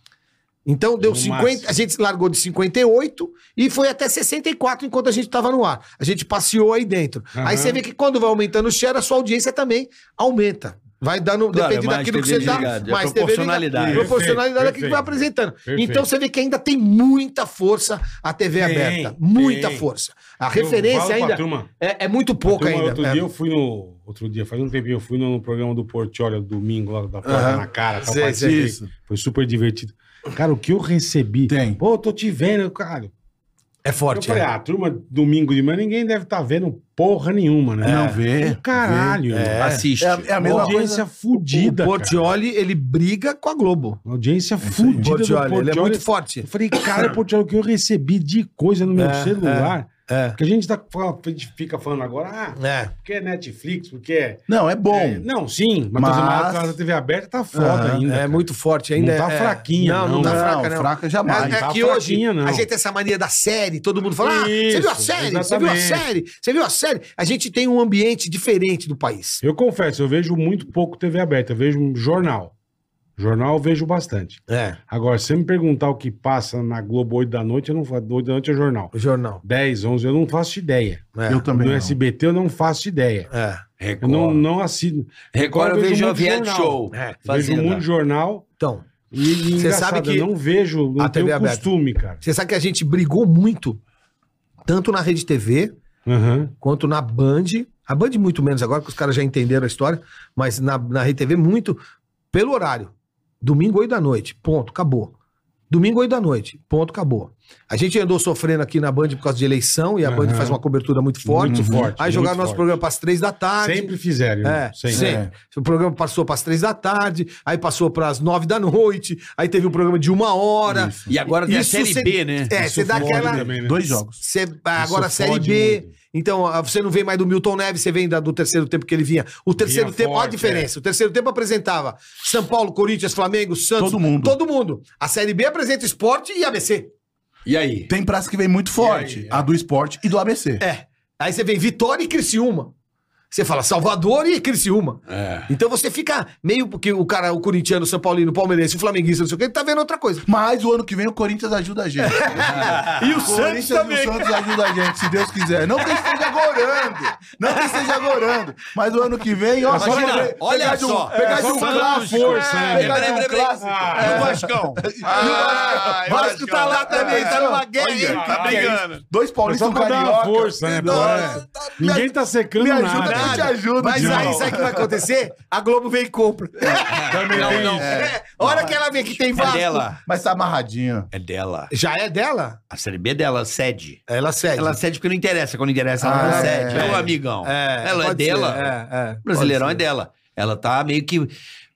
[SPEAKER 5] Então deu
[SPEAKER 3] No
[SPEAKER 5] 50,
[SPEAKER 3] máximo.
[SPEAKER 5] a gente largou de 58 e foi até 64 enquanto a gente estava no ar. A gente passeou aí dentro.
[SPEAKER 3] Aham.
[SPEAKER 5] Aí você vê que quando vai aumentando o share, a sua audiência também aumenta. Vai dando,
[SPEAKER 4] Claro,
[SPEAKER 5] dependendo
[SPEAKER 4] mais
[SPEAKER 5] daquilo que
[SPEAKER 4] TV
[SPEAKER 5] você dá,
[SPEAKER 4] ligada, é
[SPEAKER 5] mais TV
[SPEAKER 4] proporcionalidade.
[SPEAKER 5] ligada. Proporcionalidade é que
[SPEAKER 3] Perfeito,
[SPEAKER 5] vai apresentando.
[SPEAKER 3] perfeito.
[SPEAKER 5] Então você vê que ainda tem muita força a TV
[SPEAKER 3] Tem,
[SPEAKER 5] aberta. Muita
[SPEAKER 3] tem.
[SPEAKER 5] força. A
[SPEAKER 3] Eu falo
[SPEAKER 5] referência
[SPEAKER 3] pra
[SPEAKER 5] ainda
[SPEAKER 3] turma,
[SPEAKER 5] é, é muito pouca
[SPEAKER 3] Turma,
[SPEAKER 5] ainda.
[SPEAKER 3] Outro
[SPEAKER 5] É.
[SPEAKER 3] dia eu fui no. Outro dia, faz um tempinho, eu fui no programa do Portiolha domingo, lá da porta
[SPEAKER 6] Aham.
[SPEAKER 3] na cara. tal,
[SPEAKER 5] Sei,
[SPEAKER 3] participei.
[SPEAKER 6] sei, isso.
[SPEAKER 3] Foi super divertido. Cara, o que eu recebi?
[SPEAKER 6] Tem.
[SPEAKER 3] Pô, eu tô te vendo, cara.
[SPEAKER 5] É
[SPEAKER 3] Eu
[SPEAKER 5] forte.
[SPEAKER 3] falei,
[SPEAKER 5] é.
[SPEAKER 3] ah, turma, domingo de manhã, ninguém deve estar vendo porra nenhuma, né?
[SPEAKER 6] Não vê.
[SPEAKER 3] Pô, Caralho.
[SPEAKER 5] É.
[SPEAKER 3] É.
[SPEAKER 4] Assiste.
[SPEAKER 6] É a, é a mesma coisa.
[SPEAKER 3] Audiência fudida.
[SPEAKER 5] o É
[SPEAKER 3] cara.
[SPEAKER 5] Portioli, ele briga com a Globo.
[SPEAKER 3] Audiência
[SPEAKER 5] O
[SPEAKER 3] fudida do
[SPEAKER 5] Portioli, ele é
[SPEAKER 3] Portiolli.
[SPEAKER 5] muito forte.
[SPEAKER 3] Eu falei, cara, Portiolli, o que eu recebi de coisa no meu
[SPEAKER 5] É,
[SPEAKER 3] celular?
[SPEAKER 5] é, é.
[SPEAKER 3] Porque a gente, tá, fala- a gente fica falando agora, ah,
[SPEAKER 5] É.
[SPEAKER 3] porque é Netflix, porque é.
[SPEAKER 6] Não, é bom.
[SPEAKER 3] É, não, sim, mas,
[SPEAKER 6] Mas-
[SPEAKER 3] mas... a TV aberta tá foda
[SPEAKER 6] Aham,
[SPEAKER 3] ainda.
[SPEAKER 5] É
[SPEAKER 3] cara.
[SPEAKER 5] muito forte ainda.
[SPEAKER 3] Não tá
[SPEAKER 5] é-
[SPEAKER 3] fraquinha,
[SPEAKER 5] Não, não,
[SPEAKER 3] não.
[SPEAKER 5] tá
[SPEAKER 6] Não,
[SPEAKER 5] fraca, não.
[SPEAKER 6] fraca jamais.
[SPEAKER 5] É, é
[SPEAKER 3] tá
[SPEAKER 5] que hoje
[SPEAKER 3] fraquinha, não.
[SPEAKER 5] a gente tem essa mania da série, todo mundo fala: Ah, você
[SPEAKER 3] Isso,
[SPEAKER 5] viu a série? Você viu a
[SPEAKER 3] exatamente.
[SPEAKER 5] série? Você viu a série? A gente tem um ambiente diferente do país.
[SPEAKER 3] Eu confesso, eu vejo muito pouco TV aberta, eu vejo jornal. Jornal eu vejo bastante.
[SPEAKER 5] É,
[SPEAKER 3] Agora, se você me perguntar o que passa na Globo 8 da noite, eu não faço. 8 da noite é jornal.
[SPEAKER 5] o jornal.
[SPEAKER 3] 10, 11, eu não faço ideia.
[SPEAKER 5] É.
[SPEAKER 6] Eu também.
[SPEAKER 3] no
[SPEAKER 6] não.
[SPEAKER 3] SBT eu não faço ideia.
[SPEAKER 5] É,
[SPEAKER 3] Eu
[SPEAKER 4] Record.
[SPEAKER 3] não, não assino.
[SPEAKER 4] Record eu vejo a
[SPEAKER 3] muito
[SPEAKER 4] Viet
[SPEAKER 3] jornal.
[SPEAKER 4] Show.
[SPEAKER 5] é.
[SPEAKER 4] Fazenda.
[SPEAKER 3] Vejo muito jornal
[SPEAKER 5] Então,
[SPEAKER 3] e, e
[SPEAKER 5] Você
[SPEAKER 3] engraçado,
[SPEAKER 5] sabe que
[SPEAKER 3] eu não vejo, não
[SPEAKER 5] a
[SPEAKER 3] tenho
[SPEAKER 5] TV aberta.
[SPEAKER 3] costume, cara.
[SPEAKER 5] você sabe que a gente brigou muito, tanto na Rede TV
[SPEAKER 3] Aham.
[SPEAKER 5] quanto na Band. A Band, muito menos agora, porque os caras já entenderam a história, mas na, na Rede TV, muito pelo horário. Domingo, 8 da noite. Ponto, acabou. Domingo, 8 da noite. Ponto, acabou. A gente andou sofrendo aqui na Band por causa de eleição e a Band
[SPEAKER 3] Aham.
[SPEAKER 5] faz uma cobertura muito forte.
[SPEAKER 3] Muito forte,
[SPEAKER 5] Aí jogaram
[SPEAKER 3] muito
[SPEAKER 5] nosso
[SPEAKER 3] forte.
[SPEAKER 5] programa para as 3 da tarde.
[SPEAKER 3] Sempre fizeram. irmão.
[SPEAKER 5] É, sempre.
[SPEAKER 3] É.
[SPEAKER 5] O programa passou para as três da tarde, aí passou para as nove da noite, aí teve um programa de uma hora.
[SPEAKER 6] Isso.
[SPEAKER 4] E agora tem
[SPEAKER 5] Isso
[SPEAKER 4] a Série
[SPEAKER 5] cê-
[SPEAKER 4] B, né?
[SPEAKER 5] É,
[SPEAKER 3] Isso
[SPEAKER 5] você dá
[SPEAKER 3] fode
[SPEAKER 5] aquela.
[SPEAKER 3] também, né?
[SPEAKER 6] Dois jogos.
[SPEAKER 5] Cê, agora
[SPEAKER 3] Isso
[SPEAKER 5] Série
[SPEAKER 3] fode
[SPEAKER 5] B.
[SPEAKER 3] muito.
[SPEAKER 5] Então, ah, você não vem mais do Milton Neves, você vem da- do terceiro tempo que ele vinha. O terceiro
[SPEAKER 3] Vinha
[SPEAKER 5] tempo, olha a
[SPEAKER 3] forte,
[SPEAKER 4] é.
[SPEAKER 5] diferença. O terceiro tempo apresentava São Paulo, Corinthians, Flamengo, Santos.
[SPEAKER 6] Todo mundo.
[SPEAKER 5] Todo mundo. A Série B apresenta esporte e ABC.
[SPEAKER 4] E aí?
[SPEAKER 6] Tem praça que vem muito forte. A do esporte e do ABC.
[SPEAKER 5] É. Aí você vem Vitória e Criciúma. Você fala Salvador e Criciúma.
[SPEAKER 4] É.
[SPEAKER 5] Então você fica meio porque o cara, o corintiano, o São Paulino, o palmeirense, o flamenguista, não sei o que, ele tá vendo outra coisa.
[SPEAKER 6] Mas o ano que vem o Corinthians ajuda a gente.
[SPEAKER 5] E o
[SPEAKER 6] Corinthians
[SPEAKER 5] Santos
[SPEAKER 6] e
[SPEAKER 5] também.
[SPEAKER 6] o Santos ajuda a gente, se Deus quiser. Não que esteja gorando. Não que esteja gorando. Mas o ano que vem, ó.
[SPEAKER 4] Imagina,
[SPEAKER 6] vai pe-
[SPEAKER 4] olha
[SPEAKER 6] pegar de um-
[SPEAKER 4] só.
[SPEAKER 6] Pegar
[SPEAKER 3] É,
[SPEAKER 6] de
[SPEAKER 3] só
[SPEAKER 6] um
[SPEAKER 3] pra dar uma
[SPEAKER 6] clássico.
[SPEAKER 3] força, né?
[SPEAKER 6] Pegar de
[SPEAKER 4] Peraí,
[SPEAKER 6] um
[SPEAKER 4] peraí, peraí.
[SPEAKER 6] clássico.
[SPEAKER 4] E o Vascão?
[SPEAKER 6] Ah,
[SPEAKER 4] eu
[SPEAKER 6] Vasco
[SPEAKER 4] acho que
[SPEAKER 6] tá
[SPEAKER 4] é
[SPEAKER 6] lá
[SPEAKER 4] uma-
[SPEAKER 6] também, tá numa guerra.
[SPEAKER 4] Olha,
[SPEAKER 6] hein,
[SPEAKER 4] tá
[SPEAKER 6] cara?
[SPEAKER 4] brigando.
[SPEAKER 6] Dois paulistas
[SPEAKER 3] Só
[SPEAKER 6] e um
[SPEAKER 3] pra dar uma
[SPEAKER 6] carioca.
[SPEAKER 3] força, né?
[SPEAKER 6] Nossa,
[SPEAKER 3] Bora. Ninguém tá secando
[SPEAKER 6] Me
[SPEAKER 3] nada. né?
[SPEAKER 6] ajuda que eu te ajudo.
[SPEAKER 5] Mas
[SPEAKER 6] tio.
[SPEAKER 5] aí, sabe o que vai acontecer? A Globo vem e compra.
[SPEAKER 3] Também
[SPEAKER 4] Não,
[SPEAKER 3] tem
[SPEAKER 4] não.
[SPEAKER 3] isso.
[SPEAKER 5] É, hora que ela vê que tem
[SPEAKER 4] É
[SPEAKER 5] Vasco.
[SPEAKER 4] dela.
[SPEAKER 6] Mas tá amarradinho.
[SPEAKER 4] É dela.
[SPEAKER 5] Já é dela?
[SPEAKER 4] A Série B é dela, cede.
[SPEAKER 5] Ela cede.
[SPEAKER 4] Ela cede porque não interessa. Quando interessa, ela não
[SPEAKER 6] Ah,
[SPEAKER 4] cede.
[SPEAKER 6] é.
[SPEAKER 4] É, o amigão. ela é
[SPEAKER 5] pode ser,
[SPEAKER 4] dela.
[SPEAKER 5] é, é,
[SPEAKER 4] O Brasileirão é
[SPEAKER 5] pode ser.
[SPEAKER 4] dela. Ela tá meio que.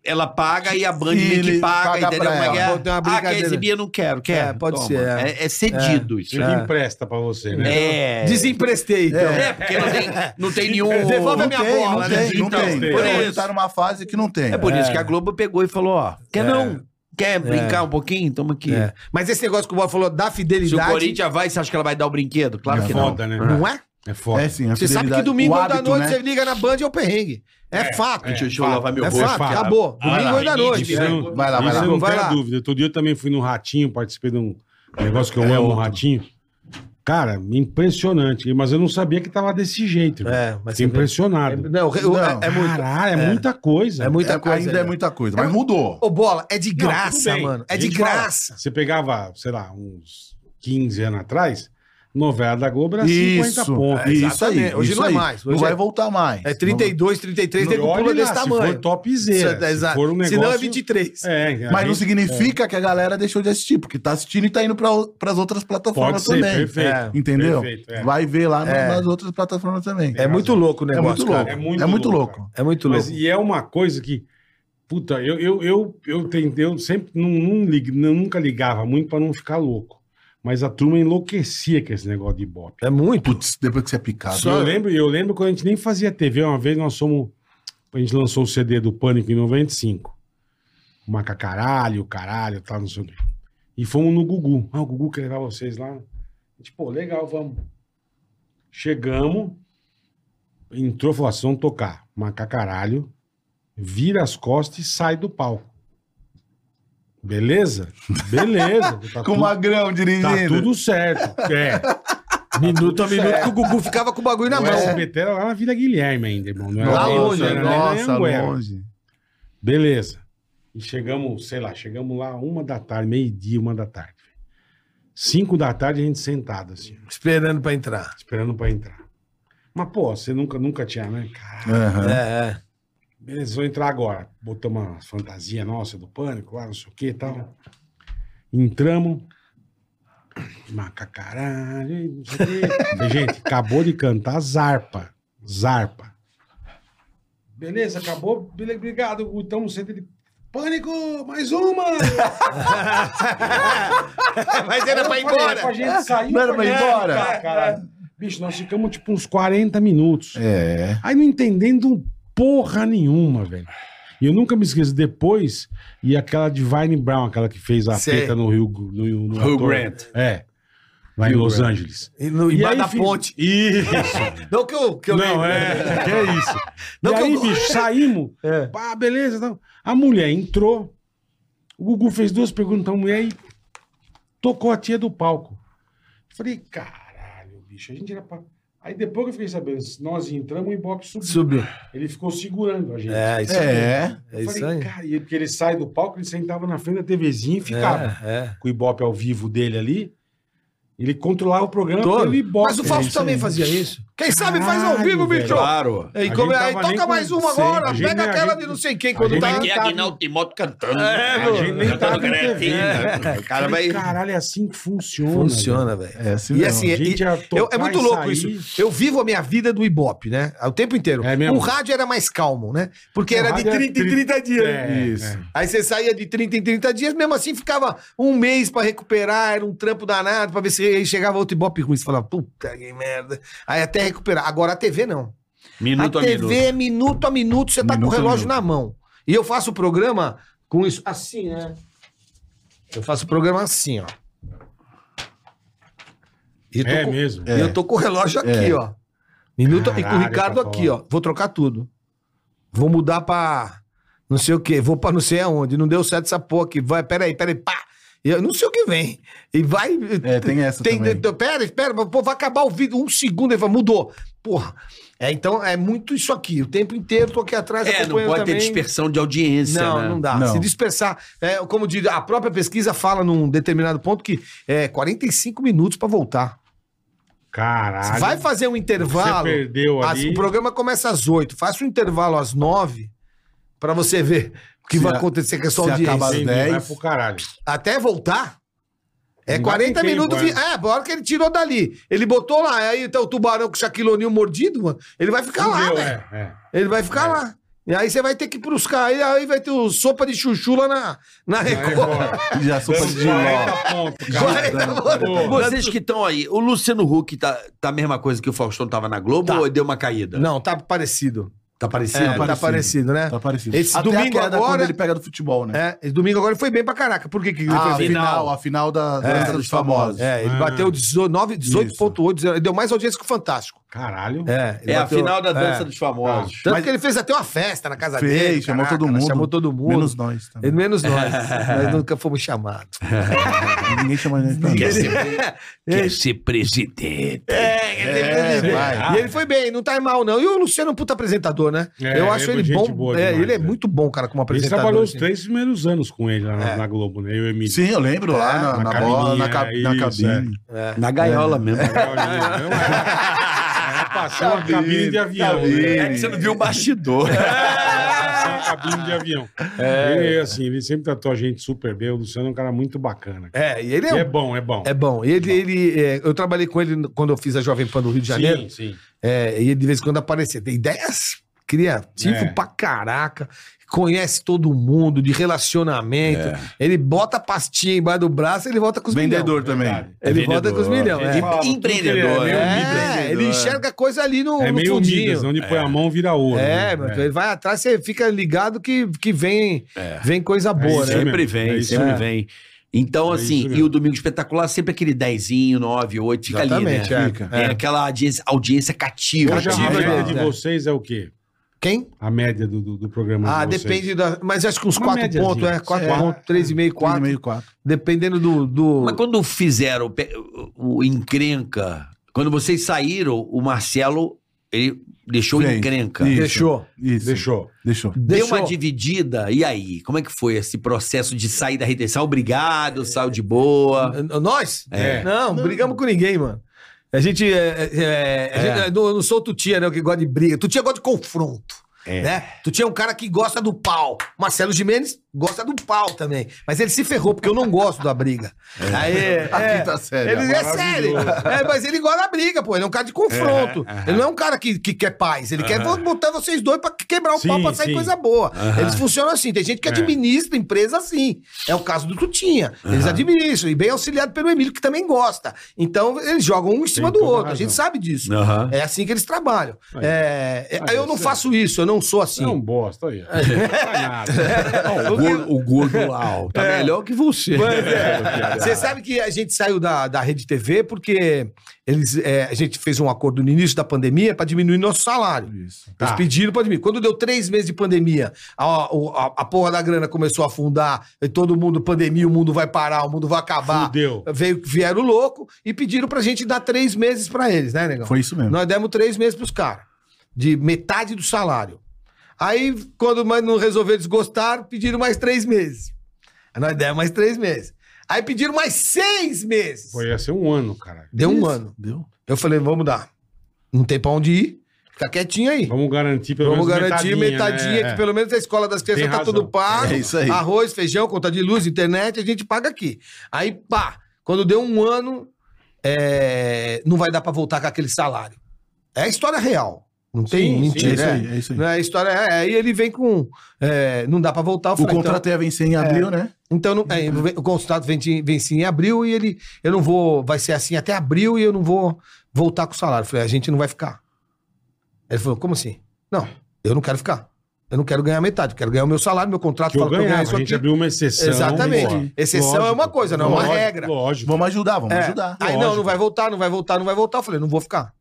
[SPEAKER 4] Ela paga e a Band
[SPEAKER 6] Sim,
[SPEAKER 4] meio que
[SPEAKER 6] ele
[SPEAKER 4] paga,
[SPEAKER 6] paga
[SPEAKER 4] entendeu?
[SPEAKER 6] pra
[SPEAKER 4] Como é que é?
[SPEAKER 5] ela. Pode ter uma
[SPEAKER 4] Ah, quer
[SPEAKER 5] brincadeira.
[SPEAKER 4] exibir? Eu não quero. Quer?
[SPEAKER 5] É, pode
[SPEAKER 4] Toma.
[SPEAKER 5] ser, é.
[SPEAKER 4] É, é cedido isso.
[SPEAKER 3] Ele
[SPEAKER 4] É.
[SPEAKER 3] empresta pra você, né?
[SPEAKER 4] É.
[SPEAKER 5] Desemprestei, então.
[SPEAKER 4] É, porque não tem, não tem nenhum.
[SPEAKER 5] Devolve a
[SPEAKER 6] Não
[SPEAKER 5] minha
[SPEAKER 6] tem,
[SPEAKER 5] bola,
[SPEAKER 6] não
[SPEAKER 5] né?
[SPEAKER 6] tem, não
[SPEAKER 4] Então,
[SPEAKER 6] tem.
[SPEAKER 4] por
[SPEAKER 6] Ele
[SPEAKER 4] isso.
[SPEAKER 6] tá numa fase que não tem.
[SPEAKER 4] É por isso que a Globo pegou e falou: ó, quer não? Quer brincar um pouquinho? Toma aqui.
[SPEAKER 5] É. Mas esse negócio que o Bola falou da
[SPEAKER 4] Se o
[SPEAKER 5] fidelidade.
[SPEAKER 4] Corinthians vai, você acha que ela vai dar o brinquedo? Claro
[SPEAKER 3] é
[SPEAKER 4] que não.
[SPEAKER 3] foda, né?
[SPEAKER 5] Não é?
[SPEAKER 3] É foda.
[SPEAKER 6] É sim, a
[SPEAKER 5] Você sabe que
[SPEAKER 6] fidelidade-
[SPEAKER 5] domingo
[SPEAKER 6] o
[SPEAKER 5] da
[SPEAKER 6] hábito,
[SPEAKER 5] noite
[SPEAKER 6] né?
[SPEAKER 5] você liga na Band é o perrengue. É, fato.
[SPEAKER 4] É, Deixa eu
[SPEAKER 3] fato.
[SPEAKER 4] lavar meu
[SPEAKER 5] é
[SPEAKER 4] rosto.
[SPEAKER 5] fato,
[SPEAKER 3] fato.
[SPEAKER 5] acabou.
[SPEAKER 4] Ah,
[SPEAKER 5] Domingo
[SPEAKER 4] lá,
[SPEAKER 5] é da
[SPEAKER 4] menino,
[SPEAKER 5] noite.
[SPEAKER 3] Isso eu não-
[SPEAKER 6] Vai lá, vai
[SPEAKER 3] isso
[SPEAKER 6] lá.
[SPEAKER 3] eu não
[SPEAKER 5] Vai
[SPEAKER 3] tenho
[SPEAKER 5] lá.
[SPEAKER 3] dúvida. Todo dia eu também fui no Ratinho, participei de um negócio
[SPEAKER 5] É
[SPEAKER 3] que eu amo, o Ratinho. Cara, impressionante. Mas eu não sabia que tava desse jeito. irmão.
[SPEAKER 5] É,
[SPEAKER 3] Fiquei
[SPEAKER 5] mas você vê.
[SPEAKER 3] impressionado.
[SPEAKER 5] Não, o-
[SPEAKER 6] Não.
[SPEAKER 5] é, é muito.
[SPEAKER 3] Caralho, é, muita coisa.
[SPEAKER 5] É muita
[SPEAKER 6] É,
[SPEAKER 5] coisa.
[SPEAKER 6] ainda é
[SPEAKER 5] né?
[SPEAKER 6] muita coisa, mas mudou.
[SPEAKER 5] Ô, bola, é de
[SPEAKER 3] Não,
[SPEAKER 5] graça,
[SPEAKER 3] tudo bem.
[SPEAKER 5] mano. É
[SPEAKER 3] A
[SPEAKER 5] de
[SPEAKER 3] gente fala,
[SPEAKER 5] graça.
[SPEAKER 3] você pegava, sei lá, uns 15 anos atrás, novela da Globo era 50 pontos.
[SPEAKER 6] É, isso aí.
[SPEAKER 5] Exatamente. Hoje
[SPEAKER 6] isso
[SPEAKER 5] não é
[SPEAKER 6] aí.
[SPEAKER 5] mais, hoje
[SPEAKER 6] não
[SPEAKER 5] é-
[SPEAKER 6] vai voltar mais.
[SPEAKER 5] É 32, 33,
[SPEAKER 3] E
[SPEAKER 5] nego
[SPEAKER 3] olha
[SPEAKER 5] pula desse
[SPEAKER 3] lá, Se
[SPEAKER 5] tamanho.
[SPEAKER 3] for topzera.
[SPEAKER 5] Isso,
[SPEAKER 3] se
[SPEAKER 5] exato.
[SPEAKER 3] for um negócio...
[SPEAKER 5] Senão é 23.
[SPEAKER 3] É, a
[SPEAKER 6] Mas não
[SPEAKER 3] gente-
[SPEAKER 6] significa que a galera deixou de assistir, porque tá assistindo e tá indo para as outras
[SPEAKER 3] Pode
[SPEAKER 6] plataformas
[SPEAKER 3] ser,
[SPEAKER 6] também.
[SPEAKER 3] perfeito.
[SPEAKER 5] É.
[SPEAKER 6] Entendeu?
[SPEAKER 3] Perfeito, é.
[SPEAKER 6] Vai ver lá na-
[SPEAKER 5] É.
[SPEAKER 6] nas outras plataformas também.
[SPEAKER 5] É muito louco o
[SPEAKER 6] É muito
[SPEAKER 5] negócio,
[SPEAKER 6] louco.
[SPEAKER 5] cara.
[SPEAKER 3] É
[SPEAKER 6] É
[SPEAKER 3] muito
[SPEAKER 6] muito,
[SPEAKER 3] louco,
[SPEAKER 6] louco.
[SPEAKER 5] É muito louco.
[SPEAKER 3] Mas, e é uma coisa que. Puta, eu, eu, eu, eu, tentei, eu sempre não, não lig- não- nunca ligava muito pra não ficar louco. Mas a turma enlouquecia com esse negócio de Ibope.
[SPEAKER 5] É muito.
[SPEAKER 6] Putz, depois que você é picado.
[SPEAKER 5] Só-
[SPEAKER 3] Eu lembro, eu lembro quando a gente nem fazia TV, uma vez nós somos. A gente lançou o CD do Pânico em 95. O Maca caralho, caralho, tal, não sei o quê. E fomos no Gugu. Ah, o Gugu quer levar vocês lá. A gente, pô, legal, vamos. Chegamos, entrou, falou, "Ah, vocês vão tocar. Maca caralho, vira as costas e sai do palco. Beleza? Beleza. Tá
[SPEAKER 6] Com o
[SPEAKER 3] tudo-
[SPEAKER 6] Magrão dirigindo.
[SPEAKER 3] Tá tudo certo. É.
[SPEAKER 5] Minuto a minuto que o Gugu ficava com o bagulho na
[SPEAKER 3] o
[SPEAKER 5] mão.
[SPEAKER 3] SBT era lá na Vila Guilherme ainda, irmão. Não é? era
[SPEAKER 5] é? Lá
[SPEAKER 3] nem-
[SPEAKER 5] longe,
[SPEAKER 3] não era né? nem na
[SPEAKER 6] nossa,
[SPEAKER 3] Anhanguera.
[SPEAKER 6] longe.
[SPEAKER 3] Beleza. E chegamos, sei lá, chegamos lá uma da tarde, meio-dia, uma da tarde. Cinco da tarde a gente sentado, assim,
[SPEAKER 5] Esperando pra entrar.
[SPEAKER 3] esperando pra entrar. Mas, pô, você nunca, nunca tinha, né? Caralho.
[SPEAKER 6] Aham.
[SPEAKER 5] É, é.
[SPEAKER 3] Beleza, vou entrar agora. Botamos uma fantasia nossa do pânico lá, não sei o que e tal. Entramos. Maca caralho, não sei o quê. Falei, Gente, acabou de cantar Zarpa. Zarpa. Beleza, acabou. Bele- Obrigado, Gu. Tamo sendo de pânico. Mais uma!
[SPEAKER 5] Mas era pra ir
[SPEAKER 3] Eu falei, é pra
[SPEAKER 5] embora.
[SPEAKER 3] gente sair. né?
[SPEAKER 6] Não era pra ir embora?
[SPEAKER 3] Cara, caralho. Bicho, nós ficamos tipo uns 40 minutos.
[SPEAKER 6] É.
[SPEAKER 3] Aí não entendendo porra nenhuma, velho. E eu nunca me esqueço, depois, e aquela Divine Brown, aquela que fez a
[SPEAKER 5] Sei.
[SPEAKER 3] feta no Rio no, no
[SPEAKER 4] Hugh
[SPEAKER 3] ator.
[SPEAKER 4] Grant.
[SPEAKER 3] É. Lá em Los Angeles.
[SPEAKER 5] E no-
[SPEAKER 3] E
[SPEAKER 5] Embaixo
[SPEAKER 3] aí,
[SPEAKER 5] da
[SPEAKER 3] filho-
[SPEAKER 5] ponte.
[SPEAKER 3] Isso.
[SPEAKER 5] Não que eu. Que eu
[SPEAKER 3] não,
[SPEAKER 5] lembro.
[SPEAKER 3] é. Que é isso.
[SPEAKER 5] Não
[SPEAKER 3] e
[SPEAKER 5] que
[SPEAKER 3] aí,
[SPEAKER 5] eu-
[SPEAKER 3] bicho, saímos.
[SPEAKER 5] É.
[SPEAKER 3] Ah, beleza. Tá. A mulher entrou. O Gugu fez duas perguntas pra mulher e tocou a tia do palco. Falei, caralho, bicho, a gente era pra... Aí depois que eu fiquei sabendo, nós entramos e o Ibope subiu.
[SPEAKER 5] Subiu.
[SPEAKER 3] Ele ficou segurando a gente.
[SPEAKER 5] É, isso aí.
[SPEAKER 6] É.
[SPEAKER 5] É
[SPEAKER 3] eu
[SPEAKER 5] isso
[SPEAKER 3] falei,
[SPEAKER 5] aí.
[SPEAKER 3] cara, e porque ele sai do palco, ele sentava na frente da TVzinha e ficava
[SPEAKER 5] É,
[SPEAKER 3] com o Ibope ao vivo dele ali. Ele controlava o
[SPEAKER 5] é.
[SPEAKER 3] programa
[SPEAKER 5] Todo.
[SPEAKER 3] pelo Ibope.
[SPEAKER 5] Mas o Fausto
[SPEAKER 3] É isso aí.
[SPEAKER 5] também fazia isso. Quem sabe faz ao
[SPEAKER 3] Caralho,
[SPEAKER 5] vivo,
[SPEAKER 3] velho.
[SPEAKER 5] bicho.
[SPEAKER 4] Claro.
[SPEAKER 5] E
[SPEAKER 3] A
[SPEAKER 5] como- é?
[SPEAKER 3] gente
[SPEAKER 5] aí
[SPEAKER 3] tava nem
[SPEAKER 5] toca
[SPEAKER 3] com
[SPEAKER 5] mais uma
[SPEAKER 3] cem,
[SPEAKER 5] agora,
[SPEAKER 3] a gente-
[SPEAKER 5] pega
[SPEAKER 3] a
[SPEAKER 5] aquela
[SPEAKER 3] gente-
[SPEAKER 5] de não sei quem
[SPEAKER 3] a
[SPEAKER 5] quando
[SPEAKER 3] gente
[SPEAKER 5] tá.
[SPEAKER 3] nem-
[SPEAKER 1] Aqui é Aguinaldo Timóteo cantando.
[SPEAKER 5] É,
[SPEAKER 3] A gente nem tava com TV.
[SPEAKER 4] O cara vai.
[SPEAKER 3] Caralho, é assim que funciona.
[SPEAKER 5] Funciona, velho.
[SPEAKER 6] É assim
[SPEAKER 5] E
[SPEAKER 6] mesmo.
[SPEAKER 5] assim, é-
[SPEAKER 3] Gente,
[SPEAKER 5] e-
[SPEAKER 3] a
[SPEAKER 5] eu-
[SPEAKER 3] tocar
[SPEAKER 5] é muito
[SPEAKER 3] e
[SPEAKER 5] louco
[SPEAKER 3] sair.
[SPEAKER 5] isso. Eu vivo a minha vida do Ibope, né? O tempo inteiro.
[SPEAKER 3] É mesmo?
[SPEAKER 5] O rádio era mais calmo, né? Porque
[SPEAKER 3] O
[SPEAKER 5] era de
[SPEAKER 3] rádio era
[SPEAKER 5] 30 em 30 dias.
[SPEAKER 3] É,
[SPEAKER 6] Isso.
[SPEAKER 3] é.
[SPEAKER 5] Aí você saía de 30 em 30 dias, mesmo assim ficava um mês pra recuperar, era um trampo danado, pra ver se aí chegava outro ibope ruim. Você falava, puta que merda. Aí até recuperar. Agora a TV não.
[SPEAKER 4] Minuto
[SPEAKER 5] a
[SPEAKER 4] a,
[SPEAKER 5] TV,
[SPEAKER 4] minuto.
[SPEAKER 5] é minuto a minuto, você tá
[SPEAKER 6] Minuto
[SPEAKER 5] com
[SPEAKER 6] a
[SPEAKER 5] o relógio
[SPEAKER 6] minuto.
[SPEAKER 5] na mão. E eu faço o programa com isso assim, né? Eu faço o programa assim, ó. E eu tô
[SPEAKER 3] É
[SPEAKER 5] com-
[SPEAKER 3] mesmo.
[SPEAKER 5] e eu tô com o relógio
[SPEAKER 6] É.
[SPEAKER 5] aqui, ó. Minuto e com o
[SPEAKER 3] Caralho, tá
[SPEAKER 5] Ricardo
[SPEAKER 3] Cacau.
[SPEAKER 5] aqui, ó. Vou trocar tudo. Vou mudar pra não sei o quê. Vou pra não sei aonde. Não deu certo essa porra aqui. Vai, peraí, peraí, pá. E Eu não sei o que vem. E vai.
[SPEAKER 6] É, tem essa
[SPEAKER 5] Tem,
[SPEAKER 6] também.
[SPEAKER 5] tem- pera, espera, pô, vai acabar o vídeo. Um segundo, ele fala, mudou. Porra. É, então é muito isso aqui. O tempo inteiro tô aqui atrás
[SPEAKER 4] É, não pode
[SPEAKER 5] acompanhando
[SPEAKER 4] ter
[SPEAKER 5] também.
[SPEAKER 4] dispersão de audiência.
[SPEAKER 5] Não,
[SPEAKER 4] né?
[SPEAKER 5] não dá.
[SPEAKER 6] Não.
[SPEAKER 5] Se dispersar. É, como diz, a própria pesquisa fala num determinado ponto que é 45 minutos pra voltar.
[SPEAKER 6] Ah,
[SPEAKER 3] Caralho.
[SPEAKER 5] Vai fazer um intervalo.
[SPEAKER 3] Você perdeu
[SPEAKER 5] As-
[SPEAKER 3] ali.
[SPEAKER 5] o programa começa às 8. Faça um intervalo às 9 pra você ver o que
[SPEAKER 6] Se
[SPEAKER 5] vai
[SPEAKER 6] a-
[SPEAKER 5] acontecer com a
[SPEAKER 6] se
[SPEAKER 5] sua audiência.
[SPEAKER 6] acaba às
[SPEAKER 3] Entendi,
[SPEAKER 6] 10.
[SPEAKER 3] Vai pro caralho.
[SPEAKER 5] Até voltar. É
[SPEAKER 3] Não
[SPEAKER 5] 40
[SPEAKER 3] tem tempo,
[SPEAKER 5] minutos.
[SPEAKER 3] né?
[SPEAKER 5] vi- É, a hora que ele tirou dali. Ele botou lá, aí tá o tubarão com o Shaquille O'Neal mordido, mano. Ele vai ficar lá,
[SPEAKER 3] Fudeu,
[SPEAKER 5] velho.
[SPEAKER 3] é, é.
[SPEAKER 5] Ele vai ficar lá. E aí você vai ter que ir buscar. Aí, aí vai ter o sopa de chuchu lá na, na Record.
[SPEAKER 3] Agora,
[SPEAKER 6] Já sou
[SPEAKER 3] damos
[SPEAKER 6] de ló.
[SPEAKER 3] 40 pontos,
[SPEAKER 5] Vai,
[SPEAKER 3] cara.
[SPEAKER 5] agora-
[SPEAKER 3] Pô,
[SPEAKER 4] Vocês que estão aí, o Luciano Huck tá, tá a mesma coisa que o Faustão tava na Globo
[SPEAKER 5] Tá.
[SPEAKER 4] ou deu uma caída?
[SPEAKER 5] Não, tá parecido.
[SPEAKER 4] Tá
[SPEAKER 5] É,
[SPEAKER 4] parecido?
[SPEAKER 5] Tá
[SPEAKER 6] parecido.
[SPEAKER 5] parecido, né?
[SPEAKER 6] Tá parecido.
[SPEAKER 5] Esse
[SPEAKER 6] Até
[SPEAKER 5] domingo
[SPEAKER 6] a queda
[SPEAKER 5] agora-
[SPEAKER 6] quando ele pega do futebol, né?
[SPEAKER 5] É, esse domingo agora ele foi bem pra caraca. Por que, que ele
[SPEAKER 6] Ah,
[SPEAKER 5] foi
[SPEAKER 6] a
[SPEAKER 5] bem?
[SPEAKER 6] final, a final da da
[SPEAKER 5] É,
[SPEAKER 6] Dança dos
[SPEAKER 4] dos
[SPEAKER 6] Famosos.
[SPEAKER 5] É, ele
[SPEAKER 3] Ah.
[SPEAKER 5] bateu 19, 18,8, 19, deu mais audiência que o Fantástico.
[SPEAKER 3] Caralho.
[SPEAKER 5] É, Tá.
[SPEAKER 4] É a final da dança
[SPEAKER 5] do.
[SPEAKER 4] dos famosos.
[SPEAKER 5] Tanto
[SPEAKER 6] Mas-
[SPEAKER 5] que ele fez até uma festa na casa
[SPEAKER 6] Fez,
[SPEAKER 5] dele.
[SPEAKER 6] chamou
[SPEAKER 5] caraca,
[SPEAKER 6] todo
[SPEAKER 5] né?
[SPEAKER 6] mundo.
[SPEAKER 5] Chamou todo mundo.
[SPEAKER 6] Menos nós também.
[SPEAKER 5] Ele- menos nós. nós nunca fomos chamados.
[SPEAKER 6] Ninguém chama a gente pra
[SPEAKER 5] Tá.
[SPEAKER 4] Quer
[SPEAKER 6] nada.
[SPEAKER 4] ser, quer ser presidente.
[SPEAKER 5] É,
[SPEAKER 6] vai.
[SPEAKER 5] E ele foi bem, não tá mal, não. E o Luciano é um puta apresentador, né?
[SPEAKER 3] É,
[SPEAKER 5] Eu acho
[SPEAKER 3] ele é
[SPEAKER 5] ele
[SPEAKER 3] gente
[SPEAKER 5] bom.
[SPEAKER 3] boa
[SPEAKER 5] é,
[SPEAKER 3] demais,
[SPEAKER 5] ele é
[SPEAKER 3] né?
[SPEAKER 5] muito bom, cara, como
[SPEAKER 3] Ele
[SPEAKER 5] apresentador. É.
[SPEAKER 3] trabalhou os
[SPEAKER 5] assim.
[SPEAKER 3] três primeiros anos com ele lá na, na Globo, né? Eu e o Emílio.
[SPEAKER 6] Sim, eu lembro lá
[SPEAKER 3] na
[SPEAKER 6] na, na bola,
[SPEAKER 3] cabininha,
[SPEAKER 6] na, ca-
[SPEAKER 3] é
[SPEAKER 6] na
[SPEAKER 3] isso,
[SPEAKER 6] cabine.
[SPEAKER 4] Na gaiola mesmo.
[SPEAKER 3] É, Passou uma cabine de avião. Né? É,
[SPEAKER 4] É que você não viu o bastidor.
[SPEAKER 6] É.
[SPEAKER 3] Passou uma cabine de avião.
[SPEAKER 5] É.
[SPEAKER 3] Ele, assim, ele sempre tratou a gente super bem. O Luciano é um cara muito bacana. cara.
[SPEAKER 5] É, e ele é,
[SPEAKER 3] E é bom, é bom.
[SPEAKER 5] é bom. E Ele, ele, é, eu trabalhei com ele quando eu fiz a Jovem Pan do Rio de Janeiro.
[SPEAKER 3] Sim, sim.
[SPEAKER 5] É, e ele de vez em quando aparecer. Tem ideias criativo
[SPEAKER 3] É.
[SPEAKER 5] pra caraca. Conhece todo mundo, de relacionamento.
[SPEAKER 3] É.
[SPEAKER 5] Ele bota a pastinha embaixo do braço ele volta com os
[SPEAKER 6] Vendedor
[SPEAKER 5] milhão.
[SPEAKER 6] também.
[SPEAKER 3] É
[SPEAKER 5] Ele
[SPEAKER 4] É Vendedor. tipo
[SPEAKER 5] volta com os milhão.
[SPEAKER 3] Ele
[SPEAKER 5] É.
[SPEAKER 3] fala tudo que ele
[SPEAKER 4] Empreendedor,
[SPEAKER 3] É,
[SPEAKER 5] É,
[SPEAKER 3] meio
[SPEAKER 5] ele
[SPEAKER 6] Midas,
[SPEAKER 5] enxerga coisa ali no,
[SPEAKER 3] É
[SPEAKER 5] no
[SPEAKER 3] meio
[SPEAKER 5] fundinho.
[SPEAKER 3] Midas, onde põe a mão vira ouro. né?
[SPEAKER 5] É, mas ele vai atrás, você fica ligado que, que vem, vem coisa boa,
[SPEAKER 3] isso
[SPEAKER 5] né?
[SPEAKER 3] mesmo.
[SPEAKER 4] Sempre
[SPEAKER 3] É
[SPEAKER 4] vem,
[SPEAKER 3] isso
[SPEAKER 4] sempre
[SPEAKER 5] mesmo.
[SPEAKER 4] vem. Então,
[SPEAKER 3] É
[SPEAKER 4] assim,
[SPEAKER 3] isso
[SPEAKER 4] e
[SPEAKER 3] mesmo.
[SPEAKER 4] o Domingo Espetacular, sempre aquele dezinho, 9, 8, fica
[SPEAKER 5] Exatamente,
[SPEAKER 4] ali, né?
[SPEAKER 5] é.
[SPEAKER 6] Fica.
[SPEAKER 4] É. aquela audiência, audiência cativa.
[SPEAKER 3] Hoje a
[SPEAKER 5] Cativa,
[SPEAKER 3] média
[SPEAKER 5] né?
[SPEAKER 3] de vocês é o quê?
[SPEAKER 5] Quem?
[SPEAKER 3] A média do, do, do programa
[SPEAKER 5] Ah,
[SPEAKER 3] de vocês.
[SPEAKER 5] depende da. Mas acho que uns
[SPEAKER 3] Uma
[SPEAKER 5] 4
[SPEAKER 3] médiazinha.
[SPEAKER 5] pontos, é. 4
[SPEAKER 3] É.
[SPEAKER 5] pontos, 3,5, 4.
[SPEAKER 6] 4,5, 4.
[SPEAKER 5] Dependendo do. do...
[SPEAKER 4] Mas quando fizeram o pe- o encrenca, quando vocês saíram, o Marcelo, ele deixou o
[SPEAKER 6] Sim.
[SPEAKER 4] encrenca.
[SPEAKER 6] Isso.
[SPEAKER 5] Deixou.
[SPEAKER 6] Isso.
[SPEAKER 3] Deixou.
[SPEAKER 6] Deixou.
[SPEAKER 4] Deu
[SPEAKER 5] Deixou.
[SPEAKER 4] uma dividida, e aí? Como é que foi esse processo de sair da retenção? Obrigado, saiu de boa.
[SPEAKER 5] N- Nós?
[SPEAKER 3] É.
[SPEAKER 5] Não, não brigamos com ninguém, mano. A gente. É, é, a
[SPEAKER 4] É.
[SPEAKER 5] gente- eu não, eu não sou o Tutia, né? Que gosta de briga. Tutia gosta de confronto.
[SPEAKER 4] É.
[SPEAKER 5] Né? Tutia é um cara que gosta do pau. Marcelo Jimenez gosta do pau também. Mas ele se ferrou, porque eu não gosto da briga. Aí,
[SPEAKER 6] A
[SPEAKER 5] é,
[SPEAKER 6] quinta série.
[SPEAKER 5] Ele é
[SPEAKER 3] maravilhoso.
[SPEAKER 5] sério. É, mas ele gosta da briga, pô. Ele é um cara de confronto. Ele não é um cara que, que quer paz. Ele quer botar vocês dois pra quebrar o
[SPEAKER 3] Sim,
[SPEAKER 5] pau pra sair
[SPEAKER 3] sim.
[SPEAKER 5] coisa boa.
[SPEAKER 4] Aham.
[SPEAKER 5] Eles funcionam assim. Tem gente que
[SPEAKER 3] É.
[SPEAKER 5] administra empresa assim. É o caso do Tutinha. Eles administram. E bem auxiliado pelo Emílio, que também gosta. Então, eles jogam um em cima do
[SPEAKER 3] toda
[SPEAKER 5] outro. A
[SPEAKER 3] razão.
[SPEAKER 5] gente sabe disso.
[SPEAKER 4] Aham.
[SPEAKER 5] É assim que eles trabalham.
[SPEAKER 3] Aí.
[SPEAKER 5] É, é,
[SPEAKER 3] Aí,
[SPEAKER 5] eu não
[SPEAKER 3] você-
[SPEAKER 5] faço isso, eu não sou
[SPEAKER 3] Você
[SPEAKER 5] assim.
[SPEAKER 3] é um bosta aí. Não faz nada.
[SPEAKER 5] É
[SPEAKER 4] Ó, o,
[SPEAKER 5] um
[SPEAKER 4] gordo, o gordo lá, ó, tá melhor que
[SPEAKER 3] é.
[SPEAKER 4] você.
[SPEAKER 5] é. Você sabe que a gente saiu da, da Rede TV porque eles, é, a gente fez um acordo no início da pandemia para diminuir nosso salário.
[SPEAKER 6] Isso.
[SPEAKER 5] Eles
[SPEAKER 3] Tá.
[SPEAKER 5] pediram pra diminuir. Quando deu três meses de pandemia, a, a, a porra da grana começou a afundar, e todo mundo, pandemia, o mundo vai parar, o mundo vai acabar.
[SPEAKER 3] Fudeu.
[SPEAKER 5] Veio, vieram louco e pediram pra gente dar três meses pra eles, né, negão?
[SPEAKER 6] Foi isso mesmo.
[SPEAKER 5] Nós demos três meses pros caras, de metade do salário. Aí, quando mais não resolveram, eles gostaram, pediram mais três meses. Aí nós demos mais três meses. Aí pediram mais seis meses.
[SPEAKER 3] Pô, ia ser um ano, cara.
[SPEAKER 5] Deu um
[SPEAKER 6] Isso.
[SPEAKER 5] ano.
[SPEAKER 6] Deu.
[SPEAKER 5] Eu falei, vamos dar. não tem pra onde ir, fica quietinho aí.
[SPEAKER 3] Vamos garantir pelo
[SPEAKER 5] Vamos
[SPEAKER 3] menos
[SPEAKER 5] garantir metadinha,
[SPEAKER 3] né?
[SPEAKER 5] que pelo menos a escola das crianças
[SPEAKER 3] Tem
[SPEAKER 5] tá
[SPEAKER 3] razão.
[SPEAKER 5] tudo pago.
[SPEAKER 6] É isso aí.
[SPEAKER 5] Arroz, feijão, conta de luz, internet, a gente paga aqui. Aí, pá, quando deu um ano, é, não vai dar pra voltar com aquele salário. É a história real. Não tem
[SPEAKER 3] Sim,
[SPEAKER 6] É isso
[SPEAKER 5] mentira.
[SPEAKER 6] aí, é isso aí.
[SPEAKER 5] Não é a história. é, Aí ele vem com. é, não dá pra voltar. Eu
[SPEAKER 6] O
[SPEAKER 5] falei,
[SPEAKER 6] contrato ia vencer em abril, né?
[SPEAKER 5] Então, não- é,
[SPEAKER 3] Uhum.
[SPEAKER 5] o consultado vence, vence em abril e ele. Eu não vou. Vai ser assim até abril e eu não vou voltar com o salário. Eu falei, a gente não vai ficar. Ele falou, como assim? Não, eu não quero ficar. Eu não quero ganhar metade, eu quero ganhar o meu salário, meu contrato
[SPEAKER 3] Que eu ganhava,
[SPEAKER 5] isso
[SPEAKER 3] a gente
[SPEAKER 5] aqui.
[SPEAKER 3] abriu uma exceção.
[SPEAKER 5] né? Exatamente.
[SPEAKER 3] pô.
[SPEAKER 5] Exceção é uma coisa, não é uma
[SPEAKER 3] lógico,
[SPEAKER 5] regra.
[SPEAKER 3] Lógico.
[SPEAKER 6] Vamos ajudar, vamos
[SPEAKER 5] É.
[SPEAKER 6] ajudar.
[SPEAKER 5] Aí não,
[SPEAKER 3] Lógico.
[SPEAKER 5] não vai voltar, não vai voltar, não vai voltar. Eu falei, não vou ficar.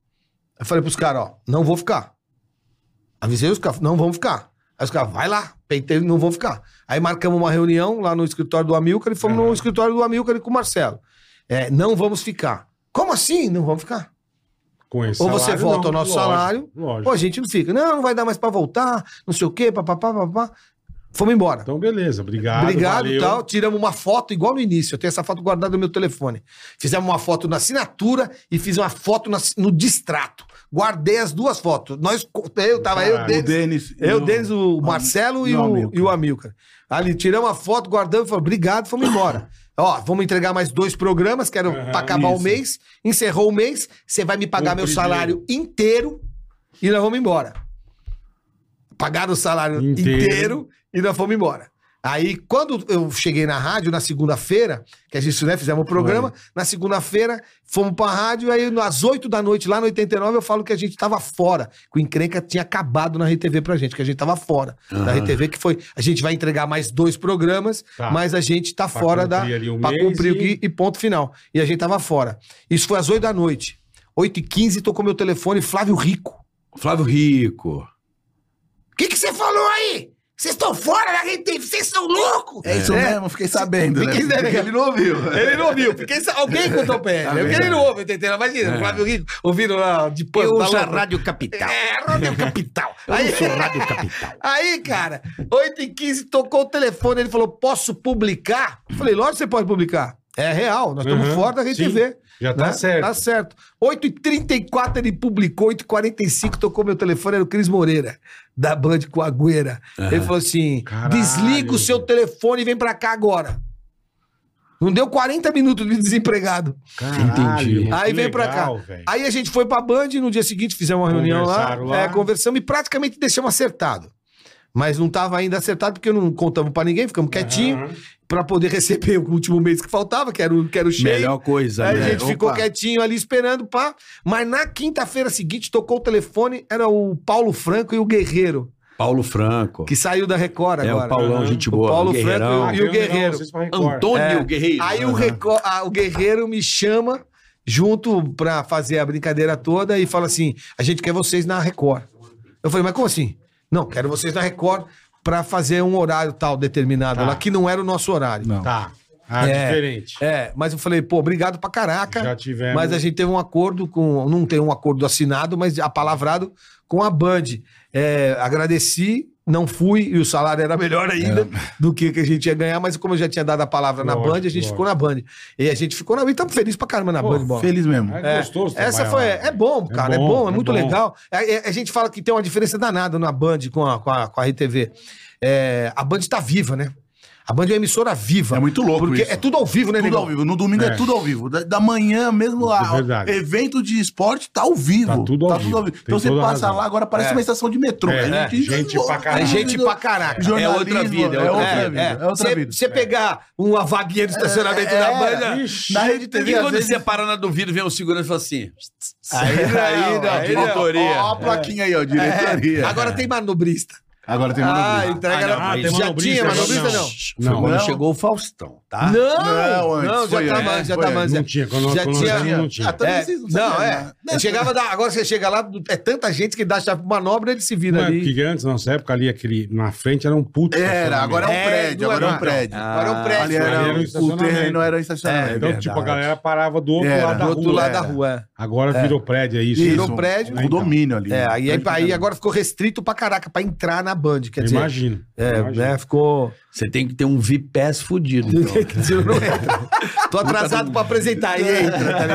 [SPEAKER 5] Eu falei pros caras, ó, não vou ficar. Avisei os caras, não vão ficar. Aí os caras, vai lá, peitei, não vão ficar. Aí marcamos uma reunião lá no escritório do Amilcar e fomos no escritório do Amilcar com o Marcelo. É, não vamos ficar. Como assim? Não vamos ficar.
[SPEAKER 3] Com esse
[SPEAKER 5] Ou você
[SPEAKER 3] salário,
[SPEAKER 5] volta
[SPEAKER 3] não,
[SPEAKER 5] ao nosso
[SPEAKER 3] lógico,
[SPEAKER 5] salário,
[SPEAKER 3] Lógico.
[SPEAKER 5] Pô, a gente não fica. Não, não vai dar mais pra voltar, não sei o quê, papapá, papapá. Fomos embora.
[SPEAKER 3] Então, beleza. Obrigado.
[SPEAKER 5] Obrigado e
[SPEAKER 3] valeu.
[SPEAKER 5] tal. Tiramos uma foto igual no início. Eu tenho essa foto guardada no meu telefone. Fizemos uma foto na assinatura e fiz uma foto na- no distrato. Guardei as duas fotos. Nós, eu tava, eu,
[SPEAKER 3] Caralho.
[SPEAKER 5] Denis,
[SPEAKER 6] O Denis.
[SPEAKER 5] eu,
[SPEAKER 6] o-
[SPEAKER 5] Denis, o Marcelo e
[SPEAKER 6] não,
[SPEAKER 5] o,
[SPEAKER 6] Amilcar.
[SPEAKER 5] e o Amilcar. Ali, tiramos a foto, guardamos, falamos, obrigado, fomos embora. Ó, vamos entregar mais dois programas, que eram
[SPEAKER 3] Aham,
[SPEAKER 5] pra acabar o
[SPEAKER 6] isso.
[SPEAKER 5] mês. Encerrou o mês, você vai me pagar
[SPEAKER 3] O
[SPEAKER 5] meu
[SPEAKER 3] primeiro.
[SPEAKER 5] salário inteiro e nós vamos embora. Pagaram o salário
[SPEAKER 3] Inteiro.
[SPEAKER 5] inteiro. e nós fomos embora. Aí, quando eu cheguei na rádio, na segunda-feira, que a gente, né, fizemos o programa, na segunda-feira, fomos pra rádio, aí às 8 da noite, lá no 89, eu falo que a gente tava fora, que o encrenca tinha acabado na RTV pra gente, que a gente tava fora da RTV, que foi, a gente vai entregar mais dois programas,
[SPEAKER 3] Tá.
[SPEAKER 5] mas a gente tá
[SPEAKER 3] Pra
[SPEAKER 5] fora
[SPEAKER 3] cumprir
[SPEAKER 5] da...
[SPEAKER 3] ali um
[SPEAKER 5] pra
[SPEAKER 3] mês
[SPEAKER 5] cumprir o
[SPEAKER 3] e-
[SPEAKER 5] que e ponto final. E a gente tava fora. Isso foi às 8 da noite. 8 e 15 tocou meu telefone, Flávio Rico.
[SPEAKER 4] Flávio Rico.
[SPEAKER 5] O que que você falou aí? Vocês estão fora da RTV, vocês são loucos!
[SPEAKER 6] É isso mesmo, fiquei sabendo. né?
[SPEAKER 5] Fiquei sabendo.
[SPEAKER 6] Porque Ele não ouviu.
[SPEAKER 5] Ele não ouviu, porque sa- alguém contou pra
[SPEAKER 4] É
[SPEAKER 5] ele.
[SPEAKER 6] Tá
[SPEAKER 5] né? Porque
[SPEAKER 6] vendo?
[SPEAKER 5] ele não ouve, entendeu? Imagina, o Flávio Rico ouvindo lá de pano.
[SPEAKER 4] Eu
[SPEAKER 5] tá
[SPEAKER 4] uso a
[SPEAKER 5] louco.
[SPEAKER 4] Rádio Capital.
[SPEAKER 5] É, Rádio Capital.
[SPEAKER 4] Eu
[SPEAKER 5] Aí,
[SPEAKER 4] uso a Rádio Capital.
[SPEAKER 5] aí, cara, 8h15 tocou o telefone, ele falou: posso publicar? Eu falei, lógico que você pode publicar. É real, nós estamos
[SPEAKER 3] Uhum,
[SPEAKER 5] fora da RTV.
[SPEAKER 3] sim. Já tá
[SPEAKER 5] né?
[SPEAKER 3] certo.
[SPEAKER 5] Tá certo. 8h34 ele publicou, 8h45 tocou meu telefone, era o Cris Moreira, da Band Coagüeira. Ele falou assim:
[SPEAKER 3] Caralho.
[SPEAKER 5] desliga o seu telefone e vem pra cá agora. Não deu 40 minutos de desempregado.
[SPEAKER 3] Caralho,
[SPEAKER 4] Entendi.
[SPEAKER 3] que
[SPEAKER 5] Aí vem pra cá.
[SPEAKER 3] legal, velho.
[SPEAKER 5] Aí a gente foi pra Band e no dia seguinte fizemos uma reunião lá,
[SPEAKER 3] Conversaram lá.
[SPEAKER 5] É, conversamos e praticamente deixamos acertado. Mas não tava ainda acertado porque não contamos pra ninguém, ficamos quietinhos
[SPEAKER 3] Aham.
[SPEAKER 5] pra poder receber o último mês que faltava, que era o, que era o cheio.
[SPEAKER 4] Melhor coisa,
[SPEAKER 5] Aí
[SPEAKER 4] né?
[SPEAKER 5] a gente ficou
[SPEAKER 6] Opa.
[SPEAKER 5] quietinho ali esperando, pá. Mas na quinta-feira seguinte tocou o telefone, era o Paulo Franco e o Guerreiro,
[SPEAKER 4] Paulo Franco.
[SPEAKER 5] que saiu da Record
[SPEAKER 4] é,
[SPEAKER 5] agora.
[SPEAKER 4] o é Paulão,
[SPEAKER 3] Aham.
[SPEAKER 4] gente
[SPEAKER 5] O
[SPEAKER 4] boa.
[SPEAKER 5] Paulo
[SPEAKER 4] Guerreirão.
[SPEAKER 5] Franco e o Guerreiro.
[SPEAKER 3] Ah, Vocês vão recordar.
[SPEAKER 4] Antônio
[SPEAKER 5] É.
[SPEAKER 4] Guerreiro.
[SPEAKER 5] Aí o, Record- ah, o Guerreiro me chama junto pra fazer a brincadeira toda e fala assim: a gente quer vocês na Record. Eu falei, mas como assim? Não, quero vocês na Record pra fazer um horário tal determinado
[SPEAKER 3] Tá.
[SPEAKER 5] lá, que não era o nosso horário.
[SPEAKER 6] Não.
[SPEAKER 3] Tá. Ah,
[SPEAKER 5] É.
[SPEAKER 3] diferente.
[SPEAKER 5] É, mas eu falei, pô, obrigado pra caraca.
[SPEAKER 3] Já tivemos.
[SPEAKER 5] Mas a gente teve um acordo com. Não tem um acordo assinado, mas apalavrado com a Band. É, agradeci, não fui, e o salário era melhor ainda do que, que a gente ia ganhar, mas como eu já tinha dado a palavra na
[SPEAKER 3] É. Lógico,
[SPEAKER 5] Band, a gente
[SPEAKER 3] lógico.
[SPEAKER 5] ficou na Band. E a gente ficou na Band. Estamos felizes pra caramba na
[SPEAKER 3] Pô,
[SPEAKER 5] Band, bola.
[SPEAKER 6] Feliz mesmo.
[SPEAKER 3] É
[SPEAKER 5] É,
[SPEAKER 3] gostoso
[SPEAKER 5] Essa
[SPEAKER 3] trabalhar
[SPEAKER 5] foi.
[SPEAKER 3] lá.
[SPEAKER 5] É bom, cara. É bom, é, muito
[SPEAKER 3] bom.
[SPEAKER 5] legal. É, é, A, gente fala que tem uma diferença danada na Band com a, com a, com a RTV. É, a Band tá viva, né? A Band é uma emissora viva.
[SPEAKER 6] É muito louco
[SPEAKER 5] Porque
[SPEAKER 6] isso.
[SPEAKER 5] é tudo ao vivo, né,
[SPEAKER 6] Tudo
[SPEAKER 5] negão?
[SPEAKER 6] ao vivo. No domingo é,
[SPEAKER 3] É.
[SPEAKER 6] tudo ao vivo. Da, da manhã mesmo
[SPEAKER 3] É
[SPEAKER 6] lá.
[SPEAKER 3] verdade.
[SPEAKER 6] evento de esporte tá ao vivo.
[SPEAKER 3] Tá tudo ao vivo. Tem
[SPEAKER 6] Então você
[SPEAKER 3] toda a
[SPEAKER 6] passa
[SPEAKER 3] razão.
[SPEAKER 6] lá, agora parece
[SPEAKER 5] É.
[SPEAKER 6] uma estação de metrô.
[SPEAKER 3] É,
[SPEAKER 6] É,
[SPEAKER 3] é. Gente pra caralho.
[SPEAKER 5] É gente pra caraca.
[SPEAKER 6] Jornalismo,
[SPEAKER 4] É outra vida,
[SPEAKER 6] É outra vida. É outra
[SPEAKER 5] Cê-
[SPEAKER 6] vida.
[SPEAKER 5] Você pegar uma vaguinha de estacionamento
[SPEAKER 6] É,
[SPEAKER 5] da
[SPEAKER 6] é.
[SPEAKER 5] banda.
[SPEAKER 3] Ixi,
[SPEAKER 6] Na rede
[SPEAKER 4] E
[SPEAKER 6] TV, às
[SPEAKER 4] quando
[SPEAKER 6] vezes...
[SPEAKER 4] você para na do vidro, vem o segurança e fala assim.
[SPEAKER 5] Aí não,
[SPEAKER 6] é
[SPEAKER 5] aí não.
[SPEAKER 4] diretoria.
[SPEAKER 6] Ó, ó a plaquinha aí, ó, diretoria.
[SPEAKER 5] é. Agora tem manobrista.
[SPEAKER 6] Agora tem
[SPEAKER 5] Ah,
[SPEAKER 6] manobrista.
[SPEAKER 5] entrega
[SPEAKER 3] Ah,
[SPEAKER 5] na...
[SPEAKER 3] tem
[SPEAKER 5] Já
[SPEAKER 3] manobrista,
[SPEAKER 5] tinha
[SPEAKER 3] não.
[SPEAKER 5] manobrista, não.
[SPEAKER 4] Foi
[SPEAKER 3] Não.
[SPEAKER 4] quando
[SPEAKER 6] Não.
[SPEAKER 4] chegou o Faustão, tá?
[SPEAKER 5] Não,
[SPEAKER 6] Não,
[SPEAKER 5] não,
[SPEAKER 6] antes, foi
[SPEAKER 5] já tá
[SPEAKER 6] antes,
[SPEAKER 5] mais, já
[SPEAKER 6] foi
[SPEAKER 5] tá
[SPEAKER 6] antes.
[SPEAKER 5] mais.
[SPEAKER 3] Não tinha, quando nós-
[SPEAKER 5] já
[SPEAKER 3] quando nós
[SPEAKER 5] tinha,
[SPEAKER 3] tínhamos, não tinha.
[SPEAKER 6] Ah, também
[SPEAKER 5] É,
[SPEAKER 6] vocês não
[SPEAKER 5] não,
[SPEAKER 6] sabiam,
[SPEAKER 5] é.
[SPEAKER 6] né? Não.
[SPEAKER 5] Chegava da, agora você chega lá, é tanta gente que dá chave pro manobra, ele se vira
[SPEAKER 3] Não, é
[SPEAKER 5] ali.
[SPEAKER 3] porque antes, na nossa época, ali aquele, na frente era um puto.
[SPEAKER 6] Era,
[SPEAKER 3] estacionamento.
[SPEAKER 6] agora é um
[SPEAKER 5] É,
[SPEAKER 6] prédio,
[SPEAKER 5] não
[SPEAKER 6] agora é um
[SPEAKER 5] era,
[SPEAKER 6] prédio.
[SPEAKER 5] Agora é um
[SPEAKER 6] Ali
[SPEAKER 5] prédio.
[SPEAKER 6] era,
[SPEAKER 3] era um
[SPEAKER 6] o, o
[SPEAKER 3] estacionamento.
[SPEAKER 6] terreno era
[SPEAKER 3] Então,
[SPEAKER 6] estacionamento.
[SPEAKER 3] tipo, a galera parava do outro
[SPEAKER 6] Era,
[SPEAKER 3] lado da
[SPEAKER 5] É Do
[SPEAKER 3] rua. é.
[SPEAKER 5] outro lado da
[SPEAKER 3] Era.
[SPEAKER 5] rua.
[SPEAKER 3] Agora virou prédio, é isso.
[SPEAKER 5] Virou
[SPEAKER 3] Isso.
[SPEAKER 5] prédio.
[SPEAKER 6] O domínio ali.
[SPEAKER 5] É, é aí,
[SPEAKER 6] Prédio pra
[SPEAKER 5] aí
[SPEAKER 6] caramba.
[SPEAKER 5] agora ficou restrito pra caraca, pra entrar na Band, quer dizer.
[SPEAKER 3] Imagino.
[SPEAKER 5] É,
[SPEAKER 3] Imagino.
[SPEAKER 5] né, ficou.
[SPEAKER 4] Você tem que ter um VPS fudido. Então.
[SPEAKER 5] Eu não entro. Tô atrasado pra apresentar. E entra, tá ligado?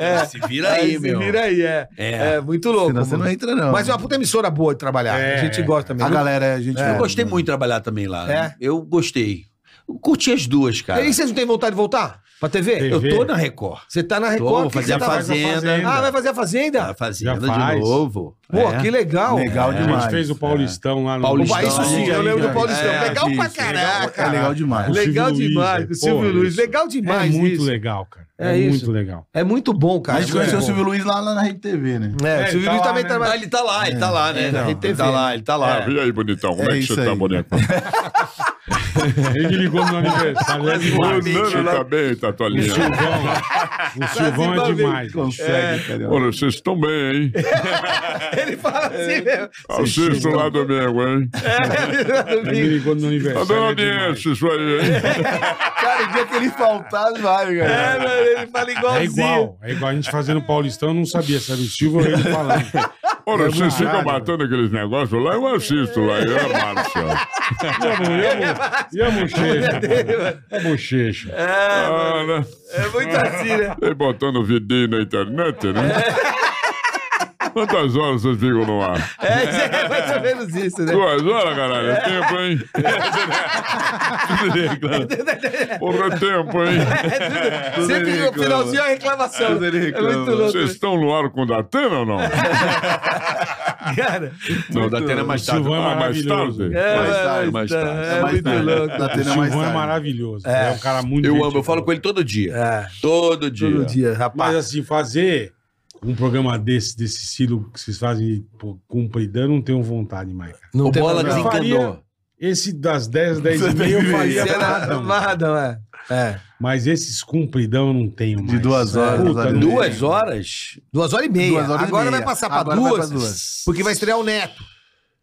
[SPEAKER 5] É.
[SPEAKER 4] É. Se vira aí,
[SPEAKER 5] se
[SPEAKER 4] meu.
[SPEAKER 5] Vira aí, é.
[SPEAKER 4] É.
[SPEAKER 5] É, muito louco.
[SPEAKER 6] Senão você
[SPEAKER 5] mano.
[SPEAKER 6] não entra, não.
[SPEAKER 5] Mas é uma puta emissora boa de trabalhar.
[SPEAKER 3] É.
[SPEAKER 5] A gente gosta mesmo.
[SPEAKER 6] A galera, a gente.
[SPEAKER 4] Eu gostei muito de trabalhar também lá.
[SPEAKER 5] É?
[SPEAKER 4] Eu gostei. Eu curti as duas,
[SPEAKER 5] E
[SPEAKER 4] cara.
[SPEAKER 5] aí, vocês não têm vontade de voltar pra TV?
[SPEAKER 3] Tem.
[SPEAKER 4] Eu tô
[SPEAKER 3] TV?
[SPEAKER 4] na Record.
[SPEAKER 5] Você tá na
[SPEAKER 4] Tô,
[SPEAKER 5] Record.
[SPEAKER 4] vou
[SPEAKER 5] o que que
[SPEAKER 4] fazer a
[SPEAKER 5] você tá fazendo?
[SPEAKER 4] Fazenda.
[SPEAKER 5] Ah, vai fazer a
[SPEAKER 4] A
[SPEAKER 5] Fazenda?
[SPEAKER 4] Fazenda
[SPEAKER 3] Já
[SPEAKER 4] de
[SPEAKER 3] faz.
[SPEAKER 4] novo.
[SPEAKER 5] Pô,
[SPEAKER 4] É.
[SPEAKER 5] que legal.
[SPEAKER 6] Legal
[SPEAKER 3] A
[SPEAKER 6] demais.
[SPEAKER 3] gente fez o Paulistão lá no
[SPEAKER 4] Paulistão.
[SPEAKER 5] Opa, isso sim,
[SPEAKER 4] Olha
[SPEAKER 5] eu
[SPEAKER 4] aí,
[SPEAKER 5] lembro do
[SPEAKER 4] cara.
[SPEAKER 5] Paulistão.
[SPEAKER 4] É,
[SPEAKER 5] legal pra
[SPEAKER 4] isso.
[SPEAKER 5] caraca.
[SPEAKER 6] É legal demais.
[SPEAKER 5] Legal
[SPEAKER 3] Silvio
[SPEAKER 5] demais,
[SPEAKER 3] Luiz,
[SPEAKER 5] com o
[SPEAKER 3] é,
[SPEAKER 5] Silvio
[SPEAKER 3] porra,
[SPEAKER 5] Luiz.
[SPEAKER 3] isso.
[SPEAKER 5] Legal
[SPEAKER 3] É
[SPEAKER 5] demais
[SPEAKER 3] muito
[SPEAKER 5] isso.
[SPEAKER 3] legal, cara.
[SPEAKER 5] É
[SPEAKER 3] É,
[SPEAKER 5] isso.
[SPEAKER 3] muito legal.
[SPEAKER 5] É muito bom, cara.
[SPEAKER 6] A gente
[SPEAKER 5] Muito
[SPEAKER 6] conheceu o
[SPEAKER 5] bom.
[SPEAKER 6] Silvio Luiz lá, lá na Rede TV, né?
[SPEAKER 5] É,
[SPEAKER 3] É,
[SPEAKER 5] o Silvio
[SPEAKER 3] tá
[SPEAKER 5] Luiz
[SPEAKER 3] lá,
[SPEAKER 5] também
[SPEAKER 3] né?
[SPEAKER 5] trabalha.
[SPEAKER 4] Ah, ele tá lá, ele tá lá, né?
[SPEAKER 5] então.
[SPEAKER 4] ele tá lá, ele tá lá.
[SPEAKER 7] E Ah, aí, bonitão, como
[SPEAKER 6] É
[SPEAKER 7] é, que
[SPEAKER 6] isso
[SPEAKER 7] você
[SPEAKER 6] aí.
[SPEAKER 7] tá, boneco?
[SPEAKER 3] É, Ele me ligou no aniversário. aliás, demais.
[SPEAKER 7] Você tá bem,
[SPEAKER 3] O
[SPEAKER 7] Tatolinha?
[SPEAKER 3] Silvão. O Silvão é demais.
[SPEAKER 6] Consegue, cara.
[SPEAKER 7] Olha, vocês estão bem, hein?
[SPEAKER 5] Ele fala assim mesmo.
[SPEAKER 7] Assista lá domingo, hein?
[SPEAKER 3] Ele me ligou no
[SPEAKER 7] Tá
[SPEAKER 3] aniversário.
[SPEAKER 7] dando
[SPEAKER 3] é demais.
[SPEAKER 7] audiência isso aí, hein?
[SPEAKER 6] Cara, o dia que ele faltar, vai,
[SPEAKER 5] É,
[SPEAKER 6] cara.
[SPEAKER 5] mano, ele fala
[SPEAKER 3] É
[SPEAKER 5] igualzinho.
[SPEAKER 3] igual, é igual a gente fazendo Paulistão, eu não sabia, sabe? O Silvio ele falando.
[SPEAKER 7] Olha, vocês
[SPEAKER 3] muito
[SPEAKER 7] ficam
[SPEAKER 3] raro.
[SPEAKER 7] matando aqueles negócios lá, eu assisto lá, eu é marcha.
[SPEAKER 3] E a, mu- e a mu- e a bochecha? A bochecha.
[SPEAKER 5] É,
[SPEAKER 7] Ah, né?
[SPEAKER 5] é muito assim, né?
[SPEAKER 7] E botando vidinho na internet, né? Quantas horas vocês ficam no ar?
[SPEAKER 5] É, é mais ou menos isso, né?
[SPEAKER 7] Duas horas, caralho. É tempo, hein? Porra, é tempo, hein?
[SPEAKER 5] É tudo. Sempre no
[SPEAKER 6] reclama.
[SPEAKER 5] finalzinho é uma reclamação.
[SPEAKER 6] ele
[SPEAKER 5] É muito
[SPEAKER 6] reclama.
[SPEAKER 5] louco.
[SPEAKER 7] Vocês estão no ar com o Datena ou não?
[SPEAKER 5] Cara,
[SPEAKER 4] Não, da Atena é mais tarde.
[SPEAKER 3] Silvão é
[SPEAKER 7] Ah, mais
[SPEAKER 3] maravilhoso.
[SPEAKER 7] tarde?
[SPEAKER 5] é,
[SPEAKER 4] Mais
[SPEAKER 5] mano,
[SPEAKER 4] tarde, mais
[SPEAKER 5] tá,
[SPEAKER 4] tarde.
[SPEAKER 5] é muito louco.
[SPEAKER 6] Da
[SPEAKER 3] O
[SPEAKER 6] Atena mais
[SPEAKER 3] Silvão é
[SPEAKER 6] tarde.
[SPEAKER 3] maravilhoso. É. um cara muito.
[SPEAKER 4] Eu
[SPEAKER 3] gente
[SPEAKER 4] amo, eu falo
[SPEAKER 3] boa.
[SPEAKER 4] com ele todo dia.
[SPEAKER 5] É,
[SPEAKER 4] Todo dia.
[SPEAKER 5] todo dia, rapaz.
[SPEAKER 3] Mas assim, fazer um programa desse, desse estilo que vocês fazem pô, cumpridão, não tenho vontade mais. cara.
[SPEAKER 5] Não
[SPEAKER 4] O
[SPEAKER 5] tem
[SPEAKER 4] bola
[SPEAKER 5] problema.
[SPEAKER 3] Eu
[SPEAKER 4] desencanou.
[SPEAKER 3] faria. Esse das 10, 10 e meia eu faria
[SPEAKER 5] Você era
[SPEAKER 3] amarradão.
[SPEAKER 5] amarradão, é. É.
[SPEAKER 3] Mas esses cumpridão eu não tenho mais.
[SPEAKER 6] De duas horas.
[SPEAKER 3] Puta,
[SPEAKER 6] ali.
[SPEAKER 4] Duas horas?
[SPEAKER 5] Duas horas e meia.
[SPEAKER 6] Duas horas e
[SPEAKER 5] Agora
[SPEAKER 6] meia.
[SPEAKER 5] vai passar pra
[SPEAKER 6] Agora vai
[SPEAKER 5] duas,
[SPEAKER 6] pra duas.
[SPEAKER 5] porque vai estrear o Neto.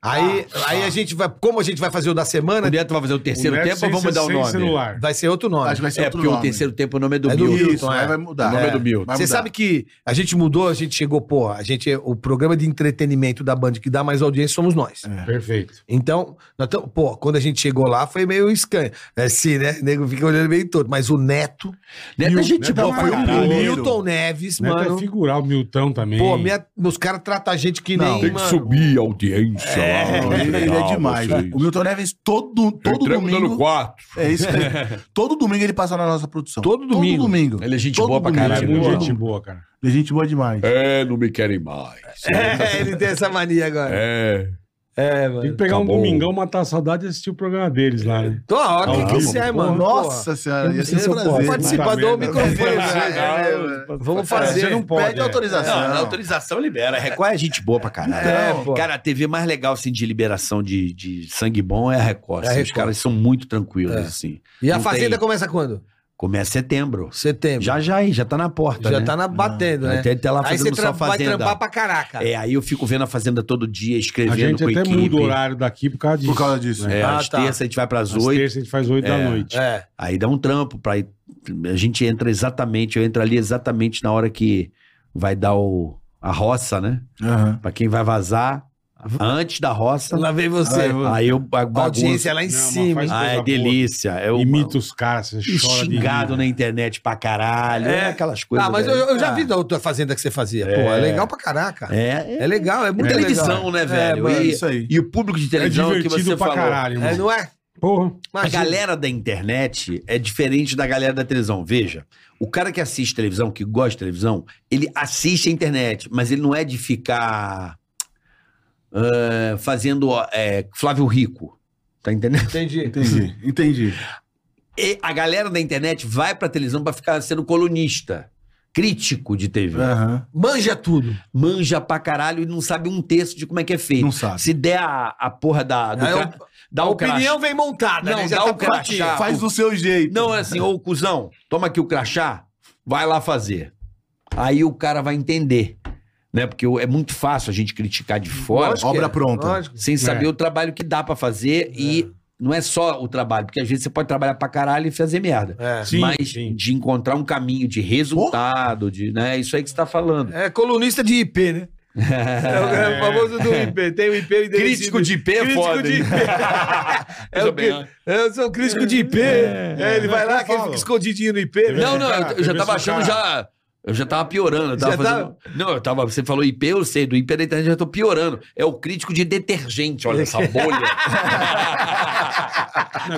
[SPEAKER 5] Aí, aí a gente vai, como a gente vai fazer o da semana,
[SPEAKER 4] O Neto vai fazer o terceiro
[SPEAKER 3] Neto
[SPEAKER 4] tempo
[SPEAKER 3] sem-
[SPEAKER 4] ou vamos mudar o
[SPEAKER 3] sem
[SPEAKER 4] nome?
[SPEAKER 3] celular.
[SPEAKER 5] vai ser outro nome.
[SPEAKER 6] Acho que vai ser
[SPEAKER 4] É,
[SPEAKER 6] outro
[SPEAKER 4] porque o
[SPEAKER 6] nome.
[SPEAKER 4] terceiro tempo o nome é do
[SPEAKER 5] É do
[SPEAKER 4] Milton.
[SPEAKER 5] Milton,
[SPEAKER 6] Isso, aí
[SPEAKER 5] é.
[SPEAKER 6] vai mudar.
[SPEAKER 4] O nome é do Milton.
[SPEAKER 6] vai
[SPEAKER 5] Você
[SPEAKER 6] mudar.
[SPEAKER 5] sabe que a gente mudou, a gente chegou, pô, a gente, o programa de entretenimento da Band que dá mais audiência somos nós.
[SPEAKER 3] Perfeito.
[SPEAKER 5] Então, nós tamo- pô, quando a gente chegou lá foi meio escanho. Assim, né? O nego fica olhando meio todo. Mas o Neto,
[SPEAKER 4] Neto é gente
[SPEAKER 3] Neto
[SPEAKER 4] boa
[SPEAKER 3] é
[SPEAKER 4] pra
[SPEAKER 3] uma
[SPEAKER 4] caralho.
[SPEAKER 5] o
[SPEAKER 3] Caralho.
[SPEAKER 5] Milton Neves,
[SPEAKER 3] Neto
[SPEAKER 5] mano.
[SPEAKER 3] é figural, o Milton também.
[SPEAKER 5] Pô, minha, os caras tratam a gente que
[SPEAKER 6] Não,
[SPEAKER 5] nem.
[SPEAKER 7] Tem que
[SPEAKER 5] mano.
[SPEAKER 7] subir a audiência lá.
[SPEAKER 6] Não, ele, ele é demais.
[SPEAKER 7] Vocês.
[SPEAKER 6] O Milton Neves, todo, todo
[SPEAKER 7] Entramos dando
[SPEAKER 6] domingo.
[SPEAKER 7] quatro.
[SPEAKER 6] É isso aí. Todo domingo ele passa na nossa produção.
[SPEAKER 5] Todo domingo.
[SPEAKER 4] Ele é gente
[SPEAKER 6] Todo
[SPEAKER 4] boa pra
[SPEAKER 6] domingo.
[SPEAKER 3] Ele é
[SPEAKER 4] caralho.
[SPEAKER 3] muito
[SPEAKER 4] Boa.
[SPEAKER 3] gente boa, cara.
[SPEAKER 6] Ele é gente boa demais.
[SPEAKER 7] É, não me querem mais.
[SPEAKER 5] É, ele tem essa mania agora.
[SPEAKER 7] É.
[SPEAKER 3] Tem
[SPEAKER 5] É,
[SPEAKER 3] que
[SPEAKER 5] mano.
[SPEAKER 3] pegar um
[SPEAKER 7] Tá bom.
[SPEAKER 3] domingão, matar a saudade e assistir o programa deles lá, né?
[SPEAKER 5] Tô a hora
[SPEAKER 3] Ah,
[SPEAKER 5] que
[SPEAKER 3] vamos,
[SPEAKER 5] quiser, mano.
[SPEAKER 6] Nossa senhora, ia ser
[SPEAKER 5] se eu
[SPEAKER 6] um prazer.
[SPEAKER 5] participar
[SPEAKER 3] Puta
[SPEAKER 5] do
[SPEAKER 3] tá merda.
[SPEAKER 5] microfone.
[SPEAKER 6] É,
[SPEAKER 5] né? Vamos fazer.
[SPEAKER 3] Você não pode.
[SPEAKER 6] Pede
[SPEAKER 3] é.
[SPEAKER 6] autorização.
[SPEAKER 4] Não, na autorização libera. A Record é gente boa pra caralho.
[SPEAKER 5] É,
[SPEAKER 4] Não,
[SPEAKER 5] pô.
[SPEAKER 4] cara, a TV mais legal assim, de liberação de, de sangue bom é a Record.
[SPEAKER 5] É a
[SPEAKER 4] assim. Os
[SPEAKER 5] Record.
[SPEAKER 4] caras são muito tranquilos,
[SPEAKER 5] É.
[SPEAKER 4] assim.
[SPEAKER 5] E a
[SPEAKER 4] Não
[SPEAKER 5] Fazenda
[SPEAKER 4] tem.
[SPEAKER 5] começa quando?
[SPEAKER 4] Começa setembro.
[SPEAKER 5] Setembro.
[SPEAKER 4] Já já aí, já tá na porta.
[SPEAKER 5] Já
[SPEAKER 4] né?
[SPEAKER 5] tá na, batendo, né?
[SPEAKER 4] Até até lá
[SPEAKER 5] Aí você
[SPEAKER 4] fazendo só
[SPEAKER 5] tra- vai
[SPEAKER 4] fazenda.
[SPEAKER 5] trampar pra caraca.
[SPEAKER 4] É, aí eu fico vendo a fazenda todo dia, escrevendo
[SPEAKER 3] A gente
[SPEAKER 4] com
[SPEAKER 3] até
[SPEAKER 4] equipe.
[SPEAKER 3] muda o horário daqui por causa disso.
[SPEAKER 6] Por causa disso.
[SPEAKER 4] É,
[SPEAKER 5] Ah,
[SPEAKER 4] às
[SPEAKER 5] tá.
[SPEAKER 4] terças a gente vai pras
[SPEAKER 3] Às
[SPEAKER 4] oito,
[SPEAKER 3] terças a gente faz 8
[SPEAKER 4] É.
[SPEAKER 3] da noite.
[SPEAKER 5] É.
[SPEAKER 4] aí dá um trampo pra ir. A gente entra exatamente, eu entro ali exatamente na hora que vai dar o, a roça, né?
[SPEAKER 6] Aham.
[SPEAKER 4] Pra quem vai vazar, antes da roça.
[SPEAKER 5] Lá vem você.
[SPEAKER 6] Aí eu-
[SPEAKER 4] Aí eu a
[SPEAKER 5] a
[SPEAKER 4] bagunça.
[SPEAKER 5] audiência lá em
[SPEAKER 3] Não, mas
[SPEAKER 5] cima.
[SPEAKER 3] faz-
[SPEAKER 5] hein?
[SPEAKER 4] Ah, é
[SPEAKER 3] Coisa
[SPEAKER 4] delícia. É o
[SPEAKER 3] Imita os caras, você
[SPEAKER 4] e
[SPEAKER 3] chora de
[SPEAKER 4] xingado né?
[SPEAKER 3] rir.
[SPEAKER 4] na internet pra caralho. É,
[SPEAKER 5] É.
[SPEAKER 4] aquelas coisas.
[SPEAKER 5] Ah, mas eu,
[SPEAKER 4] velho.
[SPEAKER 5] eu já vi da outra fazenda que você fazia. Pô, é legal pra caraca. É,
[SPEAKER 4] É, é,
[SPEAKER 5] legal, é
[SPEAKER 4] é
[SPEAKER 5] muito
[SPEAKER 4] televisão,
[SPEAKER 5] legal.
[SPEAKER 4] né, velho?
[SPEAKER 5] É,
[SPEAKER 6] É
[SPEAKER 4] e,
[SPEAKER 6] isso aí.
[SPEAKER 4] e o público de
[SPEAKER 3] É
[SPEAKER 4] televisão que você
[SPEAKER 3] divertido pra
[SPEAKER 4] falou.
[SPEAKER 3] caralho,
[SPEAKER 5] mano. É,
[SPEAKER 3] irmão.
[SPEAKER 5] não é?
[SPEAKER 3] Porra.
[SPEAKER 4] A
[SPEAKER 5] Imagina.
[SPEAKER 4] galera da internet é diferente da galera da televisão. Veja, o cara que assiste televisão, que gosta de televisão, ele assiste a internet, mas ele não é de ficar ah, fazendo ó, é, Flávio Rico. Tá entendendo?
[SPEAKER 5] Entendi.
[SPEAKER 6] Entendi, entendi.
[SPEAKER 4] E a galera da internet vai pra televisão pra ficar sendo colunista, crítico de TV.
[SPEAKER 6] Aham.
[SPEAKER 5] Manja tudo.
[SPEAKER 4] Manja pra caralho e não sabe um terço de como é que é feito.
[SPEAKER 6] Não sabe.
[SPEAKER 4] Se der a, a porra da. Do
[SPEAKER 5] Aí
[SPEAKER 4] cra- dá
[SPEAKER 5] a
[SPEAKER 4] o crachá.
[SPEAKER 5] opinião vem montada,
[SPEAKER 4] Não,
[SPEAKER 5] né? Já
[SPEAKER 4] dá
[SPEAKER 5] tá
[SPEAKER 4] o crachá.
[SPEAKER 5] prontinho.
[SPEAKER 6] Faz do seu jeito.
[SPEAKER 4] Não, é assim, ô cuzão, toma aqui o crachá, vai lá fazer. Aí o cara vai entender, né? Porque o- é muito fácil a gente criticar de fora
[SPEAKER 5] Lógico que
[SPEAKER 6] Obra
[SPEAKER 5] é.
[SPEAKER 6] pronta.
[SPEAKER 5] Lógico.
[SPEAKER 4] sem saber
[SPEAKER 3] É.
[SPEAKER 4] o trabalho que dá pra fazer e não é só o trabalho, porque às vezes você pode trabalhar pra caralho e fazer merda.
[SPEAKER 5] É.
[SPEAKER 3] Sim,
[SPEAKER 4] Mas
[SPEAKER 3] sim.
[SPEAKER 4] de encontrar um caminho de resultado, de, né? É isso aí que você tá falando.
[SPEAKER 5] É colunista de IP, né? É o é o famoso do IP. Tem o IP e
[SPEAKER 4] Crítico de IP é
[SPEAKER 5] Crítico
[SPEAKER 4] foda,
[SPEAKER 5] de
[SPEAKER 4] hein?
[SPEAKER 5] IP. é
[SPEAKER 4] Veja
[SPEAKER 5] o
[SPEAKER 4] bem, né?
[SPEAKER 5] que,
[SPEAKER 4] ó.
[SPEAKER 5] eu sou crítico de IP. É, ele vai lá, que ele fica escondidinho no IP. né?
[SPEAKER 4] Não, não, eu- eu já
[SPEAKER 3] Cara,
[SPEAKER 4] tava
[SPEAKER 3] esse
[SPEAKER 4] achando já. Eu já tava piorando. Eu tava
[SPEAKER 5] Já
[SPEAKER 4] fazendo. Não, eu tava. Você falou IP, eu sei. Do IP da internet eu já tô piorando. É o crítico de detergente, olha essa
[SPEAKER 3] Não, que
[SPEAKER 4] bolha.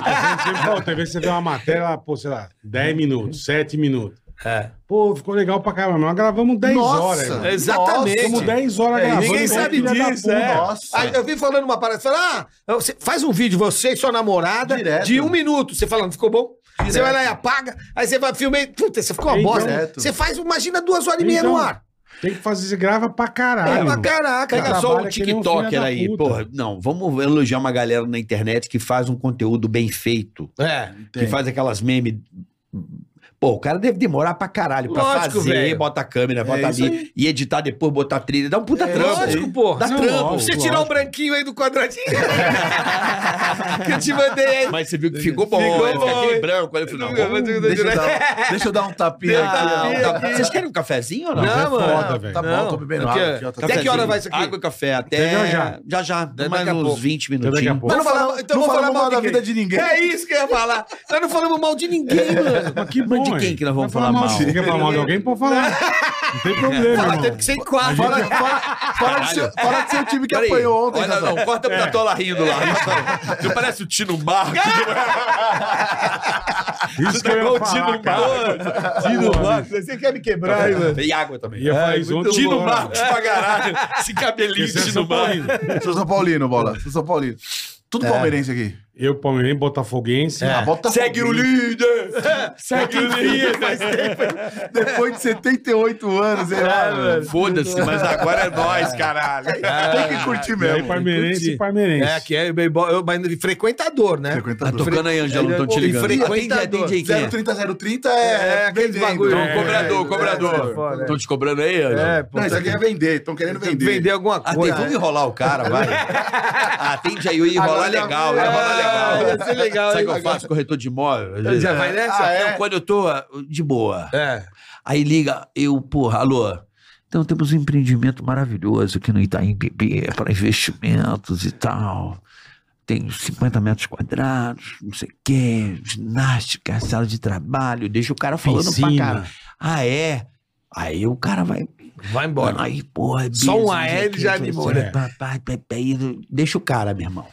[SPEAKER 3] a gente sempre fala, tem vezes você vê uma matéria, lá, pô, sei lá, 10 minutos, 7 minutos. Pô, ficou legal pra caramba, mas nós gravamos 10 horas. irmão.
[SPEAKER 5] é Exatamente.
[SPEAKER 3] Ficamos 10 horas
[SPEAKER 6] Ah,
[SPEAKER 5] É,
[SPEAKER 3] gravando.
[SPEAKER 5] ninguém
[SPEAKER 3] igual
[SPEAKER 5] sabe
[SPEAKER 3] filha da
[SPEAKER 5] disso,
[SPEAKER 3] puta.
[SPEAKER 5] é.
[SPEAKER 6] Nossa.
[SPEAKER 5] Aí eu vi falando uma parada, fala, ah, você faz um vídeo, você e sua namorada,
[SPEAKER 6] Direto.
[SPEAKER 5] de um minuto. Você fala, não ficou bom? Você vai lá e apaga, aí você vai filmar, e, puta, você ficou uma
[SPEAKER 3] Então-
[SPEAKER 5] bosta.
[SPEAKER 6] Direto.
[SPEAKER 5] Você faz, imagina, duas horas e meia
[SPEAKER 3] Então,
[SPEAKER 5] no ar.
[SPEAKER 3] Tem que fazer, você grava pra caralho.
[SPEAKER 5] É pra
[SPEAKER 3] irmão.
[SPEAKER 5] caraca,
[SPEAKER 3] Cara,
[SPEAKER 4] Pega só um
[SPEAKER 3] trabalha que nem um filho
[SPEAKER 4] TikToker
[SPEAKER 3] da
[SPEAKER 4] aí.
[SPEAKER 3] puta.
[SPEAKER 4] Porra,
[SPEAKER 8] Não, vamos elogiar uma galera na internet que faz um conteúdo bem feito.
[SPEAKER 5] É.
[SPEAKER 8] Que faz aquelas memes. Pô, o cara deve demorar pra caralho pra
[SPEAKER 5] Lógico,
[SPEAKER 8] fazer,
[SPEAKER 5] velho.
[SPEAKER 8] bota a câmera, bota
[SPEAKER 6] isso
[SPEAKER 8] ali e editar depois, botar trilha. Dá um puta
[SPEAKER 4] É,
[SPEAKER 8] trampo.
[SPEAKER 5] É Lógico, porra.
[SPEAKER 8] Dá
[SPEAKER 3] Não,
[SPEAKER 8] trampo.
[SPEAKER 3] lógico,
[SPEAKER 5] Você tirar o branquinho aí do quadradinho que eu te mandei aí.
[SPEAKER 4] Mas você viu que ficou bom.
[SPEAKER 5] Ficou
[SPEAKER 4] né? Fica
[SPEAKER 5] bom,
[SPEAKER 4] aquele
[SPEAKER 5] hein?
[SPEAKER 4] branco. Olha, eu falei, não,
[SPEAKER 5] Ficou
[SPEAKER 4] vamos-
[SPEAKER 5] bom.
[SPEAKER 6] Deixa eu dar, deixa eu dar um tapinha
[SPEAKER 5] Dá
[SPEAKER 6] aqui.
[SPEAKER 5] um
[SPEAKER 6] ó.
[SPEAKER 5] tapinha.
[SPEAKER 8] Tá- Vocês querem um cafezinho ou não?
[SPEAKER 3] é
[SPEAKER 5] Não, mano.
[SPEAKER 6] foda, velho. Tá bom,
[SPEAKER 5] Não.
[SPEAKER 6] tô bebendo
[SPEAKER 5] Aqui,
[SPEAKER 6] água.
[SPEAKER 5] ó.
[SPEAKER 6] aqui, ó, tá
[SPEAKER 5] Até que hora
[SPEAKER 6] certinho.
[SPEAKER 5] vai isso aqui?
[SPEAKER 8] Água e café. Até
[SPEAKER 3] Já, já.
[SPEAKER 8] Já já. Dá mais
[SPEAKER 5] daqui a
[SPEAKER 8] uns
[SPEAKER 5] pouco.
[SPEAKER 8] 20
[SPEAKER 3] daqui a
[SPEAKER 8] minutinhos.
[SPEAKER 3] pouco.
[SPEAKER 5] Mas não,
[SPEAKER 6] Não
[SPEAKER 5] falamos,
[SPEAKER 6] fala-
[SPEAKER 5] então
[SPEAKER 6] não
[SPEAKER 5] vou falar
[SPEAKER 6] falamos
[SPEAKER 5] mal da
[SPEAKER 6] vida de ninguém.
[SPEAKER 5] É isso que eu ia falar. Nós não falamos mal de ninguém, mano.
[SPEAKER 3] Mas que
[SPEAKER 8] Mas de
[SPEAKER 3] bom,
[SPEAKER 8] quem
[SPEAKER 3] hein?
[SPEAKER 8] que nós vamos
[SPEAKER 3] Vai falar
[SPEAKER 8] falar
[SPEAKER 3] mal?
[SPEAKER 8] mal?
[SPEAKER 3] Se quer falar mal de alguém, pode falar. Não tem problema,
[SPEAKER 5] Fala,
[SPEAKER 3] irmão.
[SPEAKER 5] teve que ser em quatro.
[SPEAKER 6] Fala,
[SPEAKER 5] Fala-
[SPEAKER 6] fala, fala, do seu, fala do seu time que
[SPEAKER 4] Peraí,
[SPEAKER 6] apanhou ontem,
[SPEAKER 4] Olha,
[SPEAKER 6] Razão.
[SPEAKER 4] não, corta pra Tola rindo lá. Tu É. parece o Tino Marco.
[SPEAKER 3] Isso que eu ia falar, cara. é
[SPEAKER 5] Tino Marcos, você quer me quebrar,
[SPEAKER 4] É,
[SPEAKER 5] hein, mano?
[SPEAKER 4] E água também. É,
[SPEAKER 3] E eu falei isso ontem.
[SPEAKER 4] Tino
[SPEAKER 3] agora.
[SPEAKER 4] Marcos pra caralho. Esse cabelinho
[SPEAKER 3] Esse é
[SPEAKER 4] de
[SPEAKER 3] São
[SPEAKER 4] Tino Marcos.
[SPEAKER 3] Paulino.
[SPEAKER 6] Sou São Paulino, bola. Sou São Paulino. Tudo palmeirense aqui.
[SPEAKER 3] Eu, Palmeirense, Botafoguense.
[SPEAKER 6] Ah, bota
[SPEAKER 4] Segue o líder! Segue o líder!
[SPEAKER 6] Depois de 78 anos, sei lá, mano.
[SPEAKER 4] Foda-se, mas agora é nós, caralho.
[SPEAKER 6] Tem que curtir
[SPEAKER 3] E aí,
[SPEAKER 6] mesmo.
[SPEAKER 3] Palmeirense e Palmeirense.
[SPEAKER 5] É, que é bem bom, eu- mas frequentador, né?
[SPEAKER 6] Frequentador.
[SPEAKER 4] Tá tocando aí, Angelo, não tô te
[SPEAKER 5] E
[SPEAKER 4] ligando.
[SPEAKER 5] Frequentador.
[SPEAKER 4] Atende, atende aí, quem é?
[SPEAKER 6] 030, 030 é,
[SPEAKER 5] É, aquele
[SPEAKER 6] vendendo.
[SPEAKER 5] bagulho.
[SPEAKER 4] Então, cobrador,
[SPEAKER 5] É, é,
[SPEAKER 4] cobrador.
[SPEAKER 5] foda, é.
[SPEAKER 4] Estão te cobrando aí, Angelo?
[SPEAKER 5] É, pô.
[SPEAKER 6] Não, isso aqui é vender. Estão querendo
[SPEAKER 5] Tem que
[SPEAKER 6] vender.
[SPEAKER 5] vender alguma
[SPEAKER 4] Ah,
[SPEAKER 5] coisa.
[SPEAKER 4] tem- vamos enrolar o cara, vai. Atende aí, eu ia enrolar
[SPEAKER 5] tá
[SPEAKER 6] Agora já-
[SPEAKER 4] legal, ia enrolar
[SPEAKER 5] Ah,
[SPEAKER 4] legal.
[SPEAKER 5] ia ser legal,
[SPEAKER 4] Sabe o
[SPEAKER 5] hein?
[SPEAKER 4] que eu faço? Corretor de imóvel. às vezes.
[SPEAKER 5] Já vai nessa?
[SPEAKER 6] Ah, é?
[SPEAKER 4] Não, Quando eu tô ah, de boa.
[SPEAKER 5] É.
[SPEAKER 4] Aí liga, eu, porra, alô. Então temos um empreendimento maravilhoso aqui no Itaim Bibi é para investimentos e tal. Tem 50 metros quadrados, não sei o quê, ginástica, sala de trabalho. Deixa o cara falando pra
[SPEAKER 3] Piscina.
[SPEAKER 4] cara. Ah, é? Aí o cara vai.
[SPEAKER 5] Vai embora.
[SPEAKER 4] Aí, porra,
[SPEAKER 5] Só um
[SPEAKER 4] business,
[SPEAKER 5] AL
[SPEAKER 4] aqui,
[SPEAKER 5] já
[SPEAKER 4] aqui,
[SPEAKER 5] animou,
[SPEAKER 4] aqui,
[SPEAKER 5] né?
[SPEAKER 4] pá, pá, pá, pá, e Deixa o cara, meu irmão.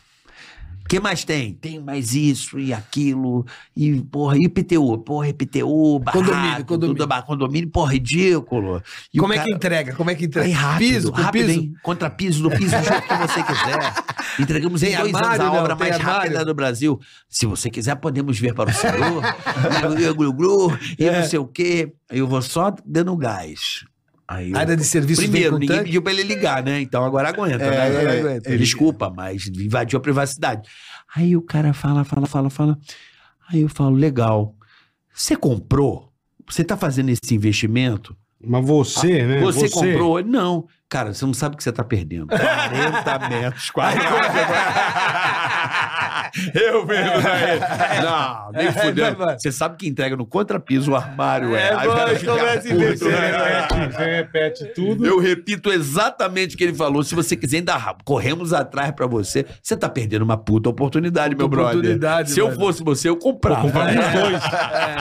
[SPEAKER 4] O que mais tem? Tem mais isso e aquilo. E, porra, e PTU? Porra, PTU, barraco,
[SPEAKER 5] Condomínio,
[SPEAKER 4] condomínio,
[SPEAKER 5] condomínio.
[SPEAKER 4] Tudo, ba- condomínio, porra, ridículo. E
[SPEAKER 5] Como
[SPEAKER 4] o
[SPEAKER 5] é que
[SPEAKER 4] cara-
[SPEAKER 5] entrega? Como é que
[SPEAKER 4] Aí
[SPEAKER 5] entrega?
[SPEAKER 4] rápido,
[SPEAKER 5] piso, com
[SPEAKER 4] rápido,
[SPEAKER 5] piso.
[SPEAKER 4] hein? Contra piso, do piso, do jeito que você quiser. Entregamos em
[SPEAKER 5] Tem
[SPEAKER 4] dois
[SPEAKER 5] armário,
[SPEAKER 4] anos a
[SPEAKER 5] não?
[SPEAKER 4] obra
[SPEAKER 5] Tem
[SPEAKER 4] mais
[SPEAKER 5] armário?
[SPEAKER 4] rápida do Brasil. Se você quiser, podemos ver para o senhor. e o glu, glu, e
[SPEAKER 5] É.
[SPEAKER 4] não sei o quê. Eu vou só dando gás. Aí eu-
[SPEAKER 5] Área de serviço
[SPEAKER 4] Primeiro,
[SPEAKER 5] vem com
[SPEAKER 4] ninguém
[SPEAKER 5] tanque?
[SPEAKER 4] pediu pra ele ligar, né? Então agora aguenta,
[SPEAKER 6] É,
[SPEAKER 4] né?
[SPEAKER 6] agora
[SPEAKER 4] É,
[SPEAKER 6] aguenta.
[SPEAKER 4] ele- Desculpa, mas invadiu a privacidade. Aí o cara fala, fala, fala, fala. Aí eu falo, legal. Você comprou? Você tá fazendo esse investimento?
[SPEAKER 3] Mas você, né?
[SPEAKER 4] Ah, É, Você, comprou? Não. Cara, você não sabe o que você tá perdendo. 40 metros, 40 Eu mesmo. né? Não,
[SPEAKER 6] É,
[SPEAKER 4] nem fudeu. Você sabe que entrega no contrapiso o armário, é.
[SPEAKER 5] É,
[SPEAKER 4] Aí o cara
[SPEAKER 5] mas
[SPEAKER 4] fica
[SPEAKER 5] começa a
[SPEAKER 4] puto,
[SPEAKER 5] inventar.
[SPEAKER 3] Você
[SPEAKER 4] né?
[SPEAKER 3] repete, você repete tudo.
[SPEAKER 4] Eu repito exatamente o que ele falou. Se você quiser, ainda ra- corremos atrás pra você. Você tá perdendo uma puta oportunidade, meu brother.
[SPEAKER 5] oportunidade,
[SPEAKER 4] Se eu
[SPEAKER 5] mano.
[SPEAKER 4] fosse você, eu comprava.
[SPEAKER 3] Vamos para os dois.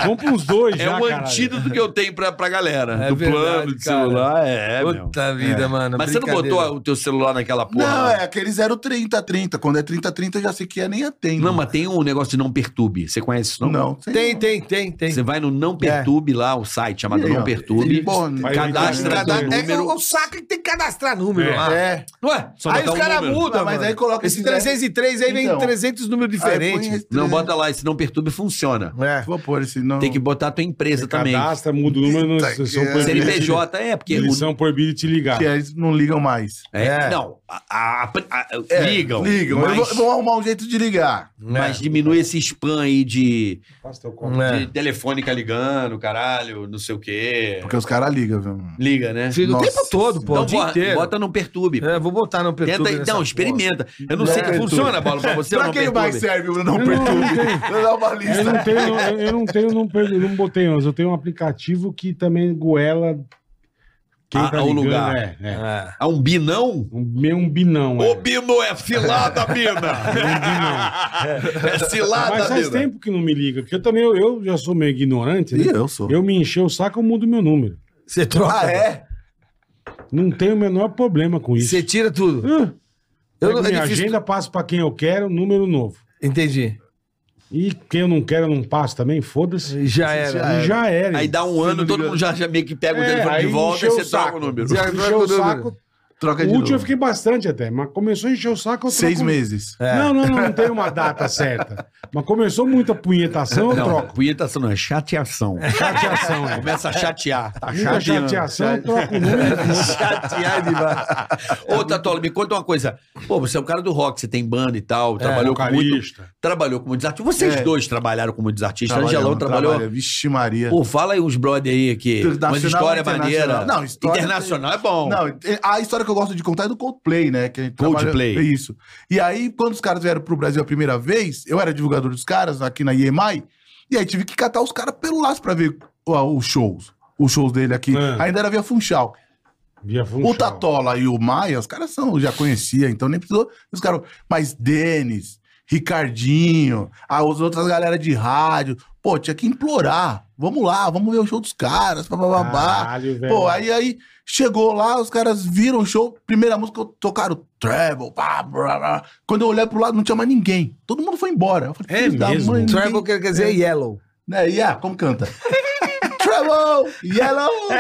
[SPEAKER 3] Vamos para os dois,
[SPEAKER 4] É
[SPEAKER 3] já,
[SPEAKER 4] um
[SPEAKER 3] caralho.
[SPEAKER 4] antídoto que eu tenho pra, pra galera.
[SPEAKER 5] É
[SPEAKER 4] do
[SPEAKER 5] verdade,
[SPEAKER 4] plano, do
[SPEAKER 5] cara.
[SPEAKER 4] celular. É, meu.
[SPEAKER 5] Puta vida, mano.
[SPEAKER 4] Mas você não
[SPEAKER 5] brincadeira.
[SPEAKER 4] botou o teu celular naquela porra?
[SPEAKER 6] Não,
[SPEAKER 4] lá?
[SPEAKER 6] é aquele 030, 30. Quando é 30, 30, eu já sei que é nem atendo.
[SPEAKER 4] Não, mas tem um negócio de não perturbe. Você conhece isso?
[SPEAKER 6] não.
[SPEAKER 4] Não.
[SPEAKER 6] sei
[SPEAKER 5] Tem, tem, tem, tem.
[SPEAKER 4] Você vai no Não Perturbe lá, o site chamado
[SPEAKER 6] E aí, ó,
[SPEAKER 4] Não Perturbe.
[SPEAKER 6] ele põe-
[SPEAKER 3] Vai
[SPEAKER 4] cadastra
[SPEAKER 3] evitar-
[SPEAKER 4] cadastra
[SPEAKER 5] Cada- é,
[SPEAKER 4] número.
[SPEAKER 5] o o saco que tem que cadastrar número.
[SPEAKER 3] É.
[SPEAKER 5] lá.
[SPEAKER 6] É.
[SPEAKER 4] Não é? Só
[SPEAKER 5] Aí
[SPEAKER 4] botar
[SPEAKER 5] os
[SPEAKER 4] um
[SPEAKER 5] caras
[SPEAKER 4] número.
[SPEAKER 5] mudam,
[SPEAKER 6] Não, mas
[SPEAKER 5] mano.
[SPEAKER 6] aí coloca
[SPEAKER 5] Esse
[SPEAKER 6] esse
[SPEAKER 5] 303 aí
[SPEAKER 6] Então.
[SPEAKER 5] vem 300 números diferentes.
[SPEAKER 4] Não, bota lá, esse Não Perturbe funciona.
[SPEAKER 5] É.
[SPEAKER 6] Vou pôr esse não.
[SPEAKER 4] Tem que botar a tua empresa também.
[SPEAKER 3] Cadastra, muda o número, não,
[SPEAKER 6] Puta
[SPEAKER 3] eles
[SPEAKER 6] que
[SPEAKER 3] são
[SPEAKER 6] é.
[SPEAKER 3] proibidos.
[SPEAKER 4] CNPJ é, porque.
[SPEAKER 3] Eles
[SPEAKER 4] o-
[SPEAKER 3] são proibidos de te ligar.
[SPEAKER 6] que eles não ligam mais.
[SPEAKER 4] é,
[SPEAKER 5] É.
[SPEAKER 4] Não, a- a- a-
[SPEAKER 6] É,
[SPEAKER 4] ligam.
[SPEAKER 6] Ligam.
[SPEAKER 4] Mas,
[SPEAKER 6] Eu vou, vou arrumar um jeito de ligar.
[SPEAKER 4] mas diminui esse spam aí de,
[SPEAKER 3] Faça teu copo.
[SPEAKER 5] É.
[SPEAKER 4] de telefônica ligando, caralho, não sei o quê.
[SPEAKER 6] Porque os caras ligam, viu?
[SPEAKER 4] Liga, né?
[SPEAKER 5] Fica O
[SPEAKER 6] Nossa.
[SPEAKER 5] tempo todo, pô.
[SPEAKER 4] Então,
[SPEAKER 5] o dia
[SPEAKER 4] bota-
[SPEAKER 5] inteiro.
[SPEAKER 4] bota Não Perturbe.
[SPEAKER 5] É, vou botar no
[SPEAKER 4] Tenta
[SPEAKER 5] Perturbe.
[SPEAKER 4] aí,
[SPEAKER 5] nessa
[SPEAKER 4] não,
[SPEAKER 5] porra.
[SPEAKER 4] experimenta. Eu não sei
[SPEAKER 6] Não,
[SPEAKER 4] se
[SPEAKER 6] Perturbe.
[SPEAKER 4] funciona, bola, pra você ou
[SPEAKER 6] pra
[SPEAKER 4] não
[SPEAKER 6] quem mais
[SPEAKER 4] é perturbe.
[SPEAKER 6] serve o
[SPEAKER 3] Eu
[SPEAKER 6] não
[SPEAKER 3] não
[SPEAKER 6] perturbe? Eu dá uma
[SPEAKER 3] Eu
[SPEAKER 6] lista.
[SPEAKER 3] não tenho, eu não tenho, não, perdi- não botei, mas eu tenho um aplicativo que também goela Quem
[SPEAKER 4] Ah,
[SPEAKER 3] tá
[SPEAKER 4] é o
[SPEAKER 3] ligando,
[SPEAKER 4] lugar.
[SPEAKER 3] É, é.
[SPEAKER 4] É um binão?
[SPEAKER 3] Um, meio um binão. é.
[SPEAKER 4] Ô, Bino, é filada, Bina! é
[SPEAKER 3] Mas
[SPEAKER 4] cilada,
[SPEAKER 3] faz
[SPEAKER 4] Bina!
[SPEAKER 3] tempo que não me liga, porque eu também eu, eu já sou meio ignorante, né?
[SPEAKER 6] Ih, eu sou.
[SPEAKER 3] Eu me encher o saco, eu mudo meu número.
[SPEAKER 5] Você troca?
[SPEAKER 6] Ah, é?
[SPEAKER 3] Não tenho o menor problema com isso.
[SPEAKER 5] Você tira tudo.
[SPEAKER 3] Ah,
[SPEAKER 5] Hum, Eu
[SPEAKER 3] pego
[SPEAKER 5] não,
[SPEAKER 3] minha
[SPEAKER 5] é difícil.
[SPEAKER 3] agenda, passo pra quem eu quero, número novo.
[SPEAKER 5] Entendi.
[SPEAKER 3] E quem eu não quero, eu não passo também, foda-se.
[SPEAKER 5] Já era.
[SPEAKER 3] E já era.
[SPEAKER 4] Aí dá um ano, todo mundo já, já meio que pega o
[SPEAKER 3] É,
[SPEAKER 4] telefone
[SPEAKER 3] aí
[SPEAKER 4] de volta e
[SPEAKER 3] encheu o
[SPEAKER 4] você
[SPEAKER 3] saco.
[SPEAKER 4] troca o número.
[SPEAKER 5] Já-
[SPEAKER 3] Encheu o saco.
[SPEAKER 6] Troca de
[SPEAKER 3] O último eu
[SPEAKER 6] novo.
[SPEAKER 3] fiquei bastante até, mas começou a encher o saco. eu troco
[SPEAKER 6] Seis
[SPEAKER 3] um-
[SPEAKER 6] meses.
[SPEAKER 4] É.
[SPEAKER 3] Não, não, não, não tem uma data certa. Mas começou muita punhetação, eu
[SPEAKER 4] Não,
[SPEAKER 3] troco.
[SPEAKER 4] punhetação não, é chateação.
[SPEAKER 6] né?
[SPEAKER 3] Chateação, é.
[SPEAKER 4] Começa a chatear. Tá
[SPEAKER 3] Muita
[SPEAKER 4] chateando.
[SPEAKER 3] chateação, eu troco o número.
[SPEAKER 5] Chatear demais.
[SPEAKER 4] Ô, Tatola, me conta uma coisa. Pô, você é um cara do rock, você tem banda e tal, trabalhou com muito,
[SPEAKER 3] Vocalista.
[SPEAKER 4] trabalhou com muitos artistas. Vocês
[SPEAKER 6] É.
[SPEAKER 4] dois trabalharam com muitos artistas.
[SPEAKER 6] Trabalhando,
[SPEAKER 4] Angelão trabalhou.
[SPEAKER 6] trabalha. Vixe Maria.
[SPEAKER 4] Pô, fala aí uns brother aí aqui.
[SPEAKER 6] Internacional
[SPEAKER 4] Umas histórias
[SPEAKER 6] ou internacional?
[SPEAKER 4] maneiras.
[SPEAKER 6] Não, história-
[SPEAKER 4] Internacional é bom.
[SPEAKER 6] Não, a história que eu gosto de contar é do Coldplay, né? Que a gente
[SPEAKER 4] Coldplay.
[SPEAKER 6] trabalha- Isso. E aí, quando os caras vieram pro Brasil a primeira vez, eu era divulgador dos caras aqui na EMI, e aí tive que catar os caras pelo laço pra ver ó, os shows. Os shows dele aqui.
[SPEAKER 3] Ah.
[SPEAKER 6] Ainda era via Funchal.
[SPEAKER 3] Via
[SPEAKER 6] O
[SPEAKER 3] Funchal.
[SPEAKER 6] Tatola e o Maia, os caras são, eu já conhecia, então nem precisou. Os caras, mas Denis, Ricardinho, as outras galera de rádio, pô, tinha que implorar. Vamos lá, vamos ver o show dos caras, babá.
[SPEAKER 3] Caralho, velho.
[SPEAKER 6] Pô, aí aí chegou lá, os caras viram o show, primeira música tocaram treble, pá, blá, blá. Quando eu olhei pro lado não tinha mais ninguém. Todo mundo foi embora. Eu falei,
[SPEAKER 3] É
[SPEAKER 6] filho da
[SPEAKER 3] mesmo?
[SPEAKER 6] mãe, ninguém- É.
[SPEAKER 5] Treble quer quer dizer yellow.
[SPEAKER 6] né? E ah, como canta? Trouble, Yellow.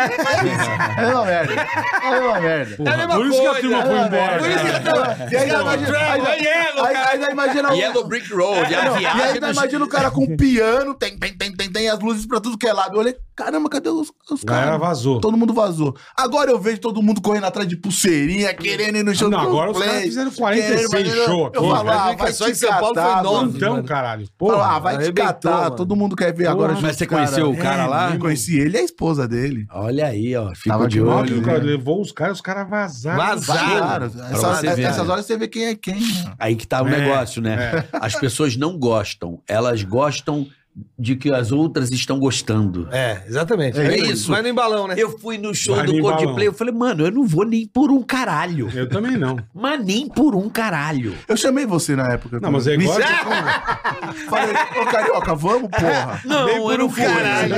[SPEAKER 6] É uma merda. É uma merda.
[SPEAKER 3] Porra,
[SPEAKER 4] É a mesma
[SPEAKER 3] por isso que a
[SPEAKER 4] coisa.
[SPEAKER 3] turma
[SPEAKER 4] né,
[SPEAKER 3] foi embora.
[SPEAKER 6] Por isso que
[SPEAKER 3] cara.
[SPEAKER 6] É E aí, ainda imagina, aí,
[SPEAKER 3] é
[SPEAKER 6] aí, aí, aí imagina o-
[SPEAKER 4] Yellow Brick Road,
[SPEAKER 6] É, Não,
[SPEAKER 4] é a
[SPEAKER 6] e
[SPEAKER 4] viagem.
[SPEAKER 6] ainda
[SPEAKER 4] dos-
[SPEAKER 6] imagina o cara com um piano, tem, tem, tem, tem, tem, as luzes pra tudo que é lado. Eu olhei, caramba, cadê os, os
[SPEAKER 3] A galera
[SPEAKER 6] caras?
[SPEAKER 3] vazou.
[SPEAKER 6] Todo mundo vazou. Agora eu vejo todo mundo correndo atrás de pulseirinha, querendo ir no show
[SPEAKER 3] Não,
[SPEAKER 6] do
[SPEAKER 3] agora os
[SPEAKER 6] Coldplay,
[SPEAKER 3] caras fizeram 46
[SPEAKER 6] querendo-
[SPEAKER 3] show aqui,
[SPEAKER 6] Eu falo,
[SPEAKER 3] velho.
[SPEAKER 6] ah, vai
[SPEAKER 5] Só em
[SPEAKER 6] te
[SPEAKER 5] São Paulo foi
[SPEAKER 6] catar,
[SPEAKER 5] nove.
[SPEAKER 6] mano.
[SPEAKER 3] Então, caralho. Porra.
[SPEAKER 6] Fala, ah, vai te
[SPEAKER 5] arrebentou,
[SPEAKER 6] catar,
[SPEAKER 5] mano.
[SPEAKER 6] todo mundo quer ver agora.
[SPEAKER 4] Mas você
[SPEAKER 6] os caras.
[SPEAKER 4] conheceu o cara lá?
[SPEAKER 6] mesmo. Conheci ele e a esposa dele.
[SPEAKER 4] Olha aí, ó. Fica
[SPEAKER 6] Tava
[SPEAKER 4] de
[SPEAKER 6] de
[SPEAKER 3] Na hora
[SPEAKER 4] olho.
[SPEAKER 3] que o
[SPEAKER 6] olho.
[SPEAKER 3] cara levou os caras, os caras vazaram.
[SPEAKER 6] Claro,
[SPEAKER 5] Vazaram.
[SPEAKER 6] essa-
[SPEAKER 4] você ver,
[SPEAKER 6] essas
[SPEAKER 4] né?
[SPEAKER 6] horas você vê quem é quem. né?
[SPEAKER 4] Aí que tá o
[SPEAKER 3] É,
[SPEAKER 4] negócio, né? As pessoas não gostam. Elas gostam de que as outras estão gostando.
[SPEAKER 5] É, exatamente.
[SPEAKER 6] É
[SPEAKER 5] Aí
[SPEAKER 4] isso.
[SPEAKER 5] Vai no embalão, né?
[SPEAKER 4] Eu fui no show
[SPEAKER 3] Vai
[SPEAKER 4] do
[SPEAKER 3] no embalão.
[SPEAKER 4] Coldplay, eu falei, mano, eu não vou nem por um caralho.
[SPEAKER 3] Eu também não.
[SPEAKER 4] Mas nem por um caralho.
[SPEAKER 6] Eu chamei você na época.
[SPEAKER 3] Não, mas é
[SPEAKER 6] também.
[SPEAKER 3] igual.
[SPEAKER 6] Falei, ô carioca, vamos, porra.
[SPEAKER 4] Não,
[SPEAKER 3] Vem por
[SPEAKER 4] eu não
[SPEAKER 3] um
[SPEAKER 4] fui.
[SPEAKER 3] caralho.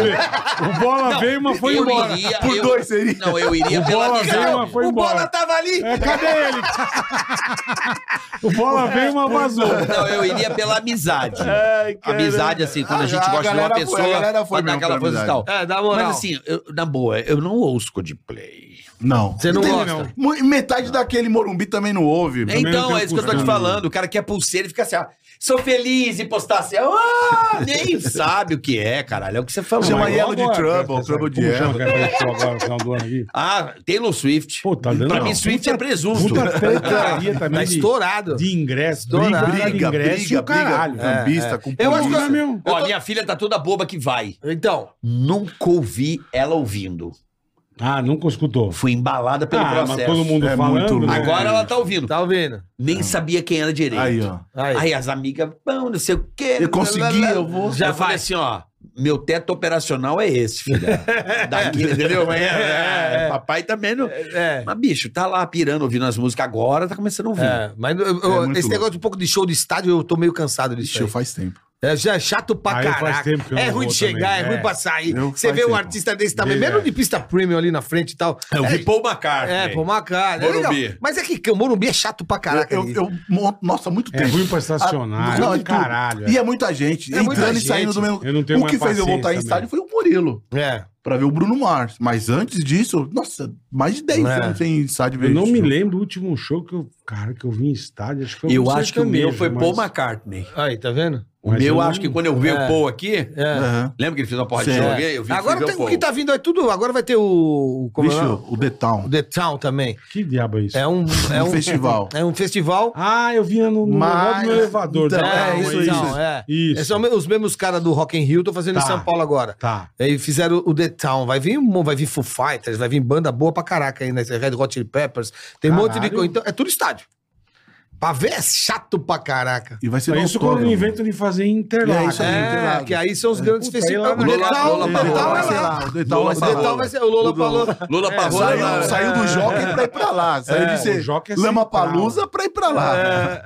[SPEAKER 3] O bola veio, mas foi
[SPEAKER 4] eu
[SPEAKER 3] embora.
[SPEAKER 4] iria-
[SPEAKER 6] Por
[SPEAKER 4] eu-
[SPEAKER 6] dois seria.
[SPEAKER 4] Não, eu iria pela
[SPEAKER 3] bola
[SPEAKER 4] amizade.
[SPEAKER 3] veio, mas foi
[SPEAKER 4] tá o
[SPEAKER 3] embora.
[SPEAKER 4] bola
[SPEAKER 5] tá
[SPEAKER 4] tava ali.
[SPEAKER 3] É, cadê ele? O bola veio, mas vazou.
[SPEAKER 4] Não, eu iria pela amizade. amizade, assim, quando a,
[SPEAKER 6] Ah,
[SPEAKER 4] gente
[SPEAKER 6] a
[SPEAKER 4] gosta de uma
[SPEAKER 6] galera foi,
[SPEAKER 4] pessoa,
[SPEAKER 6] a galera foi
[SPEAKER 4] pra dar
[SPEAKER 6] mesmo
[SPEAKER 4] aquela
[SPEAKER 6] pela
[SPEAKER 4] coisa e tal.
[SPEAKER 6] amizade.
[SPEAKER 5] É, dá moral.
[SPEAKER 4] Mas assim, eu- na boa, eu não ouço Coldplay.
[SPEAKER 6] Não.
[SPEAKER 5] Você não
[SPEAKER 3] Também
[SPEAKER 5] gosta.
[SPEAKER 3] não.
[SPEAKER 6] Mu- Metade daquele Morumbi também não ouve.
[SPEAKER 3] também não
[SPEAKER 4] então,
[SPEAKER 3] tenho
[SPEAKER 4] é isso que eu tô te
[SPEAKER 3] costume.
[SPEAKER 4] falando. O cara quer pulseira e fica assim, ó, sou feliz e postar assim, ah, nem sabe o que é, caralho. É o que você falou.
[SPEAKER 6] Chama
[SPEAKER 3] Mas
[SPEAKER 6] Yellow de
[SPEAKER 3] agora,
[SPEAKER 6] Trouble,
[SPEAKER 3] essa-
[SPEAKER 6] Trouble de
[SPEAKER 3] Como chama
[SPEAKER 6] Yellow.
[SPEAKER 3] que é que eu agora no final do ano aqui?
[SPEAKER 4] Ah, Taylor Swift.
[SPEAKER 3] Pô, tá dando
[SPEAKER 4] pra
[SPEAKER 3] uma
[SPEAKER 4] mim, Swift é presunto.
[SPEAKER 3] Puta trancaria também.
[SPEAKER 5] Tá
[SPEAKER 3] de-
[SPEAKER 5] estourado.
[SPEAKER 3] De ingresso, briga,
[SPEAKER 5] Estourado.
[SPEAKER 3] briga, de ingresso e o caralho. É,
[SPEAKER 6] Cambista, com
[SPEAKER 5] Eu acho que-
[SPEAKER 6] polícia.
[SPEAKER 3] meu.
[SPEAKER 4] Ó, minha filha tá toda boba que vai.
[SPEAKER 5] Então,
[SPEAKER 4] Nunca ouvi ela ouvindo.
[SPEAKER 3] Ah, nunca escutou.
[SPEAKER 4] Fui embalada pelo
[SPEAKER 3] ah,
[SPEAKER 4] processo.
[SPEAKER 3] mas todo mundo
[SPEAKER 6] É
[SPEAKER 3] falando.
[SPEAKER 6] muito louco.
[SPEAKER 3] né?
[SPEAKER 4] Agora ela tá ouvindo.
[SPEAKER 5] tá ouvindo?
[SPEAKER 4] Nem sabia quem era direito.
[SPEAKER 6] Aí, ó.
[SPEAKER 5] Aí.
[SPEAKER 4] Aí as amigas, pão, não sei o quê.
[SPEAKER 6] Eu consegui, eu vou.
[SPEAKER 4] Já eu falei assim, ó. Meu teto operacional é esse, filha. Daqui, entendeu? É, é, é. Papai também não.
[SPEAKER 5] É.
[SPEAKER 4] Mas, bicho, tá lá pirando, ouvindo as músicas agora, tá começando a ouvir.
[SPEAKER 5] É, mas eu- eu-
[SPEAKER 6] É muito
[SPEAKER 5] esse
[SPEAKER 6] louco.
[SPEAKER 5] negócio de um pouco de show de estádio, eu tô meio cansado disso.
[SPEAKER 6] Ixi,
[SPEAKER 5] aí.
[SPEAKER 6] faz tempo.
[SPEAKER 5] É já é chato pra
[SPEAKER 3] Aí faz
[SPEAKER 5] caraca.
[SPEAKER 3] tempo que eu
[SPEAKER 5] é
[SPEAKER 3] não
[SPEAKER 5] ruim de
[SPEAKER 3] vou
[SPEAKER 5] chegar,
[SPEAKER 3] também.
[SPEAKER 5] é
[SPEAKER 3] É.
[SPEAKER 5] ruim pra sair.
[SPEAKER 6] Eu
[SPEAKER 5] Você
[SPEAKER 6] faz
[SPEAKER 5] vê um
[SPEAKER 6] tempo.
[SPEAKER 5] artista desse tamanho,
[SPEAKER 3] Dele,
[SPEAKER 5] mesmo
[SPEAKER 3] é.
[SPEAKER 5] de pista premium ali na frente e tal.
[SPEAKER 4] Eu vi Paul McCartney.
[SPEAKER 5] É, pô, uma cara. É legal.
[SPEAKER 4] Morumbi.
[SPEAKER 5] Mas é que o Morumbi é chato pra caraca.
[SPEAKER 6] Eu,
[SPEAKER 5] né?
[SPEAKER 6] eu, mon- nossa, há muito
[SPEAKER 3] É
[SPEAKER 6] tempo.
[SPEAKER 3] ruim pra estacionar, é
[SPEAKER 6] de
[SPEAKER 3] do
[SPEAKER 6] tudo.
[SPEAKER 3] caralho, é.
[SPEAKER 6] E é muita gente.
[SPEAKER 5] É
[SPEAKER 6] entrando
[SPEAKER 5] muita
[SPEAKER 6] e saindo
[SPEAKER 5] gente.
[SPEAKER 6] do mesmo.
[SPEAKER 3] Eu não tenho
[SPEAKER 6] o
[SPEAKER 3] mais
[SPEAKER 6] que fez eu voltar em
[SPEAKER 3] paciência
[SPEAKER 6] estádio foi o Murilo,
[SPEAKER 5] É.
[SPEAKER 6] pra ver o Bruno Mars. Mas antes disso, nossa, mais de 10
[SPEAKER 5] É.
[SPEAKER 6] anos sem estádio
[SPEAKER 3] Eu
[SPEAKER 6] ver
[SPEAKER 3] não
[SPEAKER 6] esse
[SPEAKER 3] me
[SPEAKER 6] show.
[SPEAKER 3] lembro o último show que eu, cara, que eu vi em estádio. Acho que foi
[SPEAKER 4] Eu
[SPEAKER 3] um
[SPEAKER 4] acho que o meu
[SPEAKER 3] sertanejo,
[SPEAKER 4] foi Paul
[SPEAKER 3] mas-
[SPEAKER 4] McCartney.
[SPEAKER 5] Aí, tá vendo?
[SPEAKER 4] O
[SPEAKER 3] Mas
[SPEAKER 4] meu,
[SPEAKER 3] eu
[SPEAKER 4] acho
[SPEAKER 3] não-
[SPEAKER 4] que quando eu vi
[SPEAKER 5] É.
[SPEAKER 4] o Paul aqui.
[SPEAKER 5] É.
[SPEAKER 6] Aham.
[SPEAKER 4] Lembra que ele fez uma porra de
[SPEAKER 6] Sim.
[SPEAKER 4] show aqui? Eu vi, fui
[SPEAKER 5] agora
[SPEAKER 4] ver
[SPEAKER 5] tem
[SPEAKER 4] Paul.
[SPEAKER 5] o que tá vindo é tudo. Agora vai ter o. o- Como é
[SPEAKER 6] Vixe,
[SPEAKER 5] o nome?
[SPEAKER 6] o The Town.
[SPEAKER 5] O The Town também.
[SPEAKER 3] Que diabo é isso?
[SPEAKER 5] É um. É
[SPEAKER 6] Um
[SPEAKER 5] um,
[SPEAKER 6] festival.
[SPEAKER 5] É um festival.
[SPEAKER 3] Ah, eu vi no, no,
[SPEAKER 6] Mas-
[SPEAKER 3] negócio do elevador.
[SPEAKER 6] Então,
[SPEAKER 3] né?
[SPEAKER 6] é,
[SPEAKER 3] Calma
[SPEAKER 6] isso,
[SPEAKER 3] aí.
[SPEAKER 6] isso.
[SPEAKER 5] então, é.
[SPEAKER 3] Isso.
[SPEAKER 5] É só os mesmos caras do Rock in Rio, tô fazendo
[SPEAKER 3] Tá.
[SPEAKER 5] em São Paulo agora.
[SPEAKER 3] Tá.
[SPEAKER 5] Aí fizeram o The Town. Vai vir, um- vai vir Foo Fighters, vai vir banda boa pra caraca aí, né? Red Hot Chili Peppers. Tem um monte de
[SPEAKER 3] Caralho.
[SPEAKER 5] coisa. Então, é tudo estádio. Pavê é chato pra caraca.
[SPEAKER 6] E vai ser
[SPEAKER 3] Mas
[SPEAKER 6] no
[SPEAKER 3] É isso
[SPEAKER 6] outono.
[SPEAKER 3] quando inventam de fazer em Interlagos.
[SPEAKER 6] É isso aí.
[SPEAKER 5] É,
[SPEAKER 6] Interlagos.
[SPEAKER 5] que aí são os grandes
[SPEAKER 3] Puta,
[SPEAKER 5] festivais.
[SPEAKER 3] aí lá
[SPEAKER 5] O
[SPEAKER 3] no-
[SPEAKER 5] Lola-
[SPEAKER 6] Lola
[SPEAKER 5] Lola-
[SPEAKER 6] Palusa
[SPEAKER 5] Lola-
[SPEAKER 6] vai ser lá. O Detal vai
[SPEAKER 5] é O
[SPEAKER 6] ser
[SPEAKER 5] Detal
[SPEAKER 6] lá.
[SPEAKER 5] vai ser o Lola Palô.
[SPEAKER 9] Lula
[SPEAKER 6] É,
[SPEAKER 9] Parrola.
[SPEAKER 6] saiu, saiu do jockey pra ir pra lá. Saiu
[SPEAKER 3] né? É,
[SPEAKER 6] de
[SPEAKER 3] o
[SPEAKER 6] ser
[SPEAKER 3] jockey é
[SPEAKER 6] lama
[SPEAKER 3] central.
[SPEAKER 6] palusa pra ir pra lá.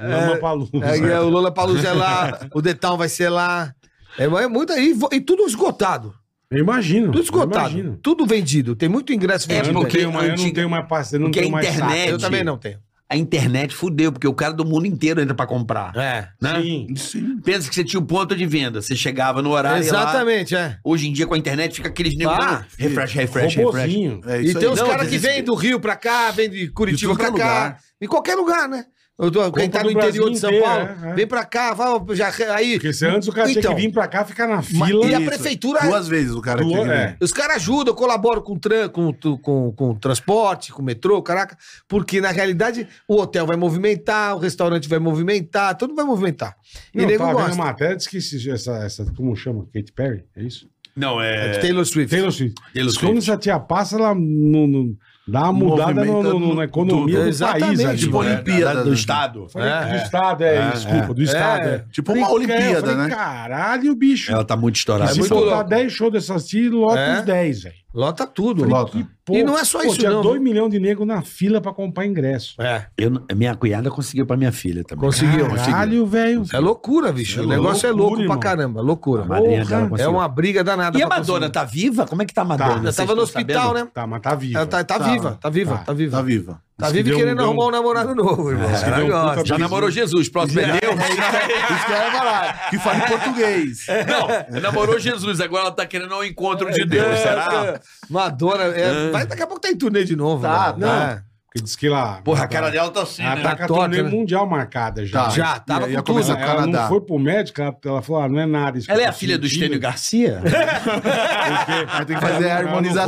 [SPEAKER 3] Lama Palusa.
[SPEAKER 5] É, é, o Lola Palusa é lá, o Detal vai ser lá. É, é muito aí, vo- e tudo esgotado.
[SPEAKER 3] Eu imagino.
[SPEAKER 5] Tudo
[SPEAKER 3] eu
[SPEAKER 5] esgotado.
[SPEAKER 3] imagino.
[SPEAKER 5] Tudo vendido. Tem muito ingresso
[SPEAKER 4] É,
[SPEAKER 3] Eu
[SPEAKER 5] vendido.
[SPEAKER 3] não
[SPEAKER 4] porque
[SPEAKER 3] tenho mais, eu não
[SPEAKER 4] antigo-
[SPEAKER 3] tenho mais passe, eu não
[SPEAKER 4] porque a
[SPEAKER 3] tenho mais saco.
[SPEAKER 4] internet-
[SPEAKER 5] Eu também não tenho.
[SPEAKER 4] A internet fudeu, porque o cara do mundo inteiro entra pra comprar.
[SPEAKER 5] É.
[SPEAKER 4] Né?
[SPEAKER 3] Sim.
[SPEAKER 6] Sim.
[SPEAKER 4] Pensa que você tinha o ponto de venda. Você chegava no horário Exatamente.
[SPEAKER 5] Exatamente, é.
[SPEAKER 4] Hoje em dia, com a internet, fica aqueles negócios.
[SPEAKER 5] Ah,
[SPEAKER 4] refresh, refresh, refresh.
[SPEAKER 3] Robozinho.
[SPEAKER 6] É
[SPEAKER 5] E
[SPEAKER 6] isso
[SPEAKER 5] tem
[SPEAKER 6] aí.
[SPEAKER 5] os
[SPEAKER 4] Não,
[SPEAKER 5] caras que
[SPEAKER 4] desespero.
[SPEAKER 5] vêm do Rio pra cá, vêm de Curitiba
[SPEAKER 6] De
[SPEAKER 5] pra
[SPEAKER 6] todo
[SPEAKER 5] cá.
[SPEAKER 6] lugar.
[SPEAKER 5] Em qualquer lugar, né? Eu tô- quem
[SPEAKER 3] Compra
[SPEAKER 5] tá no
[SPEAKER 3] do
[SPEAKER 5] interior
[SPEAKER 3] Brasil
[SPEAKER 5] de São
[SPEAKER 3] inteiro,
[SPEAKER 5] Paulo,
[SPEAKER 3] é, é.
[SPEAKER 5] vem pra cá, vai, já, aí.
[SPEAKER 3] Porque se antes o cara tinha
[SPEAKER 5] Então,
[SPEAKER 3] que vir pra cá, ficar na
[SPEAKER 5] mas-
[SPEAKER 3] fila.
[SPEAKER 5] e a
[SPEAKER 6] Isso.
[SPEAKER 5] prefeitura.
[SPEAKER 6] Duas vezes o cara
[SPEAKER 3] Duas-
[SPEAKER 6] tem que vir.
[SPEAKER 3] é.
[SPEAKER 5] Os caras ajudam, colaboram com, tran, com, tu- com, com transporte, com metrô, caraca. Porque, na realidade, o hotel vai movimentar, o restaurante vai movimentar, tudo vai movimentar. E
[SPEAKER 3] Não,
[SPEAKER 5] nego
[SPEAKER 3] tava vendo a
[SPEAKER 5] gosta.
[SPEAKER 3] matéria, disse que esse- essa, essa, como chama? Kate Perry? É isso?
[SPEAKER 4] Não, é.
[SPEAKER 5] Taylor Swift.
[SPEAKER 3] Taylor Swift.
[SPEAKER 4] Taylor
[SPEAKER 3] Swift. Quando essa tia passa, ela no- no- dá uma mudada no-
[SPEAKER 6] Movimenta
[SPEAKER 3] no- no- na economia
[SPEAKER 6] tudo.
[SPEAKER 3] do
[SPEAKER 5] Exatamente,
[SPEAKER 3] país ali.
[SPEAKER 6] tipo
[SPEAKER 3] né?
[SPEAKER 6] Olimpíada.
[SPEAKER 4] É, do Estado.
[SPEAKER 3] Falei, do Estado, é, desculpa, do Estado. É.
[SPEAKER 6] Tipo uma
[SPEAKER 3] Falei, cara, eu
[SPEAKER 6] Olimpíada,
[SPEAKER 3] falei,
[SPEAKER 6] né?
[SPEAKER 3] Caralho, bicho.
[SPEAKER 4] Ela tá muito estourada.
[SPEAKER 3] se
[SPEAKER 5] É, muito
[SPEAKER 3] soltar
[SPEAKER 5] louco.
[SPEAKER 3] 10 shows dessas tia, lota
[SPEAKER 5] É.
[SPEAKER 3] os 10, velho.
[SPEAKER 5] Lota tudo.
[SPEAKER 3] Falei,
[SPEAKER 6] Lota.
[SPEAKER 3] que porra.
[SPEAKER 5] E não é só isso,
[SPEAKER 3] tinha
[SPEAKER 5] não,
[SPEAKER 3] 2 milhões de negros na fila pra comprar ingresso.
[SPEAKER 5] É.
[SPEAKER 4] Eu não- minha cunhada conseguiu pra minha filha também.
[SPEAKER 5] Conseguiu.
[SPEAKER 3] Caralho, velho.
[SPEAKER 5] É loucura, bicho. o negócio é
[SPEAKER 3] loucura,
[SPEAKER 5] louco
[SPEAKER 3] irmão.
[SPEAKER 5] pra caramba. Loucura.
[SPEAKER 4] A madrinha
[SPEAKER 3] Porra.
[SPEAKER 4] dela
[SPEAKER 5] É
[SPEAKER 4] conseguiu.
[SPEAKER 5] uma briga danada.
[SPEAKER 4] E a
[SPEAKER 5] pra
[SPEAKER 4] Madonna tá viva? Como é que tá a
[SPEAKER 3] Tá.
[SPEAKER 4] Madonna?
[SPEAKER 5] conseguir. Ela tava no hospital, né?
[SPEAKER 3] Tá, mas tá vivo.
[SPEAKER 5] Ela tá, tá
[SPEAKER 6] Tá.
[SPEAKER 5] viva, tá viva,
[SPEAKER 3] Tá.
[SPEAKER 5] tá viva.
[SPEAKER 6] Tá viva.
[SPEAKER 5] Tá
[SPEAKER 3] Diz
[SPEAKER 5] viva
[SPEAKER 3] que
[SPEAKER 5] e
[SPEAKER 3] deu
[SPEAKER 5] querendo
[SPEAKER 3] um-
[SPEAKER 5] arrumar um namorado novo, irmão.
[SPEAKER 3] que
[SPEAKER 5] Ela
[SPEAKER 3] deu um puta
[SPEAKER 5] gosta.
[SPEAKER 4] Já
[SPEAKER 3] Bisou.
[SPEAKER 4] namorou Jesus, próximo é meu.
[SPEAKER 6] Isso que eu ia falar. Que fala em português.
[SPEAKER 3] É.
[SPEAKER 4] Não, namorou Jesus, agora ela tá querendo um encontro de Deus,
[SPEAKER 5] É,
[SPEAKER 4] será?
[SPEAKER 5] é. Madonna, é, vai, daqui a pouco tá em turnê de novo. Né?
[SPEAKER 6] Tá,
[SPEAKER 5] mano.
[SPEAKER 3] tá. Porque diz que lá.
[SPEAKER 4] Porra, a cara dela tá assim,
[SPEAKER 3] Ela
[SPEAKER 4] né?
[SPEAKER 3] tá
[SPEAKER 5] tá
[SPEAKER 3] com a
[SPEAKER 5] torta,
[SPEAKER 3] turnê
[SPEAKER 5] né?
[SPEAKER 3] mundial marcada já.
[SPEAKER 6] Tá.
[SPEAKER 5] Já,
[SPEAKER 6] E
[SPEAKER 5] tava
[SPEAKER 6] aí
[SPEAKER 5] com
[SPEAKER 6] ia
[SPEAKER 5] tudo.
[SPEAKER 6] começar
[SPEAKER 3] Ela,
[SPEAKER 6] a
[SPEAKER 3] ela né? não
[SPEAKER 6] Canadá.
[SPEAKER 3] foi pro médico, ela, ela falou: ah, não é nada. isso que
[SPEAKER 4] Ela é
[SPEAKER 3] eu
[SPEAKER 4] a
[SPEAKER 3] tô
[SPEAKER 4] filha do
[SPEAKER 3] sentindo.
[SPEAKER 4] Estênio Garcia?
[SPEAKER 6] Aí tem que fazer
[SPEAKER 3] Ela não foi
[SPEAKER 6] a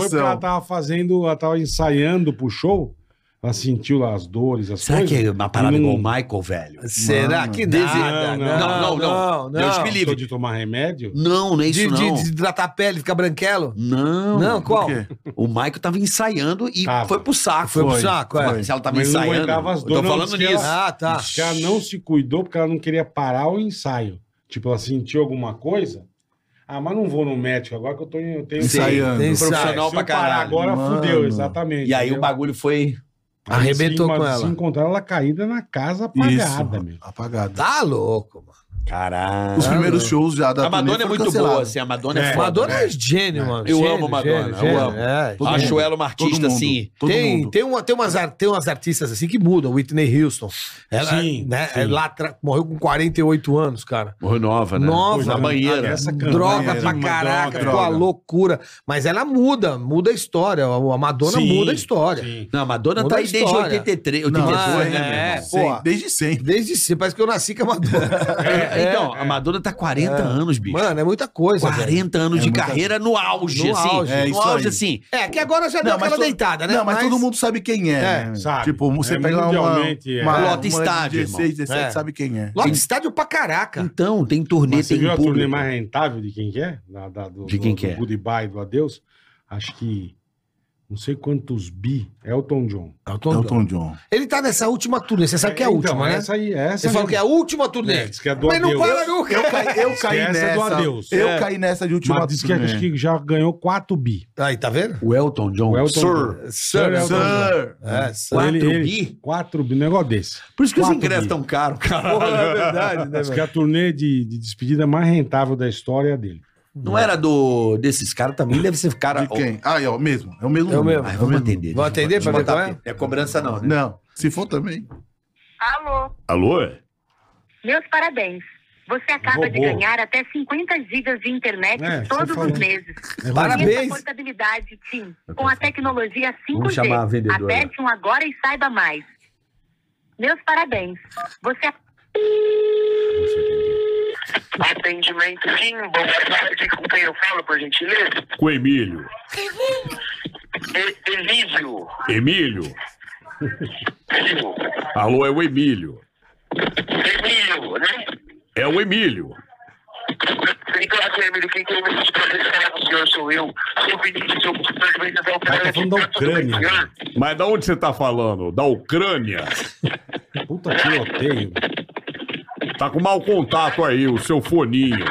[SPEAKER 3] porque Ela
[SPEAKER 6] harmonização.
[SPEAKER 3] tava fazendo, ela tava ensaiando pro show. Ela sentiu lá as dores, as
[SPEAKER 4] Será
[SPEAKER 3] coisas.
[SPEAKER 4] que é uma parada
[SPEAKER 3] Não-
[SPEAKER 4] igual o Michael, velho?
[SPEAKER 5] Será
[SPEAKER 6] Mano.
[SPEAKER 5] que
[SPEAKER 4] Desi-
[SPEAKER 5] nada?
[SPEAKER 3] Não,
[SPEAKER 4] não, não. Deus me
[SPEAKER 5] De,
[SPEAKER 4] livre.
[SPEAKER 3] Gostou de tomar remédio?
[SPEAKER 4] Não, não é isso
[SPEAKER 5] de-
[SPEAKER 4] não.
[SPEAKER 5] de hidratar a pele, ficar branquelo?
[SPEAKER 4] Não.
[SPEAKER 5] Não, qual?
[SPEAKER 6] Por quê?
[SPEAKER 4] O Michael tava ensaiando e
[SPEAKER 3] Tava.
[SPEAKER 4] foi pro saco.
[SPEAKER 5] Foi pro saco, é.
[SPEAKER 4] Mas Se ela tava
[SPEAKER 3] Mas não
[SPEAKER 4] ensaiando.
[SPEAKER 3] aguentava as
[SPEAKER 4] Eu
[SPEAKER 3] dores,
[SPEAKER 4] tô
[SPEAKER 3] não, diz
[SPEAKER 4] falando
[SPEAKER 3] que ela-
[SPEAKER 4] nisso.
[SPEAKER 5] Ah, tá.
[SPEAKER 3] Que ela não se cuidou porque ela não queria parar o ensaio. Tipo, ela sentiu alguma coisa. Ah, mas não vou no médico agora que eu, tô, em- eu tenho.
[SPEAKER 6] Ensaiando.
[SPEAKER 5] Tem
[SPEAKER 4] Profissional.
[SPEAKER 5] profissional.
[SPEAKER 3] Se eu
[SPEAKER 4] pra
[SPEAKER 3] parar
[SPEAKER 4] caralho.
[SPEAKER 3] agora,
[SPEAKER 6] Mano.
[SPEAKER 3] fudeu, exatamente.
[SPEAKER 4] E aí o
[SPEAKER 3] entendeu?
[SPEAKER 4] bagulho foi.
[SPEAKER 5] Arrebentou
[SPEAKER 3] se,
[SPEAKER 5] com
[SPEAKER 3] mas Se
[SPEAKER 5] ela.
[SPEAKER 3] encontraram ela caída na casa
[SPEAKER 6] Isso.
[SPEAKER 3] apagada, meu.
[SPEAKER 6] Apagada.
[SPEAKER 5] Tá louco, mano.
[SPEAKER 4] Caralho.
[SPEAKER 6] Os primeiros shows já da
[SPEAKER 4] A Madonna
[SPEAKER 6] turnê
[SPEAKER 4] é
[SPEAKER 6] foram
[SPEAKER 4] muito boa,
[SPEAKER 6] cancelados.
[SPEAKER 4] assim. A Madonna é,
[SPEAKER 3] É.
[SPEAKER 4] foda.
[SPEAKER 5] Madonna é, gênio, mano.
[SPEAKER 4] Eu
[SPEAKER 5] Gênio,
[SPEAKER 4] amo Madonna, eu amo.
[SPEAKER 5] É,
[SPEAKER 6] Todo
[SPEAKER 4] Acho
[SPEAKER 6] mundo.
[SPEAKER 4] ela uma
[SPEAKER 6] Todo
[SPEAKER 4] artista
[SPEAKER 6] mundo,
[SPEAKER 4] assim.
[SPEAKER 6] Todo
[SPEAKER 5] tem,
[SPEAKER 6] mundo.
[SPEAKER 5] Tem, uma, tem, umas, ar- tem umas artistas assim que mudam. Whitney Houston. Ela,
[SPEAKER 3] Sim,
[SPEAKER 5] né,
[SPEAKER 3] sim.
[SPEAKER 5] é lá atra- morreu com 48 anos, cara.
[SPEAKER 4] Morreu nova,
[SPEAKER 5] Nova.
[SPEAKER 4] Na banheira.
[SPEAKER 5] Ah,
[SPEAKER 3] Essa canção.
[SPEAKER 5] Droga
[SPEAKER 6] era
[SPEAKER 5] pra
[SPEAKER 6] uma
[SPEAKER 5] caraca,
[SPEAKER 6] droga,
[SPEAKER 5] ficou uma
[SPEAKER 6] droga.
[SPEAKER 5] loucura. Mas ela muda, muda a história. A Madonna
[SPEAKER 3] Sim,
[SPEAKER 5] muda a história.
[SPEAKER 3] sim.
[SPEAKER 4] Não, a Madonna
[SPEAKER 5] Muda
[SPEAKER 4] tá
[SPEAKER 5] a
[SPEAKER 4] aí desde
[SPEAKER 5] história.
[SPEAKER 4] 83,
[SPEAKER 6] Não,
[SPEAKER 4] 82,
[SPEAKER 5] Ah,
[SPEAKER 4] né? meu
[SPEAKER 5] é.
[SPEAKER 4] irmão?
[SPEAKER 6] Sempre,
[SPEAKER 5] Pô.
[SPEAKER 6] Desde sempre.
[SPEAKER 5] Desde sempre, parece que eu nasci com a Madonna.
[SPEAKER 4] É, então, a Madonna tá 40 anos, bicho.
[SPEAKER 5] Mano, é muita coisa. velho.
[SPEAKER 4] 40 anos de carreira no auge,
[SPEAKER 5] No
[SPEAKER 4] assim.
[SPEAKER 5] auge.
[SPEAKER 6] É,
[SPEAKER 4] no
[SPEAKER 6] isso
[SPEAKER 4] auge,
[SPEAKER 6] aí.
[SPEAKER 4] assim.
[SPEAKER 5] É, que agora já deu
[SPEAKER 6] Não, mas
[SPEAKER 5] aquela
[SPEAKER 6] todo-
[SPEAKER 5] deitada, né?
[SPEAKER 6] Não, mas, todo mundo sabe quem é.
[SPEAKER 5] É,
[SPEAKER 6] né?
[SPEAKER 3] sabe.
[SPEAKER 6] Tipo, você
[SPEAKER 3] É,
[SPEAKER 6] pega lá uma,
[SPEAKER 3] mundialmente, é.
[SPEAKER 6] uma,
[SPEAKER 4] Lota
[SPEAKER 6] uma de
[SPEAKER 4] estádio,
[SPEAKER 6] 16, 17,
[SPEAKER 5] É.
[SPEAKER 6] sabe quem é.
[SPEAKER 5] Lota de estádio pra caraca.
[SPEAKER 4] Então, tem turnê,
[SPEAKER 3] Mas você
[SPEAKER 4] tem
[SPEAKER 3] viu a turnê
[SPEAKER 4] público.
[SPEAKER 3] mais rentável de quem que é? Da- da- do,
[SPEAKER 4] De quem
[SPEAKER 3] do-
[SPEAKER 4] que
[SPEAKER 3] do
[SPEAKER 4] é?
[SPEAKER 3] Goodbye, do Adeus. Acho que não sei quantos bi. Elton John.
[SPEAKER 6] Elton É John.
[SPEAKER 5] Ele tá nessa última turnê. Você sabe que é a
[SPEAKER 3] Então,
[SPEAKER 5] última, né?
[SPEAKER 3] Essa aí, essa
[SPEAKER 5] Você falou que é a última turnê.
[SPEAKER 3] É, diz que é do
[SPEAKER 5] mas não
[SPEAKER 3] adeus.
[SPEAKER 5] para nunca.
[SPEAKER 6] Eu caí, eu caí
[SPEAKER 3] Esquece do
[SPEAKER 6] nessa.
[SPEAKER 3] adeus.
[SPEAKER 6] Eu
[SPEAKER 3] É.
[SPEAKER 6] caí nessa é de última
[SPEAKER 3] Mas diz que, acho que já ganhou 4 bi.
[SPEAKER 5] Aí, tá vendo?
[SPEAKER 4] O Elton John.
[SPEAKER 3] O Elton
[SPEAKER 4] Sir.
[SPEAKER 3] John.
[SPEAKER 5] Sir
[SPEAKER 3] Elton John.
[SPEAKER 6] Sir.
[SPEAKER 5] É, Sir.
[SPEAKER 4] Quatro
[SPEAKER 3] Ele- ele-
[SPEAKER 4] bi?
[SPEAKER 3] Quatro bi, um negócio desse.
[SPEAKER 4] Por isso que os
[SPEAKER 3] Quatro
[SPEAKER 4] ingressos
[SPEAKER 3] bi.
[SPEAKER 4] estão caros, cara.
[SPEAKER 5] Porra, é verdade, né,
[SPEAKER 3] Diz que
[SPEAKER 5] velho?
[SPEAKER 3] a turnê de, de despedida mais rentável da história é dele.
[SPEAKER 4] Não era do desses caras também, deve ser cara.
[SPEAKER 6] De quem? Ah, é o mesmo. É o mesmo.
[SPEAKER 5] É o
[SPEAKER 6] número.
[SPEAKER 5] mesmo.
[SPEAKER 4] Ah, vamos atender.
[SPEAKER 5] Vamos atender pra ver qual é?
[SPEAKER 4] Não é cobrança, não, né?
[SPEAKER 6] Não. Se for também.
[SPEAKER 10] Alô,
[SPEAKER 7] Alô?
[SPEAKER 10] meus parabéns. Você acaba de
[SPEAKER 3] Roubou.
[SPEAKER 10] ganhar até 50 gigas de internet
[SPEAKER 3] É,
[SPEAKER 10] todos
[SPEAKER 3] você falou.
[SPEAKER 10] os meses.
[SPEAKER 3] É
[SPEAKER 5] Parabéns.
[SPEAKER 10] Conheça a portabilidade, Tim, com a tecnologia 5G.
[SPEAKER 4] Vamos chamar a vendedora.
[SPEAKER 10] Aperte um agora e saiba mais. Meus parabéns. Você
[SPEAKER 11] Atendimento sim, boa tarde, com quem eu falo, por gentileza? É,
[SPEAKER 7] Com Emílio.
[SPEAKER 11] E- Elísio.
[SPEAKER 7] Emílio?
[SPEAKER 11] Elísio,
[SPEAKER 7] Alô, é o Emílio.
[SPEAKER 11] Elísio, né?
[SPEAKER 7] É o Emílio.
[SPEAKER 11] Então, assim, Emílio, quem tem esses processados, o senhor sou eu. Sou Vinícius, sou professor de venda da Ucrânia.
[SPEAKER 7] Mas da onde você tá falando? Da Ucrânia?
[SPEAKER 3] Puta que odeio.
[SPEAKER 7] Tá com mau contato aí, o seu foninho.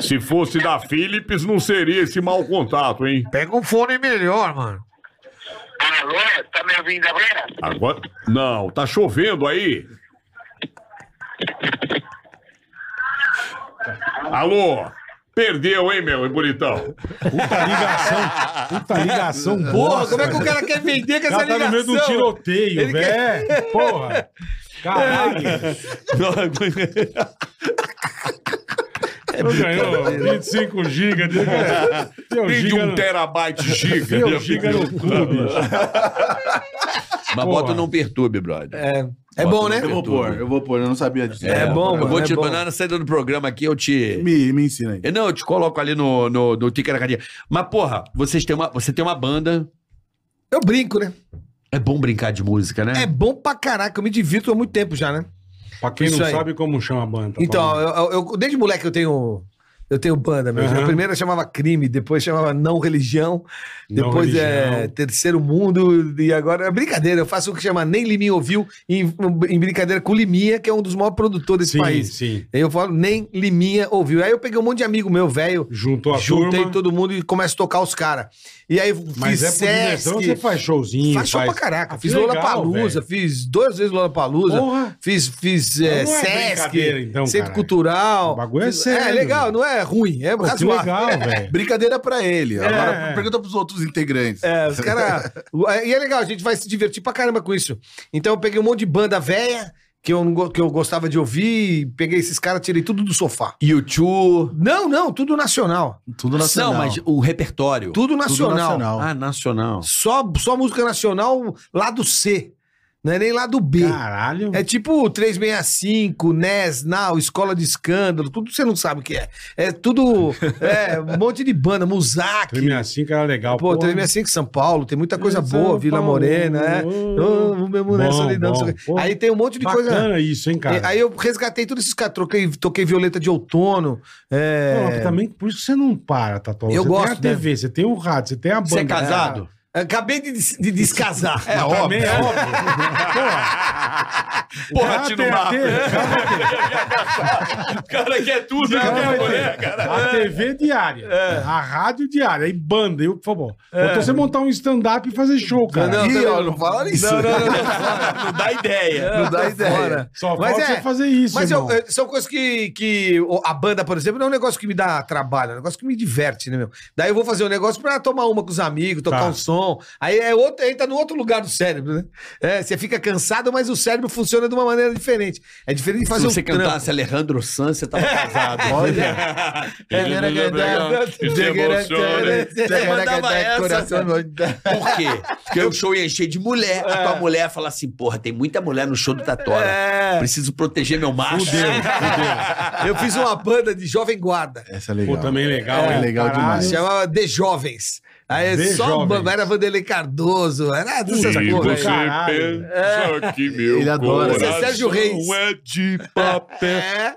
[SPEAKER 7] Se fosse da Philips, não seria esse mau contato, hein?
[SPEAKER 5] Pega um fone melhor, mano.
[SPEAKER 11] Alô, tá me ouvindo agora?
[SPEAKER 7] Agora. Não, tá chovendo aí. Alô? Perdeu, hein, meu bonitão?
[SPEAKER 3] Puta ligação. Puta ligação boa.
[SPEAKER 5] Porra, como é que o cara quer vender com essa
[SPEAKER 3] Ela tá
[SPEAKER 5] ligação?
[SPEAKER 3] no meio de um tiroteio,
[SPEAKER 5] Ele É,
[SPEAKER 3] velho. Porra. Caralho. Não
[SPEAKER 5] é
[SPEAKER 3] ganhou 25 gigas. De... Teu
[SPEAKER 7] Tem de
[SPEAKER 3] giga
[SPEAKER 7] um
[SPEAKER 3] no-
[SPEAKER 7] terabyte giga.
[SPEAKER 3] Teu giga no cu, bicho.
[SPEAKER 4] Mas
[SPEAKER 3] Porra.
[SPEAKER 4] bota não perturbe, brother.
[SPEAKER 5] É, é bom, né?
[SPEAKER 6] Eu vou pôr, eu vou pôr, eu não sabia disso.
[SPEAKER 5] É
[SPEAKER 4] eu
[SPEAKER 5] bom, mano.
[SPEAKER 4] vou
[SPEAKER 5] é
[SPEAKER 4] te
[SPEAKER 5] bom.
[SPEAKER 4] na saída do programa aqui, eu te.
[SPEAKER 6] Me, me ensina aí.
[SPEAKER 4] Eu Não, eu te coloco ali no, no, no Ticaracadia. Mas, porra, vocês têm uma, você tem uma banda.
[SPEAKER 5] Eu brinco, né?
[SPEAKER 4] É bom brincar de música, né?
[SPEAKER 5] É bom pra caraca, eu me divirto há muito tempo já,
[SPEAKER 3] Tá
[SPEAKER 5] né?
[SPEAKER 3] Pra quem
[SPEAKER 5] Isso
[SPEAKER 3] não
[SPEAKER 5] aí.
[SPEAKER 3] sabe como chama a banda. tá
[SPEAKER 5] Então,
[SPEAKER 3] falando.
[SPEAKER 5] eu, eu- eu- desde moleque eu tenho. Eu tenho banda, meu.
[SPEAKER 3] Aham.
[SPEAKER 5] A primeira chamava crime, depois chamava não religião,
[SPEAKER 3] Não
[SPEAKER 5] depois é
[SPEAKER 3] Religião.
[SPEAKER 5] terceiro mundo, e agora é brincadeira. Eu faço o que chama Nem Liminha Ouviu, em, em brincadeira com o Liminha, que é um dos maiores produtores desse
[SPEAKER 3] sim,
[SPEAKER 5] país.
[SPEAKER 3] sim.
[SPEAKER 5] Aí eu falo, Nem Liminha Ouviu. Aí eu peguei um monte de amigo meu, velho,
[SPEAKER 3] Juntou a
[SPEAKER 5] juntei
[SPEAKER 3] turma.
[SPEAKER 5] todo mundo e começo a tocar os caras. E aí
[SPEAKER 3] Mas
[SPEAKER 5] fiz
[SPEAKER 3] é por diversão,
[SPEAKER 5] Sesc,
[SPEAKER 3] você faz showzinho.
[SPEAKER 5] Faz show pra
[SPEAKER 3] ah,
[SPEAKER 5] caraca. Fiz Lola Palusa, fiz duas vezes Lola Palusa.
[SPEAKER 3] Porra.
[SPEAKER 5] Fiz, fiz eh,
[SPEAKER 3] Então não é
[SPEAKER 5] Sesc,
[SPEAKER 3] brincadeira, então,
[SPEAKER 5] Centro
[SPEAKER 3] caralho.
[SPEAKER 5] Cultural.
[SPEAKER 3] O bagulho é
[SPEAKER 5] Fiz-
[SPEAKER 3] sério,
[SPEAKER 5] É legal, não é ruim, é
[SPEAKER 3] Pô, que
[SPEAKER 5] razoável.
[SPEAKER 3] legal, velho.
[SPEAKER 6] Brincadeira pra ele.
[SPEAKER 3] É.
[SPEAKER 6] Agora pergunta pros outros integrantes.
[SPEAKER 5] É, os caras. e é legal, a gente vai se divertir pra caramba com isso. Então eu peguei um monte de banda velha que eu, não go- que eu gostava de ouvir, peguei esses caras, tirei tudo do sofá.
[SPEAKER 4] YouTube.
[SPEAKER 5] Não, não, tudo nacional.
[SPEAKER 6] Tudo nacional.
[SPEAKER 4] Não, mas o repertório.
[SPEAKER 5] Tudo nacional.
[SPEAKER 6] nacional.
[SPEAKER 4] Ah, nacional.
[SPEAKER 5] Só, só música nacional lá do C. Não é nem lá do B.
[SPEAKER 3] Caralho.
[SPEAKER 5] É tipo 365, NES, Now, Escola de Escândalo, tudo você não sabe o que é. É tudo. É, um monte de banda, Muzak.
[SPEAKER 3] 365 era é legal. é
[SPEAKER 5] Pô,
[SPEAKER 3] porra.
[SPEAKER 5] 365 São Paulo, tem muita coisa
[SPEAKER 3] São
[SPEAKER 5] boa, Vila
[SPEAKER 3] Paulo,
[SPEAKER 5] Morena, é.
[SPEAKER 3] oh,
[SPEAKER 5] Oh, o meu mulher
[SPEAKER 3] bom,
[SPEAKER 5] solidão.
[SPEAKER 3] bom,
[SPEAKER 5] não sei o quê.
[SPEAKER 3] pô.
[SPEAKER 5] Aí tem um monte de coisa. É,
[SPEAKER 3] Bacana isso, hein, cara?
[SPEAKER 5] Aí eu resgatei todos esses caras, troquei- toquei Violeta de Outono.
[SPEAKER 3] Pô,
[SPEAKER 5] É...
[SPEAKER 3] mas também, por isso que você não para, Tatuão.
[SPEAKER 5] Eu
[SPEAKER 3] você
[SPEAKER 5] gosto,
[SPEAKER 3] tem
[SPEAKER 5] né?
[SPEAKER 3] a TV, você tem o rádio, você tem a banda.
[SPEAKER 4] Você é casado?
[SPEAKER 5] Acabei de, des- de descasar.
[SPEAKER 3] É, óbvio. é óbvio.
[SPEAKER 4] Porra,
[SPEAKER 3] Cara,
[SPEAKER 4] tira
[SPEAKER 3] tem
[SPEAKER 4] o
[SPEAKER 3] a
[SPEAKER 4] mapa.
[SPEAKER 3] TV,
[SPEAKER 4] O cara quer tudo, né?
[SPEAKER 3] cara
[SPEAKER 4] Minha
[SPEAKER 3] vai
[SPEAKER 4] mulher,
[SPEAKER 3] ter
[SPEAKER 4] cara.
[SPEAKER 3] A TV diária, a rádio diária, aí banda, e o por favor. Faltou você montar um stand-up e fazer show, cara.
[SPEAKER 5] Não,
[SPEAKER 6] Ih,
[SPEAKER 5] também-
[SPEAKER 6] ó, não fala isso.
[SPEAKER 5] Não, não, não, não.
[SPEAKER 4] Não dá ideia.
[SPEAKER 6] Não dá ideia.
[SPEAKER 5] Fora.
[SPEAKER 3] Só
[SPEAKER 5] Mas
[SPEAKER 3] falta
[SPEAKER 5] é,
[SPEAKER 3] você fazer isso,
[SPEAKER 5] Mas
[SPEAKER 3] irmão.
[SPEAKER 5] eu- eu- são coisas que, que o- a banda, por exemplo, não é um negócio que me dá trabalho, é um negócio que me diverte, né, meu? Daí eu vou fazer um negócio pra tomar uma com os amigos, tocar
[SPEAKER 3] Tá.
[SPEAKER 5] um som. Aí é outro, aí tá no outro lugar do cérebro, né? É, você fica cansado, mas o cérebro funciona de uma maneira diferente. É diferente de fazer
[SPEAKER 4] Se você
[SPEAKER 5] um trampo.
[SPEAKER 4] cantasse Alejandro Sanz, você
[SPEAKER 6] Tá
[SPEAKER 4] tá É. tava casado.
[SPEAKER 6] Olha. É,
[SPEAKER 7] Se emociona.
[SPEAKER 4] Você mandava essa.
[SPEAKER 6] Coração no-
[SPEAKER 4] Por quê? Porque o show ia encher de mulher. A tua mulher fala assim, porra, tem muita mulher no show do Tatora.
[SPEAKER 5] É.
[SPEAKER 4] Preciso proteger meu macho.
[SPEAKER 5] Eu fiz uma banda de jovem guarda.
[SPEAKER 6] Essa é legal.
[SPEAKER 3] Pô, também legal,
[SPEAKER 6] É,
[SPEAKER 3] hein?
[SPEAKER 6] legal demais.
[SPEAKER 5] Chamava The Jovens. Aí
[SPEAKER 3] The
[SPEAKER 5] só
[SPEAKER 3] Jovens.
[SPEAKER 5] banda, era Vanderlei Cardoso, era dessas
[SPEAKER 7] E
[SPEAKER 5] coisas.
[SPEAKER 7] você
[SPEAKER 5] aí.
[SPEAKER 3] Caralho. É.
[SPEAKER 7] pensa que meu
[SPEAKER 6] Ele adora.
[SPEAKER 7] coração
[SPEAKER 5] Você é Sérgio Reis.
[SPEAKER 7] é de papel.
[SPEAKER 5] É.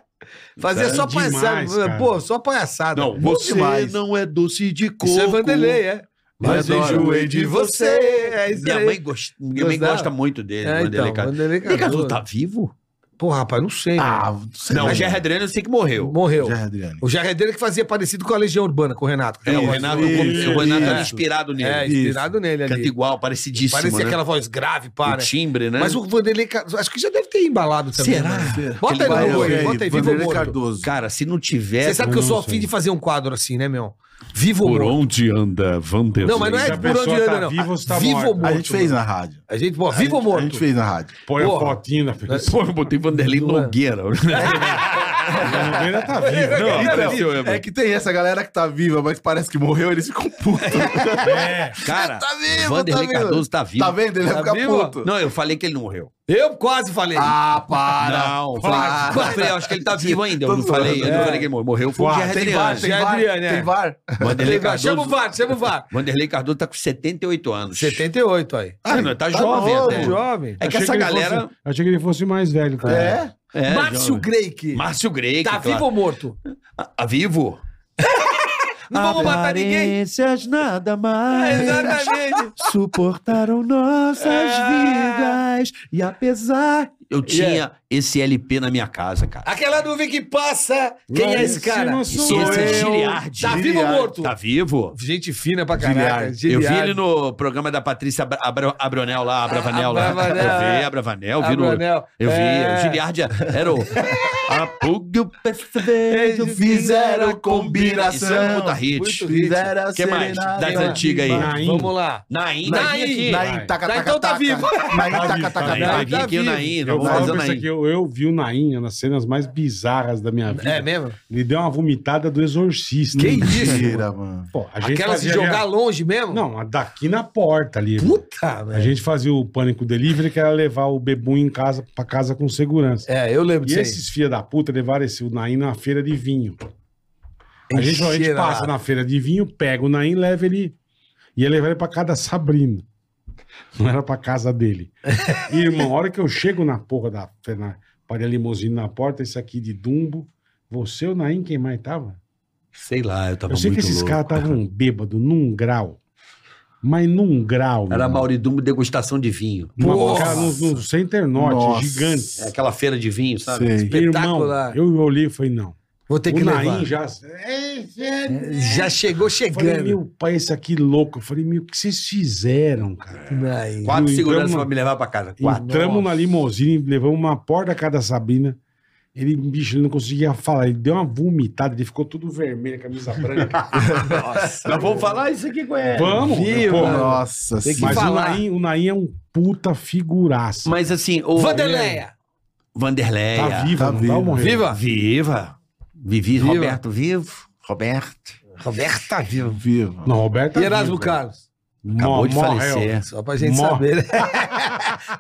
[SPEAKER 5] Fazia
[SPEAKER 3] Tá
[SPEAKER 5] só
[SPEAKER 3] demais,
[SPEAKER 5] palhaçada.
[SPEAKER 3] cara.
[SPEAKER 5] Pô, só palhaçada.
[SPEAKER 7] Não, você
[SPEAKER 6] demais.
[SPEAKER 7] não é doce de coco.
[SPEAKER 5] Isso é Vanderlei, é. Mas
[SPEAKER 6] adoro.
[SPEAKER 5] enjoei de você. É isso
[SPEAKER 4] Minha
[SPEAKER 5] aí.
[SPEAKER 4] mãe, gost... Minha mãe
[SPEAKER 5] Gostava?
[SPEAKER 4] gosta muito dele,
[SPEAKER 5] É,
[SPEAKER 4] Vanderlei
[SPEAKER 5] então,
[SPEAKER 4] Cardoso.
[SPEAKER 5] Vanderlei
[SPEAKER 4] Vanderlei
[SPEAKER 5] Cardoso.
[SPEAKER 4] Cardoso tá vivo?
[SPEAKER 5] Pô, rapaz, não sei.
[SPEAKER 6] Ah, é.
[SPEAKER 4] Não, é
[SPEAKER 6] não.
[SPEAKER 4] o Gerry Adriano eu sei que morreu.
[SPEAKER 5] Morreu.
[SPEAKER 6] Gerry Adriano.
[SPEAKER 5] O Jarredeiro que fazia parecido com a Legião Urbana, com o Renato.
[SPEAKER 4] É, o Renato,
[SPEAKER 6] isso,
[SPEAKER 4] o Renato era
[SPEAKER 6] isso.
[SPEAKER 4] inspirado nele.
[SPEAKER 5] É, inspirado nele
[SPEAKER 4] Canta
[SPEAKER 5] ali.
[SPEAKER 4] igual, parecidíssimo,
[SPEAKER 5] Parecia
[SPEAKER 4] né?
[SPEAKER 5] aquela voz grave,
[SPEAKER 4] O
[SPEAKER 5] para.
[SPEAKER 4] timbre, né?
[SPEAKER 5] Mas o Vanderlei Cardoso, acho que já deve ter embalado também.
[SPEAKER 4] Será?
[SPEAKER 5] né? Bota
[SPEAKER 4] Vai,
[SPEAKER 5] aí, no
[SPEAKER 4] vai,
[SPEAKER 5] Google aí, bota aí, vivo ou
[SPEAKER 6] é, Vanderlei
[SPEAKER 5] morto.
[SPEAKER 6] Cardoso.
[SPEAKER 4] Cara, se não tiver...
[SPEAKER 5] Você sabe que eu sou
[SPEAKER 3] não
[SPEAKER 5] afim
[SPEAKER 3] sei.
[SPEAKER 5] de fazer um quadro assim, né, meu? Vivo ou
[SPEAKER 7] Por
[SPEAKER 5] morto.
[SPEAKER 7] onde anda Vanderlei?
[SPEAKER 5] Não, mas não
[SPEAKER 3] Se
[SPEAKER 5] é
[SPEAKER 3] a
[SPEAKER 5] por onde
[SPEAKER 3] pessoa tá
[SPEAKER 5] anda, não.
[SPEAKER 3] viva ou se tá
[SPEAKER 5] Vivo ou
[SPEAKER 3] morta?
[SPEAKER 5] morto.
[SPEAKER 6] A gente fez na rádio.
[SPEAKER 5] A gente, pô, vivo
[SPEAKER 6] A
[SPEAKER 5] ou
[SPEAKER 6] gente-
[SPEAKER 5] morto?
[SPEAKER 6] A gente fez na rádio.
[SPEAKER 3] Põe a
[SPEAKER 5] Porra.
[SPEAKER 3] fotinho na frente.
[SPEAKER 4] Pô, eu botei Vanderlei
[SPEAKER 5] é.
[SPEAKER 4] Nogueira.
[SPEAKER 5] Tá
[SPEAKER 3] A Vera tá viva.
[SPEAKER 4] Não,
[SPEAKER 6] Então,
[SPEAKER 4] aconteceu, é,
[SPEAKER 6] é que tem essa galera que tá viva, mas parece que morreu, eles ficam putos.
[SPEAKER 3] É.
[SPEAKER 4] Cara,
[SPEAKER 6] Tá vivo,
[SPEAKER 4] Vanderlei
[SPEAKER 6] tá vivo.
[SPEAKER 4] Cardoso tá vivo.
[SPEAKER 6] Tá vendo? Ele vai
[SPEAKER 5] Tá
[SPEAKER 6] ficar
[SPEAKER 5] vivo?
[SPEAKER 6] puto.
[SPEAKER 4] Não, eu falei que ele não morreu.
[SPEAKER 5] Eu quase falei.
[SPEAKER 6] Ah, para.
[SPEAKER 4] Não,
[SPEAKER 6] Para.
[SPEAKER 4] eu falei, eu acho que ele tá vivo ainda. Eu não
[SPEAKER 6] Tô zoando.
[SPEAKER 4] falei, eu não falei que ele morreu. Morreu foi o
[SPEAKER 3] Uau,
[SPEAKER 4] Gerry
[SPEAKER 6] Tem
[SPEAKER 4] Adriano.
[SPEAKER 6] VAR, tem
[SPEAKER 5] Gerry
[SPEAKER 6] VAR,
[SPEAKER 5] Adriano, é.
[SPEAKER 6] tem VAR.
[SPEAKER 4] Vanderlei Cardoso.
[SPEAKER 5] Chama o VAR, chama o VAR.
[SPEAKER 4] Vanderlei Cardoso tá com 78 anos.
[SPEAKER 5] 78 aí.
[SPEAKER 4] Ah, não, tá, jovem
[SPEAKER 6] novo,
[SPEAKER 4] até.
[SPEAKER 5] Jovem.
[SPEAKER 4] É que
[SPEAKER 3] Achei
[SPEAKER 4] essa
[SPEAKER 3] ele
[SPEAKER 4] galera.
[SPEAKER 3] fosse- achei que ele fosse mais velho. cara.
[SPEAKER 6] É?
[SPEAKER 4] É,
[SPEAKER 5] Márcio
[SPEAKER 4] jovem.
[SPEAKER 5] Greik.
[SPEAKER 4] Márcio Grey.
[SPEAKER 5] Tá vivo ou morto?
[SPEAKER 4] Ah, ah, vivo?
[SPEAKER 5] Não vamos matar ninguém.
[SPEAKER 9] Aparências nada
[SPEAKER 4] É,
[SPEAKER 9] mais
[SPEAKER 5] Exatamente.
[SPEAKER 9] suportaram nossas vidas. E apesar.
[SPEAKER 4] É. Eu tinha esse LP na minha casa, cara.
[SPEAKER 5] Aquela nuvem que passa. Quem é esse cara?
[SPEAKER 3] Não
[SPEAKER 4] Esse
[SPEAKER 3] sou
[SPEAKER 4] é
[SPEAKER 3] eu.
[SPEAKER 4] Giliardi.
[SPEAKER 5] Tá vivo ou morto?
[SPEAKER 4] Tá vivo?
[SPEAKER 5] Gente fina pra caraca.
[SPEAKER 4] Eu vi
[SPEAKER 5] Giliardi.
[SPEAKER 4] ele no programa da Patrícia Abra- Abra- Abronel lá, Abravanel lá.
[SPEAKER 5] Abravanel,
[SPEAKER 4] Eu
[SPEAKER 5] é.
[SPEAKER 4] vi, Abravanel, vi no-
[SPEAKER 5] Abravanel,
[SPEAKER 4] Eu vi,
[SPEAKER 5] é.
[SPEAKER 4] o Giliardi era o... A Pugo Percevejo
[SPEAKER 6] Fizeram
[SPEAKER 4] Isso é um puta
[SPEAKER 6] combinação.
[SPEAKER 4] hit.
[SPEAKER 5] Muito
[SPEAKER 4] O
[SPEAKER 5] hit.
[SPEAKER 6] Fizeram
[SPEAKER 4] que mais?
[SPEAKER 6] serenata.
[SPEAKER 4] Das antigas aí.
[SPEAKER 3] Naim.
[SPEAKER 5] Vamos lá.
[SPEAKER 4] Naim.
[SPEAKER 5] Naim.
[SPEAKER 4] aqui.
[SPEAKER 6] Naim, taca,
[SPEAKER 5] Naim,
[SPEAKER 6] taca,
[SPEAKER 5] então tá
[SPEAKER 6] taca.
[SPEAKER 5] vivo.
[SPEAKER 6] Naim,
[SPEAKER 3] Tá
[SPEAKER 6] taca,
[SPEAKER 3] vivo,
[SPEAKER 6] taca,
[SPEAKER 4] Naim,
[SPEAKER 5] Tá
[SPEAKER 4] vai
[SPEAKER 6] taca.
[SPEAKER 4] vir aqui o
[SPEAKER 5] vivo.
[SPEAKER 4] Naim.
[SPEAKER 3] Eu
[SPEAKER 4] Vamos fazer o
[SPEAKER 3] falo isso
[SPEAKER 4] Naim.
[SPEAKER 3] aqui, eu, eu vi o Nainha nas cenas mais bizarras da minha vida.
[SPEAKER 5] É mesmo?
[SPEAKER 3] Ele deu uma vomitada do exorcista.
[SPEAKER 5] Que isso?
[SPEAKER 6] Mentira, mano.
[SPEAKER 3] Pô, a gente
[SPEAKER 5] Aquela se
[SPEAKER 3] fazia
[SPEAKER 5] jogar
[SPEAKER 3] via-
[SPEAKER 5] longe mesmo?
[SPEAKER 3] Não, a daqui na porta ali.
[SPEAKER 5] Puta,
[SPEAKER 3] A
[SPEAKER 5] velho.
[SPEAKER 3] gente fazia o pânico delivery, que era levar o bebum em casa pra casa com segurança.
[SPEAKER 5] É, eu lembro
[SPEAKER 3] E
[SPEAKER 5] disso aí.
[SPEAKER 3] esses filha da puta levaram esse o Nain na feira de vinho. A gente, a gente
[SPEAKER 5] Encheram
[SPEAKER 3] passa
[SPEAKER 5] lá.
[SPEAKER 3] na feira de vinho, pega o Nain, leva ele. Ia levar ele pra casa da Sabrina. Não era pra casa dele. E, irmão, a hora que eu chego na porra da. Na, parei a limusine na porta, esse aqui de Dumbo. Você, o Nain, quem mais tava?
[SPEAKER 4] Sei lá, eu tava
[SPEAKER 3] Eu sei que
[SPEAKER 4] muito
[SPEAKER 3] esses
[SPEAKER 4] louco.
[SPEAKER 3] caras estavam bêbados num grau. Mas num grau.
[SPEAKER 4] Era
[SPEAKER 3] irmão.
[SPEAKER 4] Mauridumbo degustação de vinho.
[SPEAKER 3] Uma,
[SPEAKER 5] Nossa.
[SPEAKER 3] cara, no, no Center Norte,
[SPEAKER 6] Nossa.
[SPEAKER 3] gigante.
[SPEAKER 4] É aquela feira de vinho, sabe?
[SPEAKER 6] Sei.
[SPEAKER 3] Irmão,
[SPEAKER 5] Espetacular.
[SPEAKER 3] eu olhei e falei, não.
[SPEAKER 5] Vou ter que
[SPEAKER 3] o
[SPEAKER 5] levar.
[SPEAKER 3] Naim já. é,
[SPEAKER 5] Já chegou
[SPEAKER 3] Eu falei,
[SPEAKER 5] chegando.
[SPEAKER 3] meu pai, esse aqui louco. Eu falei, meu, o que vocês fizeram, cara?
[SPEAKER 5] Naim.
[SPEAKER 4] Quatro
[SPEAKER 3] Entramos
[SPEAKER 4] seguranças
[SPEAKER 3] na-
[SPEAKER 4] pra me levar pra casa. Quatro.
[SPEAKER 3] Entramos na limusine, levamos uma porta da casa da Sabina. Ele, bicho, ele não conseguia falar. Ele deu uma vomitada, ele ficou todo vermelho, camisa branca.
[SPEAKER 4] Nós vamos falar isso aqui com ele.
[SPEAKER 3] Vamos!
[SPEAKER 5] Viu,
[SPEAKER 3] pô,
[SPEAKER 5] mano?
[SPEAKER 6] Nossa
[SPEAKER 5] Tem que
[SPEAKER 3] mas
[SPEAKER 6] senhora.
[SPEAKER 3] o
[SPEAKER 5] falar.
[SPEAKER 3] Naim, o Naim é um puta figuraça.
[SPEAKER 4] Mas assim, o
[SPEAKER 5] Vanderleia.
[SPEAKER 4] Vanderleia.
[SPEAKER 3] tá viva,
[SPEAKER 6] tá
[SPEAKER 3] não
[SPEAKER 6] viva.
[SPEAKER 3] tá morrendo.
[SPEAKER 5] Viva.
[SPEAKER 4] Viva. Vivi,
[SPEAKER 5] Viva.
[SPEAKER 4] Roberto vivo. Roberto.
[SPEAKER 5] Roberta viva.
[SPEAKER 6] Viva.
[SPEAKER 3] Não, Roberto tá
[SPEAKER 5] E Erasmo
[SPEAKER 3] vivo.
[SPEAKER 5] Carlos.
[SPEAKER 4] Acabou
[SPEAKER 3] Mó-
[SPEAKER 4] de
[SPEAKER 3] morreu.
[SPEAKER 4] falecer.
[SPEAKER 5] Só pra gente
[SPEAKER 3] É. Mó.
[SPEAKER 5] saber. né?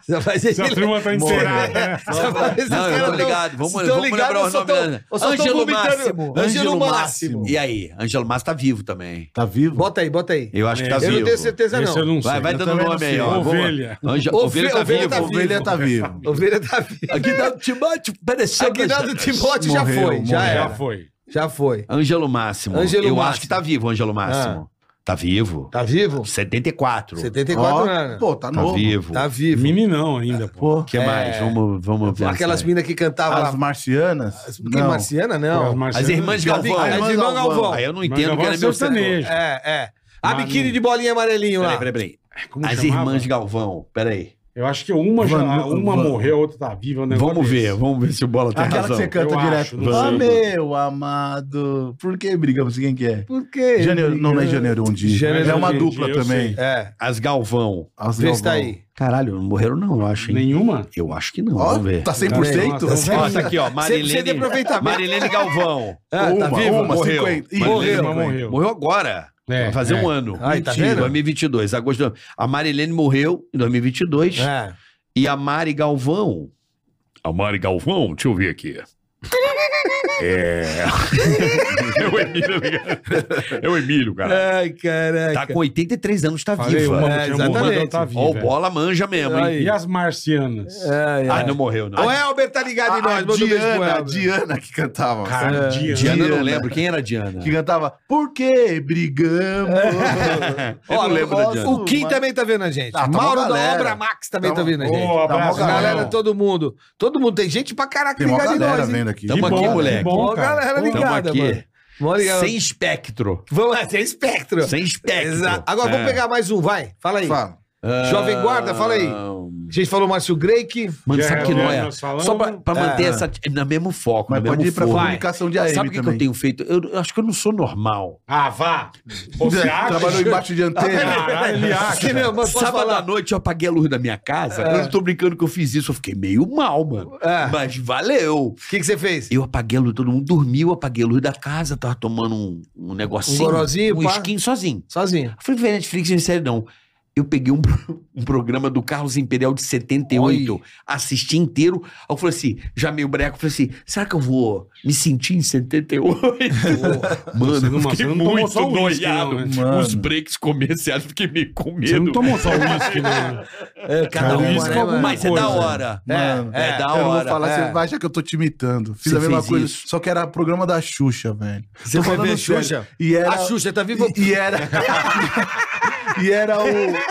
[SPEAKER 5] Só pra gente
[SPEAKER 3] Essa turma tá inteirada, né?
[SPEAKER 5] Só pra ver se
[SPEAKER 4] Não,
[SPEAKER 5] os
[SPEAKER 4] eu tô
[SPEAKER 5] caras tão-
[SPEAKER 4] ligado. Vamos,
[SPEAKER 5] se
[SPEAKER 4] vamos
[SPEAKER 5] tão
[SPEAKER 4] lembrar
[SPEAKER 5] ligados ou
[SPEAKER 4] o
[SPEAKER 5] só
[SPEAKER 4] nome
[SPEAKER 5] tão-
[SPEAKER 4] dela.
[SPEAKER 5] ou só tão
[SPEAKER 4] Ângelo
[SPEAKER 5] vomitando?
[SPEAKER 4] Máximo.
[SPEAKER 5] Ângelo Máximo.
[SPEAKER 4] E aí? Ângelo Máximo tá vivo também.
[SPEAKER 6] Tá vivo?
[SPEAKER 5] Bota aí, bota aí.
[SPEAKER 4] Eu acho que tá
[SPEAKER 5] Eu
[SPEAKER 4] vivo.
[SPEAKER 5] não tenho certeza,
[SPEAKER 3] Esse eu
[SPEAKER 5] não.
[SPEAKER 3] não sei.
[SPEAKER 4] Vai, vai
[SPEAKER 6] Eu
[SPEAKER 4] dando
[SPEAKER 6] também não
[SPEAKER 4] nome aí,
[SPEAKER 6] sei.
[SPEAKER 4] ó. Vamos lá.
[SPEAKER 3] Ovelha.
[SPEAKER 4] Ângelo-
[SPEAKER 5] Ovelha-
[SPEAKER 4] Ovelha tá
[SPEAKER 5] ovelha
[SPEAKER 4] vivo.
[SPEAKER 5] tá viva.
[SPEAKER 6] Ovelha tá vivo.
[SPEAKER 5] Ovelha tá viva.
[SPEAKER 4] Aqui dá é o tipo, Timóteo. Pareceu
[SPEAKER 5] Aguinaldo Timóteo já
[SPEAKER 6] Morreu,
[SPEAKER 5] foi. Já
[SPEAKER 6] morreu.
[SPEAKER 5] era.
[SPEAKER 3] Já foi.
[SPEAKER 5] Já foi.
[SPEAKER 4] Ângelo Máximo.
[SPEAKER 5] Ângelo
[SPEAKER 4] eu acho
[SPEAKER 5] Máximo.
[SPEAKER 4] que tá vivo, Ângelo Máximo. Tá vivo.
[SPEAKER 5] Tá vivo?
[SPEAKER 4] 74.
[SPEAKER 6] Ó,
[SPEAKER 5] 74 anos.
[SPEAKER 6] pô, tá
[SPEAKER 4] Tá
[SPEAKER 6] novo.
[SPEAKER 4] vivo.
[SPEAKER 5] Tá vivo.
[SPEAKER 3] Meninão ainda, pô.
[SPEAKER 6] Pô,
[SPEAKER 4] O que mais? Vamos, vamos ver.
[SPEAKER 5] Aquelas
[SPEAKER 4] essa aí.
[SPEAKER 5] minas que cantavam
[SPEAKER 6] as
[SPEAKER 5] lá.
[SPEAKER 6] marcianas?
[SPEAKER 5] Que
[SPEAKER 6] Não.
[SPEAKER 5] Marciana,
[SPEAKER 3] As
[SPEAKER 5] não.
[SPEAKER 4] As
[SPEAKER 3] marcianas-
[SPEAKER 4] irmãs Galvão.
[SPEAKER 5] As
[SPEAKER 6] irmãs
[SPEAKER 5] irmãs Galvão.
[SPEAKER 6] Galvão.
[SPEAKER 4] Aí eu não
[SPEAKER 3] Mas
[SPEAKER 4] entendo que
[SPEAKER 3] agora
[SPEAKER 4] era meu setor.
[SPEAKER 3] sertanejo.
[SPEAKER 5] É, é. A
[SPEAKER 3] Mano.
[SPEAKER 5] biquíni de bolinha amarelinho lá.
[SPEAKER 4] Peraí, peraí, peraí.
[SPEAKER 3] É, Como
[SPEAKER 4] As
[SPEAKER 3] chamava?
[SPEAKER 4] irmãs Galvão. Peraí.
[SPEAKER 3] Eu acho que uma, já,
[SPEAKER 6] Van-
[SPEAKER 3] uma
[SPEAKER 6] Van-
[SPEAKER 3] morreu, a outra tá viva. é um negócio
[SPEAKER 4] Vamos ver,
[SPEAKER 3] desse.
[SPEAKER 4] vamos ver se o Bola tem
[SPEAKER 6] Aquela que
[SPEAKER 4] razão.
[SPEAKER 6] você canta
[SPEAKER 3] Eu
[SPEAKER 6] direto.
[SPEAKER 3] acho, não
[SPEAKER 6] Ah,
[SPEAKER 3] sei.
[SPEAKER 6] meu amado, por que brigamos? Quem que é?
[SPEAKER 5] Por quê?
[SPEAKER 6] Janeiro, não, não é Janeiro um dia.
[SPEAKER 5] Janeiro
[SPEAKER 6] é uma
[SPEAKER 3] um
[SPEAKER 6] dupla
[SPEAKER 3] dia, eu
[SPEAKER 6] também.
[SPEAKER 5] É.
[SPEAKER 4] As Galvão.
[SPEAKER 6] As
[SPEAKER 5] Vê se tá
[SPEAKER 6] Galvão.
[SPEAKER 5] aí.
[SPEAKER 4] Caralho, não morreram não, eu acho, hein?
[SPEAKER 3] Nenhuma?
[SPEAKER 4] Eu acho que não,
[SPEAKER 6] Ó,
[SPEAKER 4] vamos ver.
[SPEAKER 6] tá 100%?
[SPEAKER 3] Também, nossa,
[SPEAKER 4] Ó, tá aqui, ó.
[SPEAKER 5] 100% de
[SPEAKER 4] Marilene,
[SPEAKER 5] aproveitamento.
[SPEAKER 4] Marilene Galvão.
[SPEAKER 5] Ah, tá
[SPEAKER 6] Uma,
[SPEAKER 5] vivo?
[SPEAKER 6] uma,
[SPEAKER 4] Morreu.
[SPEAKER 6] 50. Ih,
[SPEAKER 5] Morreu.
[SPEAKER 3] Nenhuma morreu.
[SPEAKER 4] Morreu agora.
[SPEAKER 3] É,
[SPEAKER 4] vai fazer
[SPEAKER 3] é.
[SPEAKER 4] um ano.
[SPEAKER 5] Ai, tá
[SPEAKER 4] Mentira,
[SPEAKER 5] vendo?
[SPEAKER 4] 2022, agosto. de- A Marilene morreu em 2022.
[SPEAKER 5] É.
[SPEAKER 4] E a Mari Galvão.
[SPEAKER 7] A Mari Galvão, deixa eu ver aqui. É. é o Emílio, cara. É o Emílio, cara.
[SPEAKER 5] Ai, caraca.
[SPEAKER 4] Tá com 83 anos, tá
[SPEAKER 3] Falei,
[SPEAKER 4] viva.
[SPEAKER 3] uma
[SPEAKER 5] É,
[SPEAKER 3] tinha
[SPEAKER 5] exatamente. É.
[SPEAKER 3] morrido, a outra tá viva.
[SPEAKER 4] Ó, o bola manja mesmo, hein?
[SPEAKER 3] E as marcianas?
[SPEAKER 5] Ai,
[SPEAKER 4] Ah,
[SPEAKER 5] ai.
[SPEAKER 4] não morreu, não.
[SPEAKER 5] O Elber tá ligado em
[SPEAKER 6] A, a
[SPEAKER 5] nós. Manda um beijo pro
[SPEAKER 6] Ah, Diana, a
[SPEAKER 5] Elber.
[SPEAKER 6] Diana que cantava.
[SPEAKER 3] Cara, Diana.
[SPEAKER 4] Diana, eu não
[SPEAKER 6] Diana.
[SPEAKER 4] lembro. Quem era a Diana?
[SPEAKER 6] Que cantava, por que brigamos?
[SPEAKER 4] Eu não
[SPEAKER 5] Ó,
[SPEAKER 4] lembro da Diana.
[SPEAKER 5] O Kim
[SPEAKER 6] Mas-
[SPEAKER 5] também tá vendo a gente.
[SPEAKER 6] Ah, tá uma
[SPEAKER 5] Mauro da
[SPEAKER 6] galera.
[SPEAKER 5] Obra Max também tá,
[SPEAKER 6] Tá uma-
[SPEAKER 5] vendo a gente.
[SPEAKER 3] Ô, abraço,
[SPEAKER 6] Tá bom,
[SPEAKER 5] galera,
[SPEAKER 3] galera.
[SPEAKER 5] todo mundo. Todo mundo. Tem gente pra caraca
[SPEAKER 6] Tem uma
[SPEAKER 5] ligada em
[SPEAKER 6] galera
[SPEAKER 5] nós. hein?
[SPEAKER 6] vendo aqui.
[SPEAKER 4] Tamo
[SPEAKER 3] Que
[SPEAKER 4] aqui,
[SPEAKER 3] bom,
[SPEAKER 4] moleque.
[SPEAKER 3] que
[SPEAKER 5] Ó,
[SPEAKER 3] bom,
[SPEAKER 5] a
[SPEAKER 3] cara.
[SPEAKER 5] galera né?
[SPEAKER 4] Tamo
[SPEAKER 5] ligada,
[SPEAKER 4] aqui.
[SPEAKER 5] mano. Mó ligado.
[SPEAKER 4] Sem espectro.
[SPEAKER 5] Vamos lá, sem espectro.
[SPEAKER 4] Sem espectro.
[SPEAKER 5] Exato. Agora, vamos
[SPEAKER 4] É.
[SPEAKER 5] pegar mais um, vai. Fala aí.
[SPEAKER 6] Fala.
[SPEAKER 5] Jovem Guarda, fala aí.
[SPEAKER 4] Ah.
[SPEAKER 5] A gente falou Márcio Greik.
[SPEAKER 4] Mano, sabe
[SPEAKER 3] Já
[SPEAKER 4] que não é?
[SPEAKER 3] nós falamos.
[SPEAKER 4] Só pra, pra manter
[SPEAKER 5] É.
[SPEAKER 4] essa. No mesmo foco,
[SPEAKER 6] Mas
[SPEAKER 4] no
[SPEAKER 6] pode
[SPEAKER 4] mesmo
[SPEAKER 6] ir pra
[SPEAKER 4] foco.
[SPEAKER 6] comunicação de AM
[SPEAKER 4] Sabe o que, que eu
[SPEAKER 6] também.
[SPEAKER 4] tenho feito? Eu, eu acho que eu não sou normal.
[SPEAKER 3] Ah, vá. Você acha?
[SPEAKER 6] Trabalhou embaixo de antena.
[SPEAKER 3] Caralho, ele acha.
[SPEAKER 5] Sim, meu, mas posso
[SPEAKER 4] Sábado à
[SPEAKER 5] falar?
[SPEAKER 4] noite eu apaguei a luz da minha casa. Eu não tô brincando que eu fiz isso. Eu fiquei meio mal, mano.
[SPEAKER 5] É.
[SPEAKER 4] Mas valeu.
[SPEAKER 5] O que, que você fez?
[SPEAKER 4] Eu apaguei a luz, todo mundo dormiu, eu apaguei a luz da casa, tava tomando um, um negocinho.
[SPEAKER 5] Um gorozinho,
[SPEAKER 4] um
[SPEAKER 5] pá.
[SPEAKER 4] skin sozinho.
[SPEAKER 5] Sozinho.
[SPEAKER 4] Eu Falei, velho, Netflix, em série não. Eu peguei um, pro- um programa do Carlos Imperial de 78, assisti inteiro. Aí eu falei assim, já meio breco, falei assim, será que eu vou me sentir em 78?
[SPEAKER 5] Você não-
[SPEAKER 4] Mano, eu
[SPEAKER 5] você
[SPEAKER 4] fiquei
[SPEAKER 5] não tomou
[SPEAKER 4] muito
[SPEAKER 5] só o
[SPEAKER 3] um
[SPEAKER 5] uísque,
[SPEAKER 4] noiado.
[SPEAKER 5] não, né?
[SPEAKER 4] Os breaks comerciais, eu fiquei meio com medo.
[SPEAKER 3] Você não tomou
[SPEAKER 5] um
[SPEAKER 3] só o uísque, né?
[SPEAKER 4] É, cada
[SPEAKER 3] Cara,
[SPEAKER 4] um,
[SPEAKER 3] uísque
[SPEAKER 4] né,
[SPEAKER 3] é alguma
[SPEAKER 4] Mas é
[SPEAKER 3] coisa.
[SPEAKER 4] da hora.
[SPEAKER 6] Mano,
[SPEAKER 4] é, da
[SPEAKER 6] Eu não vou
[SPEAKER 4] hora.
[SPEAKER 6] falar, assim,
[SPEAKER 5] é.
[SPEAKER 6] você vai achar que eu tô te imitando. Fiz
[SPEAKER 4] Você
[SPEAKER 6] a mesma
[SPEAKER 4] fez
[SPEAKER 6] coisa,
[SPEAKER 4] isso.
[SPEAKER 6] só que era programa da Xuxa, velho.
[SPEAKER 5] Você
[SPEAKER 6] Tô
[SPEAKER 5] foi
[SPEAKER 6] falando
[SPEAKER 5] ver
[SPEAKER 6] sério.
[SPEAKER 5] Xuxa?
[SPEAKER 6] E era...
[SPEAKER 5] A Xuxa tá viva?
[SPEAKER 6] E, e era... e era o...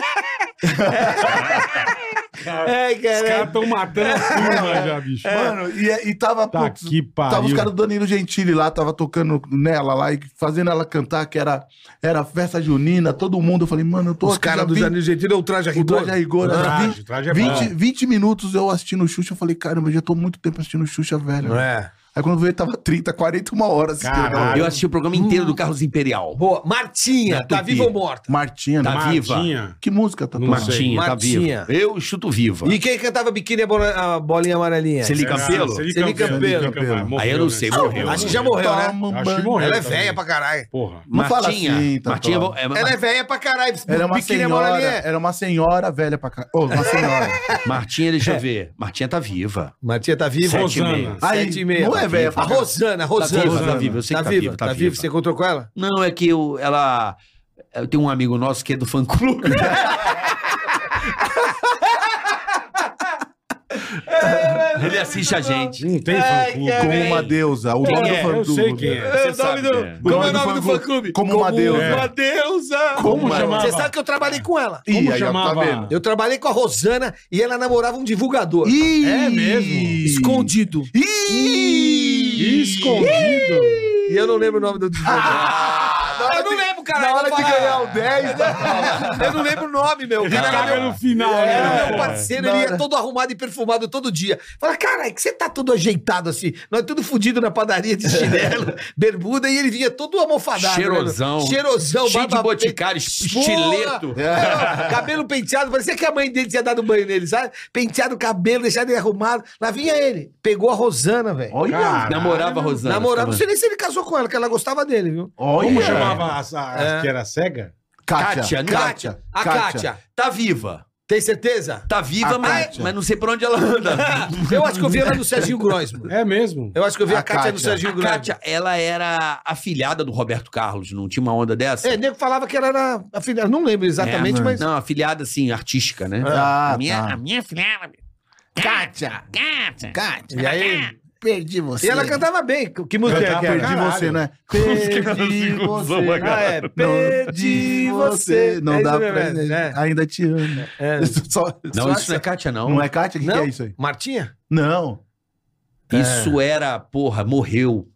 [SPEAKER 3] Os caras estão matando a turma
[SPEAKER 5] É.
[SPEAKER 3] já, bicho.
[SPEAKER 6] Mano, e, é, e tava...
[SPEAKER 3] É. Tá
[SPEAKER 6] putz,
[SPEAKER 3] que pariu.
[SPEAKER 6] Tava os caras do Danilo Gentili lá, tava tocando nela lá e fazendo ela cantar, que era, era festa junina, todo mundo. Eu falei, mano, eu tô
[SPEAKER 5] Os
[SPEAKER 6] aqui,
[SPEAKER 5] caras
[SPEAKER 6] já
[SPEAKER 5] do
[SPEAKER 6] vi-
[SPEAKER 5] Danilo Gentili é o traje a
[SPEAKER 6] O
[SPEAKER 5] rigor.
[SPEAKER 6] Traje a Rigor.
[SPEAKER 3] Ah,
[SPEAKER 6] já né?
[SPEAKER 3] traje,
[SPEAKER 6] vi-
[SPEAKER 3] traje é
[SPEAKER 6] 20,
[SPEAKER 3] bom.
[SPEAKER 6] 20 minutos eu assistindo o Xuxa, eu falei, caramba, eu já tô muito tempo assistindo o Xuxa, velho.
[SPEAKER 5] É.
[SPEAKER 6] Aí quando eu vi, tava 30, 41 horas assistindo
[SPEAKER 3] Caralho.
[SPEAKER 6] aquela-
[SPEAKER 4] Eu assisti o programa inteiro do Carlos Imperial.
[SPEAKER 5] Boa. Martinha,
[SPEAKER 4] Na
[SPEAKER 5] tá
[SPEAKER 4] Tupi.
[SPEAKER 5] viva ou morta?
[SPEAKER 6] Martinha, né?
[SPEAKER 4] Tá viva.
[SPEAKER 3] Martinha.
[SPEAKER 6] Que música, tá
[SPEAKER 3] Não sei.
[SPEAKER 4] Martinha, tá
[SPEAKER 5] Martinha.
[SPEAKER 4] viva. Eu chuto viva.
[SPEAKER 5] E quem cantava biquíni e a bola- a bolinha amarelinha?
[SPEAKER 4] Você liga
[SPEAKER 3] Ah,
[SPEAKER 4] pelo?
[SPEAKER 5] Celica Pelo.
[SPEAKER 4] Aí eu não sei, morreu.
[SPEAKER 5] Acho que já morreu, né?
[SPEAKER 6] Toma um
[SPEAKER 3] Acho que
[SPEAKER 6] banho.
[SPEAKER 3] morreu.
[SPEAKER 5] Ela é
[SPEAKER 3] também.
[SPEAKER 5] velha pra caralho.
[SPEAKER 3] Porra.
[SPEAKER 6] Não fala
[SPEAKER 4] Martinha.
[SPEAKER 6] assim, Tatu.
[SPEAKER 4] Martinha, é, é,
[SPEAKER 5] Ela é velha pra caralho.
[SPEAKER 6] Era uma
[SPEAKER 5] biquíni e a bola
[SPEAKER 6] senhora,
[SPEAKER 5] ali é-
[SPEAKER 6] era uma senhora velha pra cá. Ô, uma senhora.
[SPEAKER 4] Martinha, deixa eu ver. Martinha tá viva.
[SPEAKER 5] Martinha tá viva?
[SPEAKER 4] Sete e meia.
[SPEAKER 3] Rosana.
[SPEAKER 6] Aí,
[SPEAKER 5] Sete e meia.
[SPEAKER 6] não é velha pra
[SPEAKER 5] A
[SPEAKER 6] caralho.
[SPEAKER 5] Rosana, a Rosana.
[SPEAKER 4] viva, tá viva, eu sei que tá viva, tá
[SPEAKER 5] Tá
[SPEAKER 4] viva.
[SPEAKER 5] viva. Você encontrou com ela?
[SPEAKER 4] Não, é que eu, ela. Eu tenho um amigo nosso que é do fã clube. Ele assiste a gente.
[SPEAKER 3] Não tem
[SPEAKER 5] É,
[SPEAKER 3] fã-clube.
[SPEAKER 6] Como uma deusa. O nome
[SPEAKER 4] é?
[SPEAKER 6] do fã
[SPEAKER 3] Eu é? sei
[SPEAKER 6] clube.
[SPEAKER 3] quem é.
[SPEAKER 4] Você sabe, né?
[SPEAKER 6] Como é o nome do fã clube? Como uma
[SPEAKER 5] É.
[SPEAKER 6] deusa.
[SPEAKER 3] uma
[SPEAKER 4] deusa!
[SPEAKER 3] Como chamava?
[SPEAKER 5] Você sabe que eu trabalhei com ela.
[SPEAKER 6] Ih,
[SPEAKER 3] Como
[SPEAKER 6] aí, ó,
[SPEAKER 3] chamava?
[SPEAKER 6] Tá vendo?
[SPEAKER 5] Eu trabalhei com a Rosana e ela namorava um divulgador.
[SPEAKER 6] Ih,
[SPEAKER 3] É mesmo?
[SPEAKER 5] Escondido.
[SPEAKER 6] Ih!
[SPEAKER 3] Escondido.
[SPEAKER 5] E eu não lembro o nome do divulgador. eu não lembro, cara.
[SPEAKER 6] Na hora de
[SPEAKER 5] fala-
[SPEAKER 6] ganhar o 10,
[SPEAKER 5] Eu não lembro o nome, meu.
[SPEAKER 3] Ele
[SPEAKER 5] Cara,
[SPEAKER 3] caga
[SPEAKER 5] meu-
[SPEAKER 3] no final,
[SPEAKER 5] Era
[SPEAKER 3] né?
[SPEAKER 5] meu parceiro, ele ia todo arrumado e perfumado todo dia. Fala, cara, que você tá todo ajeitado assim? Nós tudo fudido na padaria de chinelo, bermuda, e ele vinha todo almofadado.
[SPEAKER 4] Cheirosão.
[SPEAKER 5] Né? Cheirosão,
[SPEAKER 4] Cheio de
[SPEAKER 5] barba-
[SPEAKER 4] boticário,
[SPEAKER 5] Porra!
[SPEAKER 4] estileto.
[SPEAKER 5] É, cabelo penteado, parecia que a mãe dele tinha dado banho nele, sabe? Penteado o cabelo, deixado ele arrumado. Lá vinha ele, pegou a Rosana, velho.
[SPEAKER 3] Ah,
[SPEAKER 6] Olha!
[SPEAKER 4] Namorava a Rosana.
[SPEAKER 5] Namorado, não
[SPEAKER 4] você.
[SPEAKER 5] sei nem se ele casou com ela, que ela gostava dele, viu?
[SPEAKER 3] Como
[SPEAKER 6] Olha!
[SPEAKER 3] chamava a, a- a que era cega?
[SPEAKER 4] Kátia,
[SPEAKER 6] Kátia.
[SPEAKER 4] né?
[SPEAKER 6] Kátia.
[SPEAKER 5] é? A Kátia.
[SPEAKER 4] Tá viva.
[SPEAKER 5] Tem certeza?
[SPEAKER 4] Tá viva,
[SPEAKER 6] A
[SPEAKER 4] mas,
[SPEAKER 6] Kátia.
[SPEAKER 4] mas não sei pra onde ela anda.
[SPEAKER 5] Eu acho que eu vi ela no Serginho Groisman.
[SPEAKER 3] É mesmo.
[SPEAKER 5] Eu acho que eu vi a,
[SPEAKER 6] A
[SPEAKER 5] Kátia, no
[SPEAKER 6] Kátia.
[SPEAKER 5] Serginho
[SPEAKER 4] A
[SPEAKER 5] Groisman.
[SPEAKER 4] Kátia, ela era afilhada do Roberto Carlos, não tinha uma onda dessa?
[SPEAKER 5] É, nego falava que ela era afilhada. Não lembro exatamente,
[SPEAKER 4] É,
[SPEAKER 5] mas.
[SPEAKER 4] Não, afiliada, assim, artística, né?
[SPEAKER 6] Ah,
[SPEAKER 4] A minha-
[SPEAKER 6] tá.
[SPEAKER 4] a minha afilhada.
[SPEAKER 6] Kátia.
[SPEAKER 4] Kátia.
[SPEAKER 6] Kátia.
[SPEAKER 5] E aí?
[SPEAKER 6] Perdi você.
[SPEAKER 5] E ela cantava bem. Que música é
[SPEAKER 6] Cantava
[SPEAKER 5] que era?
[SPEAKER 6] Perdi Você, né? Perdi você.
[SPEAKER 5] Ah, é. Perdi
[SPEAKER 6] Perdi
[SPEAKER 5] você.
[SPEAKER 6] você. Não
[SPEAKER 5] É
[SPEAKER 6] dá
[SPEAKER 5] isso mesmo,
[SPEAKER 6] pra...
[SPEAKER 5] é.
[SPEAKER 6] Ainda te amo.
[SPEAKER 5] É.
[SPEAKER 6] Só-
[SPEAKER 4] Não,
[SPEAKER 6] só
[SPEAKER 4] isso não é Kátia, não.
[SPEAKER 6] Não é Kátia? O que, que
[SPEAKER 5] Não?
[SPEAKER 6] é isso aí?
[SPEAKER 5] Martinha?
[SPEAKER 6] Não.
[SPEAKER 4] Isso era, porra, morreu.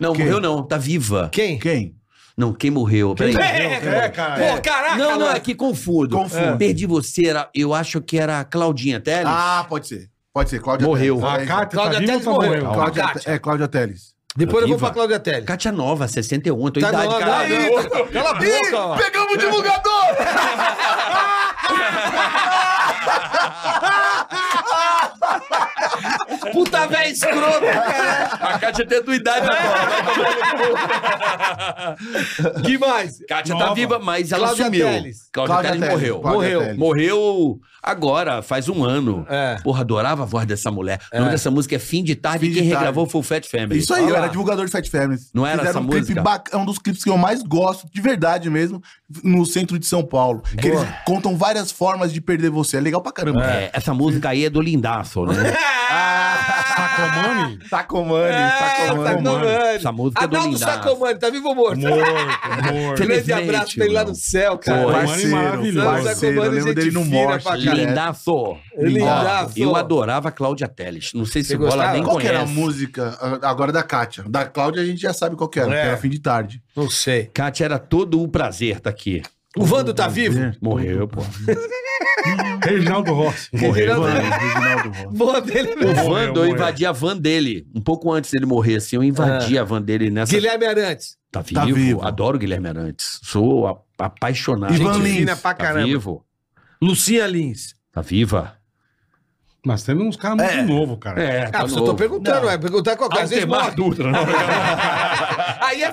[SPEAKER 4] Não,
[SPEAKER 6] Quem?
[SPEAKER 4] morreu não, tá viva.
[SPEAKER 5] Quem?
[SPEAKER 6] Quem?
[SPEAKER 4] Não, quem morreu? Peraí.
[SPEAKER 3] É, cara.
[SPEAKER 5] Pô, caraca!
[SPEAKER 4] Não, não,
[SPEAKER 5] mano.
[SPEAKER 4] é que confundo. É.
[SPEAKER 6] Confundo.
[SPEAKER 4] Perdi você, era, eu acho que era a Claudinha Teles.
[SPEAKER 6] Ah, pode ser. Pode ser. Cláudia
[SPEAKER 4] Morreu.
[SPEAKER 6] Telles.
[SPEAKER 3] A
[SPEAKER 6] É,
[SPEAKER 3] Cátia tá viva
[SPEAKER 5] Cláudia
[SPEAKER 3] ou
[SPEAKER 5] Telles
[SPEAKER 3] tá
[SPEAKER 5] morreu.
[SPEAKER 3] morreu?
[SPEAKER 6] Cláudia,
[SPEAKER 5] A Cátia.
[SPEAKER 6] É, Cláudia Teles.
[SPEAKER 5] Depois eu vou
[SPEAKER 4] Viva.
[SPEAKER 5] pra Cláudia Telles.
[SPEAKER 4] Kátia Nova, 61, tua
[SPEAKER 5] Tá
[SPEAKER 4] idade,
[SPEAKER 5] no-
[SPEAKER 4] cara.
[SPEAKER 5] não, não. Cala a boca, ó.
[SPEAKER 6] Pegamos o divulgador!
[SPEAKER 4] Puta velho escroto, cara. A Kátia tem a tua idade
[SPEAKER 6] É.
[SPEAKER 4] agora.
[SPEAKER 5] Que mais?
[SPEAKER 4] Kátia tá
[SPEAKER 3] Nova.
[SPEAKER 4] viva, mas ela
[SPEAKER 5] Cláudia
[SPEAKER 4] sumiu.
[SPEAKER 5] Telles.
[SPEAKER 4] Cláudia,
[SPEAKER 6] Cláudia
[SPEAKER 4] Telles
[SPEAKER 6] Telles.
[SPEAKER 4] morreu.
[SPEAKER 6] Cláudia
[SPEAKER 4] morreu.
[SPEAKER 6] Telles.
[SPEAKER 4] Morreu agora, faz um ano.
[SPEAKER 5] É.
[SPEAKER 4] Porra, adorava a voz dessa mulher. O nome dessa música é Fim de Tarde
[SPEAKER 6] Fim
[SPEAKER 4] e
[SPEAKER 6] de
[SPEAKER 4] quem
[SPEAKER 6] Tarde.
[SPEAKER 4] regravou foi o Fat Family.
[SPEAKER 6] Isso aí,
[SPEAKER 5] Olha
[SPEAKER 6] eu
[SPEAKER 5] lá.
[SPEAKER 6] era divulgador de Fat Families.
[SPEAKER 4] Não era essa
[SPEAKER 6] um clipe
[SPEAKER 4] música?
[SPEAKER 6] bac- É um dos clipes que eu mais gosto, de verdade mesmo, no centro de São Paulo. Que eles contam várias formas de perder você. É legal pra caramba.
[SPEAKER 4] É, essa música aí é do Lindaço, né?
[SPEAKER 5] Tá
[SPEAKER 3] Sacomani?
[SPEAKER 6] Sacomani, Sacomani.
[SPEAKER 5] Sacomani.
[SPEAKER 4] Essa música é do
[SPEAKER 5] Adaldo
[SPEAKER 4] Lindaço.
[SPEAKER 5] Sacomani, tá vivo ou morto?
[SPEAKER 3] Morto, morto.
[SPEAKER 4] Ele-
[SPEAKER 5] Grande abraço pra ele lá no céu,
[SPEAKER 4] Pô,
[SPEAKER 5] cara.
[SPEAKER 3] Sacomani
[SPEAKER 6] Parceiro,
[SPEAKER 3] maravilhoso.
[SPEAKER 6] parceiro, eu
[SPEAKER 5] Sacomani,
[SPEAKER 6] lembro
[SPEAKER 5] gente
[SPEAKER 6] dele no né?
[SPEAKER 5] fina
[SPEAKER 6] morte.
[SPEAKER 5] pra
[SPEAKER 6] direto.
[SPEAKER 4] Lindaço.
[SPEAKER 5] Lindaço.
[SPEAKER 4] Eu adorava a Cláudia Telles. Não sei se
[SPEAKER 5] Você
[SPEAKER 4] o Bola
[SPEAKER 5] gostava?
[SPEAKER 4] nem
[SPEAKER 6] Qual que
[SPEAKER 4] conhece.
[SPEAKER 6] era a música ah, agora da Kátia? Da Cláudia a gente já sabe qual que era,
[SPEAKER 5] É.
[SPEAKER 6] que era fim de tarde.
[SPEAKER 5] Não sei.
[SPEAKER 4] Kátia era todo o prazer, tá aqui.
[SPEAKER 5] O Vando tá vivo?
[SPEAKER 6] Né?
[SPEAKER 4] Morreu, pô.
[SPEAKER 3] Reginaldo Rossi.
[SPEAKER 5] Reginaldo-
[SPEAKER 6] Reginaldo Rossi.
[SPEAKER 5] Boa dele é
[SPEAKER 4] O
[SPEAKER 5] mesmo.
[SPEAKER 4] Vando, eu
[SPEAKER 3] morreu.
[SPEAKER 4] invadi a van dele. Um pouco antes dele morrer, assim, eu invadi a van dele nessa.
[SPEAKER 5] Guilherme Arantes.
[SPEAKER 4] Tá vivo.
[SPEAKER 6] Tá vivo.
[SPEAKER 4] Adoro o Guilherme Arantes. Sou a- apaixonado.
[SPEAKER 6] Ivan
[SPEAKER 4] Gente,
[SPEAKER 6] Lins.
[SPEAKER 5] Fina é pra
[SPEAKER 4] Tá
[SPEAKER 5] caramba.
[SPEAKER 4] vivo.
[SPEAKER 5] Lucinha Lins.
[SPEAKER 4] Tá viva.
[SPEAKER 3] Mas teve uns caras muito novos, cara.
[SPEAKER 4] É,
[SPEAKER 6] tá
[SPEAKER 5] Ah, só tô perguntando, é perguntar qual caso. Às vezes morre.
[SPEAKER 3] né?
[SPEAKER 5] Aí é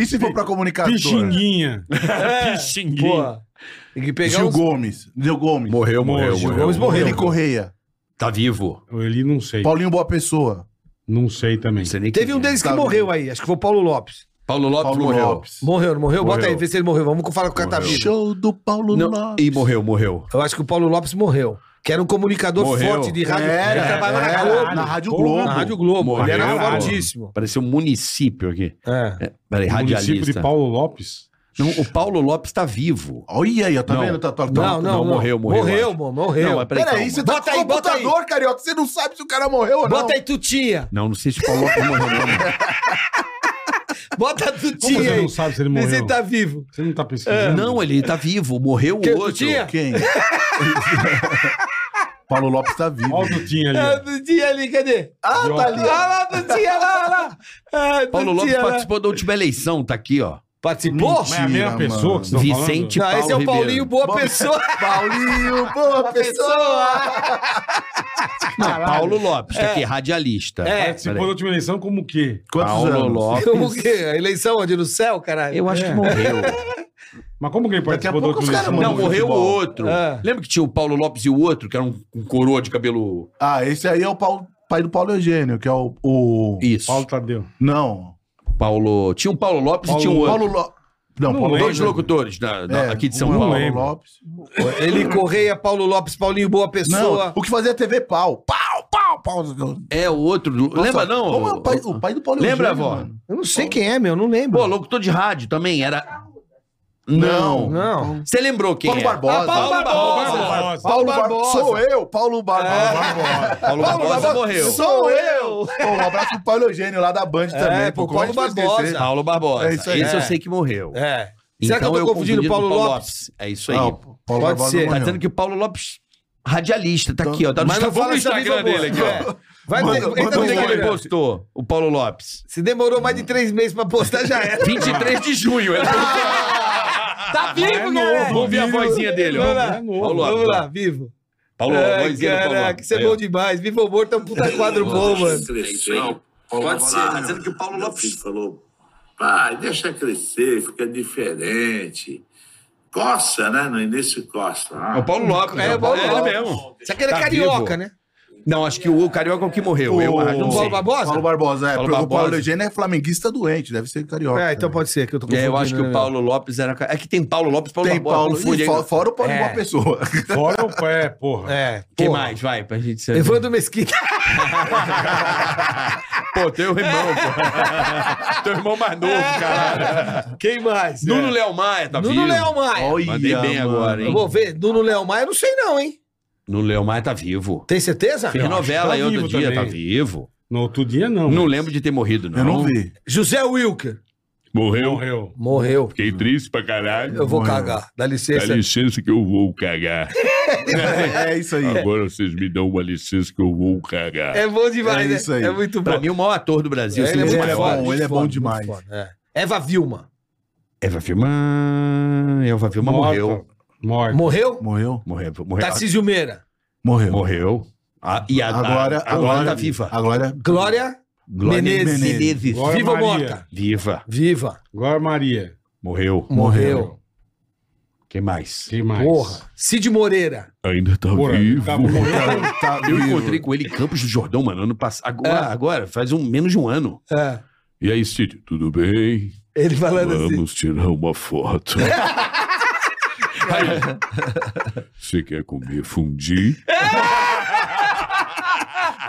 [SPEAKER 6] E se for pra comunicação?
[SPEAKER 3] Pixinguinha.
[SPEAKER 5] É. Pô, Tem que pegar
[SPEAKER 6] Gil
[SPEAKER 5] uns-
[SPEAKER 6] Gomes. Gil Gomes.
[SPEAKER 4] Morreu, morreu,
[SPEAKER 5] Gil
[SPEAKER 4] morreu.
[SPEAKER 5] Gomes morreu.
[SPEAKER 6] Eli Correia.
[SPEAKER 4] Tá vivo.
[SPEAKER 3] Ele não sei.
[SPEAKER 6] Paulinho Boa Pessoa.
[SPEAKER 3] Não sei também.
[SPEAKER 4] Não sei nem
[SPEAKER 5] Teve
[SPEAKER 4] quem
[SPEAKER 5] um
[SPEAKER 4] é.
[SPEAKER 5] deles que
[SPEAKER 6] Tá
[SPEAKER 5] morreu aí, acho que foi o Paulo Lopes.
[SPEAKER 4] Paulo Lopes
[SPEAKER 6] Paulo
[SPEAKER 4] morreu.
[SPEAKER 6] Lopes.
[SPEAKER 5] Morreu, não morreu? Bota
[SPEAKER 4] Morreu.
[SPEAKER 5] aí, vê se ele morreu. Vamos falar com o tá Catavido.
[SPEAKER 6] Show do Paulo
[SPEAKER 4] Não,
[SPEAKER 6] Lopes.
[SPEAKER 4] e morreu, morreu.
[SPEAKER 5] Eu acho que o Paulo Lopes morreu. Que era um comunicador
[SPEAKER 4] Morreu.
[SPEAKER 5] forte de rádio.
[SPEAKER 6] Era,
[SPEAKER 5] ele trabalhava na
[SPEAKER 6] era,
[SPEAKER 5] Globo.
[SPEAKER 6] É, na Rádio
[SPEAKER 3] Porra,
[SPEAKER 6] Globo.
[SPEAKER 5] Na Rádio Globo.
[SPEAKER 4] Morreu.
[SPEAKER 5] Ele era
[SPEAKER 4] Morreu.
[SPEAKER 5] fortíssimo.
[SPEAKER 4] Parecia um município aqui.
[SPEAKER 5] É.
[SPEAKER 4] Peraí,
[SPEAKER 3] O município
[SPEAKER 4] radialista.
[SPEAKER 3] de Paulo Lopes.
[SPEAKER 4] Não, o Paulo Lopes tá vivo.
[SPEAKER 6] Olha aí, ó, tá
[SPEAKER 4] Não.
[SPEAKER 6] vendo? Tá, tá, tá-
[SPEAKER 5] Não, não, não.
[SPEAKER 4] morreu, morreu, eu
[SPEAKER 5] Morreu,
[SPEAKER 4] acho.
[SPEAKER 5] mano, morreu.
[SPEAKER 4] Não, mas peraí,
[SPEAKER 6] Peraí,
[SPEAKER 4] calma.
[SPEAKER 6] você tá com
[SPEAKER 5] Bota aí,
[SPEAKER 6] o
[SPEAKER 5] bota aí.
[SPEAKER 6] computador, carioca. Você não sabe se o cara morreu ou não.
[SPEAKER 5] Bota aí Tutinha.
[SPEAKER 4] Não, não sei se o Paulo Lopes morreu. Não.
[SPEAKER 5] Bota
[SPEAKER 3] Como
[SPEAKER 5] Tutinha
[SPEAKER 3] você
[SPEAKER 5] aí.
[SPEAKER 3] não sabe se ele
[SPEAKER 5] Vê se
[SPEAKER 3] morreu?
[SPEAKER 5] ele tá vivo.
[SPEAKER 3] Você não tá pesquisando?
[SPEAKER 4] não, ele tá vivo. Morreu o
[SPEAKER 5] Que-
[SPEAKER 4] outro.
[SPEAKER 5] tinha?
[SPEAKER 6] Quem? Paulo Lopes tá vivo.
[SPEAKER 3] Olha o Dutinho ali.
[SPEAKER 5] Ah,
[SPEAKER 3] ó.
[SPEAKER 5] Tutinha ali, cadê? Ah,
[SPEAKER 3] Idiota.
[SPEAKER 5] tá ali. Olha lá, Tutinha, lá, olha lá. Ah,
[SPEAKER 4] Paulo Lopes
[SPEAKER 5] Tutinha, lá.
[SPEAKER 4] participou da última eleição, tá aqui, ó.
[SPEAKER 5] Participou?
[SPEAKER 3] Mas é a mesma
[SPEAKER 6] Mentira,
[SPEAKER 3] pessoa que você tá
[SPEAKER 4] Vicente
[SPEAKER 5] Não, esse é o
[SPEAKER 4] Paulo
[SPEAKER 5] Paulinho,
[SPEAKER 4] Ribeiro.
[SPEAKER 5] boa pessoa.
[SPEAKER 6] Paulinho, boa pessoa.
[SPEAKER 4] Não, Paulo Lopes, tá aqui, radialista.
[SPEAKER 5] É,
[SPEAKER 3] Participou da
[SPEAKER 4] Peraí.
[SPEAKER 3] último eleição como o quê?
[SPEAKER 6] Quantos
[SPEAKER 4] Paulo
[SPEAKER 6] anos?
[SPEAKER 4] Lopes.
[SPEAKER 5] Como que? A eleição onde? No céu, caralho?
[SPEAKER 4] Eu acho que morreu.
[SPEAKER 3] Mas como que ele
[SPEAKER 6] Daqui a
[SPEAKER 3] participou da
[SPEAKER 6] pouco
[SPEAKER 3] última
[SPEAKER 6] os caras
[SPEAKER 3] eleição?
[SPEAKER 4] Não,
[SPEAKER 6] mandam
[SPEAKER 3] Como-
[SPEAKER 4] morreu o
[SPEAKER 6] futebol.
[SPEAKER 4] outro.
[SPEAKER 5] É.
[SPEAKER 4] Lembra que tinha o Paulo Lopes e o outro, que era um, um coroa de cabelo.
[SPEAKER 6] Ah, esse aí é o Paulo- pai do Paulo Eugênio, que é o... o...
[SPEAKER 4] Isso.
[SPEAKER 3] Paulo
[SPEAKER 4] Paulo.
[SPEAKER 3] Tadeu.
[SPEAKER 6] Não.
[SPEAKER 4] Tinha um Paulo Lopes e tinha um outro.
[SPEAKER 6] Paulo Lopes. Não,
[SPEAKER 3] Não
[SPEAKER 6] Paulo
[SPEAKER 3] lembro.
[SPEAKER 4] Dois
[SPEAKER 6] Lopes.
[SPEAKER 4] locutores da- da-
[SPEAKER 6] É,
[SPEAKER 4] aqui de São
[SPEAKER 6] um é o
[SPEAKER 4] Paulo.
[SPEAKER 6] Paulo
[SPEAKER 3] lembro.
[SPEAKER 6] Lopes.
[SPEAKER 5] Eli Correia, Paulo Lopes, Paulinho, boa
[SPEAKER 6] Não,
[SPEAKER 5] pessoa.
[SPEAKER 6] o que fazia TV pau. Pau, pau, pau. Nossa,
[SPEAKER 4] É o outro. lembra não?
[SPEAKER 6] Como é o pai, o pai do Paulo
[SPEAKER 4] Lembra,
[SPEAKER 6] Eugênio,
[SPEAKER 4] vó?
[SPEAKER 6] mano?
[SPEAKER 5] Eu não sei quem é, meu, não lembro.
[SPEAKER 4] Pô, locutor de rádio também era. Não.
[SPEAKER 5] Não.
[SPEAKER 4] Você lembrou quem?
[SPEAKER 6] Paulo
[SPEAKER 4] é?
[SPEAKER 6] Barbosa.
[SPEAKER 4] Ah, Paulo Barbosa.
[SPEAKER 3] Barbosa.
[SPEAKER 6] Paulo
[SPEAKER 5] Paulo
[SPEAKER 6] Barbosa.
[SPEAKER 5] Barbosa.
[SPEAKER 6] Sou eu, Paulo Barbosa.
[SPEAKER 7] É,
[SPEAKER 4] Paulo Barbosa morreu.
[SPEAKER 6] Sou eu. Pô, um abraço pro Paulo Eugênio lá da Band também.
[SPEAKER 5] pro
[SPEAKER 6] como é que
[SPEAKER 5] Paulo
[SPEAKER 6] eu vou
[SPEAKER 5] Barbosa.
[SPEAKER 6] esquecer?
[SPEAKER 4] Paulo Barbosa.
[SPEAKER 6] É isso aí.
[SPEAKER 4] Esse eu
[SPEAKER 5] É.
[SPEAKER 4] sei que morreu.
[SPEAKER 5] É. Será que eu tô confundindo
[SPEAKER 4] Então confundi
[SPEAKER 5] o Paulo
[SPEAKER 4] com
[SPEAKER 5] Lopes?
[SPEAKER 4] É isso aí.
[SPEAKER 6] Não, Paulo
[SPEAKER 5] Pode
[SPEAKER 6] Barbosa
[SPEAKER 5] ser.
[SPEAKER 4] tá
[SPEAKER 6] morreu.
[SPEAKER 4] dizendo que o Paulo Lopes, radialista, tá aqui, ó. Tá no
[SPEAKER 5] Mas não
[SPEAKER 4] Instagram,
[SPEAKER 5] fala
[SPEAKER 4] vamos no
[SPEAKER 5] se tá vivo
[SPEAKER 4] Instagram
[SPEAKER 5] ou
[SPEAKER 4] dele aqui,
[SPEAKER 5] morto.
[SPEAKER 4] ó.
[SPEAKER 5] Vai
[SPEAKER 6] Manda-
[SPEAKER 5] ter- entra
[SPEAKER 6] manda
[SPEAKER 5] no
[SPEAKER 6] um
[SPEAKER 4] Onde é que ele
[SPEAKER 5] Instagram.
[SPEAKER 4] postou o Paulo Lopes?
[SPEAKER 5] Se demorou mais de três meses pra postar, já era.
[SPEAKER 4] 23 de junho. Ele postou.
[SPEAKER 5] tá vivo,
[SPEAKER 3] é novo,
[SPEAKER 5] galera.
[SPEAKER 4] Vamos ver a vozinha dele, ó.
[SPEAKER 5] Vamos lá,
[SPEAKER 3] É novo.
[SPEAKER 4] Paulo
[SPEAKER 5] Vamos
[SPEAKER 4] Lopes.
[SPEAKER 5] lá,
[SPEAKER 4] ó.
[SPEAKER 5] vivo.
[SPEAKER 4] Paulo, a
[SPEAKER 5] É,
[SPEAKER 4] vozinha do Paulo
[SPEAKER 5] caraca,
[SPEAKER 4] Lopes.
[SPEAKER 5] isso é
[SPEAKER 4] Aí, ó.
[SPEAKER 5] bom demais. Vivo ou morto é um puta quadro bom, mano.
[SPEAKER 11] Pode ser, tá dizendo que o Paulo Lopes falou: pai, deixa crescer, fica diferente. Coça, né? No início coça.
[SPEAKER 4] É o Paulo Lopes.
[SPEAKER 5] É,
[SPEAKER 4] ó.
[SPEAKER 5] o Paulo
[SPEAKER 4] ele
[SPEAKER 5] Lopes.
[SPEAKER 4] mesmo.
[SPEAKER 5] Só que ele é
[SPEAKER 4] Tá
[SPEAKER 5] carioca,
[SPEAKER 4] vivo.
[SPEAKER 5] né?
[SPEAKER 4] Não, acho que o Carioca é o que morreu. Eu acho, não
[SPEAKER 5] O
[SPEAKER 4] sei.
[SPEAKER 5] Paulo Barbosa?
[SPEAKER 6] Paulo Barbosa, é.
[SPEAKER 4] Paulo
[SPEAKER 6] porque O Paulo
[SPEAKER 4] Barbosa.
[SPEAKER 6] Eugênio é flamenguista doente, deve ser carioca.
[SPEAKER 5] É, então
[SPEAKER 6] também.
[SPEAKER 5] pode ser que eu tô
[SPEAKER 4] É,
[SPEAKER 5] confundindo.
[SPEAKER 4] eu acho que
[SPEAKER 5] né,
[SPEAKER 4] o Paulo Lopes era. ca- É que tem Paulo Lopes, Paulo
[SPEAKER 6] Tem
[SPEAKER 4] Barbosa.
[SPEAKER 6] Paulo,
[SPEAKER 4] confunde
[SPEAKER 6] e
[SPEAKER 4] aí.
[SPEAKER 6] fo- fora o Paulo
[SPEAKER 5] É.
[SPEAKER 6] Boa Pessoa.
[SPEAKER 3] Fora o pé, porra.
[SPEAKER 5] É.
[SPEAKER 4] Quem
[SPEAKER 5] porra.
[SPEAKER 4] mais? Vai, pra gente saber.
[SPEAKER 5] Evandro Mesquita.
[SPEAKER 4] Pô, teu irmão, pô. teu irmão mais novo, caralho.
[SPEAKER 5] Quem mais?
[SPEAKER 4] Nuno Léo Maia, tá
[SPEAKER 5] Nuno
[SPEAKER 4] vivo.
[SPEAKER 5] Léo Maia.
[SPEAKER 4] Mandei bem agora,
[SPEAKER 5] Eu
[SPEAKER 4] hein?
[SPEAKER 5] vou ver. Nuno Léo Maia, eu não sei não, hein?
[SPEAKER 4] Nuno Léo Maia tá vivo.
[SPEAKER 5] Tem certeza?
[SPEAKER 4] Fez novela
[SPEAKER 3] tá
[SPEAKER 4] aí outro
[SPEAKER 3] vivo
[SPEAKER 4] dia,
[SPEAKER 3] também.
[SPEAKER 4] tá vivo.
[SPEAKER 3] No outro dia, não.
[SPEAKER 4] Não lembro de ter morrido, não.
[SPEAKER 6] Eu não vi.
[SPEAKER 5] José Wilker.
[SPEAKER 7] Morreu.
[SPEAKER 3] Morreu.
[SPEAKER 5] Morreu.
[SPEAKER 7] Fiquei triste pra caralho.
[SPEAKER 5] Eu vou
[SPEAKER 6] Morreu.
[SPEAKER 5] cagar. Dá
[SPEAKER 7] Dá
[SPEAKER 5] licença.
[SPEAKER 7] licença que eu vou cagar.
[SPEAKER 6] É, é isso aí.
[SPEAKER 7] Agora vocês me dão uma licença que eu vou cagar.
[SPEAKER 5] É bom demais,
[SPEAKER 6] É
[SPEAKER 5] né?
[SPEAKER 6] isso aí.
[SPEAKER 5] É muito bom.
[SPEAKER 4] Pra mim, o maior ator do Brasil. assim,
[SPEAKER 5] ele é
[SPEAKER 4] dos
[SPEAKER 5] muito
[SPEAKER 6] é
[SPEAKER 4] maiores.
[SPEAKER 5] foda,
[SPEAKER 6] bom,
[SPEAKER 5] muito
[SPEAKER 6] ele é
[SPEAKER 5] foda,
[SPEAKER 6] bom
[SPEAKER 5] muito
[SPEAKER 6] demais.
[SPEAKER 5] foda, é. Eva Vilma.
[SPEAKER 4] Eva Vilma. Eva Vilma morreu.
[SPEAKER 3] Morta. Morta.
[SPEAKER 5] Morreu?
[SPEAKER 6] Morreu?
[SPEAKER 4] Morreu. Morreu.
[SPEAKER 5] Tarcísio Meira.
[SPEAKER 6] Morreu.
[SPEAKER 4] Morreu. Ah, e a- a-
[SPEAKER 6] Agora,
[SPEAKER 4] agora, tá viva.
[SPEAKER 6] Agora,
[SPEAKER 5] Glória.
[SPEAKER 4] Glória
[SPEAKER 5] Menezes.
[SPEAKER 4] Menezes.
[SPEAKER 3] Glória
[SPEAKER 5] Viva ou
[SPEAKER 3] Maria.
[SPEAKER 5] morta?
[SPEAKER 4] Viva.
[SPEAKER 5] Viva.
[SPEAKER 3] Glória Maria.
[SPEAKER 4] Morreu.
[SPEAKER 5] Morreu.
[SPEAKER 4] Quem mais?
[SPEAKER 3] Quem mais?
[SPEAKER 5] Porra. Cid Moreira.
[SPEAKER 7] Ainda tá
[SPEAKER 3] Porra,
[SPEAKER 7] vivo.
[SPEAKER 3] tá morreu.
[SPEAKER 6] tá, tá
[SPEAKER 4] Eu
[SPEAKER 6] vivo.
[SPEAKER 4] encontrei com ele em Campos do Jordão, mano, ano passado. Agora,
[SPEAKER 5] É.
[SPEAKER 4] agora, faz um, menos de um ano.
[SPEAKER 5] É.
[SPEAKER 7] E aí, Cid, tudo bem?
[SPEAKER 5] Ele falando assim.
[SPEAKER 7] Vamos tirar uma foto. Você quer comer fundi?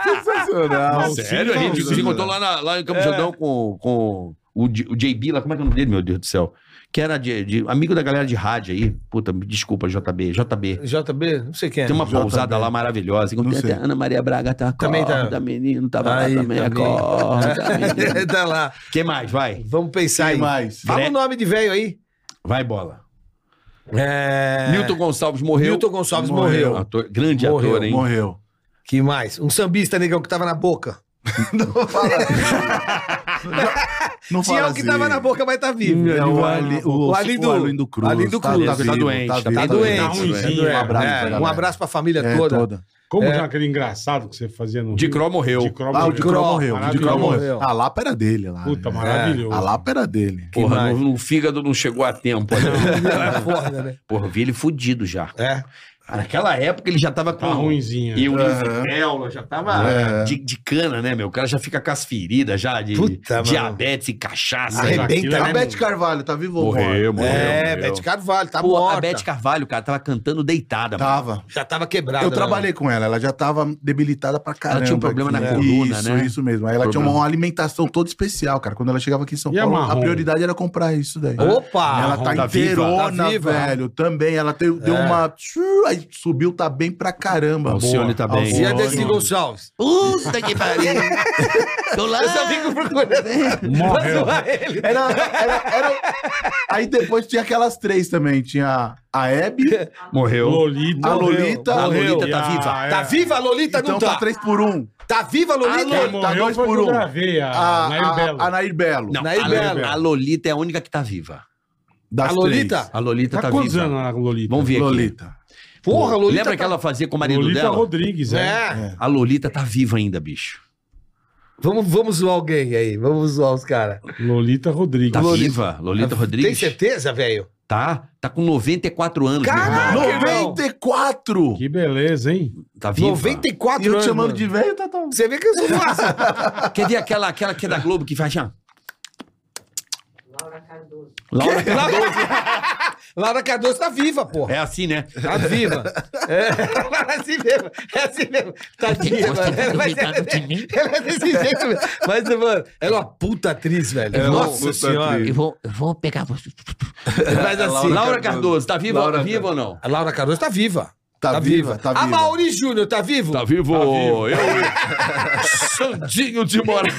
[SPEAKER 6] Sensacional.
[SPEAKER 4] Sério, a gente se encontrou lá, na- lá em Campos do Jordão com, com o, J- o JB lá. Como é que é o nome dele, meu Deus do céu? Que era de- de- amigo da galera de rádio aí. Puta, me desculpa, JB. JB.
[SPEAKER 5] JB, assim, não sei quem é.
[SPEAKER 4] Tem uma
[SPEAKER 6] JB.
[SPEAKER 4] pousada lá maravilhosa.
[SPEAKER 6] Não
[SPEAKER 4] Tem
[SPEAKER 6] sei.
[SPEAKER 4] até Ana Maria Braga tá
[SPEAKER 5] Também
[SPEAKER 4] Também
[SPEAKER 5] tá.
[SPEAKER 4] tá. menino, tava
[SPEAKER 5] Aí,
[SPEAKER 4] lá também.
[SPEAKER 5] também.
[SPEAKER 4] Acorda, menino.
[SPEAKER 5] É. tá lá.
[SPEAKER 4] Quem mais? Vai.
[SPEAKER 5] Vamos pensar
[SPEAKER 6] Quem
[SPEAKER 5] aí.
[SPEAKER 6] mais?
[SPEAKER 5] Fala
[SPEAKER 4] Gre-
[SPEAKER 5] o nome de velho aí.
[SPEAKER 4] Vai, bola.
[SPEAKER 5] É...
[SPEAKER 4] Newton Gonçalves morreu.
[SPEAKER 5] Milton Gonçalves morreu.
[SPEAKER 4] Ator- grande
[SPEAKER 5] Morreu,
[SPEAKER 4] ator, hein?
[SPEAKER 6] Morreu.
[SPEAKER 5] Que mais? Um sambista, negão, que tava na boca.
[SPEAKER 6] Não fala assim. Não
[SPEAKER 5] Tinha
[SPEAKER 6] fala
[SPEAKER 5] um que
[SPEAKER 6] assim.
[SPEAKER 5] tava na boca, mas tá vivo.
[SPEAKER 6] É o Ali- o-
[SPEAKER 5] O Alindo-
[SPEAKER 6] o Alindo Cruz.
[SPEAKER 5] Alindo Cruz.
[SPEAKER 4] Tá doente, tá
[SPEAKER 5] Tá
[SPEAKER 4] Tá
[SPEAKER 5] doente.
[SPEAKER 4] doente,
[SPEAKER 5] Tá
[SPEAKER 4] tá
[SPEAKER 5] doente.
[SPEAKER 3] doente.
[SPEAKER 5] Um abraço,
[SPEAKER 6] É,
[SPEAKER 5] pra
[SPEAKER 6] um
[SPEAKER 5] família
[SPEAKER 6] É,
[SPEAKER 5] toda.
[SPEAKER 6] toda.
[SPEAKER 3] Como já aquele engraçado que você fazia no.
[SPEAKER 4] De
[SPEAKER 3] Rio?
[SPEAKER 4] Cro morreu.
[SPEAKER 3] De Cro
[SPEAKER 6] Ah, o
[SPEAKER 3] morreu.
[SPEAKER 6] de Cro morreu. O de Cro
[SPEAKER 3] Maravilhoso.
[SPEAKER 6] morreu. A Lapa era dele lá.
[SPEAKER 3] Puta,
[SPEAKER 6] né?
[SPEAKER 3] maravilhoso.
[SPEAKER 6] A Lapa era dele.
[SPEAKER 4] Porra, no, no fígado não chegou a tempo.
[SPEAKER 5] É
[SPEAKER 4] Né?
[SPEAKER 5] foda, né?
[SPEAKER 4] Porra, eu vi ele fudido já.
[SPEAKER 5] É.
[SPEAKER 4] Ah, Naquela época ele já tava com.
[SPEAKER 3] Tá ruimzinha.
[SPEAKER 4] E o
[SPEAKER 6] Aham.
[SPEAKER 4] Isopel, já tava
[SPEAKER 6] É.
[SPEAKER 4] de, de cana, né, meu? O cara já fica com as feridas já de
[SPEAKER 5] Puta, mano.
[SPEAKER 4] diabetes e cachaça.
[SPEAKER 5] Arrebenta,
[SPEAKER 3] é
[SPEAKER 4] já,
[SPEAKER 6] A
[SPEAKER 4] aquilo, né,
[SPEAKER 6] Beth Carvalho, tá vivo ou morre?
[SPEAKER 7] Morreu, morreu.
[SPEAKER 5] É,
[SPEAKER 7] morreu.
[SPEAKER 5] Bete Carvalho, tá
[SPEAKER 4] Pô,
[SPEAKER 5] morta.
[SPEAKER 4] a Beth Carvalho, cara, tava cantando deitada. mano.
[SPEAKER 6] Tava.
[SPEAKER 5] Já tava quebrada.
[SPEAKER 6] Eu
[SPEAKER 5] né?
[SPEAKER 6] trabalhei com ela, ela já tava debilitada pra caramba.
[SPEAKER 4] tinha um problema na
[SPEAKER 6] né?
[SPEAKER 4] coluna,
[SPEAKER 6] isso,
[SPEAKER 4] né?
[SPEAKER 6] Isso mesmo. Aí Ela tinha uma alimentação toda especial, cara. Quando ela chegava aqui em São
[SPEAKER 3] E a
[SPEAKER 6] Paulo, a
[SPEAKER 3] marrom?
[SPEAKER 6] prioridade era comprar isso daí.
[SPEAKER 5] né? Opa!
[SPEAKER 6] ela tá
[SPEAKER 4] tá viva?
[SPEAKER 6] inteirona,
[SPEAKER 5] Tá viva?
[SPEAKER 6] velho. Também, ela teve- deu
[SPEAKER 5] É.
[SPEAKER 6] uma... Aí subiu, tá bem pra caramba.
[SPEAKER 4] Alcione tá bem.
[SPEAKER 5] E a
[SPEAKER 6] Alcione.
[SPEAKER 5] Desi Gonçalves?
[SPEAKER 9] Puta que pariu! Tô lá!
[SPEAKER 5] Ah!
[SPEAKER 3] Morreu.
[SPEAKER 6] Era, era, era- Aí depois tinha aquelas três também. Tinha a Hebe,
[SPEAKER 4] Morreu.
[SPEAKER 3] Lolita.
[SPEAKER 6] a Lolita...
[SPEAKER 4] A
[SPEAKER 6] morreu.
[SPEAKER 4] Lolita tá
[SPEAKER 3] E a-
[SPEAKER 4] viva.
[SPEAKER 3] é.
[SPEAKER 5] Tá viva a Lolita?
[SPEAKER 6] Então
[SPEAKER 5] não tá.
[SPEAKER 6] tá três por um.
[SPEAKER 5] Tá viva a Lolita?
[SPEAKER 3] Quem
[SPEAKER 6] tá
[SPEAKER 3] morreu
[SPEAKER 6] dois
[SPEAKER 3] foi
[SPEAKER 6] por
[SPEAKER 3] que eu
[SPEAKER 6] um.
[SPEAKER 3] gravei, a
[SPEAKER 6] A,
[SPEAKER 3] Ah, Nair Belo.
[SPEAKER 6] a, a Nair Belo.
[SPEAKER 4] Não,
[SPEAKER 5] Nair
[SPEAKER 4] a,
[SPEAKER 5] Belo.
[SPEAKER 4] a Lolita é a única que tá viva.
[SPEAKER 6] das
[SPEAKER 5] A Lolita?
[SPEAKER 4] A Lolita
[SPEAKER 3] Tá
[SPEAKER 4] tá,
[SPEAKER 3] quantos
[SPEAKER 4] viva.
[SPEAKER 3] anos a Lolita?
[SPEAKER 4] Vamos ver
[SPEAKER 6] três.
[SPEAKER 4] aqui.
[SPEAKER 6] Lolita.
[SPEAKER 5] Porra, a Lolita.
[SPEAKER 4] Lembra que
[SPEAKER 5] tá-
[SPEAKER 4] ela fazia com o marido
[SPEAKER 3] Lolita
[SPEAKER 4] dela?
[SPEAKER 3] Rodrigues, é.
[SPEAKER 5] É.
[SPEAKER 4] A Lolita tá viva ainda, bicho.
[SPEAKER 5] Vamos, vamos zoar alguém aí. Vamos zoar os caras.
[SPEAKER 3] Lolita Rodrigues.
[SPEAKER 4] Tá
[SPEAKER 5] Lolita.
[SPEAKER 4] viva. Lolita
[SPEAKER 5] Tem
[SPEAKER 4] Rodrigues.
[SPEAKER 5] certeza, velho?
[SPEAKER 4] Tá. Tá com 94 anos, meu
[SPEAKER 5] Caraca!
[SPEAKER 4] irmão.
[SPEAKER 6] 94!
[SPEAKER 3] Que beleza, hein?
[SPEAKER 4] Tá viva.
[SPEAKER 5] 94
[SPEAKER 6] E eu
[SPEAKER 5] anos.
[SPEAKER 6] te chamando
[SPEAKER 5] mano.
[SPEAKER 6] de velho, tá tão...
[SPEAKER 5] Você vê que eu sou fácil.
[SPEAKER 4] Quer ver aquela, aquela que é da Globo que faz já?
[SPEAKER 5] Laura Cardoso. Laura Cardoso tá viva, porra.
[SPEAKER 4] É assim, né?
[SPEAKER 5] Tá viva. É, é assim mesmo. É assim mesmo. Tá viva. né? Mas ela, ela é desse jeito mesmo. Mas, mano, ela é uma puta atriz, velho.
[SPEAKER 6] É,
[SPEAKER 5] Nossa
[SPEAKER 7] puta
[SPEAKER 5] senhora.
[SPEAKER 7] atriz.
[SPEAKER 9] Eu vou, eu vou pegar você.
[SPEAKER 5] Mas assim.
[SPEAKER 4] Laura Cardoso, tá viva,
[SPEAKER 6] Laura
[SPEAKER 4] viva ou não?
[SPEAKER 5] A Laura Cardoso tá viva.
[SPEAKER 6] Tá, viva, tá viva.
[SPEAKER 5] A Mauri Júnior tá vivo?
[SPEAKER 4] Tá vivo, eu. Sandinho de Moraes.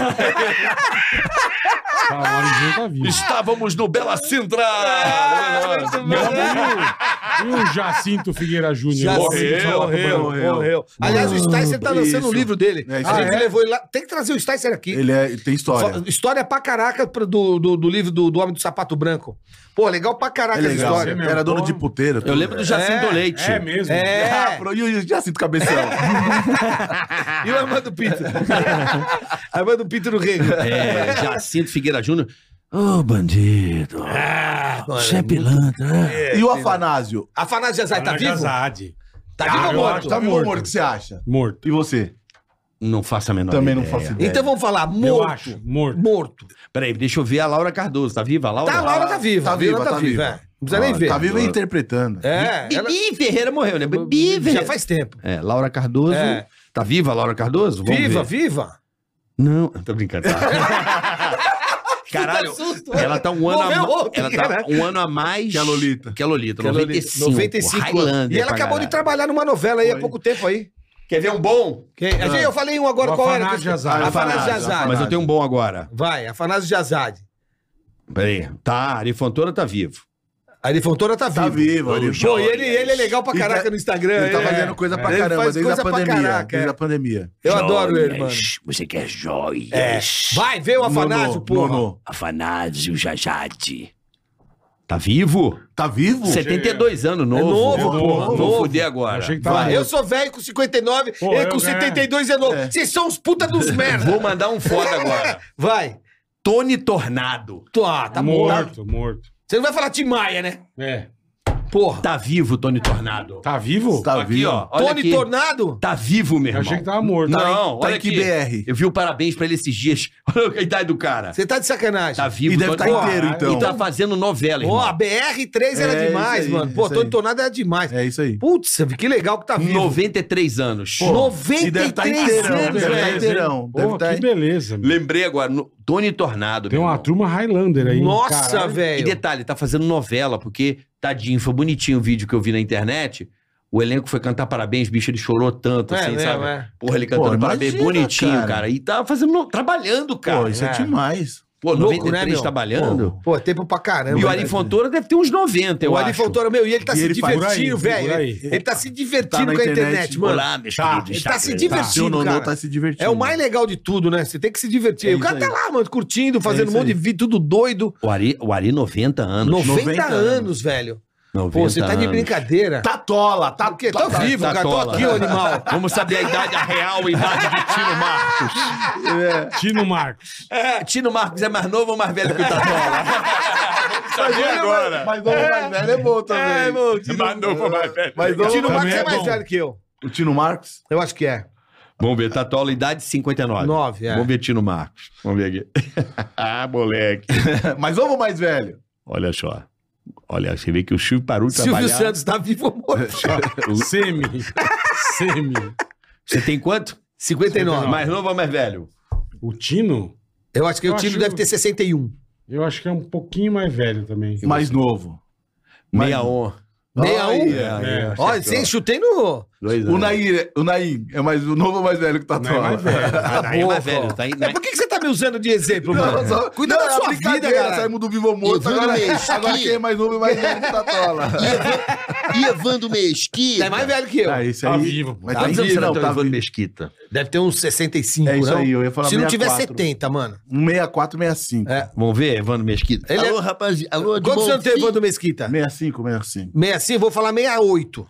[SPEAKER 3] Tá, a Maurizinha tá viva.
[SPEAKER 4] Estávamos no Bela Sintra.
[SPEAKER 5] Ah,
[SPEAKER 3] E o Jacinto Figueira Júnior?
[SPEAKER 5] Já
[SPEAKER 4] Morreu,
[SPEAKER 5] morreu, morreu, morreu, Aliás, o Sticer tá lançando
[SPEAKER 6] isso.
[SPEAKER 5] o livro dele.
[SPEAKER 6] É, isso
[SPEAKER 5] a
[SPEAKER 6] aí.
[SPEAKER 5] gente levou ele lá. Tem que trazer o Sticer aqui.
[SPEAKER 6] Ele é, tem história.
[SPEAKER 5] Fa- História pra caraca pro- do, do, do livro do, do Homem do Sapato Branco. Pô, legal pra
[SPEAKER 6] É
[SPEAKER 5] caraca essa
[SPEAKER 6] legal.
[SPEAKER 5] história.
[SPEAKER 3] mesmo,
[SPEAKER 6] Era dono
[SPEAKER 3] porra.
[SPEAKER 6] de puteira.
[SPEAKER 4] Eu lembro do Jacinto
[SPEAKER 5] É,
[SPEAKER 4] Leite.
[SPEAKER 3] É mesmo.
[SPEAKER 5] É.
[SPEAKER 6] Ah, pro- e o Jacinto Cabeção.
[SPEAKER 5] E o Armando Pinto? Armando Pinto no Rego.
[SPEAKER 4] É, Jacinto Figueira Júnior. Ô, bandido.
[SPEAKER 5] Ah,
[SPEAKER 4] Você é pilantra, né?
[SPEAKER 6] e o Afanásio?
[SPEAKER 5] Afanásio Jazai tá vivo?
[SPEAKER 3] Zade.
[SPEAKER 5] Tá vivo
[SPEAKER 3] Ah,
[SPEAKER 5] ou
[SPEAKER 3] eu
[SPEAKER 5] morto?
[SPEAKER 3] acho que tá
[SPEAKER 6] Tá morto.
[SPEAKER 3] morto.
[SPEAKER 6] morto, o que você acha?
[SPEAKER 3] Morto.
[SPEAKER 6] E você?
[SPEAKER 4] Não faço a menor
[SPEAKER 6] Também não é.
[SPEAKER 4] ideia.
[SPEAKER 6] faço ideia.
[SPEAKER 5] Então vamos falar,
[SPEAKER 3] Eu
[SPEAKER 5] morto.
[SPEAKER 3] acho. Morto.
[SPEAKER 5] Morto.
[SPEAKER 4] Peraí, deixa eu ver a Laura Cardoso. Tá viva, a Laura?
[SPEAKER 5] Tá, a Laura tá viva.
[SPEAKER 6] Tá
[SPEAKER 5] a Vila
[SPEAKER 6] viva, tá viva.
[SPEAKER 5] é. Não precisa nem ver.
[SPEAKER 6] Tá vivo e interpretando.
[SPEAKER 5] É, ela-
[SPEAKER 4] Bibi Ferreira morreu, né? Bibi
[SPEAKER 5] já
[SPEAKER 4] Ferreira.
[SPEAKER 5] faz tempo.
[SPEAKER 4] É, Laura Cardoso.
[SPEAKER 5] É.
[SPEAKER 4] Tá viva a Laura Cardoso? Vamos
[SPEAKER 5] Viva,
[SPEAKER 4] ver.
[SPEAKER 5] viva.
[SPEAKER 4] Não, tô brincando. tá? Caralho, ela tá um ano a
[SPEAKER 5] Morreu
[SPEAKER 4] mais.
[SPEAKER 5] ontem,
[SPEAKER 4] Ela tá
[SPEAKER 5] cara.
[SPEAKER 4] um ano a mais.
[SPEAKER 6] Que a Lolita.
[SPEAKER 4] Que a Lolita.
[SPEAKER 5] Que ela-
[SPEAKER 4] 95.
[SPEAKER 5] 95 anos.
[SPEAKER 4] Highlander
[SPEAKER 5] E ela
[SPEAKER 4] pra
[SPEAKER 5] acabou de
[SPEAKER 4] caralho.
[SPEAKER 5] trabalhar numa novela aí há pouco tempo aí.
[SPEAKER 4] Quer ver um bom?
[SPEAKER 5] Que- a gente- Eu falei um agora,
[SPEAKER 3] O
[SPEAKER 5] qual era?
[SPEAKER 3] Afanásio Jazade.
[SPEAKER 5] Afanásio Jazade.
[SPEAKER 4] Mas eu tenho um bom agora.
[SPEAKER 5] Vai, Afanásio Jazade.
[SPEAKER 4] Peraí. Tá, Ari Fontoura tá vivo.
[SPEAKER 5] A Elefantora tá viva.
[SPEAKER 6] Tá vivo,
[SPEAKER 4] Olha o
[SPEAKER 6] ele-
[SPEAKER 5] Pô, e ele, ele é legal pra
[SPEAKER 6] E
[SPEAKER 5] caraca
[SPEAKER 6] tá-
[SPEAKER 5] no Instagram.
[SPEAKER 6] Ele tá
[SPEAKER 5] é.
[SPEAKER 6] fazendo coisa pra
[SPEAKER 5] Ele
[SPEAKER 6] caramba
[SPEAKER 5] faz
[SPEAKER 6] desde
[SPEAKER 5] coisa
[SPEAKER 6] a
[SPEAKER 5] pra
[SPEAKER 6] pandemia.
[SPEAKER 5] caraca,
[SPEAKER 6] desde
[SPEAKER 5] é.
[SPEAKER 6] a pandemia.
[SPEAKER 5] Eu adoro
[SPEAKER 4] né?
[SPEAKER 5] ele, mano. É.
[SPEAKER 9] Você quer joias?
[SPEAKER 5] Vai, vê o Afanásio,
[SPEAKER 6] Nono,
[SPEAKER 5] porra.
[SPEAKER 6] Nono.
[SPEAKER 9] Afanásio Jajade.
[SPEAKER 4] Tá vivo?
[SPEAKER 6] Tá vivo?
[SPEAKER 4] 72 anos, novo.
[SPEAKER 5] novo,
[SPEAKER 4] Vou-
[SPEAKER 3] pô,
[SPEAKER 4] Vou
[SPEAKER 5] novo.
[SPEAKER 4] fuder agora.
[SPEAKER 3] Achei que tava
[SPEAKER 5] Vai,
[SPEAKER 3] morto.
[SPEAKER 5] eu sou velho com 59,
[SPEAKER 3] Pô,
[SPEAKER 5] ele
[SPEAKER 3] eu
[SPEAKER 5] com
[SPEAKER 3] ganho.
[SPEAKER 5] 72 é novo. Vocês são os puta dos merda.
[SPEAKER 4] Vou mandar um foda agora.
[SPEAKER 5] Vai.
[SPEAKER 4] Tony Tornado.
[SPEAKER 5] Tô, ah, tá morto.
[SPEAKER 3] morto, morto.
[SPEAKER 5] Você não vai falar de Maia, né?
[SPEAKER 3] É.
[SPEAKER 5] Porra.
[SPEAKER 4] Tá vivo, Tony Tornado.
[SPEAKER 3] Tá vivo?
[SPEAKER 6] Tá
[SPEAKER 4] aqui,
[SPEAKER 6] vivo.
[SPEAKER 4] ó. Olha
[SPEAKER 5] Tony
[SPEAKER 4] aqui.
[SPEAKER 5] Tornado?
[SPEAKER 4] Tá vivo, meu
[SPEAKER 3] Eu
[SPEAKER 4] irmão.
[SPEAKER 3] achei que tava morto.
[SPEAKER 4] Não,
[SPEAKER 6] tá
[SPEAKER 4] olha
[SPEAKER 6] em que
[SPEAKER 4] aqui.
[SPEAKER 6] BR?
[SPEAKER 4] Eu vi o parabéns pra ele esses dias. Olha a idade do cara.
[SPEAKER 5] Você tá de sacanagem.
[SPEAKER 4] Tá vivo.
[SPEAKER 6] E deve
[SPEAKER 4] Tony-
[SPEAKER 6] tá inteiro, então.
[SPEAKER 4] E tá fazendo novela,
[SPEAKER 5] Ó,
[SPEAKER 4] irmão.
[SPEAKER 5] a BR3 era
[SPEAKER 6] É,
[SPEAKER 5] demais,
[SPEAKER 6] isso aí,
[SPEAKER 5] mano. Pô,
[SPEAKER 6] isso
[SPEAKER 5] Tony
[SPEAKER 6] aí.
[SPEAKER 5] Tornado era demais.
[SPEAKER 6] É isso aí.
[SPEAKER 5] Putz, que legal que tá vivo.
[SPEAKER 4] 93 anos.
[SPEAKER 6] E deve tá inteirão,
[SPEAKER 5] anos,
[SPEAKER 6] deve tá
[SPEAKER 5] velho.
[SPEAKER 6] inteirão.
[SPEAKER 3] Pô,
[SPEAKER 6] Deve tá
[SPEAKER 3] que beleza. meu.
[SPEAKER 4] Lembrei agora, no- Tony Tornado.
[SPEAKER 3] Tem um
[SPEAKER 4] meu
[SPEAKER 3] uma
[SPEAKER 4] irmão.
[SPEAKER 3] turma Highlander aí.
[SPEAKER 5] Nossa,
[SPEAKER 3] caralho.
[SPEAKER 4] E
[SPEAKER 5] velho.
[SPEAKER 4] detalhe, tá fazendo novela, porque, tadinho, foi bonitinho o vídeo que eu vi na internet. O elenco foi cantar parabéns, bicho, ele chorou tanto, assim,
[SPEAKER 5] É, mesmo,
[SPEAKER 4] sabe? Porra, ele cantando
[SPEAKER 6] Pô,
[SPEAKER 4] parabéns,
[SPEAKER 6] imagina,
[SPEAKER 4] bonitinho, cara.
[SPEAKER 6] cara.
[SPEAKER 4] E tá fazendo, no- trabalhando, cara.
[SPEAKER 6] Pô, isso é,
[SPEAKER 5] é.
[SPEAKER 6] demais.
[SPEAKER 4] Pô,
[SPEAKER 5] Louco,
[SPEAKER 4] 93
[SPEAKER 5] né, meu?
[SPEAKER 4] trabalhando.
[SPEAKER 5] Pô, é tempo pra caramba.
[SPEAKER 4] e o
[SPEAKER 5] né?
[SPEAKER 4] Ari Fontoura deve ter uns 90, eu
[SPEAKER 5] o
[SPEAKER 4] acho.
[SPEAKER 5] Ari Fontoura, meu, e ele tá
[SPEAKER 6] E
[SPEAKER 5] se
[SPEAKER 6] ele faz-
[SPEAKER 5] divertindo,
[SPEAKER 3] por aí,
[SPEAKER 5] velho.
[SPEAKER 3] por aí.
[SPEAKER 5] Ele, ele tá se
[SPEAKER 6] Tá na
[SPEAKER 5] divertindo com a
[SPEAKER 6] internet,
[SPEAKER 5] internet, mano.
[SPEAKER 4] Olá, meus
[SPEAKER 3] Tá,
[SPEAKER 4] queridos.
[SPEAKER 5] ele tá se
[SPEAKER 4] Instagram.
[SPEAKER 6] Seu
[SPEAKER 5] divertindo,
[SPEAKER 6] Nonô
[SPEAKER 5] cara.
[SPEAKER 6] tá se divertindo.
[SPEAKER 5] É o mais legal de tudo, né? Você tem que se divertir.
[SPEAKER 6] É
[SPEAKER 5] o cara
[SPEAKER 6] isso
[SPEAKER 5] tá
[SPEAKER 6] aí.
[SPEAKER 5] lá, mano, curtindo,
[SPEAKER 6] É
[SPEAKER 5] fazendo um
[SPEAKER 6] isso
[SPEAKER 5] monte de
[SPEAKER 6] aí.
[SPEAKER 5] vídeo, tudo doido.
[SPEAKER 4] O Ari, o Ari 90 anos.
[SPEAKER 5] 90,
[SPEAKER 6] 90
[SPEAKER 5] anos, velho. Pô, você tá de
[SPEAKER 4] anos.
[SPEAKER 5] brincadeira.
[SPEAKER 6] Tá tola, tá,
[SPEAKER 5] Porque tô vivo, cara. Tô
[SPEAKER 4] tola.
[SPEAKER 5] aqui, ô animal.
[SPEAKER 1] Vamos saber a idade, a real idade de Tino Marcos.
[SPEAKER 3] Tino Marcos.
[SPEAKER 4] É, Tino Marcos é mais novo ou mais velho que o Tatola?
[SPEAKER 3] Tá
[SPEAKER 7] Mas agora.
[SPEAKER 6] Mas o mais velho é bom também.
[SPEAKER 7] Mandou pro mais velho.
[SPEAKER 6] Mas o-
[SPEAKER 5] Tino Marcos
[SPEAKER 3] Também
[SPEAKER 5] é
[SPEAKER 3] é
[SPEAKER 5] mais
[SPEAKER 3] bom.
[SPEAKER 5] velho que eu.
[SPEAKER 6] O Tino Marcos?
[SPEAKER 5] Eu acho que é.
[SPEAKER 4] Vamos ver, Tatola, idade 59.
[SPEAKER 5] Nove, é.
[SPEAKER 4] Vamos ver Tino Marcos. Vamos ver aqui.
[SPEAKER 7] Ah, moleque.
[SPEAKER 6] Mas ovo mais velho?
[SPEAKER 7] Olha só. Olha, você vê que o Silvio parou de
[SPEAKER 5] Silvio
[SPEAKER 7] trabalhar.
[SPEAKER 5] Santos tá vivo ou morto?
[SPEAKER 3] Semi. Semi.
[SPEAKER 4] Você tem quanto?
[SPEAKER 5] 59.
[SPEAKER 4] Mais novo ou mais velho?
[SPEAKER 3] O Tino,
[SPEAKER 5] Eu acho que
[SPEAKER 3] Eu
[SPEAKER 5] o Tino
[SPEAKER 3] acho-
[SPEAKER 5] deve ter 61.
[SPEAKER 3] eu acho que é um pouquinho mais velho também.
[SPEAKER 6] Mais novo.
[SPEAKER 4] 61.
[SPEAKER 5] 61?
[SPEAKER 4] É, é.
[SPEAKER 5] Olha, sem chutei no.
[SPEAKER 4] Dois
[SPEAKER 6] O
[SPEAKER 4] anos.
[SPEAKER 6] Nair, o Nair é mais o novo ou mais velho que
[SPEAKER 3] Não
[SPEAKER 6] o
[SPEAKER 3] é
[SPEAKER 6] Tatola?
[SPEAKER 3] mais velho.
[SPEAKER 4] Ah, daí é
[SPEAKER 5] Boa,
[SPEAKER 4] mais velho. Tá aí,
[SPEAKER 5] Mas por que, que você tá me usando de exemplo, mano?
[SPEAKER 6] Não, só-
[SPEAKER 5] Cuida
[SPEAKER 6] não,
[SPEAKER 5] da
[SPEAKER 6] é
[SPEAKER 5] sua
[SPEAKER 6] brincadeira,
[SPEAKER 5] vida, cara.
[SPEAKER 6] Saímos do vivo ou morto.
[SPEAKER 12] Evandro
[SPEAKER 6] Agora,
[SPEAKER 12] Mesquita.
[SPEAKER 6] agora quem é mais novo e mais velho que o Tatola?
[SPEAKER 12] E Evandro Mesquita.
[SPEAKER 5] É mais velho que eu.
[SPEAKER 6] Ah, esse
[SPEAKER 3] Tá
[SPEAKER 6] aí.
[SPEAKER 3] vivo, pô.
[SPEAKER 6] Mas tá
[SPEAKER 4] Quantos anos
[SPEAKER 6] vivo,
[SPEAKER 4] será
[SPEAKER 6] não,
[SPEAKER 4] que
[SPEAKER 6] tá
[SPEAKER 4] tá
[SPEAKER 6] vivo.
[SPEAKER 4] Mesquita?
[SPEAKER 5] Deve ter uns 65,
[SPEAKER 6] É isso
[SPEAKER 5] não?
[SPEAKER 6] aí, eu ia falar
[SPEAKER 5] Se não tiver
[SPEAKER 6] 64.
[SPEAKER 5] 70, mano.
[SPEAKER 6] Um 64, 65.
[SPEAKER 5] É.
[SPEAKER 4] Vamos ver, Evandro Mesquita?
[SPEAKER 5] Ele é-
[SPEAKER 12] Alô, rapaziada. Alô, de
[SPEAKER 5] Quantos
[SPEAKER 12] bom
[SPEAKER 5] anos tem o
[SPEAKER 12] fim?
[SPEAKER 5] Evandro Mesquita?
[SPEAKER 6] 65, 65.
[SPEAKER 5] 65, vou falar 68.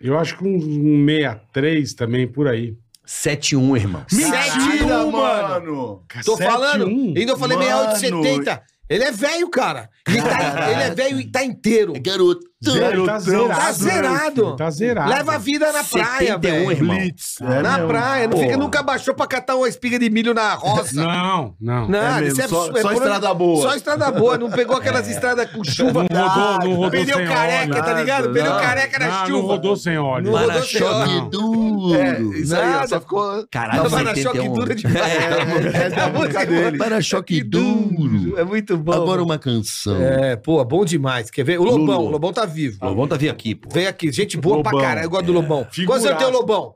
[SPEAKER 3] Eu acho que uns um 63 também, por aí.
[SPEAKER 4] 7-1, irmão.
[SPEAKER 6] Mentira,
[SPEAKER 5] um,
[SPEAKER 6] mano!
[SPEAKER 5] Tô
[SPEAKER 3] 7-1?
[SPEAKER 5] falando. Ainda eu falei 68,
[SPEAKER 6] Mano.
[SPEAKER 5] 70. Ele é velho, cara. Ele, tá, ele é velho e tá inteiro.
[SPEAKER 12] Garoto.
[SPEAKER 3] Zero, tá zerado.
[SPEAKER 5] Tá
[SPEAKER 3] né, filho?
[SPEAKER 5] zerado.
[SPEAKER 3] Tá zerado.
[SPEAKER 5] Leva a vida na praia,
[SPEAKER 4] 71,
[SPEAKER 5] velho.
[SPEAKER 4] irmão.
[SPEAKER 6] Blitz. é
[SPEAKER 5] Ah, Na
[SPEAKER 6] mesmo.
[SPEAKER 5] praia. Não
[SPEAKER 4] Pô.
[SPEAKER 5] fica, nunca baixou pra catar uma espiga de milho na roça.
[SPEAKER 3] Não, não.
[SPEAKER 5] Não,
[SPEAKER 6] É
[SPEAKER 5] isso
[SPEAKER 6] mesmo,
[SPEAKER 5] é,
[SPEAKER 6] só-
[SPEAKER 5] é
[SPEAKER 6] só
[SPEAKER 5] por-
[SPEAKER 6] estrada boa. É.
[SPEAKER 5] Só estrada boa, não pegou aquelas estradas com chuva. Ah,
[SPEAKER 3] Não rodou- não rodou
[SPEAKER 5] Pneu
[SPEAKER 3] sem
[SPEAKER 5] careca,
[SPEAKER 3] óleo,
[SPEAKER 5] tá ligado?
[SPEAKER 6] nada,
[SPEAKER 5] Pneu
[SPEAKER 6] não.
[SPEAKER 5] careca na
[SPEAKER 3] Não,
[SPEAKER 5] chuva.
[SPEAKER 3] não rodou sem óleo.
[SPEAKER 5] Não rodou sem
[SPEAKER 4] Para-choque.
[SPEAKER 5] óleo.
[SPEAKER 12] Que duro.
[SPEAKER 6] É, isso aí, ó,
[SPEAKER 5] Nada.
[SPEAKER 6] só ficou...
[SPEAKER 4] Caralho,
[SPEAKER 5] Tava na
[SPEAKER 4] 71.
[SPEAKER 5] choque dura de
[SPEAKER 6] um. É, é da música dele.
[SPEAKER 12] Para-choque duro.
[SPEAKER 5] É muito bom.
[SPEAKER 12] Agora uma canção.
[SPEAKER 5] É, pô, bom demais. Quer ver? O Lobão,
[SPEAKER 6] Lulu.
[SPEAKER 5] o Lobão tá vivo.
[SPEAKER 4] O Lobão tá vindo aqui, pô.
[SPEAKER 5] Vem aqui, gente boa pra
[SPEAKER 6] Lobão.
[SPEAKER 5] caralho. Eu gosto do Lobão. Quantos anos
[SPEAKER 3] Figuraça.
[SPEAKER 5] tem o Lobão?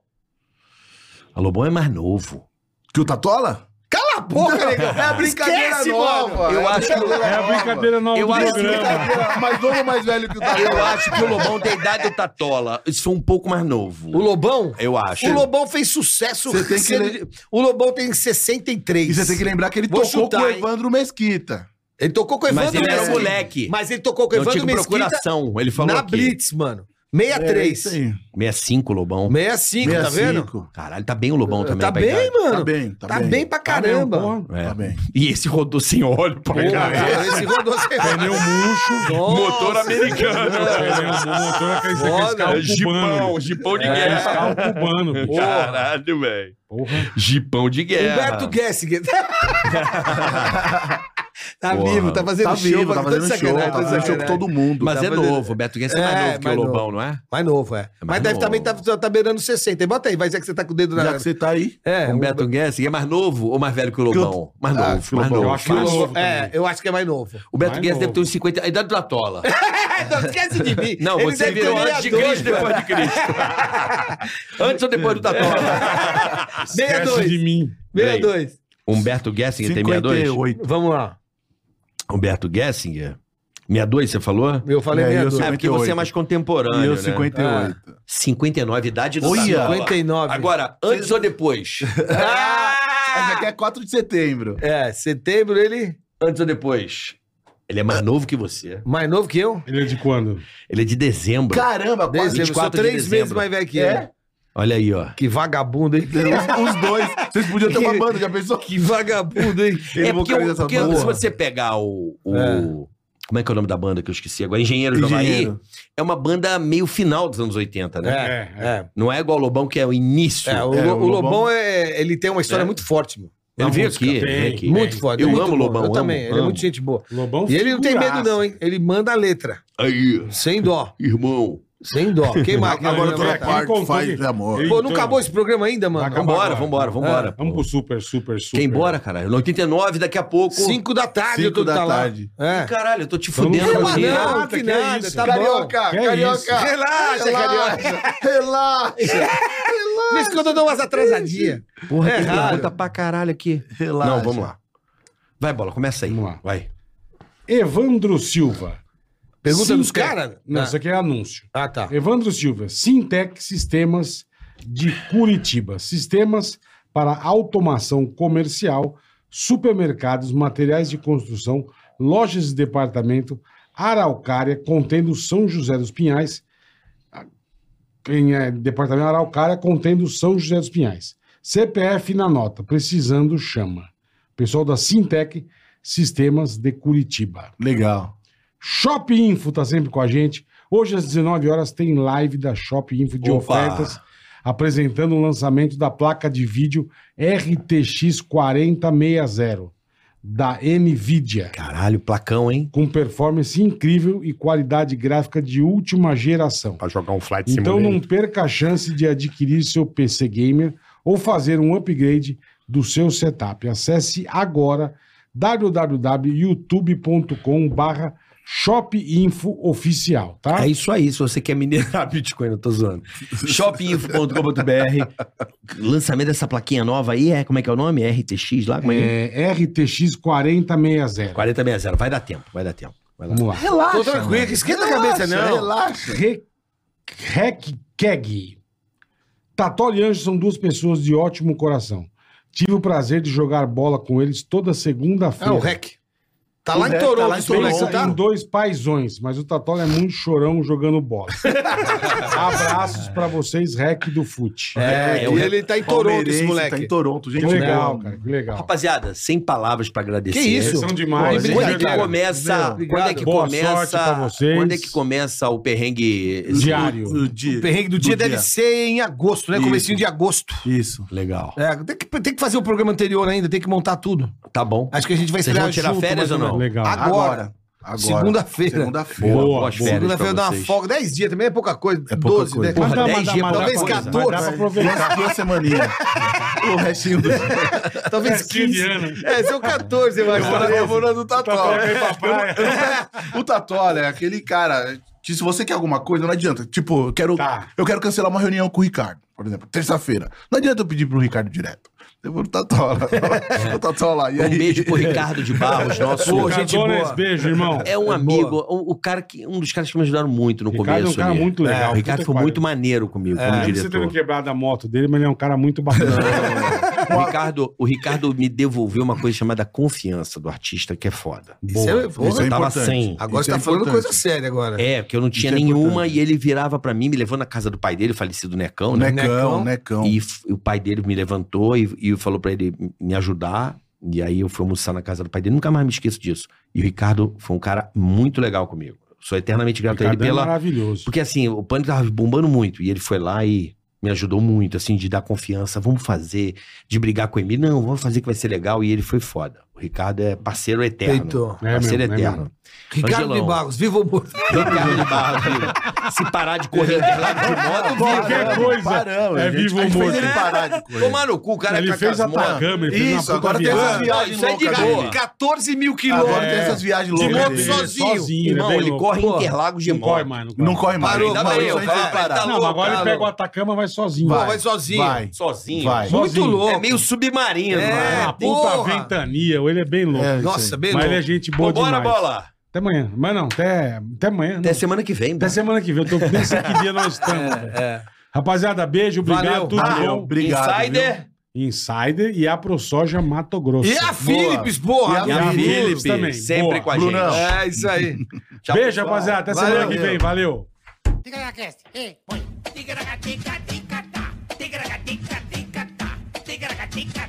[SPEAKER 4] O Lobão é mais novo.
[SPEAKER 6] Que o Tatola?
[SPEAKER 5] Cala a boca, negão. É a
[SPEAKER 6] brincadeira nova.
[SPEAKER 5] Eu
[SPEAKER 6] É a
[SPEAKER 5] acho que
[SPEAKER 6] brincadeira
[SPEAKER 3] É a brincadeira nova
[SPEAKER 4] Eu
[SPEAKER 3] do
[SPEAKER 4] acho que
[SPEAKER 5] tá
[SPEAKER 3] programa.
[SPEAKER 6] mais novo ou mais velho que o
[SPEAKER 5] É
[SPEAKER 6] Tatola?
[SPEAKER 4] Eu acho que o Lobão tem a idade do Tatola. Isso foi um pouco mais novo.
[SPEAKER 5] o Lobão?
[SPEAKER 4] Eu acho.
[SPEAKER 5] O Lobão fez sucesso.
[SPEAKER 6] Você tem que
[SPEAKER 5] sendo- O Lobão tem 63.
[SPEAKER 6] E você tem que lembrar que ele
[SPEAKER 5] Vou
[SPEAKER 6] tocou
[SPEAKER 5] chutar,
[SPEAKER 6] com o
[SPEAKER 5] hein?
[SPEAKER 6] Evandro Mesquita.
[SPEAKER 5] Ele tocou com o Evandro
[SPEAKER 4] Mas ele era um
[SPEAKER 5] Mesquita.
[SPEAKER 4] moleque.
[SPEAKER 5] Mas ele tocou com o
[SPEAKER 4] Não
[SPEAKER 5] Evandro
[SPEAKER 4] tinha tipo
[SPEAKER 5] Mesquita
[SPEAKER 4] procuração. Ele falou
[SPEAKER 5] na
[SPEAKER 4] aqui.
[SPEAKER 5] Blitz, mano.
[SPEAKER 6] É isso
[SPEAKER 5] 63.
[SPEAKER 6] aí.
[SPEAKER 4] 65, Lobão.
[SPEAKER 5] 65, É tá vendo?
[SPEAKER 6] 65.
[SPEAKER 4] Caralho, tá bem o Lobão também.
[SPEAKER 5] Tá
[SPEAKER 4] pra
[SPEAKER 5] bem,
[SPEAKER 4] idade.
[SPEAKER 5] mano.
[SPEAKER 6] Tá bem, tá,
[SPEAKER 5] Tá bem pra caramba.
[SPEAKER 3] Porra,
[SPEAKER 4] É.
[SPEAKER 6] Tá bem.
[SPEAKER 4] E esse rodou sem óleo pra
[SPEAKER 5] Pô,
[SPEAKER 7] Tá
[SPEAKER 4] caralho.
[SPEAKER 5] cara, esse rodou sem-
[SPEAKER 3] Pneu murcho.
[SPEAKER 7] Motor
[SPEAKER 5] Nossa.
[SPEAKER 7] americano.
[SPEAKER 3] Pneu murcho. Motor aquele aquele
[SPEAKER 4] É
[SPEAKER 5] Foda.
[SPEAKER 3] carro É,
[SPEAKER 5] É.
[SPEAKER 3] cubano. É,
[SPEAKER 7] Gipão, gipão de
[SPEAKER 3] Aquele
[SPEAKER 7] guerra.
[SPEAKER 3] carro é cubano. bicho.
[SPEAKER 7] Caralho, velho.
[SPEAKER 3] Porra.
[SPEAKER 7] Gipão de guerra.
[SPEAKER 5] Humberto Gessinger. tá
[SPEAKER 4] Porra.
[SPEAKER 5] vivo, tá fazendo
[SPEAKER 6] Tá
[SPEAKER 5] show.
[SPEAKER 6] vivo, tá
[SPEAKER 5] de
[SPEAKER 6] fazendo show,
[SPEAKER 5] sacanagem, né?
[SPEAKER 6] tá fazendo show com
[SPEAKER 5] sacanagem.
[SPEAKER 6] todo mundo.
[SPEAKER 4] Mas
[SPEAKER 6] Tá
[SPEAKER 4] é
[SPEAKER 6] fazendo-
[SPEAKER 4] novo, o Beto Guedes é mais
[SPEAKER 5] É,
[SPEAKER 4] novo que o
[SPEAKER 5] mais
[SPEAKER 4] Lobão, não é?
[SPEAKER 5] Mais novo, é. Mas
[SPEAKER 4] mais
[SPEAKER 5] deve
[SPEAKER 4] novo.
[SPEAKER 5] também tá, tá, tá beirando 60. Bota aí, vai dizer que você tá com o dedo na...
[SPEAKER 6] Já que você tá aí.
[SPEAKER 5] É,
[SPEAKER 4] o Beto Guedes é mais novo ou mais velho que o Lobão? Mais
[SPEAKER 6] Ah,
[SPEAKER 4] novo,
[SPEAKER 6] que o
[SPEAKER 4] mais
[SPEAKER 6] Lobão.
[SPEAKER 4] novo.
[SPEAKER 3] Eu acho que
[SPEAKER 4] mais
[SPEAKER 3] o
[SPEAKER 5] mais
[SPEAKER 4] novo.
[SPEAKER 5] novo é, eu acho que é mais novo.
[SPEAKER 4] O Beto
[SPEAKER 3] Mais
[SPEAKER 4] Guedes
[SPEAKER 3] novo.
[SPEAKER 4] deve ter uns 50... A idade do Latola.
[SPEAKER 5] Não esquece de mim.
[SPEAKER 4] Não,
[SPEAKER 5] Ele
[SPEAKER 4] você
[SPEAKER 5] deve ter
[SPEAKER 4] virou antes de Cristo,
[SPEAKER 5] 62,
[SPEAKER 4] depois
[SPEAKER 5] mano.
[SPEAKER 4] de Cristo. antes ou depois do Tatola?
[SPEAKER 5] 62.
[SPEAKER 3] Esquece de mim.
[SPEAKER 5] 62.
[SPEAKER 4] Humberto Gessinger tem
[SPEAKER 6] um.
[SPEAKER 4] 62?
[SPEAKER 6] 58.
[SPEAKER 5] Vamos lá.
[SPEAKER 4] Humberto Gessinger? 62, você falou?
[SPEAKER 5] Eu falei
[SPEAKER 6] É, eu
[SPEAKER 5] 62.
[SPEAKER 6] sou-
[SPEAKER 4] É, porque você é mais
[SPEAKER 6] E
[SPEAKER 4] contemporâneo,
[SPEAKER 6] eu
[SPEAKER 4] né?
[SPEAKER 6] 58.
[SPEAKER 4] 59, idade
[SPEAKER 5] Tá
[SPEAKER 4] do
[SPEAKER 6] Olha!
[SPEAKER 4] Tatola.
[SPEAKER 5] 59.
[SPEAKER 4] Agora, antes ou depois?
[SPEAKER 6] Essa aqui é 4 de setembro.
[SPEAKER 5] Ah, É, setembro ele
[SPEAKER 4] Antes ou depois? Ele é mais novo que você.
[SPEAKER 5] mais novo que eu.
[SPEAKER 3] Ele é de quando?
[SPEAKER 4] Ele é de dezembro.
[SPEAKER 6] Caramba, quase.
[SPEAKER 5] Dezembro, sou
[SPEAKER 4] 24 de
[SPEAKER 5] três
[SPEAKER 4] dezembro.
[SPEAKER 5] meses mais velho que
[SPEAKER 6] É?
[SPEAKER 5] ele.
[SPEAKER 4] Olha aí, ó.
[SPEAKER 5] Que vagabundo, hein?
[SPEAKER 6] Os, os dois. Vocês podiam ter uma banda, já pensou?
[SPEAKER 5] Que vagabundo, hein?
[SPEAKER 4] é porque, o-
[SPEAKER 6] vocaliza É essa
[SPEAKER 4] porque
[SPEAKER 6] banda.
[SPEAKER 4] se você pegar o, o- Como é que é o nome da banda que eu esqueci agora? Engenheiro do Havaí.
[SPEAKER 6] Engenheiro.
[SPEAKER 4] É uma banda meio final dos anos 80, né?
[SPEAKER 5] É, é.
[SPEAKER 4] Não é igual o Lobão, que é o início.
[SPEAKER 5] É, o,
[SPEAKER 6] É,
[SPEAKER 5] Lo-
[SPEAKER 6] o
[SPEAKER 5] o Lobão,
[SPEAKER 6] Lobão
[SPEAKER 5] é, ele tem uma história
[SPEAKER 4] É.
[SPEAKER 5] muito forte, meu.
[SPEAKER 4] ele
[SPEAKER 3] Na
[SPEAKER 4] veio
[SPEAKER 3] música,
[SPEAKER 4] aqui, ele
[SPEAKER 3] tem,
[SPEAKER 4] veio aqui.
[SPEAKER 3] tem.
[SPEAKER 5] é.
[SPEAKER 3] é.
[SPEAKER 5] Muito forte.
[SPEAKER 4] Eu
[SPEAKER 5] muito
[SPEAKER 4] amo o
[SPEAKER 5] bom.
[SPEAKER 4] Lobão,
[SPEAKER 5] Eu
[SPEAKER 4] amo,
[SPEAKER 5] também. Ele é
[SPEAKER 4] amo.
[SPEAKER 5] muito gente boa.
[SPEAKER 3] Lobão
[SPEAKER 5] E ele não tem
[SPEAKER 3] figuraça.
[SPEAKER 5] medo, não, hein? Ele manda a letra.
[SPEAKER 4] Aí,
[SPEAKER 5] Sem dó.
[SPEAKER 4] irmão.
[SPEAKER 5] Sem dó. Quem mais?
[SPEAKER 6] Agora eu tô
[SPEAKER 3] Ele
[SPEAKER 6] na quarta,
[SPEAKER 3] contou
[SPEAKER 6] faz
[SPEAKER 3] que-
[SPEAKER 6] amor.
[SPEAKER 3] ele-
[SPEAKER 5] Pô, não acabou esse programa ainda, mano?
[SPEAKER 3] Vai acabar.
[SPEAKER 4] Vambora, vambora, É, vambora.
[SPEAKER 3] Vamos pro super, super, super.
[SPEAKER 4] Tá Quem embora, caralho? No 89, daqui a pouco.
[SPEAKER 5] Cinco da tarde eu
[SPEAKER 6] Cinco
[SPEAKER 5] tô
[SPEAKER 6] da
[SPEAKER 5] tá lá.
[SPEAKER 6] tarde.
[SPEAKER 5] É.
[SPEAKER 4] Caralho, eu tô te
[SPEAKER 3] Vamos
[SPEAKER 4] fudendo.
[SPEAKER 3] fazer
[SPEAKER 4] aqui.
[SPEAKER 5] não,
[SPEAKER 3] nada,
[SPEAKER 5] que
[SPEAKER 3] é
[SPEAKER 5] nada,
[SPEAKER 3] isso?
[SPEAKER 5] tá bom.
[SPEAKER 6] Carioca,
[SPEAKER 3] Que isso?
[SPEAKER 6] carioca.
[SPEAKER 5] Relaxa,
[SPEAKER 4] é
[SPEAKER 5] carioca.
[SPEAKER 6] Relaxa.
[SPEAKER 5] Por isso que eu tô dando umas atrasadinhas.
[SPEAKER 4] Porra,
[SPEAKER 5] É
[SPEAKER 4] que
[SPEAKER 5] errado.
[SPEAKER 4] pergunta pra caralho aqui.
[SPEAKER 6] Relaxa.
[SPEAKER 4] Não, vamos lá. Vai, bola, começa aí.
[SPEAKER 3] Vamos lá.
[SPEAKER 4] Vai.
[SPEAKER 3] Evandro Silva.
[SPEAKER 5] Pergunta dos
[SPEAKER 3] Sintec-
[SPEAKER 5] caras?
[SPEAKER 3] Não,
[SPEAKER 5] Ah.
[SPEAKER 3] isso aqui é anúncio.
[SPEAKER 5] Ah, tá.
[SPEAKER 3] Evandro Silva, Sintec Sistemas de Curitiba. Sistemas para automação comercial, supermercados, materiais de construção, lojas de departamento, Araucária, contendo São José dos Pinhais, Ah, em eh, departamento Araucária, contendo São José dos Pinhais. CPF na nota, precisando chama. Pessoal da Sintec Sistemas de Curitiba.
[SPEAKER 6] Legal.
[SPEAKER 3] Shop Info tá sempre com a gente. Hoje às 19 horas tem live da Shop Info de
[SPEAKER 4] Opa!
[SPEAKER 3] ofertas, apresentando o lançamento da placa de vídeo RTX 4060 da Nvidia,
[SPEAKER 4] Caralho, placão, hein?
[SPEAKER 3] com performance incrível e qualidade gráfica de última geração.
[SPEAKER 7] Pra jogar um flight
[SPEAKER 3] Então não
[SPEAKER 7] simulator.
[SPEAKER 3] perca a chance de adquirir seu PC gamer ou fazer um upgrade do seu setup. Acesse agora www.youtube.com barra shopinfooficial, tá?
[SPEAKER 4] É isso aí, se você quer minerar Bitcoin, eu tô zoando. Shopinfo.com.br Lançamento dessa plaquinha nova aí, é, como é que é o nome? RTX lá? Como é? que é?
[SPEAKER 3] É, RTX 4060.
[SPEAKER 4] 4060, vai dar tempo, vai dar tempo. Vai lá.
[SPEAKER 3] Vamos lá.
[SPEAKER 5] Tô tranquilo, que esquenta a cabeça, não.
[SPEAKER 6] Relaxa.
[SPEAKER 3] Re- Rec Keg. Tató e Anjo são duas pessoas de ótimo coração. Tive o prazer de jogar bola com eles toda segunda-feira.
[SPEAKER 4] Ah,
[SPEAKER 5] É o REC. Tá lá
[SPEAKER 6] O
[SPEAKER 5] em
[SPEAKER 6] rec tá
[SPEAKER 5] Toronto,
[SPEAKER 6] lá em
[SPEAKER 5] em
[SPEAKER 3] Pensa
[SPEAKER 5] Toronto, tá?
[SPEAKER 3] em dois paisões, mas o Tatol é muito chorão jogando bola. Abraços pra vocês, Rec do Fute.
[SPEAKER 4] É, é o
[SPEAKER 5] E ele tá em Toronto, esse
[SPEAKER 6] Palmeirense,
[SPEAKER 5] moleque.
[SPEAKER 6] Tá em Toronto,
[SPEAKER 3] que
[SPEAKER 6] gente.
[SPEAKER 3] legal,
[SPEAKER 6] boa.
[SPEAKER 3] cara, que legal.
[SPEAKER 4] Rapaziada, sem palavras pra agradecer.
[SPEAKER 5] Que isso?
[SPEAKER 3] São demais.
[SPEAKER 6] Pô,
[SPEAKER 4] Quando é
[SPEAKER 3] obrigado.
[SPEAKER 4] que começa?
[SPEAKER 6] Meu,
[SPEAKER 4] Quando é que
[SPEAKER 3] Boa sorte
[SPEAKER 4] começa?
[SPEAKER 3] pra vocês.
[SPEAKER 4] Quando é que começa o perrengue esse-
[SPEAKER 3] Diário.
[SPEAKER 6] O dia.
[SPEAKER 5] O perrengue do dia
[SPEAKER 6] Do
[SPEAKER 5] deve
[SPEAKER 6] dia.
[SPEAKER 5] ser em agosto, né?
[SPEAKER 6] Isso.
[SPEAKER 5] Comecinho de agosto.
[SPEAKER 6] Isso.
[SPEAKER 4] Legal.
[SPEAKER 5] É, tem que, tem que fazer o programa anterior ainda, tem que montar tudo.
[SPEAKER 4] Tá bom.
[SPEAKER 5] Acho que a gente vai
[SPEAKER 4] Vocês vão
[SPEAKER 5] estrear
[SPEAKER 4] tirar
[SPEAKER 5] junto,
[SPEAKER 4] férias
[SPEAKER 5] mais
[SPEAKER 4] ou não?
[SPEAKER 3] É
[SPEAKER 4] Ah,
[SPEAKER 3] Legal.
[SPEAKER 5] Agora.
[SPEAKER 6] Agora.
[SPEAKER 5] Segunda-feira.
[SPEAKER 6] Segunda-feira.
[SPEAKER 3] Boa,
[SPEAKER 4] boas
[SPEAKER 3] boa.
[SPEAKER 4] férias pra
[SPEAKER 5] Segunda-feira dá uma
[SPEAKER 4] vocês.
[SPEAKER 5] folga. 10 dias também é pouca coisa.
[SPEAKER 6] É pouca
[SPEAKER 5] 12,
[SPEAKER 6] coisa.
[SPEAKER 5] né?
[SPEAKER 4] Porra,
[SPEAKER 3] dá uma-
[SPEAKER 4] 10
[SPEAKER 3] dá
[SPEAKER 4] dias
[SPEAKER 3] uma-
[SPEAKER 4] pra
[SPEAKER 5] talvez
[SPEAKER 4] coisa.
[SPEAKER 5] 14.
[SPEAKER 3] Vai dar pra
[SPEAKER 5] Vai-
[SPEAKER 3] aproveitar.
[SPEAKER 6] Duas, duas semaninhas. o restinho do...
[SPEAKER 5] Talvez
[SPEAKER 3] Festinha de
[SPEAKER 5] 15.
[SPEAKER 3] ano.
[SPEAKER 5] É, são 14, eu acho. talvez.
[SPEAKER 6] namorando o Tató. o Tató, né? Aquele cara... Se você quer alguma coisa, não adianta. Tipo, eu quero,
[SPEAKER 3] Tá.
[SPEAKER 6] eu quero cancelar uma reunião com o Ricardo, por exemplo, terça-feira. Não adianta eu pedir pro Ricardo direto. Eu vou no Tatola. o Tatola. E
[SPEAKER 4] Um
[SPEAKER 6] aí?
[SPEAKER 4] beijo pro Ricardo de Barros, nosso.
[SPEAKER 5] Pô, gente
[SPEAKER 3] Cardones,
[SPEAKER 5] boa.
[SPEAKER 3] beijo, irmão.
[SPEAKER 4] É um
[SPEAKER 6] É
[SPEAKER 4] amigo, o, o cara que, um dos caras que me ajudaram muito no
[SPEAKER 3] Ricardo é um
[SPEAKER 4] começo.
[SPEAKER 3] cara
[SPEAKER 4] ali.
[SPEAKER 3] muito legal,
[SPEAKER 4] o Ricardo
[SPEAKER 3] puta
[SPEAKER 4] foi
[SPEAKER 3] que
[SPEAKER 4] muito
[SPEAKER 3] pariu.
[SPEAKER 4] maneiro comigo, como
[SPEAKER 3] Mesmo Você tendo
[SPEAKER 4] diretor.
[SPEAKER 3] quebrado a moto dele, mas ele é um cara muito bacana.
[SPEAKER 4] O Ricardo, o Ricardo me devolveu uma coisa chamada confiança do artista, que é foda.
[SPEAKER 5] Isso é- porra,
[SPEAKER 4] eu tava
[SPEAKER 6] importante.
[SPEAKER 4] sem.
[SPEAKER 5] Agora
[SPEAKER 6] Isso
[SPEAKER 5] você tá
[SPEAKER 6] é
[SPEAKER 5] falando
[SPEAKER 6] importante.
[SPEAKER 5] coisa séria agora.
[SPEAKER 4] É, porque eu não tinha
[SPEAKER 6] Isso é
[SPEAKER 4] nenhuma
[SPEAKER 6] importante.
[SPEAKER 4] e ele virava pra mim, me levou na casa do pai dele, falecido Necão, né?
[SPEAKER 6] Necão,
[SPEAKER 5] Necão.
[SPEAKER 3] Então,
[SPEAKER 6] Necão.
[SPEAKER 4] E f- o pai dele me levantou e, e falou pra ele me ajudar. E aí eu fui almoçar na casa do pai dele. Nunca mais me esqueço disso. E o Ricardo foi um cara muito legal comigo. Sou eternamente grato a ele
[SPEAKER 3] Ricardo é
[SPEAKER 4] pela,
[SPEAKER 3] maravilhoso.
[SPEAKER 4] Porque assim, o pânico tava bombando muito. E ele foi lá e me ajudou muito, assim, de dar confiança. Vamos fazer, de brigar com o Emílio. Não, vamos fazer que vai ser legal. E ele foi foda. O Ricardo é parceiro eterno.
[SPEAKER 5] Peitou.
[SPEAKER 3] É
[SPEAKER 4] parceiro
[SPEAKER 3] mesmo, é
[SPEAKER 4] eterno.
[SPEAKER 5] Ricardo
[SPEAKER 4] Angelão.
[SPEAKER 5] de Barros, viva o morto.
[SPEAKER 4] Ricardo de Barra, viu? Se parar de correr interlado de moto,
[SPEAKER 3] Qualquer
[SPEAKER 6] Paramos,
[SPEAKER 3] coisa
[SPEAKER 6] paramos,
[SPEAKER 3] é
[SPEAKER 6] a gente-
[SPEAKER 3] vivo
[SPEAKER 6] a gente
[SPEAKER 3] ou
[SPEAKER 6] fez
[SPEAKER 3] morto.
[SPEAKER 6] ele parar de correr.
[SPEAKER 4] Tomar no cu, o cara
[SPEAKER 5] é
[SPEAKER 3] ele
[SPEAKER 4] com
[SPEAKER 3] fez a
[SPEAKER 4] casmola.
[SPEAKER 3] Tagama, ele fez
[SPEAKER 6] Isso,
[SPEAKER 3] uma puta
[SPEAKER 6] agora tem essas
[SPEAKER 3] viagem. Ah,
[SPEAKER 6] viagens
[SPEAKER 4] Isso aí de
[SPEAKER 6] loucas
[SPEAKER 4] boa.
[SPEAKER 6] dele.
[SPEAKER 5] 14 mil
[SPEAKER 6] Agora tem
[SPEAKER 5] quilômetros.
[SPEAKER 6] essas viagens
[SPEAKER 3] De
[SPEAKER 6] loucas
[SPEAKER 5] moto
[SPEAKER 6] dele.
[SPEAKER 3] ele é
[SPEAKER 5] sozinho.
[SPEAKER 3] sozinho,
[SPEAKER 4] Irmão,
[SPEAKER 3] é bem
[SPEAKER 4] ele
[SPEAKER 3] louco.
[SPEAKER 4] corre
[SPEAKER 5] Pô,
[SPEAKER 4] interlagos de
[SPEAKER 3] Não corre
[SPEAKER 4] moto.
[SPEAKER 3] mais, não corre.
[SPEAKER 6] Não corre mais.
[SPEAKER 5] Parou,
[SPEAKER 6] Não,
[SPEAKER 4] parou,
[SPEAKER 6] isso aí
[SPEAKER 4] vai,
[SPEAKER 6] vai parar.
[SPEAKER 4] tá
[SPEAKER 3] Não, mas agora
[SPEAKER 5] Tá
[SPEAKER 3] ele pega o
[SPEAKER 5] louco.
[SPEAKER 3] Atacama e vai sozinho.
[SPEAKER 5] Pô, vai sozinho.
[SPEAKER 6] Vai.
[SPEAKER 4] Sozinho.
[SPEAKER 6] Vai.
[SPEAKER 5] Muito
[SPEAKER 3] Sozinho.
[SPEAKER 5] louco.
[SPEAKER 4] É meio submarino.
[SPEAKER 5] É,
[SPEAKER 4] mano.
[SPEAKER 3] Ah, puta
[SPEAKER 5] porra.
[SPEAKER 3] ventania, ele é bem louco.
[SPEAKER 6] É,
[SPEAKER 5] Nossa, bem
[SPEAKER 3] Mas ele é
[SPEAKER 5] louco.
[SPEAKER 3] gente boa
[SPEAKER 4] Vambora,
[SPEAKER 3] demais.
[SPEAKER 4] bola.
[SPEAKER 3] Até amanhã. Mas não, até, até amanhã.
[SPEAKER 4] Até
[SPEAKER 3] não.
[SPEAKER 4] semana que vem,
[SPEAKER 3] Até
[SPEAKER 4] mano.
[SPEAKER 3] semana que vem. Eu tô nem sei que dia nós estamos. cara. Rapaziada, beijo, obrigado.
[SPEAKER 5] Valeu,
[SPEAKER 3] tudo de
[SPEAKER 6] valeu.
[SPEAKER 3] bom.
[SPEAKER 6] Obrigado,
[SPEAKER 4] Insider.
[SPEAKER 3] Insider e a ProSoja Mato Grosso.
[SPEAKER 5] E a Philips, porra.
[SPEAKER 6] E
[SPEAKER 4] E a
[SPEAKER 3] Brunos
[SPEAKER 4] Felipe,
[SPEAKER 3] também.
[SPEAKER 4] sempre
[SPEAKER 3] Boa.
[SPEAKER 4] com a
[SPEAKER 6] Brunão.
[SPEAKER 4] gente.
[SPEAKER 5] É isso aí.
[SPEAKER 4] Tchau,
[SPEAKER 3] Beijo,
[SPEAKER 4] pessoal.
[SPEAKER 3] rapaziada. Até
[SPEAKER 5] Valeu.
[SPEAKER 3] semana que vem. Valeu.
[SPEAKER 2] Ticaracast, ei, põe. Ticaracatica, ticatá. Ticaracatica, ticatá. Ticaracatica,